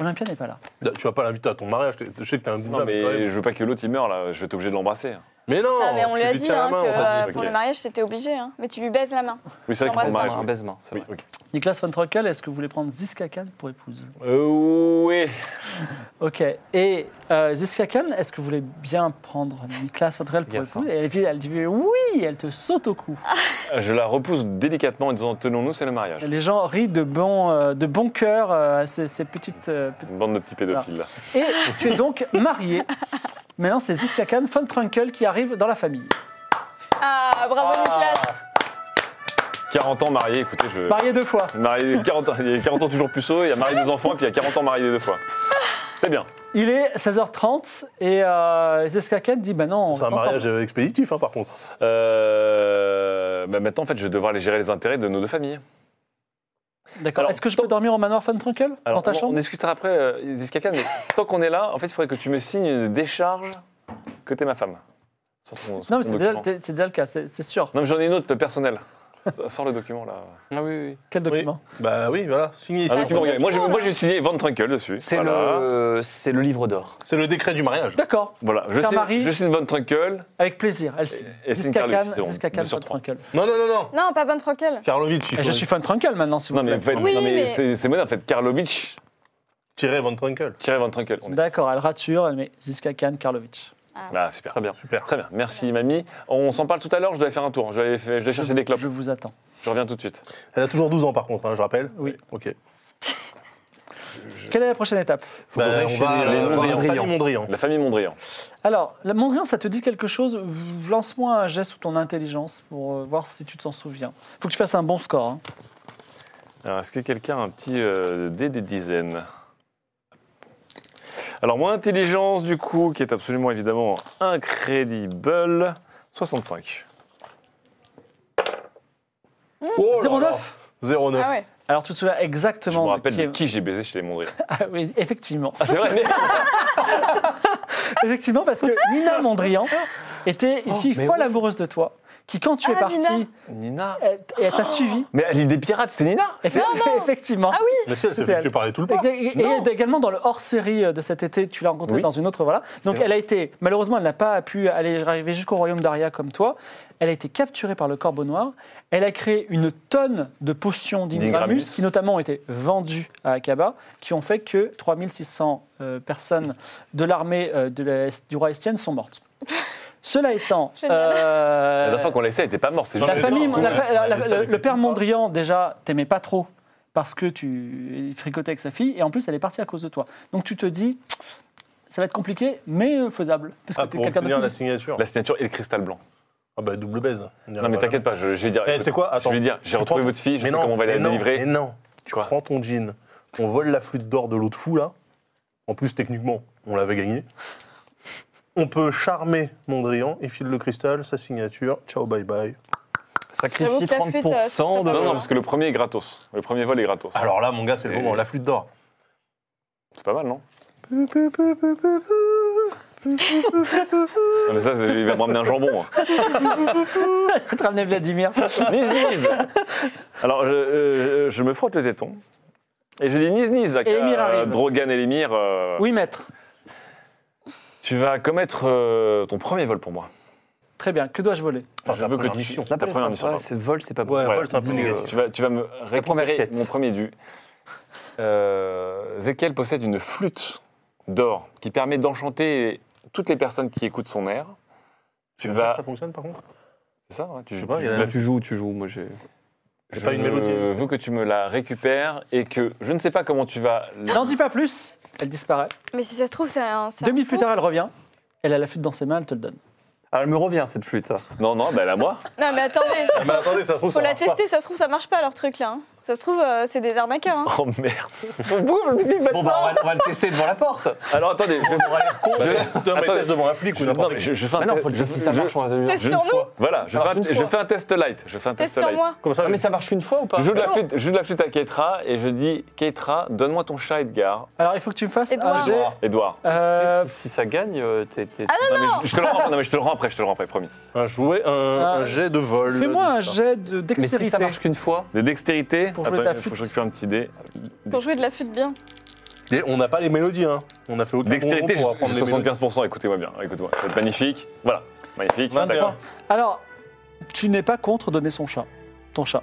S3: Olympia n'est pas là.
S5: Bah, Tu vas pas l'inviter à ton mariage. t'es- Je sais que t'es un
S4: Non,
S5: boulot, mais quand
S4: mais
S5: même.
S4: je veux pas que l'autre il meure là, je vais être obligé de l'embrasser.
S5: Mais non,
S7: Ah, mais
S4: Oh,
S7: on
S5: tu
S7: lui a
S5: lui
S7: dit
S5: tiens
S7: hein,
S5: la main,
S7: que
S5: on t'a
S7: euh,
S5: dit.
S7: pour
S4: ok.
S7: le mariage, c'était obligé. hein. Mais tu lui baises la main.
S4: Oui, c'est vrai que pour le
S7: Embrasse-moi.
S4: mariage.
S6: Un
S4: oui.
S6: baisement, c'est
S4: Oui,
S6: vrai.
S4: ok.
S3: Nicolas von Trockel, est-ce que vous voulez prendre Ziska Khan pour épouse
S4: Euh, ouais.
S3: Ok. Et euh, Ziska Khan, est-ce que vous voulez bien prendre Nicolas von Trockel pour
S6: Gaffe,
S3: épouse Et elle, dit- elle dit oui, elle te saute au cou.
S4: Je la repousse délicatement en disant Tenons-nous, c'est le mariage.
S3: Les gens rient de bon, euh, de bon cœur euh, à ces, ces petites. euh, petites-
S4: Une bande de petits pédophiles.
S3: Et tu es donc marié. Maintenant, c'est Ziska Khan von Trunkel qui arrive dans la famille.
S7: Ah, bravo
S4: Ah.
S7: Nicolas
S4: 40 ans marié, écoutez, je.
S3: Marié deux fois.
S4: Marié 40 ans, il y a 40 ans toujours puceau, il y a marié deux enfants, et puis il y a 40 ans marié deux fois. C'est bien.
S3: Il est 16h30 et euh, Ziska Khan dit bah non. on
S5: C'est
S3: va
S5: un
S3: pas
S5: mariage euh, expéditif, hein, par contre.
S4: Euh, bah maintenant, en fait, je vais devoir les gérer les intérêts de nos deux familles.
S3: sortir. D'accord.
S4: Alors,
S3: Est-ce que je peux dormir au manoir von Trunkel dans
S4: Alors,
S3: ta
S4: on, on
S3: chambre
S4: discutera après, euh, Ziskakan, mais tant qu'on est là, en fait, il faudrait que tu me signes une décharge que t'es ma femme. Sans ton- sans
S3: Non, mais
S4: ton
S3: c'est déjà,
S4: document.
S3: c'est- c'est déjà le cas, c'est c'est sûr.
S4: Non, mais j'en ai une autre personnelle. Sors le document là.
S6: Ah oui, oui.
S3: Quel document
S5: Bah oui, voilà, signé
S7: Ah
S5: ici.
S4: Un document, regardez. Moi, j'ai
S7: document,
S4: moi,
S7: là.
S4: j'ai signé Van Trunkel dessus.
S6: C'est
S4: voilà.
S6: le, c'est le livre d'or.
S5: C'est le décret du mariage.
S3: D'accord,
S4: Voilà, je
S3: Cher
S4: signe,
S3: mari.
S4: je signe Van Trunkel.
S3: avec plaisir. Elle signe.
S4: Et c'est une
S3: Ziska
S4: Carlotte,
S3: Khan,
S4: donc,
S3: Ziska Khan,
S4: deux sur
S3: pas de
S4: trois.
S3: tranquille.
S5: Non, non, non, non.
S7: Non, pas bonne Trockel.
S5: Karlovitch, il
S3: Et
S5: faut
S3: Ah, je suis fan tranquille maintenant, si vous
S4: Non, mais,
S3: voulez.
S4: en fait,
S7: Oui,
S4: non, mais
S7: mais-
S4: c'est- c'est moderne, en fait. Karlovitch,
S5: tirer Von Trunkel.
S4: tiré Van Trunkel. On est-
S3: D'accord, elle rature, elle met Ziska Khan, Karlovic.
S4: Ah, super.
S6: Très bien.
S4: Super. Très bien. Merci, mamie. On s'en parle tout à l'heure, je dois aller faire un tour. hein. Je dois, aller faire- je dois chercher des clopes.
S3: Je vous attends.
S4: Je reviens tout de suite.
S5: Elle a toujours 12 ans, par contre, hein, je rappelle.
S3: Oui.
S5: Ok.
S3: Quelle est la prochaine étape
S4: Faut
S5: Bah,
S4: qu'on aille
S5: on
S4: chez
S5: va à
S4: les- les
S5: la- voir la
S4: Mondrian.
S5: famille Mondrian.
S4: La famille Mondrian.
S3: Alors, la Mondrian, ça te dit quelque chose Lance-moi un geste ou ton intelligence pour euh, voir si tu t'en souviens. Faut que tu fasses un bon score. hein.
S4: Alors, est-ce que quelqu'un a un petit euh, dé des dizaines Alors, mon intelligence, du coup, qui est absolument évidemment incrédible, 65.
S5: Oh là
S3: 09
S5: là. 09.
S7: Mmh. Ah ouais.
S3: Alors, tu te souviens
S4: Je
S3: exactement.
S4: me
S3: de
S4: rappelle
S3: qui
S4: de
S3: est-
S4: qui j'ai baisé chez les Mondrian.
S3: Ah oui, effectivement.
S4: Ah, c'est vrai, mais...
S3: Effectivement, parce que Nina Mondrian était une
S5: Oh,
S3: fille folle amoureuse de toi, qui, quand tu es
S7: Ah, Nina.
S3: partie,
S4: Nina
S3: elle elle t'a suivi.
S4: Mais à l'île des pirates, c'est Nina
S3: Effectivement. effectivement.
S5: Mais si, elle s'est
S3: C'était
S5: fait
S3: elle.
S5: tuer par les tout le
S3: Et, et- et elle est également dans le hors-série euh, de cet été, tu l'as rencontrée
S4: Oui.
S3: dans une autre, voilà. Donc
S4: C'est vrai.
S3: elle a été, malheureusement, elle n'a pas pu aller arriver jusqu'au royaume d'Aria comme toi. Elle a été capturée par le Corbeau Noir. Elle a créé une tonne de potions d'Ingramus
S4: D'Ingramus.
S3: qui notamment ont été vendues à Akaba, qui ont fait que 3600 euh, personnes de l'armée euh, de la- du roi Estienne sont mortes. Cela étant,
S7: Génial.
S3: euh,
S4: La dernière fois qu'on l'a essayé, elle était pas morte. c'est
S3: la
S4: juste-
S3: famille,
S5: non,
S3: la
S5: non,
S3: fa- la- la-
S5: non,
S3: le-
S5: non,
S3: le père
S5: non,
S3: Mondrian, déjà, t'aimais pas trop parce que tu fricotais avec sa fille et en plus elle est partie à cause de toi. Donc tu te dis, ça va être compliqué, mais euh, faisable. Parce que
S5: Ah,
S3: t'es
S5: pour
S3: quelqu'un
S5: obtenir la
S3: d'optimiste.
S5: signature.
S4: La signature et le cristal blanc.
S5: Ah bah double baise.
S4: Non, mais t'inquiète pas, je, je vais dire.
S5: Eh, tu sais quoi Attends.
S4: Je vais dire, j'ai
S5: Tu
S4: retrouvé
S5: prends-
S4: votre fille, je
S5: Mais
S4: sais
S5: non,
S4: comment on va la
S5: mais non,
S4: délivrer.
S5: Mais non, tu
S4: Quoi
S5: prends ton jean, on vole la flûte d'or de l'autre fou là. En plus, techniquement, on l'avait gagné. On peut charmer Mondrian, et file le cristal, sa signature, ciao bye bye.
S7: J'avoue
S6: Sacrifie
S7: que la fuite, euh, c'est
S6: 30% de...
S4: Non, non,
S7: totalement-
S4: parce que le premier est gratos. Le premier vol est gratos.
S5: Alors là, mon gars, c'est le
S4: Et-
S5: moment, la flûte d'or.
S4: C'est pas mal, non Non, mais ça, c'est- il va me ramener un jambon. hein.
S3: Je vais te ramener Vladimir.
S4: Nise, nise Alors, je, euh, je me frotte le téton. Et je dis nise, nise à
S3: Et l'émir
S4: à
S3: arrive.
S4: Drogan et l'émir. euh,
S3: Oui, maître.
S4: Tu vas commettre euh, ton premier vol pour moi.
S3: Très bien. Que dois-je voler
S4: je veux que tu-
S6: La
S4: ta première mission. pardon.
S6: c'est vol, c'est pas bon.
S5: Ouais,
S4: Voilà.
S5: vol, c'est un peu
S4: Dis, euh,
S5: négatif.
S4: Tu vas, tu vas me
S6: première
S4: récupérer
S6: quête.
S4: mon premier dû. Euh, Zekiel possède une flûte d'or qui permet d'enchanter toutes les personnes qui écoutent son air. Tu vas.
S5: Ça fonctionne par contre
S4: C'est ça hein, tu,
S5: sais pas,
S4: tu-
S5: il y a-
S4: la-
S6: tu joues ou tu joues, moi j'ai...
S5: J'ai pas une mélodie.
S4: Je veux que tu me la récupères et que je ne sais pas comment tu vas. la-
S3: N'en dis pas plus. Elle disparaît.
S7: hein. Mais si ça se trouve, c'est un. c'est un
S3: Deux minutes plus
S7: faux.
S3: tard, elle revient. Elle a la flûte dans ses mains, elle te le donne.
S6: Ah, elle me revient cette flûte.
S4: Non, non, bah, elle à moi.
S7: Non, mais attendez,
S4: Ah,
S5: Mais
S4: bah,
S5: attendez, ça se trouve,
S7: faut
S5: ça
S7: la
S5: marche pas.
S7: tester, ça se trouve, ça marche pas leur truc là. hein. Ça se trouve, euh, c'est des arnaqueurs. hein.
S4: Oh merde.
S6: Bon bah on va, on va le tester devant la porte.
S4: Alors attendez, je vais vous râler
S5: Bah,
S4: con.
S5: Non, mais teste
S4: Je...
S5: devant un flic ou
S4: Non,
S5: n'importe
S4: mais
S5: qui.
S4: je, je fais un
S6: Mais non,
S4: test-
S6: faut le
S4: je-
S6: tester, ça
S4: je-
S6: marche, on va le dire.
S7: Teste
S4: je-
S7: sur
S4: je-
S7: nous,
S4: Voilà, je,
S6: Alors,
S4: fais, un,
S6: une
S4: je
S6: fois.
S4: fais un test light. Je fais un
S7: teste
S4: test
S7: sur
S4: light.
S7: moi.
S5: Comme ça,
S6: Non mais ça marche une fois ou pas
S4: Je joue, de la
S6: Non.
S4: flûte, je joue de la flûte à Keitra et je dis Keitra, donne-moi ton chat, Edgar.
S3: Alors, il faut que tu me fasses un
S7: Edouard.
S3: jet.
S4: Edouard.
S3: euh,
S6: Si, si ça gagne, euh, t'es... t'es-
S7: Ah
S4: Non, mais je, je te le rends, non, mais je te le rends après, je te le rends après, promis.
S5: Un jouet, un,
S3: Ah.
S5: un jet de vol.
S3: Fais-moi un
S5: du chat.
S3: jet de
S6: mais si
S3: dextérité.
S6: ça marche qu'une fois...
S4: Des dextérités.
S3: Pour jouer de la
S4: il faut
S3: flûte.
S4: que je récupère un petit dé.
S7: Pour jouer de la fuite bien.
S5: Et on n'a pas les mélodies, hein. On a fait aucun
S4: Dextérité,
S5: bonbon pour apprendre les mélodies.
S4: 75%, écoutez-moi bien, écoutez-moi, ça va être magnifique. Voilà. Magnifique. Eh
S5: 21.
S4: D'accord.
S3: Alors, tu n'es pas contre donner son chat, ton chat.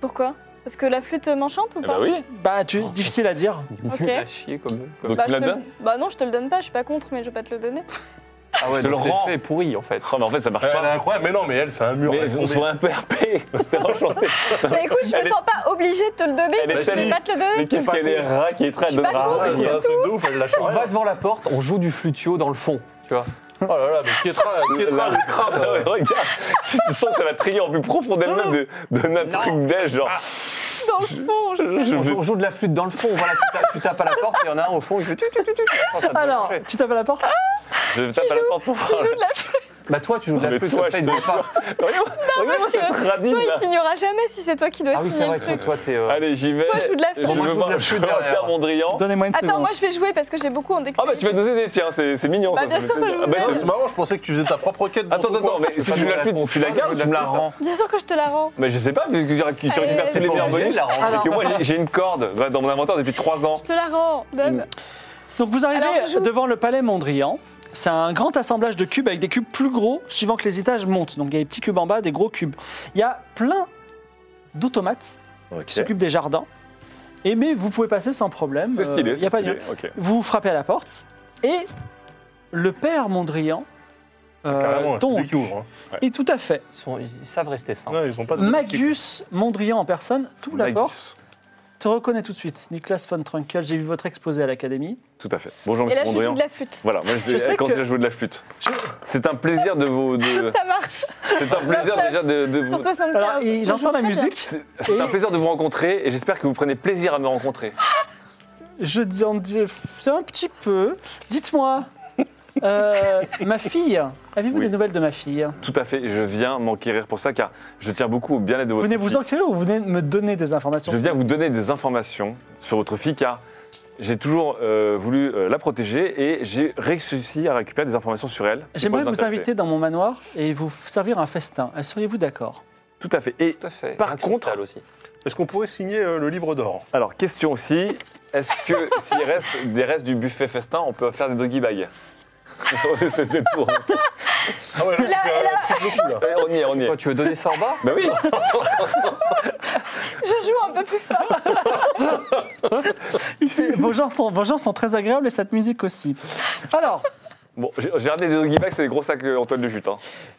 S7: Pourquoi Parce que la flûte m'enchante ou
S4: Eh
S7: pas
S4: bah oui.
S3: Bah, tu, difficile à dire.
S7: Ok.
S6: Nul à chier comme. comme-
S4: Donc
S7: Bah,
S4: tu
S7: je
S4: me
S7: te
S4: la
S7: le-
S4: donnes
S7: bah non, je te le donne pas, je suis pas contre, mais je vais pas te le donner.
S6: Ah ouais,
S4: Je te le
S6: donc
S4: rends.
S6: l'effet est pourri en fait.
S4: Oh, mais en fait, ça marche
S5: Elle est
S4: pas.
S5: incroyable, mais non, mais elle, c'est un mur.
S4: Mais
S5: laisse
S4: on
S5: tomber.
S4: serait un peu RP. J'étais enchanté.
S7: Bah écoute, je me
S4: Elle est-
S7: sens pas obligée de te le donner,
S4: Elle est
S7: donc je vais
S5: tellement-
S7: pas te le
S4: Mais
S7: donner.
S4: qu'est-ce qu'elle est rat qui est très de
S7: pas
S5: Ah,
S4: drame.
S7: contre.
S5: ouais, c'est un truc de ouf, elle lâche
S6: On va
S5: rien.
S6: devant la porte, on joue du flutio dans le fond. Tu vois.
S5: Oh là là, mais Ketra, Ketra le crabe.
S4: Ah ouais, regarde, si tu sens que ça va triller en plus profond d'elle-même de, de notre
S6: Non.
S4: truc d'elle, genre.
S7: Ah. Dans le fond, je-
S4: je
S6: On
S4: vais-
S6: joue, on joue de la flûte dans le fond. Voilà, tu tapes, tu tapes à la porte, il y en a un au fond, il fait tu tu tu tu. Ça,
S7: Ah, bah,
S6: ça devrait
S3: Alors,
S6: marcher.
S3: tu tapes à la porte
S4: je vais taper à la porte pour voir.
S7: je joue de la flûte.
S6: Bah toi, tu joues de la
S4: Mais
S6: flûte,
S4: toi,
S6: comme ça,
S4: je
S6: il
S4: te
S6: ne pas.
S4: Regarde-moi
S7: parce
S4: cette
S7: que
S4: radine
S7: Toi,
S4: là.
S7: il signera jamais si c'est toi qui dois
S6: Ah oui, c'est
S7: signer
S6: vrai,
S7: le
S6: toi,
S7: truc.
S6: toi, t'es. euh,
S4: Allez, j'y vais.
S7: Moi, je joue de la
S4: Je
S7: flûte.
S6: Moi, je
S4: veux
S6: joue de la
S4: voir- je
S6: flûte
S4: veux voir
S6: derrière.
S4: Pierre Mondrian.
S3: Donnez-moi une
S7: Attends,
S3: seconde.
S7: moi je vais jouer parce que j'ai beaucoup en dextérité.
S4: Ah bah tu vas nous aider, tiens, c'est c'est mignon
S7: Bah,
S4: ça.
S7: bien
S4: ça me
S7: sûr
S4: fait
S7: que
S4: plaisir.
S7: je vous
S4: Ah bah,
S7: aide.
S5: Ah,
S4: c'est-
S5: C'est marrant, je pensais que tu faisais ta propre quête. dans
S4: Attends,
S5: ton
S4: attends,
S5: coin.
S4: attends, mais si tu
S6: jouer
S4: la
S6: la
S4: flûte,
S6: pompe.
S4: tu la gardes ou tu me la rends
S7: Bien sûr que je te la rends.
S4: Mais je sais pas, parce que tu, tu
S7: Allez,
S4: récupères tes
S7: vas-y.
S4: meilleurs
S6: Obligé de
S4: bonus.
S6: la rendre.
S4: Et que moi j'ai- j'ai une corde bah, dans mon inventaire depuis 3 ans.
S7: Je te la rends,
S3: Mmh,
S7: Dave.
S3: Donc vous arrivez
S7: Alors, je joue.
S3: devant le palais Mondrian. C'est un grand assemblage de cubes avec des cubes plus gros suivant que les étages montent. Donc il y a des petits cubes en bas, des gros cubes. Il y a plein d'automates qui s'occupent des jardins. Et mais vous pouvez passer sans problème.
S4: C'est
S3: Euh,
S4: stylé,
S3: il y a
S4: c'est
S3: pas de-
S4: stylé. Ok.
S3: Vous frappez à la porte et le père Mondrian
S4: Ah,
S3: euh,
S5: Carrément, c'est
S3: donc,
S5: lui qui ouvre. hein.
S3: et tout à fait.
S6: Ils, sont- ils savent rester
S4: Ah.
S6: sains.
S5: Ouais, ils ont pas de
S3: Magus Mondrian en personne, tout la
S4: Magus.
S3: porte. Te reconnais tout de suite, Nicolas von Trunkel. J'ai vu votre exposé à l'académie.
S4: Tout à fait. Bonjour
S7: Et
S4: Monsieur
S7: là, je joue
S4: Mondrian.
S7: de la flûte.
S4: Voilà, moi
S3: Je
S4: je
S3: sais
S4: vais quand
S3: que-
S4: je joue de la flûte. C'est un plaisir de vous. de-
S7: Ça marche.
S4: C'est un plaisir
S7: ça-
S4: déjà de, de
S7: Sur
S4: vous.
S7: 75.
S3: Mmh. Alors
S7: je
S3: il- j'entends
S7: joue
S3: la
S7: très bien.
S3: musique.
S4: C'est c'est un plaisir de vous rencontrer et j'espère que vous prenez plaisir à me rencontrer.
S3: Je dis en dis- c'est un petit peu. Dites-moi, euh, ma fille, avez-vous
S4: Oui.
S3: des nouvelles de ma fille
S4: Tout à fait, je viens m'enquérir pour ça car je tiens beaucoup au bien-être de votre
S3: Venez vous
S4: fille.
S3: enquérir ou venez me donner des informations
S4: Je viens vous donner des informations sur votre fille car j'ai toujours euh, voulu euh, la protéger et j'ai réussi à récupérer des informations sur elle. qui
S3: J'aimerais
S4: pourraient
S3: vous
S4: intéresser.
S3: inviter dans mon manoir et vous servir un festin. Ah, Seriez-vous d'accord
S4: Tout à fait. Et
S6: Tout à fait.
S4: Par
S6: Un cristal
S4: contre-
S6: aussi.
S5: Est-ce qu'on pourrait signer euh, le livre d'or
S4: alors, question aussi est-ce que s'il reste des restes du buffet festin, on peut faire des doggy bags C'était le tour.
S5: Ah ouais, là, tu fais un triple coup, là.
S4: Eh, on y est, on y est.
S6: Quoi, tu veux donner ça en bas
S4: Bah oui
S7: Je joue un peu plus fort.
S3: vos, gens sont, vos gens sont très agréables et cette musique aussi. Alors,
S4: Bon, j'ai j'ai regardé des doggy bags, c'est des gros sacs euh, Antoine de Jute. hein.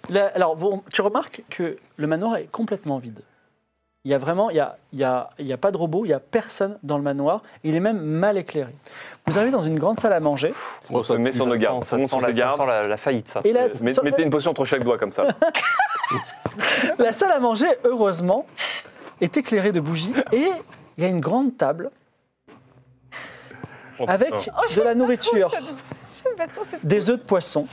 S3: la- alors vous- tu remarques que le manoir est complètement vide. Il y a vraiment, il y a, il y a- il y a pas de robot, il y a personne dans le manoir. Il est même mal éclairé. Vous arrivez dans une grande salle à manger.
S4: On se met sur nos gardes.
S6: Ça
S4: on
S6: sent
S4: se
S6: la- ça
S4: garde.
S6: sent la la faillite, ça.
S3: Et là,
S4: Met-
S3: sur-
S4: Mettez une potion entre chaque doigt comme ça.
S3: La salle à manger, heureusement, est éclairée de bougies et il y a une grande table
S5: Oh,
S3: avec
S5: putain.
S3: de la nourriture,
S7: Je sais pas trop c'est.
S3: des œufs de poisson,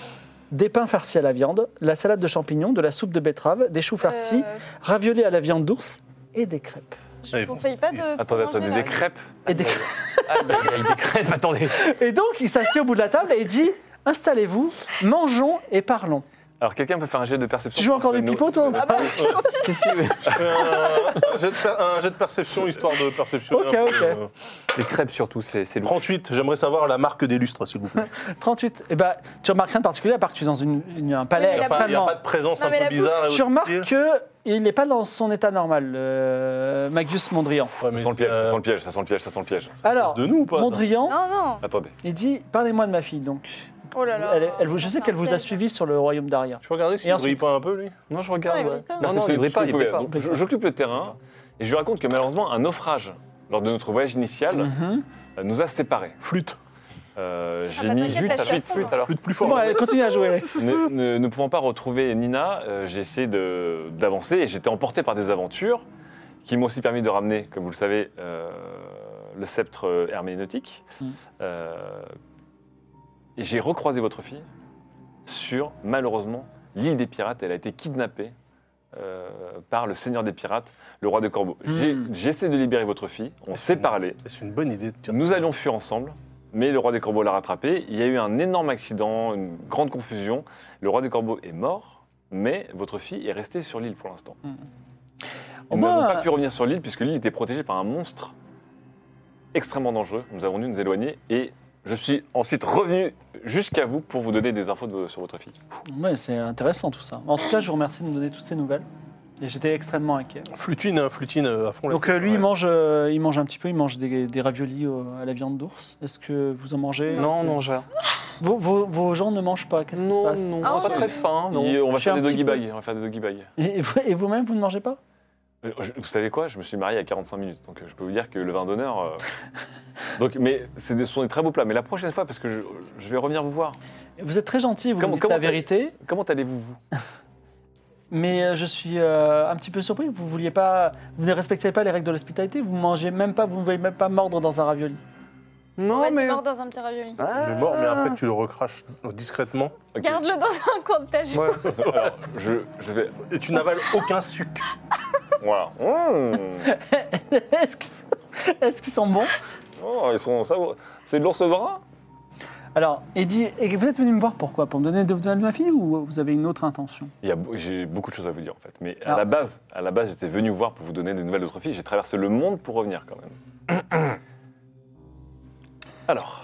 S3: des pains farcis à la viande, la salade de champignons, de la soupe de betterave, des choux farcis,
S7: Euh,
S3: raviolis à la viande d'ours et des crêpes.
S7: Je
S5: Allez,
S7: vous conseille pas de.
S4: attendez, attendez,
S7: manger
S4: des
S7: là.
S4: crêpes.
S3: Et, des-
S6: Ah, bah, il y a des crêpes, attendez.
S3: et donc, il s'assied au bout de la table et dit Installez-vous, mangeons et parlons.
S4: Alors quelqu'un peut faire un jet de perception
S3: Tu joues
S4: pour
S3: encore
S4: se
S3: du
S4: no-
S3: pipeau, toi Ah
S4: se-
S3: ou pas
S6: Si, si, oui.
S5: Je fais un, un jet de per- un jet de perception, histoire de perception.
S3: Ok, ok.
S6: Les crêpes surtout, c'est c'est lourd.
S5: 38, euh. j'aimerais savoir la marque des lustres, s'il vous plaît.
S3: 38. Et ben, tu remarques rien de particulier à part que tu es dans une- une- un palais
S7: Oui, mais la-
S5: Enfin, Il n'y a
S3: extrêmement
S5: pas de présence
S7: Non,
S5: un
S7: mais
S5: peu
S7: la
S5: bizarre. et
S3: Tu
S5: hostile.
S3: remarques que il n'est pas dans son état normal, euh, Magus Mondrian.
S5: Ouais, mais
S4: Ça sent le piège,
S5: euh,
S4: ça sent le piège, ça sent le piège, ça sent le piège.
S3: Alors,
S5: de nous ou pas ça
S3: Mondrian,
S7: Non, non.
S4: Attendez.
S3: il dit Parlez-moi de ma fille, donc.
S7: Oh là là.
S3: Elle- elle vous- je sais qu'elle vous a suivi sur le royaume d'Aria.
S5: Tu peux regarder s'il
S3: Et
S5: ne
S3: ensuite-
S5: brille pas un peu, lui
S6: Non, je regarde.
S7: Non, il
S6: ouais.
S7: brille pas.
S6: Non, non, il brille pas, il brille pas.
S4: Donc, hein. je- J'occupe le terrain et je lui raconte que malheureusement un naufrage lors de notre voyage initial
S3: Mhm.
S4: euh, nous a séparés.
S5: Flûte.
S4: Euh, J'ai
S7: bah,
S4: mis
S7: t'inquiète,
S4: zut
S7: la
S4: à
S7: chute,
S4: suite,
S7: hein.
S4: flûte, alors.
S5: Flûte plus
S3: C'est
S5: fort.
S3: bon, elle continue à jouer.
S4: ne, ne- ne pouvant pas retrouver Nina, euh, j'ai essayé de- d'avancer et j'étais emporté par des aventures qui m'ont aussi permis de ramener, comme vous le savez, euh, le sceptre euh, herméneutique.
S3: Mm.
S4: Euh, et j'ai recroisé votre fille sur, malheureusement, l'île des pirates. Elle a été kidnappée euh, par le seigneur des pirates, le roi de Corbeau. J'ai-
S3: Mm.
S4: J'ai essayé de libérer votre fille, on s'est parlé,
S5: C'est une bonne idée de tirer.
S4: nous allions fuir ensemble, mais le roi des corbeaux l'a rattrapé. Il y a eu un énorme accident, une grande confusion. Le roi des corbeaux est mort, mais votre fille est restée sur l'île pour l'instant.
S3: Mm. Au
S4: Nous n'avons
S3: moins- euh,
S4: pas pu revenir sur l'île puisque l'île était protégée par un monstre extrêmement dangereux. Nous avons dû nous éloigner et Je suis ensuite revenu jusqu'à vous pour vous donner des infos de- sur votre fille.
S3: Ouais, c'est intéressant tout ça. En tout cas, je vous remercie de nous donner toutes ces nouvelles. Et j'étais extrêmement inquiet.
S5: Flutine, hein, flutine euh, à fond. là.
S3: Donc euh, lui,
S5: Ouais.
S3: il, mange, euh, il mange un petit peu, il mange des, des raviolis euh, à la viande d'ours. Est-ce que vous en mangez Est-ce
S6: Non,
S3: que-
S6: non, j'ai.
S3: Vos, vos- vos gens ne mangent pas, qu'est-ce qui se
S6: Non,
S3: passe
S6: non,
S7: Ah,
S6: pas
S7: oui.
S6: très fin, non.
S4: Et on va
S3: Je suis
S4: faire
S3: un
S4: des
S3: petit
S4: doggy
S3: peu-
S4: bags. On va faire des doggy bags.
S3: Et, vous- et vous-même, vous ne mangez pas
S4: Euh, je- Vous savez quoi Je me suis marié à 45 minutes, donc euh, je peux vous dire que le vin d'honneur. euh, Donc, mais c'est des- ce sont des très beaux plats. Mais la prochaine fois, parce que je, je vais revenir vous voir.
S3: Vous êtes très gentil, vous
S4: Comment-
S3: me dites
S4: comment
S3: la
S4: t'as-
S3: vérité,
S4: Comment allez-vous vous
S3: mais euh, je suis euh, un petit peu surpris. Vous vouliez pas, vous ne respectez pas les règles de l'hospitalité. Vous mangez même pas, vous ne voulez même pas mordre dans un ravioli.
S7: On
S6: Non,
S7: va se mordre dans un petit ravioli.
S3: Ah,
S5: Le mort, mais après tu le recraches discrètement
S4: Ok.
S7: Garde-le dans un coin de ta jupe.
S4: Ouais. Alors, je, je vais.
S5: et tu n'avales aucun sucre.
S4: Voilà. Mmh.
S3: Est-ce que- est-ce qu'ils sont bons
S4: Oh, ils sont savoureux. C'est de l'ours au brun
S3: Alors, Eddie, et vous êtes venu me voir pourquoi Pour me donner des nouvelles de ma fille ou vous avez une autre intention
S4: Il y a beau- J'ai beaucoup de choses à vous dire en fait. Mais
S3: Ah.
S4: à la base, à la base, j'étais venu vous voir pour vous donner des nouvelles de votre fille. J'ai traversé le monde pour revenir quand même. Alors.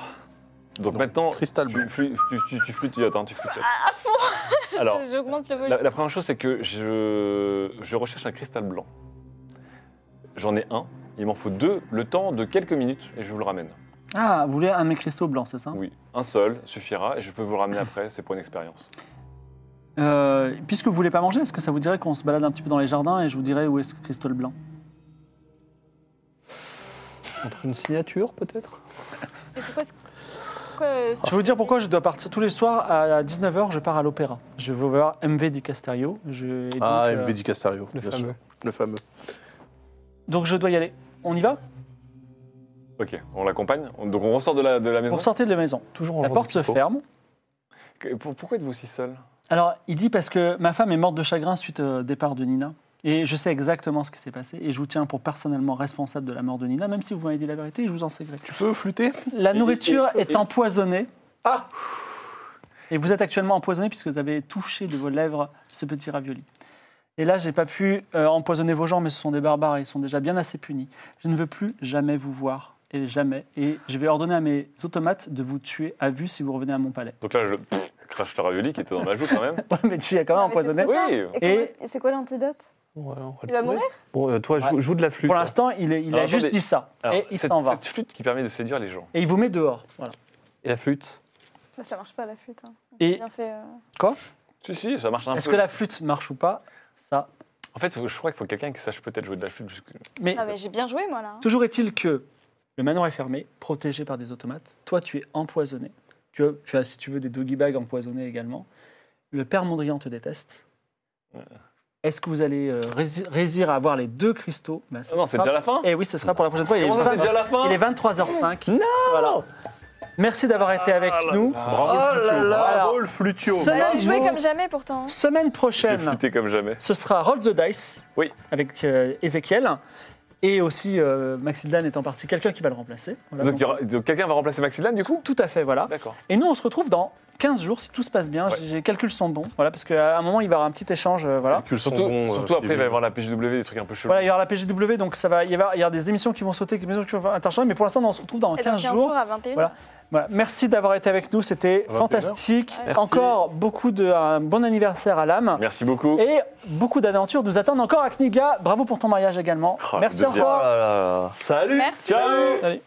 S4: Donc, maintenant,
S5: Cristal
S4: tu,
S5: bleu.
S4: flu- tu, tu, tu flutiotes, hein, tu flutiotes. Alors,
S7: J'augmente le volume.
S4: La, la première chose, c'est que je, je recherche un cristal blanc. J'en ai un. Il m'en faut deux, le temps de quelques minutes, et je vous le ramène.
S3: Ah, vous voulez un de mes cristaux blancs, c'est ça
S4: Oui, un seul suffira, et je peux vous le ramener après, c'est pour une expérience.
S3: Euh, Puisque vous voulez pas manger, est-ce que ça vous dirait qu'on se balade un petit peu dans les jardins et je vous dirais où est ce cristal blanc
S6: Entre une signature, peut-être
S7: Et pourquoi ce- pourquoi, euh, ce-
S3: Je vais vous dire pourquoi je dois partir. Tous les soirs à 19h, je pars à l'opéra. Je vais voir MV Di Casterio. Je, et donc,
S5: Ah,
S3: euh,
S5: MV Di Castario, bien sûr. Le fameux.
S3: donc je dois y aller. On y va
S4: Ok, on l'accompagne On- Donc on ressort de la, de la maison.
S3: Pour sortir de la maison.
S6: Toujours en
S3: La
S6: genre
S3: porte
S6: de
S3: se
S6: typo.
S3: ferme.
S4: Que- pour- pourquoi êtes-vous si seul
S3: Alors, il dit parce que ma femme est morte de chagrin suite au départ de Nina. Et je sais exactement ce qui s'est passé. Et je vous tiens pour personnellement responsable de la mort de Nina, même si vous m'avez dit la vérité, je vous en ségré.
S5: Tu peux flûter
S3: La nourriture
S4: et-
S3: est
S4: et-
S3: empoisonnée.
S5: Ah
S3: Et vous êtes actuellement empoisonné puisque vous avez touché de vos lèvres ce petit ravioli. Et là, j'ai pas pu euh, empoisonner vos gens, mais ce sont des barbares et ils sont déjà bien assez punis. Je ne veux plus jamais vous voir, et jamais. Et je vais ordonner à mes automates de vous tuer à vue si vous revenez à mon palais.
S4: Donc là, je pff, crache le ravioli qui était dans ma joue quand même.
S3: Ouais, mais tu as quand même
S7: Non, mais c'est
S3: empoisonné.
S7: trop tard.
S4: Oui.
S7: Et comment- Et c'est quoi l'antidote
S6: Ouais, on va le
S7: Il va
S6: trouver.
S7: mourir
S6: Bon, euh, toi, joue, joue de la flûte.
S3: Pour l'instant, il, est- il a
S4: Alors,
S3: juste
S4: attendez.
S3: dit ça.
S4: Alors,
S3: et il
S4: cette-
S3: s'en va.
S4: Cette flûte qui permet de séduire les gens.
S3: Et il vous met dehors. Voilà.
S6: Et la flûte
S7: Bah, Ça marche pas la flûte. hein.
S3: Et-
S7: Bien fait. euh.
S4: Si, si, ça marche un
S3: Est-ce
S4: peu.
S3: que la flûte marche ou pas Ça.
S4: En fait, faut- je crois qu'il faut quelqu'un qui sache peut-être jouer de la flûte. jusque-
S3: Mais
S7: Non mais j'ai bien joué moi là. hein.
S3: Toujours est-il que le manoir est fermé, protégé par des automates. Toi, tu es empoisonné. Tu as, tu as, si tu veux, des doggy bags empoisonnés également. Le père Mondrian te déteste. Est-ce que vous allez euh, rési- réussir à avoir les deux cristaux Ben, ça
S4: Ah non,
S3: se
S4: c'est
S3: fera-
S4: déjà la fin
S3: Eh oui, ce sera pour la prochaine fois. Il est,
S4: Comment
S3: 20
S4: ça, c'est déjà la fin
S3: il est Oh, 23h05. Non Merci d'avoir été avec
S4: Ah
S3: nous.
S4: Bravo.
S5: Oh là
S3: Voilà.
S5: Bravo le flutio
S7: Bah,
S3: Semaine,
S7: J'ai joué comme jamais pourtant.
S3: semaine
S4: J'ai
S3: prochaine,
S4: flûté comme jamais.
S3: ce sera Roll the Dice
S4: Oui.
S3: avec euh, Ezekiel. Et aussi, euh, Maxildan est en partie quelqu'un qui va le remplacer. Voilà,
S4: Donc, il y aura- donc, quelqu'un va remplacer Maxilane du coup
S3: Tout à fait, voilà.
S4: D'accord.
S3: Et nous, on se retrouve dans 15 jours, si tout se passe bien.
S4: Ouais.
S3: J'ai- Les calculs sont bons. Voilà, parce qu'à un moment, il va y avoir un petit échange. euh, voilà.
S4: Surtout,
S5: euh,
S4: surtout après, il va y avoir la PJW, des trucs un peu chelous.
S3: Voilà, il y aura la PGW, donc ça va, il, y aura, il y aura des émissions qui vont sauter, des émissions qui vont interchanger. Mais pour l'instant, on se retrouve dans
S7: Et
S3: 15,
S7: dans 15
S3: jours.
S7: jours à 21h.
S3: Voilà. Voilà. Merci d'avoir été avec nous, c'était
S5: 21
S3: fantastique.
S7: Merci.
S3: Encore beaucoup de un bon anniversaire à l'âme.
S4: Merci beaucoup.
S3: Et beaucoup d'aventures nous attendent encore à Kniga. Bravo pour ton mariage également.
S4: Oh,
S3: Merci
S4: de
S3: encore.
S4: dire.
S6: Ah là là.
S5: Salut
S7: Merci.
S4: Ciao
S3: Allez.